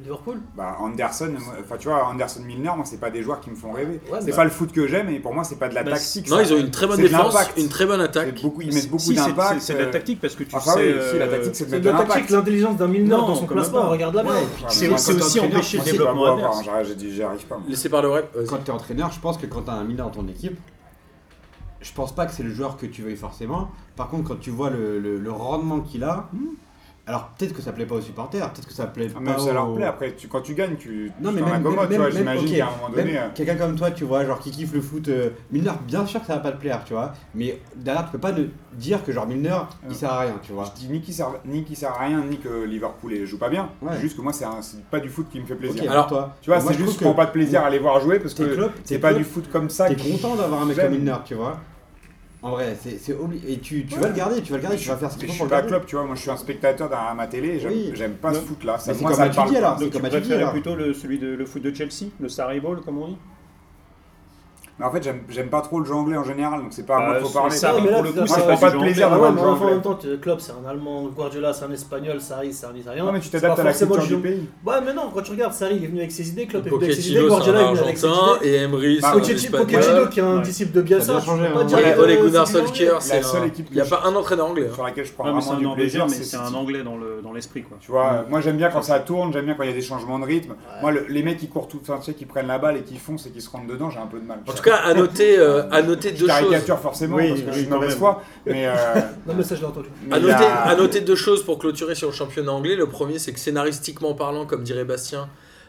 Speaker 2: Liverpool.
Speaker 3: Bah, Anderson, moi- enfin, tu vois, Anderson Milner, moi, c'est pas des joueurs qui me font rêver.
Speaker 2: Ouais,
Speaker 3: c'est
Speaker 2: mais-
Speaker 3: pas le foot que j'aime, et pour moi, c'est pas de la
Speaker 5: Bah,
Speaker 3: tactique.
Speaker 1: Non,
Speaker 3: ça.
Speaker 1: ils ont une très bonne
Speaker 3: C'est de
Speaker 1: défense,
Speaker 3: l'impact.
Speaker 1: une très bonne attaque.
Speaker 3: C'est beaucoup- Ils mettent beaucoup
Speaker 5: Si, c'est-
Speaker 3: d'impact.
Speaker 5: c'est- C'est de la
Speaker 3: euh,
Speaker 5: tactique parce que tu
Speaker 3: Enfin,
Speaker 5: sais.
Speaker 3: oui, si, la
Speaker 5: euh,
Speaker 3: tactique, c'est de
Speaker 2: C'est
Speaker 3: mettre
Speaker 2: de
Speaker 3: de
Speaker 2: la tactique,
Speaker 3: l'impact.
Speaker 2: l'intelligence d'un Milner
Speaker 5: Non,
Speaker 2: dans son
Speaker 5: quand même
Speaker 2: classement.
Speaker 5: pas.
Speaker 2: Regarde la main.
Speaker 3: Enfin,
Speaker 5: c'est-
Speaker 3: moi,
Speaker 5: c'est
Speaker 3: quand
Speaker 5: aussi empêcher
Speaker 3: t'entraînes, moi,
Speaker 5: le
Speaker 3: je sais pas
Speaker 5: développement
Speaker 3: moi,
Speaker 5: adverse.
Speaker 3: enfin, j'ai dit, J'y arrive pas. moi.
Speaker 1: Laissé par le rep. vas-y.
Speaker 4: Quand t'es entraîneur, je pense que quand t'as un Milner dans ton équipe, je pense pas que c'est le joueur que tu veuilles forcément. Par contre, quand tu vois le, le- le rendement qu'il a, alors peut-être que ça plaît pas aux supporters, peut-être que ça plaît
Speaker 3: Hmm. Ah,
Speaker 4: pas
Speaker 3: Même ça leur
Speaker 4: aux-
Speaker 3: plaît, après, tu- quand tu gagnes, tu
Speaker 4: oh. Non mais
Speaker 3: t'en
Speaker 4: même,
Speaker 3: accommodes,
Speaker 4: même,
Speaker 3: tu vois,
Speaker 4: même-
Speaker 3: j'imagine
Speaker 4: ok,
Speaker 3: qu'à un moment donné...
Speaker 4: même
Speaker 3: euh,
Speaker 4: quelqu'un comme toi, tu vois, genre qui kiffe le foot, euh, Milner, bien sûr que ça va pas te plaire, tu vois. Mais derrière, tu peux pas ne- dire que genre Milner,
Speaker 3: Ouais.
Speaker 4: il sert à rien, tu
Speaker 3: Je
Speaker 4: vois.
Speaker 3: dis ni qu'il sert, ni qu'il sert à rien, ni que Liverpool joue pas bien.
Speaker 4: Ouais.
Speaker 3: Juste que moi, c'est un- c'est pas du foot qui me fait plaisir.
Speaker 4: Ok,
Speaker 1: Alors,
Speaker 4: pour toi.
Speaker 3: Tu vois,
Speaker 4: Moi,
Speaker 3: c'est
Speaker 4: je
Speaker 3: juste
Speaker 4: trouve
Speaker 3: je prends pas de plaisir à les voir jouer parce
Speaker 4: T'es
Speaker 3: que
Speaker 4: Klopp,
Speaker 3: c'est
Speaker 4: t'es
Speaker 3: pas
Speaker 4: Klopp,
Speaker 3: du foot comme ça.
Speaker 4: T'es
Speaker 3: qui-
Speaker 4: content d'avoir un mec
Speaker 3: J'aime.
Speaker 4: comme Milner, tu vois. En vrai, c'est c'est obli- Et tu, tu
Speaker 3: Ouais.
Speaker 4: vas le garder, tu vas le garder, tu vas faire ce
Speaker 3: Mais
Speaker 4: qu'il
Speaker 3: je suis
Speaker 4: faut pour le
Speaker 3: pas
Speaker 4: garder.
Speaker 3: Klopp, tu vois. Moi, je suis un spectateur derrière ma télé. et J'aime
Speaker 4: Oui.
Speaker 3: j'aime pas ce
Speaker 5: Non.
Speaker 3: footlà. Ça,
Speaker 4: Mais c'est
Speaker 3: moi,
Speaker 4: comme
Speaker 3: ça me
Speaker 4: Matuidi,
Speaker 3: parle. pas.
Speaker 4: alors.
Speaker 5: Donc tu
Speaker 4: Comme
Speaker 5: préférais
Speaker 4: Adjidi,
Speaker 5: plutôt le, celui de le foot de Chelsea, le Sarri Ball comme on dit
Speaker 3: Mais en fait, j'aime- j'aime pas trop le jeu anglais en général, donc c'est pas à moi
Speaker 5: Bah,
Speaker 3: qu'il faut
Speaker 5: c'est
Speaker 3: parler.
Speaker 5: ça,
Speaker 2: Non, mais
Speaker 5: pour
Speaker 2: là,
Speaker 5: le
Speaker 2: c'est
Speaker 5: coup,
Speaker 2: ça,
Speaker 5: c'est
Speaker 2: ça
Speaker 5: pas
Speaker 2: va
Speaker 5: du
Speaker 3: pas
Speaker 5: jeu
Speaker 3: de plaisir
Speaker 5: anglais.
Speaker 3: dans
Speaker 2: Ouais,
Speaker 3: le
Speaker 2: mais
Speaker 3: jeu
Speaker 2: enfin, en
Speaker 3: anglais.
Speaker 2: même temps, tu- Klopp c'est un Allemand, Guardiola c'est un Espagnol, Sarri c'est un Italien.
Speaker 3: Non, mais tu
Speaker 2: C'est
Speaker 3: t'adaptes
Speaker 2: pas
Speaker 3: à la
Speaker 2: forcément
Speaker 3: culture du
Speaker 2: le jeu.
Speaker 3: pays.
Speaker 2: Ouais, mais non, quand tu regardes Sarri il est venu avec ses idées, Klopp est venu avec ses idées,
Speaker 1: Pochettino, c'est un
Speaker 2: Guardiola est venu avec ses
Speaker 1: Argentin,
Speaker 2: idées.
Speaker 1: et Emery, c'est
Speaker 3: Bah,
Speaker 1: un
Speaker 2: Pochetti-
Speaker 1: Espagnol.
Speaker 2: Pochettino qui est un
Speaker 5: Ouais.
Speaker 2: disciple de Bielsa, je
Speaker 4: Ça a bien
Speaker 2: peux
Speaker 4: changé,
Speaker 2: pas
Speaker 4: hein.
Speaker 2: dire
Speaker 1: Ole
Speaker 3: Ouais,
Speaker 2: que
Speaker 1: Ole
Speaker 2: c'est
Speaker 1: Gunnar
Speaker 2: du Anglais.
Speaker 1: Solskjaer, c'est
Speaker 3: La seule
Speaker 1: un-
Speaker 3: équipe
Speaker 1: Il n'y a
Speaker 3: que
Speaker 1: pas un entraîneur anglais. hein.
Speaker 3: Sur laquelle je prends
Speaker 5: Ouais, mais c'est
Speaker 3: vraiment
Speaker 5: un
Speaker 3: du
Speaker 5: anglais,
Speaker 3: plaisir,
Speaker 5: mais
Speaker 3: c'est
Speaker 5: c'est
Speaker 3: City.
Speaker 5: un anglais dans le- dans l'esprit quoi.
Speaker 3: Tu vois, euh, moi j'aime bien quand ça tourne, j'aime bien quand il y a des changements de rythme. Moi, le- les mecs qui courent tout, enfin, tu sais, qui prennent la balle et qui foncent et qui se rentrent dedans, j'ai un peu de mal.
Speaker 1: En tout cas, à noter, euh, à noter
Speaker 3: je
Speaker 1: deux choses.
Speaker 3: caricature forcément
Speaker 5: Oui,
Speaker 3: parce que je suis
Speaker 5: oui,
Speaker 3: de
Speaker 5: quand
Speaker 3: mauvaise
Speaker 5: même.
Speaker 3: foi, mais. euh,
Speaker 2: Non, mais ça je l'ai entendu.
Speaker 3: mais
Speaker 1: À
Speaker 3: il y
Speaker 1: noter,
Speaker 3: a-
Speaker 1: à noter deux choses pour clôturer sur le championnat anglais. Le premier, c'est que scénaristiquement parlant, comme dirait Bastien,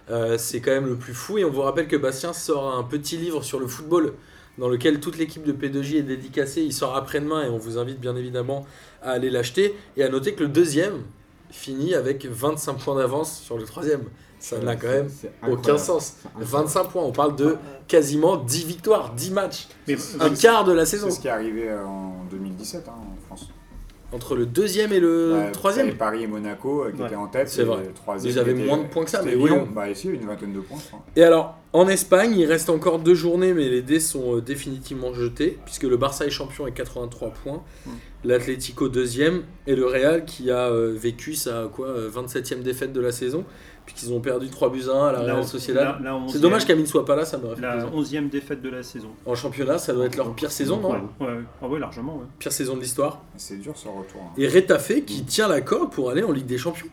Speaker 1: euh, c'est quand même le plus fou. Et on vous rappelle que Bastien sort un petit livre sur le football dans lequel toute l'équipe de P2J est dédicacée. Il sort après-demain et on vous invite bien évidemment à aller l'acheter. Et à noter que le deuxième finit avec 25 points d'avance sur le troisième. Ça n'a quand même
Speaker 4: C'est
Speaker 1: aucun
Speaker 4: incroyable.
Speaker 1: sens.
Speaker 4: C'est incroyable.
Speaker 1: 25 points, on parle de quasiment 10 victoires, 10 matchs,
Speaker 5: Mais
Speaker 1: un quart de la saison.
Speaker 3: C'est ce qui est arrivé euh, en 2017 hein, en France.
Speaker 1: Entre le deuxième et le
Speaker 3: Bah, t'avais
Speaker 1: troisième.
Speaker 3: Paris et Monaco euh, qui
Speaker 5: Ouais.
Speaker 3: étaient en tête.
Speaker 1: C'est
Speaker 3: et
Speaker 1: vrai.
Speaker 3: le troisième
Speaker 1: Ils avaient
Speaker 3: était-
Speaker 1: moins de points que ça,
Speaker 3: c'était
Speaker 1: mais oui,
Speaker 3: Lyon.
Speaker 1: on-
Speaker 3: Bah, ici, une vingtaine de points, je crois.
Speaker 1: Et alors, En Espagne, il reste encore deux journées, mais les dés sont euh, définitivement jetés, puisque le Barça est champion avec 83 points, l'Atlético deuxième, et le Real qui a euh, vécu sa quoi, euh, 27e défaite de la saison, puisqu'ils ont perdu 3 buts à 1 à la
Speaker 5: La-
Speaker 1: Real Sociedad.
Speaker 5: la- la
Speaker 1: C'est
Speaker 5: 11e
Speaker 1: dommage qu'Amine soit pas là, ça m'aurait fait
Speaker 5: La
Speaker 1: plaisir.
Speaker 5: 11e défaite de la saison.
Speaker 1: En championnat, ça doit être leur pire saison, non
Speaker 5: Ouais, ouais, ouais. Ah ouais, largement. ouais.
Speaker 1: Pire saison de l'histoire.
Speaker 3: Ah, C'est dur ce retour. hein.
Speaker 1: Et Retafe qui tient la corde pour aller en Ligue des Champions.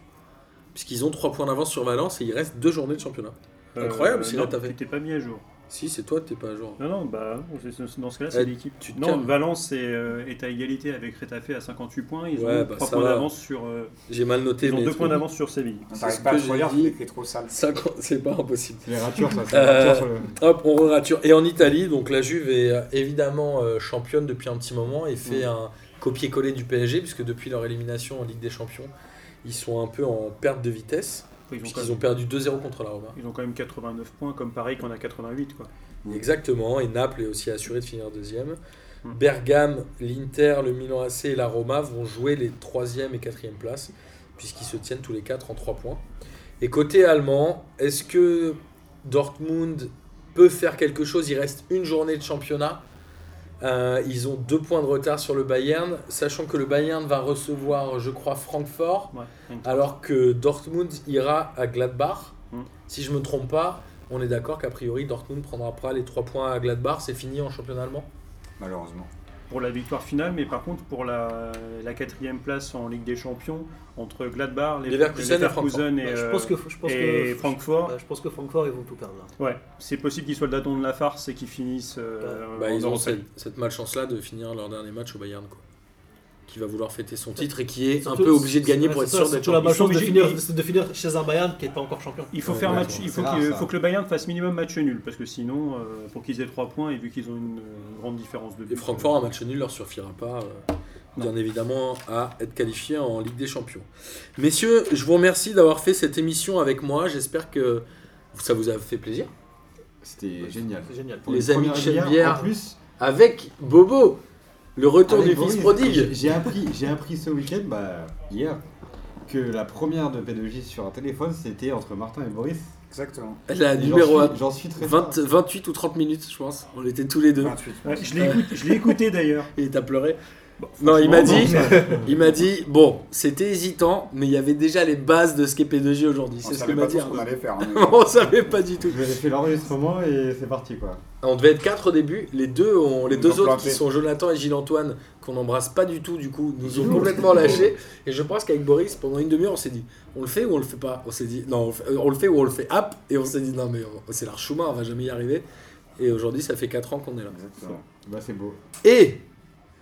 Speaker 1: Puisqu'ils ont 3 points d'avance sur Valence et il reste deux journées de championnat. Incroyable, sinon
Speaker 5: Euh, non,
Speaker 1: t'avais-
Speaker 5: Tu t'es pas mis à jour.
Speaker 1: Si, c'est toi, t'es pas à jour.
Speaker 5: Non, non, bah, c'est- c'est- dans ce cas-là,
Speaker 1: Eh,
Speaker 5: c'est l'équipe.
Speaker 1: tu te
Speaker 5: Non,
Speaker 1: calmes.
Speaker 5: Valence est, euh, est à égalité avec Retafe à 58 points. Ils
Speaker 1: Ouais,
Speaker 5: ont
Speaker 1: bah,
Speaker 5: 3
Speaker 1: ça
Speaker 5: points
Speaker 1: va.
Speaker 5: d'avance sur. euh,
Speaker 1: J'ai mal noté,
Speaker 5: ils ont
Speaker 1: mais
Speaker 5: 2 points d'avance sur Séville.
Speaker 3: On
Speaker 1: C'est
Speaker 3: n'arrive
Speaker 1: ce
Speaker 3: pas à
Speaker 1: que
Speaker 3: se
Speaker 1: j'ai
Speaker 3: relire,
Speaker 1: dit.
Speaker 3: c'est écrit trop sale.
Speaker 1: Cinq- C'est pas impossible.
Speaker 6: C'est les ratures, ça. c'est
Speaker 1: Euh,
Speaker 6: les ratures sur le-
Speaker 1: Hop, on rature. Et en Italie, donc la Juve est euh, évidemment euh, championne depuis un petit moment et fait
Speaker 5: Mm.
Speaker 1: un copier-coller du PSG, puisque depuis leur élimination en Ligue des Champions, ils sont un peu en perte de vitesse,
Speaker 5: Ils ont, quand
Speaker 1: puisqu'ils ont
Speaker 5: même,
Speaker 1: perdu 2-0 contre la Roma.
Speaker 5: ils ont quand même 89 points, comme Paris qu'on a 88. Quoi.
Speaker 1: Exactement, et Naples est aussi assuré de finir deuxième.
Speaker 5: Mm.
Speaker 1: Bergame, l'Inter, le Milan AC et la Roma vont jouer les troisième et quatrième places, puisqu'ils se tiennent tous les quatre en trois points. Et côté allemand, est-ce que Dortmund peut faire quelque chose Il reste une journée de championnat. Euh, ils ont deux points de retard sur le Bayern, sachant que le Bayern va recevoir, je crois, Francfort.
Speaker 5: Ouais.
Speaker 1: Alors que Dortmund ira à Gladbach.
Speaker 5: Mm.
Speaker 1: Si je me trompe pas, on est d'accord qu'a priori Dortmund prendra pas les 3 points à Gladbach, c'est fini en championnat allemand.
Speaker 3: Malheureusement.
Speaker 5: Pour la victoire finale, mais par contre, pour la, la quatrième place en Ligue des Champions, entre Gladbach, les
Speaker 1: Leverkusen et
Speaker 5: et,
Speaker 2: Bah, je
Speaker 5: euh,
Speaker 2: pense que je pense
Speaker 5: et
Speaker 2: que
Speaker 5: Francfort.
Speaker 2: bah, je pense que Francfort ils vont tout perdre. là.
Speaker 5: Ouais, c'est possible qu'ils soient le daton de la farce et qu'ils finissent. euh,
Speaker 1: Bah,
Speaker 5: en
Speaker 1: ils ont
Speaker 5: Europe.
Speaker 1: cette, cette malchance là de finir leur dernier match au Bayern quoi. Qui va vouloir fêter son titre et qui est un
Speaker 2: Surtout-
Speaker 1: peu obligé de gagner
Speaker 2: ouais,
Speaker 1: pour être
Speaker 2: c'est
Speaker 1: sûr
Speaker 2: ça,
Speaker 1: d'être
Speaker 2: surtout la
Speaker 1: champion.
Speaker 5: champion. Ils
Speaker 2: malchance de
Speaker 5: sont
Speaker 2: finir,
Speaker 5: obligés-
Speaker 2: de finir chez un Bayern qui n'est pas encore champion.
Speaker 5: Il faut
Speaker 6: Ouais,
Speaker 5: faire
Speaker 6: ouais,
Speaker 5: match,
Speaker 6: c'est
Speaker 5: il faut,
Speaker 6: rare,
Speaker 5: que,
Speaker 6: ça.
Speaker 5: faut que le Bayern fasse minimum match nul parce que sinon, euh, pour qu'ils aient 3 points et vu qu'ils ont une euh, grande différence de but.
Speaker 1: Et Francfort, un match nul leur suffira pas, euh, bien évidemment, à être qualifié en Ligue des Champions. Messieurs, je vous remercie d'avoir fait cette émission avec moi. J'espère que ça vous a fait plaisir.
Speaker 4: C'était génial.
Speaker 2: C'est génial.
Speaker 4: Pour
Speaker 1: Les
Speaker 4: une
Speaker 1: amis de
Speaker 4: première
Speaker 1: Chez
Speaker 4: bière,
Speaker 1: Bière.
Speaker 4: En plus,
Speaker 1: Avec Bobo, le retour
Speaker 4: Avec
Speaker 1: du
Speaker 4: Boris,
Speaker 1: fils prodigue.
Speaker 4: J'ai j'ai appris, j'ai appris ce week-end, bah, hier, que la première de P2J sur un téléphone, c'était entre Martin et Boris.
Speaker 3: Exactement.
Speaker 2: Ah,
Speaker 1: La
Speaker 4: Et j'en
Speaker 1: numéro
Speaker 4: suis-
Speaker 1: un-
Speaker 4: J'en suis très fier.
Speaker 1: 20 28 ou 30 minutes, je pense. On était tous les deux.
Speaker 3: 28.
Speaker 5: euh, Ouais, je l'ai écout- je l'ai écouté d'ailleurs.
Speaker 1: Et t'as pleuré.
Speaker 5: Bon,
Speaker 1: non, il m'a dit,
Speaker 5: franchement,
Speaker 1: il m'a dit, bon, c'était hésitant, mais il y avait déjà les bases de ce qu'est P2J aujourd'hui.
Speaker 3: On
Speaker 1: C'est ce que
Speaker 3: savait
Speaker 1: m'a
Speaker 3: pas
Speaker 1: dit.
Speaker 3: trop ce qu'on
Speaker 1: Arnaud.
Speaker 3: allait faire. hein,
Speaker 1: on savait pas du tout.
Speaker 4: Je vais fait l'enregistrement et c'est parti quoi.
Speaker 1: On devait être quatre au début. Les deux, ont- les
Speaker 3: Ils
Speaker 1: deux
Speaker 3: ont
Speaker 1: autres qui
Speaker 3: planté.
Speaker 1: sont Jonathan et Gilles Antoine, qu'on n'embrasse pas du tout, du coup, nous ont complètement lâchés. Et je pense qu'avec Boris, pendant une demi-heure, on s'est dit, on le fait ou on le fait pas On s'est dit, non, on le fait, euh, on le fait ou on le fait hop Et on s'est dit, non, mais on- c'est l'archuma, on va jamais y arriver. Et aujourd'hui, ça fait 4 ans qu'on est là.
Speaker 3: Exactement.
Speaker 4: Bah c'est beau.
Speaker 1: Et,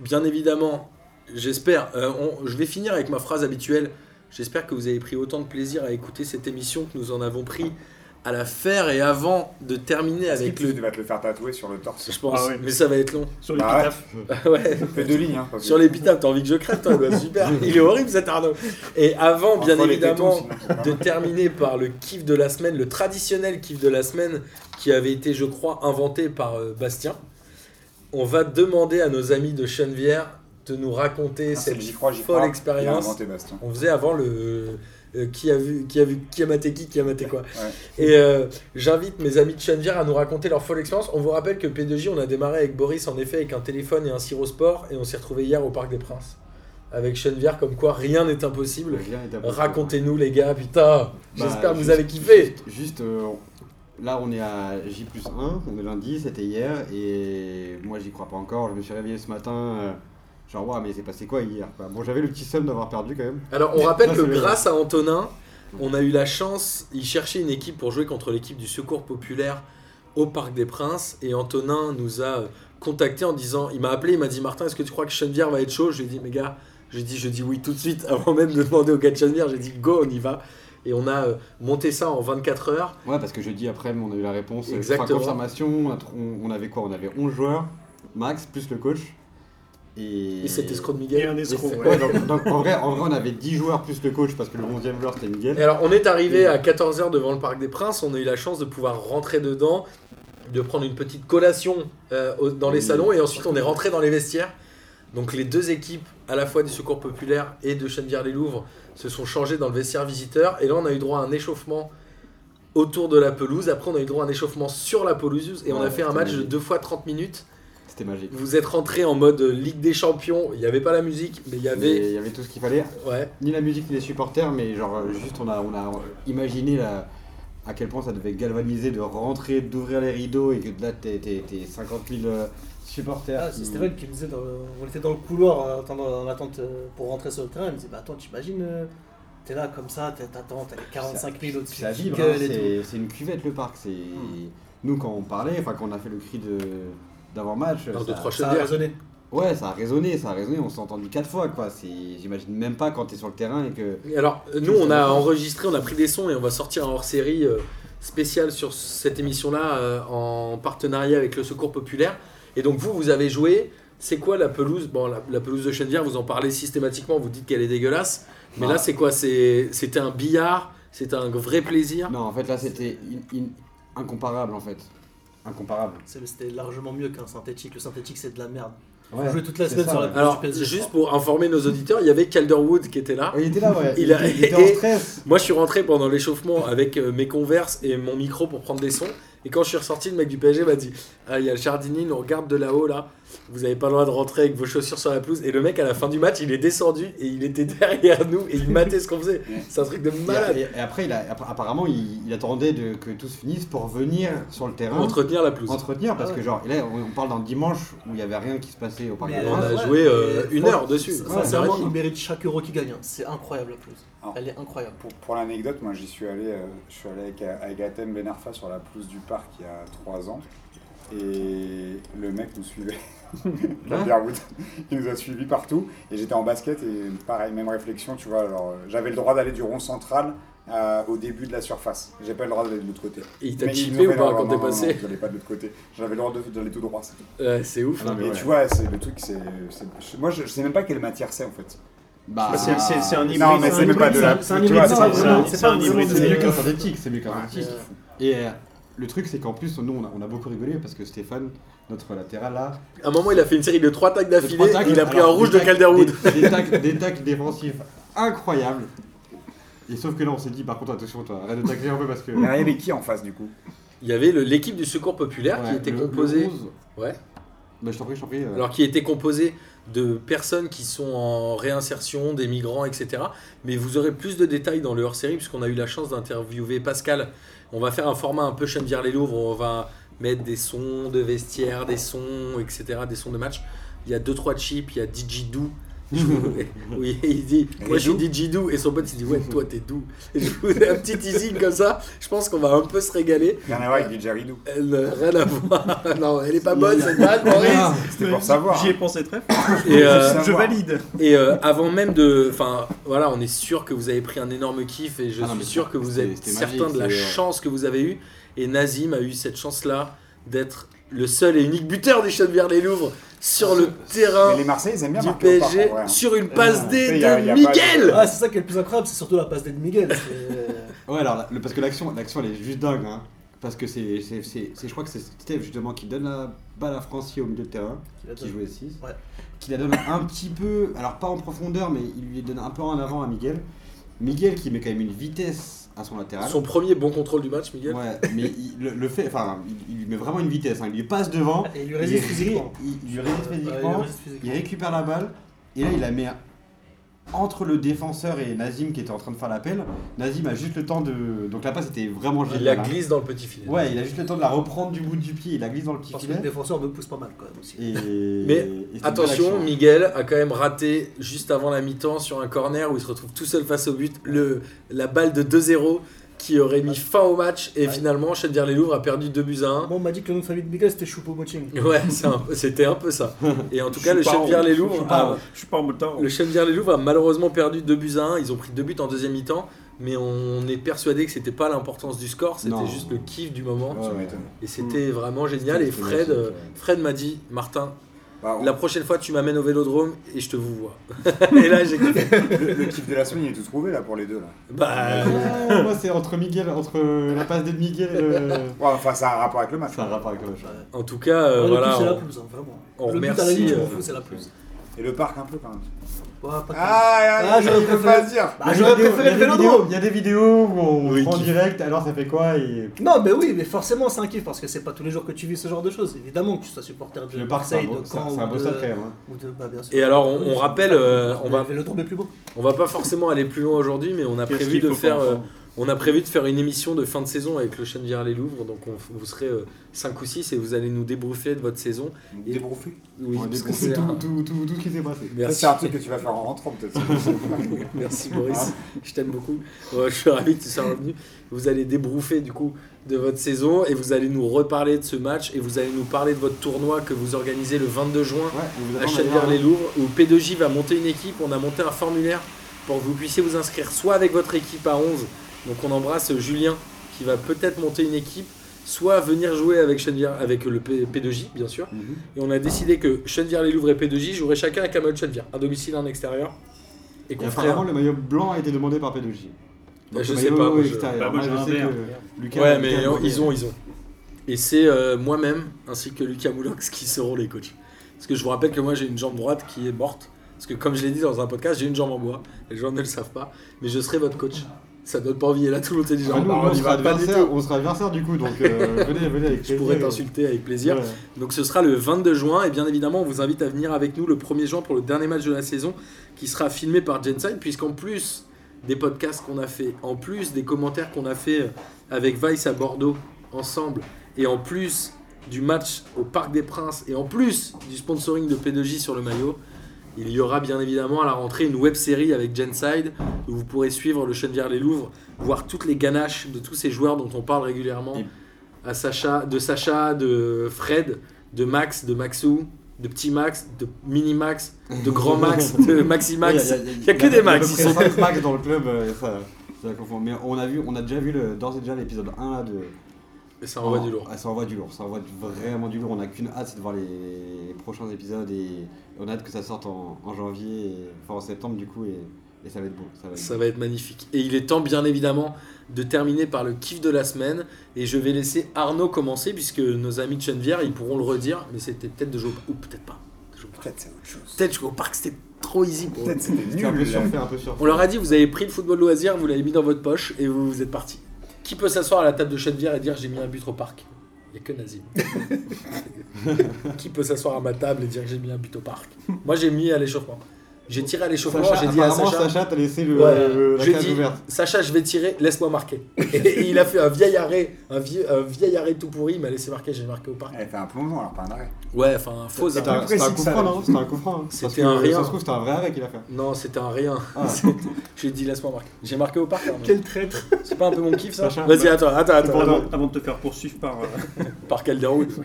Speaker 1: bien évidemment, j'espère, euh, on- je vais finir avec ma phrase habituelle. J'espère que vous avez pris autant de plaisir à écouter cette émission que nous en avons pris à la faire et avant de terminer
Speaker 3: Est-ce que
Speaker 1: avec
Speaker 3: tu
Speaker 1: le.
Speaker 3: vas te le faire tatouer sur le torse.
Speaker 1: Je pense,
Speaker 5: Ah ouais.
Speaker 1: mais ça va être long.
Speaker 5: sur
Speaker 3: Ah ouais.
Speaker 5: l'épitaphe.
Speaker 1: ouais.
Speaker 3: Fais deux lignes. Hein, parce que-
Speaker 1: Sur l'épitaphe, t'as envie que je crève, toi bah, Super, il est horrible cet Arnaud. Et avant,
Speaker 3: Entre
Speaker 1: bien
Speaker 3: les
Speaker 1: évidemment,
Speaker 3: tétons, sinon, c'est pas
Speaker 1: de
Speaker 3: mal.
Speaker 1: terminer par le kiff de la semaine, le traditionnel kiff de la semaine qui avait été, je crois, inventé par euh, Bastien. On va demander à nos amis de Chenevière de nous raconter
Speaker 3: Ah, c'est
Speaker 1: cette
Speaker 3: le J'y crois, j'y
Speaker 1: folle
Speaker 3: crois. Il a
Speaker 1: expérience.
Speaker 3: inventé Bastien.
Speaker 1: On faisait avant le euh, qui a vu qui a vu qui a maté qui qui a maté quoi.
Speaker 3: Ouais.
Speaker 1: Et euh, j'invite mes amis de Chenevière à nous raconter leur folle expérience. On vous rappelle que P2J on a démarré avec Boris en effet avec un téléphone et un sirop sport et on s'est retrouvé hier au Parc des Princes avec Chenevière comme quoi rien n'est impossible.
Speaker 4: Rien n'est impossible.
Speaker 1: Racontez-nous les gars, putain.
Speaker 4: Bah,
Speaker 1: J'espère que vous
Speaker 4: juste-
Speaker 1: avez kiffé.
Speaker 4: Juste, juste, euh, là on est à J plus 1, on est lundi, c'était hier et moi j'y crois pas encore. Je me suis réveillé ce matin, euh, genre ouais mais c'est passé quoi hier quoi. Bon j'avais le petit seum d'avoir perdu quand même.
Speaker 1: Alors on rappelle
Speaker 4: Ça,
Speaker 1: que
Speaker 4: c'est vrai.
Speaker 1: grâce à Antonin, on a eu la chance, il cherchait une équipe pour jouer contre l'équipe du Secours Populaire au Parc des Princes et Antonin nous a contacté en disant, il m'a appelé, il m'a dit Martin, est-ce que tu crois que Chenevière va être chaud Je lui ai dit, mes gars, j'ai dit, je dis oui tout de suite avant même de demander au gars de Chenevière, j'ai dit go, on y va. Et on a euh, monté ça en 24 heures.
Speaker 4: Ouais, parce que jeudi après, on a eu la réponse. euh,
Speaker 1: Exactement.
Speaker 4: Enfin, confirmation, on a tr- on, on avait quoi On avait 11 joueurs, max, plus le coach. Et,
Speaker 1: Et cet escroc de
Speaker 5: Et
Speaker 1: Miguel.
Speaker 5: un escroc.
Speaker 4: Ouais,
Speaker 5: ouais.
Speaker 4: donc, donc, en, vrai, en vrai, on avait 10 joueurs plus le coach parce que le 11e joueur c'était
Speaker 1: Et
Speaker 4: Miguel.
Speaker 1: alors, on est arrivé à 14h devant le Parc des Princes. On a eu la chance de pouvoir rentrer dedans, de prendre une petite collation euh, au- dans les
Speaker 4: Oui.
Speaker 1: salons. Et ensuite, on est rentré dans les vestiaires. Donc, les deux équipes, à la fois du Secours Populaire et de Chenevière-les-Louvres, se sont changées dans le vestiaire visiteur. Et là, on a eu droit à un échauffement autour de la pelouse. Après, on a eu droit à un échauffement sur la pelouse et on a
Speaker 4: Ouais,
Speaker 1: fait un
Speaker 4: c'était
Speaker 1: match de
Speaker 4: magnifique.
Speaker 1: 2 fois 30 minutes.
Speaker 4: C'était magique.
Speaker 1: Vous êtes rentré en mode Ligue des Champions. Il n'y avait pas la musique, mais il y
Speaker 4: Mais
Speaker 1: avait.
Speaker 4: Il y avait tout ce qu'il fallait,
Speaker 1: Ouais.
Speaker 4: ni la musique ni les supporters, mais genre euh, juste on a, on a imaginé la- à quel point ça devait galvaniser de rentrer, d'ouvrir les rideaux et que de là t'es t'es- t'es 50 000 euh, supporters.
Speaker 2: Ah,
Speaker 4: qui-
Speaker 2: c'est Steven qui me disait, dans le- on était dans le couloir en attendant, en attente euh, pour rentrer sur le terrain. Il me disait, bah attends, t'imagines, euh, t'es là comme ça, t'es- t'attends, t'as les 45 000 au-dessus
Speaker 4: Ça
Speaker 2: qui
Speaker 4: vibre, hein,
Speaker 2: gueulent et tout.
Speaker 4: c'est c'est une cuvette le parc. C'est
Speaker 2: Hmm.
Speaker 4: nous quand on parlait, enfin quand on a fait le cri de d'avant match.
Speaker 1: Dans
Speaker 4: ça-
Speaker 1: deux, trois
Speaker 2: Ça a
Speaker 1: Chaudière.
Speaker 2: résonné.
Speaker 4: Ouais, ça a résonné, ça a résonné. On s'est entendu quatre fois quoi. C'est j'imagine même pas quand t'es sur le terrain et que
Speaker 1: Et Alors, euh, nous, on a enregistré, on a pris des sons et on va sortir un hors série spécial sur cette émission-là euh, en partenariat avec le Secours Populaire. Et donc, vous, vous avez joué. C'est quoi la pelouse Bon, la, la pelouse de Chenvière, vous en parlez systématiquement, vous dites qu'elle est dégueulasse. Mais
Speaker 4: Non.
Speaker 1: là, c'est quoi C'est- C'était un billard C'était un vrai plaisir
Speaker 4: non en fait là c'était in- in- incomparable en fait, incomparable.
Speaker 2: C'est- C'était largement mieux qu'un synthétique. Le synthétique, c'est de la merde.
Speaker 4: Ouais,
Speaker 2: jouer toute la
Speaker 4: c'est
Speaker 2: semaine sur la
Speaker 4: ouais.
Speaker 1: Alors,
Speaker 2: PSG, je
Speaker 1: juste
Speaker 2: crois.
Speaker 1: pour informer nos auditeurs, il y avait Calderwood qui était là.
Speaker 4: Ouais, il était là, ouais.
Speaker 1: Il
Speaker 4: Il,
Speaker 1: a-
Speaker 4: il était en stress.
Speaker 1: Moi, je suis rentré pendant l'échauffement avec euh, mes converses et mon micro pour prendre des sons. Et quand je suis ressorti, le mec du PSG m'a dit Ah, il y a le jardinier, il nous regarde de là-haut, là. Vous avez pas le droit de rentrer avec vos chaussures sur la pelouse. Et le mec, à la fin du match, il est descendu et il était derrière nous et il matait ce qu'on faisait. C'est un truc de
Speaker 4: Il a-
Speaker 1: malade.
Speaker 4: Et, et après, il a, app- apparemment, il, il attendait de, que tout se finisse pour venir sur le terrain,
Speaker 1: Entretenir la pelouse.
Speaker 4: entretenir, parce
Speaker 2: Ah ouais.
Speaker 4: que genre, et là, on on parle d'un dimanche où il y avait rien qui se passait au Parc
Speaker 2: Mais
Speaker 4: des
Speaker 1: On
Speaker 4: Princes.
Speaker 1: a
Speaker 2: Ouais,
Speaker 1: joué euh,
Speaker 2: mais
Speaker 1: une
Speaker 2: faut-
Speaker 1: heure dessus.
Speaker 4: ouais, c'est
Speaker 2: Sincèrement, il mérite chaque euro qu'il gagne. hein. C'est incroyable la pelouse.
Speaker 3: Alors.
Speaker 2: Elle est incroyable.
Speaker 3: Pour, pour l'anecdote, moi j'y suis allé, euh, je suis allé avec Agatem Benarfa sur la pelouse du parc il y a 3 ans. Et le mec nous suivait.
Speaker 1: Hein
Speaker 3: Calderwood. Il nous a suivis partout. Et j'étais en basket et pareil, même réflexion, tu vois. Alors, euh, j'avais le droit d'aller du rond central à- au début de la surface. J'ai pas le droit d'aller de l'autre côté.
Speaker 1: Et il t'a
Speaker 3: Mais ils
Speaker 1: chippé ou
Speaker 3: m'ont fait,
Speaker 1: pas
Speaker 3: non,
Speaker 1: quand t'es
Speaker 3: non, non, non,
Speaker 1: passé
Speaker 3: non, J'allais pas de l'autre côté. J'avais le droit de- d'aller tout droit. c'est tout.
Speaker 1: Ouais, C'est ouf.
Speaker 4: Ah non, mais
Speaker 3: Et
Speaker 4: ouais.
Speaker 3: tu vois, c'est le truc, c'est. c'est- je- Moi, je, je sais même pas quelle matière c'est en fait.
Speaker 4: Bah,
Speaker 5: C'est- c'est- c'est un hybride.
Speaker 3: Non, mais c'est même pas de la.
Speaker 2: C'est un
Speaker 3: tu vois,
Speaker 2: hybride,
Speaker 3: c'est-
Speaker 2: c'est
Speaker 3: c'est-
Speaker 2: un-
Speaker 5: c'est
Speaker 2: c'est pas
Speaker 5: un hybride.
Speaker 2: vraiment
Speaker 4: c'est mieux
Speaker 2: des-
Speaker 4: qu'un synthétique, c'est mieux qu'un synthétique.
Speaker 2: Euh,
Speaker 4: Et euh, le truc, c'est qu'en plus, nous, on a, on a beaucoup rigolé parce que Stéphane, notre latéral là,
Speaker 1: À un moment, il a fait une série de trois tacs
Speaker 4: Le
Speaker 1: d'affilée.
Speaker 4: trois tacles,
Speaker 1: Il a pris un
Speaker 4: alors,
Speaker 1: rouge de
Speaker 4: des tacles-
Speaker 1: Calderwood.
Speaker 4: Des, des tacles, des tacles défensifs incroyables. Et sauf que là, on s'est dit, par contre, attention, toi, arrête de tacler un peu parce que.
Speaker 3: Mais il y avait qui en face du coup
Speaker 1: Il y avait le- l'équipe du Secours Populaire qui
Speaker 4: Ouais,
Speaker 1: était
Speaker 4: le-
Speaker 1: composée.
Speaker 4: le 11.
Speaker 1: Ouais.
Speaker 4: Bah, je t'en prie, je t'en prie. euh,
Speaker 1: Alors qui était composé de personnes qui sont en réinsertion, des migrants, etc. Mais vous aurez plus de détails dans le hors-série puisqu'on a eu la chance d'interviewer Pascal. On va faire un format un peu Chenevière les Louvres. On va mettre des sons de vestiaire, des sons, etc. Des sons de match. Il y a deux trois chips. Il y a DJ Dou. oui, il dit,
Speaker 3: Elle
Speaker 1: moi
Speaker 3: est
Speaker 1: je suis
Speaker 3: doux
Speaker 1: DJ Dou et son pote il dit ouais toi t'es doux. Et je vous fais un petit teasing comme ça, je pense qu'on va un peu se régaler.
Speaker 3: Rien à voir avec Didgeridoo.
Speaker 1: Elle, euh, rien à voir. non, elle est pas bonne cette vanne, Maurice.
Speaker 3: C'était pour savoir. hein.
Speaker 5: J'y ai pensé très fort.
Speaker 1: Et, euh,
Speaker 5: je
Speaker 3: savoir.
Speaker 5: valide.
Speaker 1: Et euh, avant même de. Enfin, voilà, on est sûr que vous avez pris un énorme kiff et je
Speaker 4: Ah non,
Speaker 1: suis
Speaker 4: mais
Speaker 1: sûr que vous
Speaker 4: c'était-
Speaker 1: êtes
Speaker 4: c'était
Speaker 1: certain
Speaker 4: magique,
Speaker 1: de la
Speaker 4: c'est-
Speaker 1: chance que vous avez eue. Et Nazim a eu cette chance-là d'être le seul et unique buteur des Chaudière les Louvres sur le terrain
Speaker 3: Mais les Marseillais, ils aiment bien
Speaker 1: Hein. du
Speaker 3: marquer au parc,
Speaker 1: PSG
Speaker 3: en vrai, hein.
Speaker 1: sur une passe
Speaker 3: tu sais,
Speaker 1: D
Speaker 3: y a- y
Speaker 1: de
Speaker 3: a pas de-
Speaker 1: Miguel
Speaker 2: Ah, c'est ça qui est le plus incroyable, c'est surtout la passe d'Ed Miguel. c'est- euh,
Speaker 4: Ouais, alors, la- le- parce que l'action, l'action, elle est juste dingue. hein. Parce que c'est, c'est, c'est- c'est- je crois que c'est Steve justement qui donne la balle à Francier au milieu de terrain, qui jouait 6,
Speaker 2: Ouais.
Speaker 4: qui la donne un petit peu, alors pas en profondeur, mais il lui donne un peu en avant à Miguel. Miguel qui met quand même une vitesse à son latéral.
Speaker 1: Son premier bon contrôle du match, Miguel.
Speaker 4: Ouais, mais il, le, le fait, enfin, il, il lui met vraiment une vitesse. hein. Il lui passe devant,
Speaker 2: Ah, Et il lui
Speaker 4: il,
Speaker 2: résiste
Speaker 4: ré-
Speaker 2: physiquement.
Speaker 4: il- il lui résiste
Speaker 2: Euh, ouais, il
Speaker 4: physiquement,
Speaker 2: résiste
Speaker 4: il
Speaker 2: physiquement.
Speaker 4: récupère la balle et là il la met entre le défenseur et Nazim qui était en train de faire l'appel. Nazim a juste le temps de, donc la passe était vraiment
Speaker 1: Il la
Speaker 4: géniale. hein.
Speaker 1: glisse dans le petit filet.
Speaker 4: Ouais, il a juste le temps de la reprendre du bout du pied, il la glisse dans le petit
Speaker 2: Parce que le
Speaker 4: filet.
Speaker 2: défenseur me pousse pas mal quand même aussi.
Speaker 4: Et...
Speaker 1: Mais
Speaker 4: et c'était une
Speaker 1: Attention,
Speaker 4: belle action.
Speaker 1: Miguel a quand même raté juste avant la mi-temps sur un corner où il se retrouve tout seul face au but le, la balle de 2-0 qui aurait mis fin au match et
Speaker 2: Ouais.
Speaker 1: finalement Chenvière les Louvres a perdu 2 buts à 1.
Speaker 2: Moi, on m'a dit que le nom de famille de Miguel c'était Choupo Moting.
Speaker 1: Ouais, c'est un peu- c'était un peu ça. Et en tout cas, le
Speaker 5: Chouparou.
Speaker 1: Chenvière les Louvres a,
Speaker 5: Je suis pas en mode temps.
Speaker 1: ah. le Chenvière les Louvres a malheureusement perdu 2 buts à 1. Ils ont pris 2 buts en deuxième mi-temps, mais on est persuadé que c'était pas l'importance du score, c'était
Speaker 4: Non.
Speaker 1: juste le kiff du moment.
Speaker 4: Ouais,
Speaker 3: Ça
Speaker 4: ouais.
Speaker 3: m'étonne.
Speaker 1: Et c'était vraiment génial. Et
Speaker 4: C'était
Speaker 1: Fred,
Speaker 4: magique,
Speaker 1: euh,
Speaker 4: ouais.
Speaker 1: Fred m'a dit, Martin,
Speaker 3: Bah, on-
Speaker 1: la prochaine fois, tu m'amènes au vélodrome et je te vous vois. et là, j'ai kiffé.
Speaker 3: le, le kiff de la semaine, il est tout trouvé là pour les deux. Là.
Speaker 1: Bah,
Speaker 4: Ah, moi c'est entre Miguel, entre la passe de Miguel. et le-
Speaker 3: Ouais, enfin, ça a un rapport avec le match. hein.
Speaker 4: Ça a un rapport avec le match.
Speaker 1: en tout cas, euh,
Speaker 2: Ouais, le
Speaker 1: voilà.
Speaker 2: plus, c'est la
Speaker 1: on-
Speaker 2: plus, hein, vraiment.
Speaker 1: on
Speaker 2: le but à la
Speaker 1: remercie,
Speaker 2: limite, je
Speaker 1: euh,
Speaker 2: m'en fous, c'est la plus.
Speaker 3: Et le parc un peu quand même.
Speaker 2: Ouah, pas de
Speaker 3: Ah,
Speaker 2: Ah,
Speaker 3: je
Speaker 2: j'aurais
Speaker 3: ne peux
Speaker 2: préféré-
Speaker 3: pas dire.
Speaker 2: Bah, j'aurais préféré le vélodrome.
Speaker 6: Il y a des vidéos où on
Speaker 1: Oui,
Speaker 6: prend
Speaker 1: qui-
Speaker 6: direct, alors ça fait quoi et...
Speaker 2: Non, mais oui, mais forcément, c'est un kiff parce que c'est pas tous les jours que tu vis ce genre de choses. Évidemment que tu sois supporter de
Speaker 6: Le parc, c'est un
Speaker 2: Marseille,
Speaker 6: beau
Speaker 2: de
Speaker 6: c'est
Speaker 2: Caen
Speaker 6: un- c'est un
Speaker 2: ou
Speaker 6: beau
Speaker 2: de-
Speaker 6: stade quand même. hein.
Speaker 2: ou de. Bah, bien sûr.
Speaker 1: Et alors, on, on rappelle, euh, on, va,
Speaker 2: Le vélodrome est plus beau.
Speaker 1: on va pas forcément aller plus loin aujourd'hui, mais on a
Speaker 5: Qu'est-ce
Speaker 1: prévu
Speaker 5: qu'il
Speaker 1: de
Speaker 5: faut
Speaker 1: faire,
Speaker 5: qu'on
Speaker 1: euh,
Speaker 5: fasse
Speaker 1: on a prévu de faire une émission de fin de saison avec le chaîne Virale les Louvres. Donc, on, vous serez 5 ou 6 et vous allez nous débriefer de votre saison.
Speaker 3: Débroufler.
Speaker 1: Oui,
Speaker 6: On
Speaker 1: parce que
Speaker 6: découvre
Speaker 1: c'est
Speaker 6: tout,
Speaker 1: un-
Speaker 6: tout, tout, tout ce qui s'est passé.
Speaker 3: Ça,
Speaker 1: Merci.
Speaker 3: c'est un truc que tu vas faire en rentrant peut-être.
Speaker 1: Merci Boris, je t'aime beaucoup. Euh, je suis ravi que tu sois revenu. Vous allez débrouffer du coup de votre saison et vous allez nous reparler de ce match et vous allez nous parler de votre tournoi que vous organisez le 22 juin
Speaker 4: Ouais, on vous
Speaker 1: à
Speaker 4: attend d'ailleurs.
Speaker 1: Châtellerault-les-Louvres où P2J va monter une équipe. On a monté un formulaire pour que vous puissiez vous inscrire soit avec votre équipe à 11, donc on embrasse Julien qui va peut-être monter une équipe, soit venir jouer avec, Chennevière- avec le P- P2J bien sûr.
Speaker 4: Mhm.
Speaker 1: Et on a décidé que Chennevière-les-Louvres et P2J joueraient chacun à Camelot Chennevière, un domicile, un extérieur. Et
Speaker 6: Et
Speaker 1: qu'on ferait un-
Speaker 6: apparemment, le maillot blanc a été demandé par P2J.
Speaker 1: Bah,
Speaker 6: Donc,
Speaker 1: je
Speaker 6: le
Speaker 1: sais
Speaker 6: maillot
Speaker 1: pas. moi, je-
Speaker 6: extérieur.
Speaker 5: Bah, moi,
Speaker 6: Moi,
Speaker 5: j'ai
Speaker 6: je
Speaker 5: un
Speaker 6: sais
Speaker 5: vert.
Speaker 6: que Lucas-
Speaker 1: Ouais, mais
Speaker 6: Lucas-
Speaker 1: ils ont, ils ont. Et c'est euh, moi-même ainsi que Lucas Moulox qui seront les coachs. Parce que je vous rappelle que moi j'ai une jambe droite qui est morte. Parce que comme je l'ai dit dans un podcast, j'ai une jambe en bois. Les gens ne le savent pas. Mais je serai votre coach. Ça donne pas envie. Et là, tout le monde est déjà.
Speaker 6: Ah, nous,
Speaker 1: bah, on
Speaker 6: on
Speaker 1: y
Speaker 6: sera
Speaker 1: va pas du
Speaker 6: adversaire-
Speaker 1: tout.
Speaker 6: on sera adversaire du coup, donc euh, venez, venez avec
Speaker 1: Je pourrais
Speaker 6: plaisir.
Speaker 1: t'insulter avec plaisir.
Speaker 6: Ouais.
Speaker 1: Donc ce sera le 22 juin et bien évidemment on vous invite à venir avec nous le 1er juin pour le dernier match de la saison qui sera filmé par Genside puisqu'en plus des podcasts qu'on a fait, en plus des commentaires qu'on a fait avec Vice à Bordeaux ensemble et en plus du match au Parc des Princes et en plus du sponsoring de P2J sur le maillot, il y aura bien évidemment à la rentrée une web série avec Genside où vous pourrez suivre le Chenvière les Louvres, voir toutes les ganaches de tous ces joueurs dont on parle régulièrement.
Speaker 6: Et-
Speaker 1: À Sacha, de Sacha, de Fred, de Max, de Maxou, de Petit Max, de Mini Max, de Grand Max, de Maxi Max.
Speaker 6: Ouais,
Speaker 1: y a que des Max,
Speaker 6: Il y a
Speaker 1: ils
Speaker 6: à
Speaker 1: sont-
Speaker 6: peu près 5 Max dans le club, euh, ça, ça confond. Mais on a, vu, on a déjà vu le- d'ores et déjà l'épisode 1 là de.
Speaker 1: Et ça envoie du lourd.
Speaker 6: Ah, ça envoie du lourd, ça envoie du- vraiment du lourd. On n'a qu'une hâte, c'est de voir les, les prochains épisodes et on a hâte que ça sorte en, en janvier, et- enfin en septembre du coup, et, et ça va être beau. Ça va être
Speaker 1: Ça va être magnifique. Et il est temps, bien évidemment, de terminer par le kiff de la semaine. Et je vais laisser Arnaud commencer, puisque nos amis de Chenevière, ils pourront le redire. Mais c'était peut-être de jouer au parc. Ou peut-être pas. De jouer au parc.
Speaker 3: Peut-être c'est autre chose.
Speaker 1: Peut-être jouer au parc, c'était trop easy pour eux.
Speaker 3: Peut-être c'était
Speaker 6: C'était un peu
Speaker 3: nul.
Speaker 6: surfait, un peu surfait.
Speaker 1: On leur a dit, vous avez pris le football loisir, vous l'avez mis dans votre poche, et vous, vous êtes parti. Qui peut s'asseoir à la table de Chenevière et dire, j'ai mis un but au parc Il n'y a que Nazim. Qui peut s'asseoir à ma table et dire, j'ai mis un but au parc Moi, j'ai mis à l'échauffement. J'ai tiré à l'échauffement,
Speaker 6: Sacha,
Speaker 1: j'ai dit à
Speaker 6: apparemment,
Speaker 1: Sacha...
Speaker 6: Sacha, t'as laissé le,
Speaker 1: Ouais,
Speaker 6: le- la
Speaker 1: j'ai
Speaker 6: cage
Speaker 1: dit,
Speaker 6: ouverte.
Speaker 1: euh, Sacha, je vais tirer, laisse-moi marquer. Et il a fait un vieil arrêt, un, vieux, un vieil arrêt tout pourri, il m'a laissé marquer, j'ai marqué au parc.
Speaker 3: Elle fait un plongeon alors pas un arrêt.
Speaker 1: Ouais, enfin, un faux
Speaker 6: C'était
Speaker 1: arrêt.
Speaker 6: un, c'était un
Speaker 3: précis
Speaker 6: coup
Speaker 3: que ça,
Speaker 6: franc,
Speaker 3: là.
Speaker 6: non C'était un coup franc. hein.
Speaker 1: C'était
Speaker 6: Parce que,
Speaker 1: un rien.
Speaker 6: Ça se trouve, c'était un vrai arrêt qu'il a fait.
Speaker 1: Non, c'était un rien.
Speaker 6: Ah.
Speaker 1: J'ai dit, laisse-moi marquer. J'ai marqué au parc. Arnaud.
Speaker 2: Quel traître
Speaker 1: C'est pas un peu mon kiff, ça
Speaker 6: Sacha,
Speaker 1: Vas-y, attends, attends, attends.
Speaker 5: Avant,
Speaker 1: attends.
Speaker 5: avant de te faire poursuivre par. euh,
Speaker 1: Par quelle déroute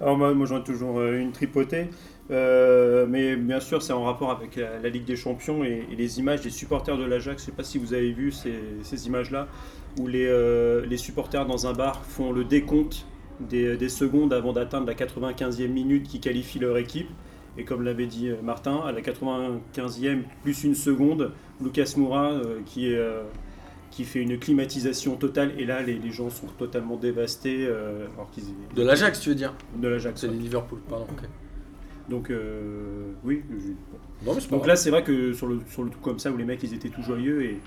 Speaker 5: Alors moi, moi j'en ai toujours euh, une tripotée. Euh, mais bien sûr, c'est en rapport avec la, la Ligue des Champions et, et les images des supporters de l'Ajax. Je sais pas si vous avez vu ces, ces images-là, où les, euh, les supporters dans un bar font le décompte des, des secondes avant d'atteindre la 95e minute qui qualifie leur équipe. Et comme l'avait dit euh, Martin, à la 95e plus une seconde, Lucas Moura euh, qui est... euh, qui fait une climatisation totale et là les, les gens sont totalement dévastés euh, alors qu'ils
Speaker 1: De l'Ajax, tu veux dire
Speaker 5: de l'Ajax.
Speaker 1: C'est les Liverpool, pardon. ok.
Speaker 5: Donc euh, oui. je-
Speaker 1: Non, mais c'est pas
Speaker 5: Donc
Speaker 1: grave.
Speaker 5: là c'est vrai que sur le, sur le tout comme ça où les mecs ils étaient tout joyeux et,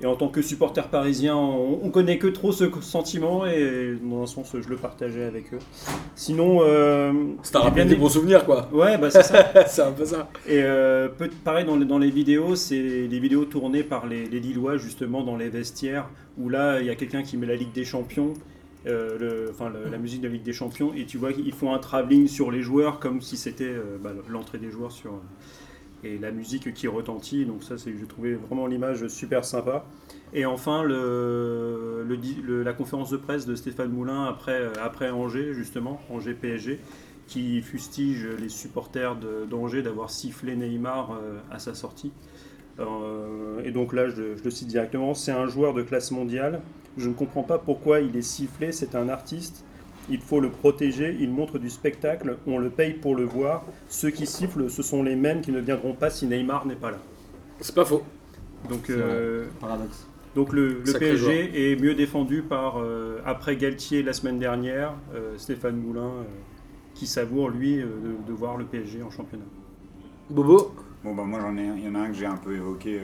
Speaker 5: et en tant que supporter parisien on, on connaît que trop ce sentiment et dans un sens je le partageais avec eux. Sinon euh,
Speaker 1: C'est un
Speaker 5: j'ai
Speaker 1: rappel
Speaker 5: bien
Speaker 1: des
Speaker 5: aimé-
Speaker 1: bons souvenirs, quoi.
Speaker 5: Ouais bah c'est ça.
Speaker 1: c'est un peu ça.
Speaker 5: Et euh, peu- pareil dans les, dans les vidéos, c'est les vidéos tournées par les, les Lillois justement dans les vestiaires où là il y a quelqu'un qui met la Ligue des Champions, euh, le- enfin le- la musique de la Ligue des Champions et tu vois qu'ils font un travelling sur les joueurs comme si c'était euh, bah, l'entrée des joueurs sur euh, et la musique qui retentit. Donc ça c'est j'ai trouvé vraiment l'image super sympa. Et enfin le, le di- le- la conférence de presse de Stéphane Moulin après euh, après Angers justement Angers PSG qui fustige les supporters de- d'Angers d'avoir sifflé Neymar euh, à sa sortie. Euh, et donc là, je, je le cite directement, c'est un joueur de classe mondiale. Je ne comprends pas pourquoi il est sifflé, c'est un artiste. Il faut le protéger, il montre du spectacle, on le paye pour le voir. Ceux qui sifflent, ce sont les mêmes qui ne viendront pas si Neymar n'est pas là.
Speaker 1: C'est pas faux.
Speaker 5: Donc,
Speaker 6: C'est
Speaker 5: euh,
Speaker 6: Paradoxe.
Speaker 5: donc le, le
Speaker 1: Sacré
Speaker 5: PSG
Speaker 1: joueur.
Speaker 5: est mieux défendu par, euh, après Galtier la semaine dernière, euh, Stéphane Moulin, euh, qui savoure, lui, euh, de, de voir le PSG en championnat.
Speaker 1: Bobo,
Speaker 3: Bon, bah, moi, j'en ai un- il y en a un que j'ai un peu évoqué euh,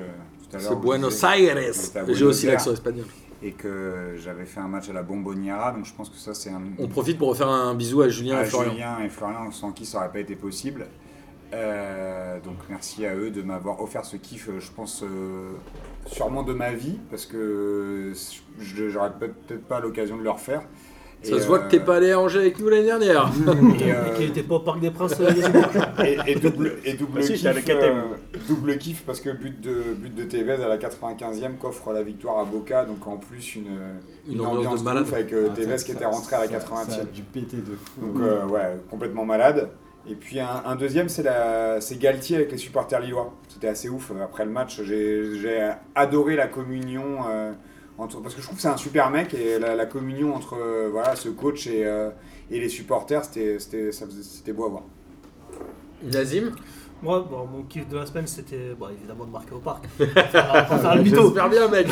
Speaker 3: tout à l'heure.
Speaker 1: c'est
Speaker 3: vous
Speaker 1: Buenos
Speaker 3: disiez,
Speaker 1: Aires.
Speaker 3: c'est à
Speaker 1: J'ai
Speaker 3: Buenos
Speaker 1: aussi
Speaker 3: Aires.
Speaker 1: l'accent espagnol.
Speaker 3: Et que j'avais fait un match à la Bomboniera, donc je pense que ça, c'est un.
Speaker 1: On profite pour refaire un bisou à Ah, Julien
Speaker 3: à
Speaker 1: et Florian.
Speaker 3: Ah, Julien et Florian, sans qui ça n'aurait pas été possible. Euh, donc merci à eux de m'avoir offert ce kiff, euh, je pense euh, sûrement de ma vie, parce que je j'aurais peut-être pas l'occasion de le euh, refanger.
Speaker 1: Ça se voit que t'es pas allé à Angers avec nous l'année dernière.
Speaker 3: Et, euh,
Speaker 2: Et qui n'était pas au Parc des Princes euh, il y a deux ans.
Speaker 3: et, et double, et double
Speaker 5: Ah si,
Speaker 3: kiff,
Speaker 5: t'as le KTM.
Speaker 3: euh, double kiff parce que but de but de Tevez à la 95e qu'offre la victoire à Boca, donc en plus une,
Speaker 1: Une ambiance de
Speaker 3: ouf
Speaker 1: malade.
Speaker 3: avec euh,
Speaker 4: Ah,
Speaker 3: Tevez
Speaker 4: ça-
Speaker 3: qui était
Speaker 4: ça-
Speaker 3: rentré à la
Speaker 4: ça-
Speaker 3: 80e.
Speaker 4: Ça a dû péter de fou.
Speaker 3: Donc euh, ouais, complètement malade. Et puis un, un deuxième, c'est la- c'est Galtier avec les supporters lillois. C'était assez ouf. Après le match, j'ai j'ai adoré la communion euh, entre parce que je trouve que c'est un super mec et la, la communion entre euh, voilà ce coach et, euh, et les supporters, c'était c'était ça faisait- c'était beau à voir.
Speaker 1: Lazim
Speaker 2: Moi, bon, mon kiff de la semaine, c'était bon, évidemment de marquer au parc. On va
Speaker 4: Ah,
Speaker 2: faire le mytho.
Speaker 1: J'espère bien, mec.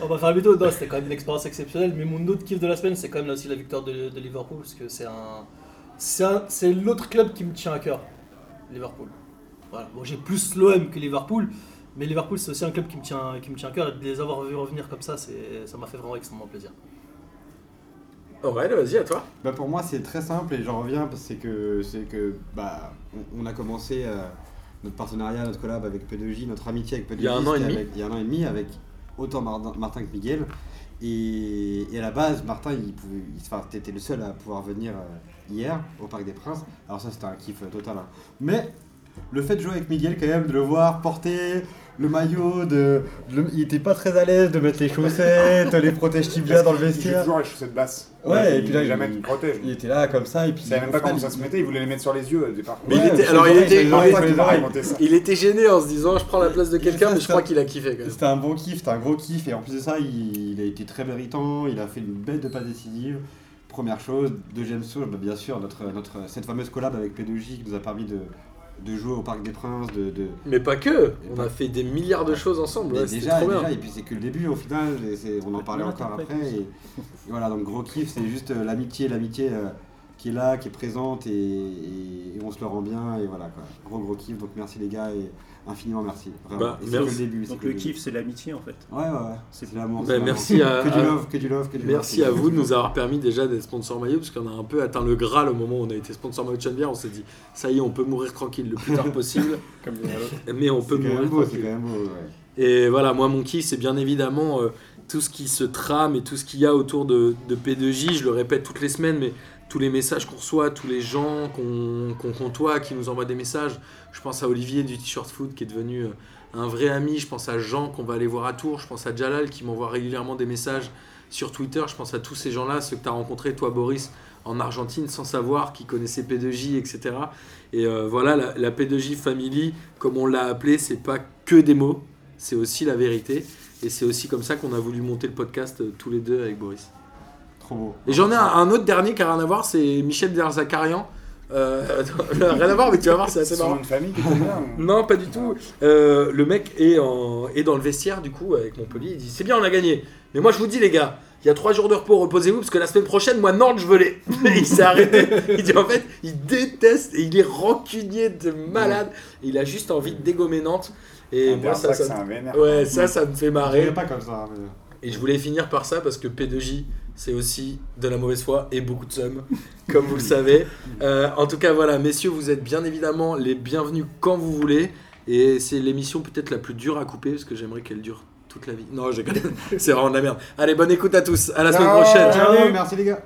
Speaker 2: On va faire le mytho. Non, c'était quand même une expérience exceptionnelle. Mais mon autre kiff de la semaine, c'est quand même là aussi la victoire de, de Liverpool. Parce que c'est un. C'est un- c'est l'autre club qui me tient à cœur. Liverpool. Voilà. Bon, j'ai plus l'OM que Liverpool. Mais Liverpool, c'est aussi un club qui me tient, qui me tient à cœur. Et de les avoir vus revenir comme ça, c'est- ça m'a fait vraiment extrêmement plaisir.
Speaker 1: Aurel, Oh, vas-y, à toi.
Speaker 4: Bah, pour moi, c'est très simple et j'en reviens parce que c'est que, c'est que bah, on, on a commencé euh, notre partenariat, notre collab avec P2J, notre amitié avec P2J.
Speaker 1: Il y a un an et
Speaker 4: c'était
Speaker 1: demi.
Speaker 4: avec- il y a un an et demi avec autant Martin, Martin que Miguel. Et, et à la base, Martin, il pouvait, il- enfin, t'étais le seul à pouvoir venir euh, hier au Parc des Princes. Alors ça, c'était un kiff euh, total. hein. Mais le fait de jouer avec Miguel, quand même, de le voir porter le maillot, de, de le- il était pas très à l'aise de mettre les chaussettes, les protèges tibia dans le
Speaker 3: Il joue
Speaker 4: vestiaire.
Speaker 3: toujours les chaussettes basses.
Speaker 4: Ouais, et
Speaker 3: il
Speaker 4: puis là,
Speaker 3: met jamais
Speaker 4: il-
Speaker 3: de protège.
Speaker 4: Il était là comme ça et puis.
Speaker 3: Il savait même pas comment ça se
Speaker 4: met
Speaker 3: mettait. Il voulait les mettre sur les yeux au départ.
Speaker 1: Mais il
Speaker 4: Ouais,
Speaker 1: était,
Speaker 4: c'est
Speaker 1: alors il
Speaker 4: pareil,
Speaker 1: était,
Speaker 4: c'est pareil,
Speaker 1: il
Speaker 4: c'est
Speaker 1: était-
Speaker 4: pareil.
Speaker 1: il était gêné en se disant je prends la place de quelqu'un, mais je crois qu'il a kiffé quand même.
Speaker 4: C'était un bon kiff, c'était un gros kiff et en plus de ça, il, il a été très méritant. Il a fait une bête de passe décisive. Première chose, deuxième chose, bah, bien sûr notre notre cette fameuse collab avec P2J qui nous a permis de de jouer au Parc des Princes, de, de-
Speaker 1: Mais pas que,
Speaker 4: Et
Speaker 1: on
Speaker 4: pas-
Speaker 1: a fait des milliards de choses ensemble,
Speaker 4: Mais
Speaker 1: ouais, c'était
Speaker 4: déjà,
Speaker 1: trop
Speaker 4: et
Speaker 1: bien.
Speaker 4: déjà, et puis c'est que le début au final, et c'est- on en parlait
Speaker 5: Ouais,
Speaker 4: encore
Speaker 5: t'as
Speaker 4: après.
Speaker 5: fait
Speaker 4: Et, et voilà, donc gros kiff, c'est juste euh, l'amitié, l'amitié euh, qui est là, qui est présente et, et- et on se le rend bien. Et voilà, quoi. gros gros kiff. Donc merci les gars et infiniment merci. Vraiment.
Speaker 1: Bah,
Speaker 4: et c'est que le
Speaker 1: merci.
Speaker 4: début. c'est
Speaker 5: Donc
Speaker 4: que
Speaker 5: le
Speaker 4: début.
Speaker 5: kiff, c'est l'amitié en fait.
Speaker 4: Ouais, ouais, ouais.
Speaker 5: C'est-
Speaker 4: C'est de l'amour.
Speaker 1: Bah,
Speaker 4: c'est de l'amour.
Speaker 1: merci à-
Speaker 4: Que du
Speaker 1: à-
Speaker 4: love, que du love, que du love.
Speaker 1: Merci à vous de nous avoir permis déjà d'être sponsor maillot, parce qu'on a un peu atteint le Graal au moment où on a été sponsor maillot de Chanvière, on s'est dit ça y est, on peut mourir tranquille le plus tard possible,
Speaker 5: Comme
Speaker 1: mais on peut
Speaker 4: C'est quand
Speaker 1: mourir
Speaker 4: même beau, c'est
Speaker 1: tranquille.
Speaker 4: quand même beau. ouais.
Speaker 1: Et voilà, moi, mon kiff, c'est bien évidemment euh, tout ce qui se trame et tout ce qu'il y a autour de, de P2J. Je le répète toutes les semaines, mais tous les messages qu'on reçoit, tous les gens qu'on qu'on côtoie, qui nous envoient des messages. Je pense à Olivier du T-shirt Food qui est devenu euh, un vrai ami. Je pense à Jean qu'on va aller voir à Tours. Je pense à Jalal qui m'envoie régulièrement des messages sur Twitter. Je pense à tous ces gens-là, ceux que tu as rencontrés, toi, Boris, en Argentine, sans savoir, qui connaissaient P2J, etc. Et euh, voilà, la, la P2J Family, comme on l'a appelé, c'est pas que des mots c'est aussi la vérité. Et c'est aussi comme ça qu'on a voulu monter le podcast euh, tous les deux avec Boris.
Speaker 4: Trop beau.
Speaker 1: Et j'en ai un, un autre dernier qui a rien à voir, c'est Michel Derzakarian. Euh, rien à voir, mais tu vas voir, c'est
Speaker 3: C'est
Speaker 1: assez
Speaker 3: son
Speaker 1: marrant.
Speaker 3: nom de famille qui était bien. ou-
Speaker 1: Non, pas du tout. Euh, le mec est, en, est dans le vestiaire, du coup, avec Montpellier. Il dit C'est bien, on a gagné. Mais moi, je vous dis, les gars, il y a trois jours de repos, reposez-vous, parce que la semaine prochaine, moi, Nantes, je veux les. Et il s'est arrêté. Il dit En fait, il déteste et il est rancunier de malade. Il a juste envie de dégommer Nantes. Et
Speaker 3: Un
Speaker 1: moi, ça,
Speaker 3: Bersac,
Speaker 1: ça,
Speaker 3: Ah, c'est un vénère.
Speaker 1: ouais, ça, ça me fait
Speaker 4: Je
Speaker 1: marrer.
Speaker 4: pas comme ça. mais-
Speaker 1: Et je voulais finir par ça parce que P2J, c'est aussi de la mauvaise foi et beaucoup de sommes, comme vous le savez. Euh, en tout cas, voilà, messieurs, vous êtes bien évidemment les bienvenus quand vous voulez. Et c'est l'émission peut-être la plus dure à couper parce que j'aimerais qu'elle dure toute la vie. Non, je rigole. c'est vraiment de la merde. Allez, bonne écoute à tous. À la semaine
Speaker 3: Ciao.
Speaker 1: prochaine.
Speaker 4: Ciao, merci les gars.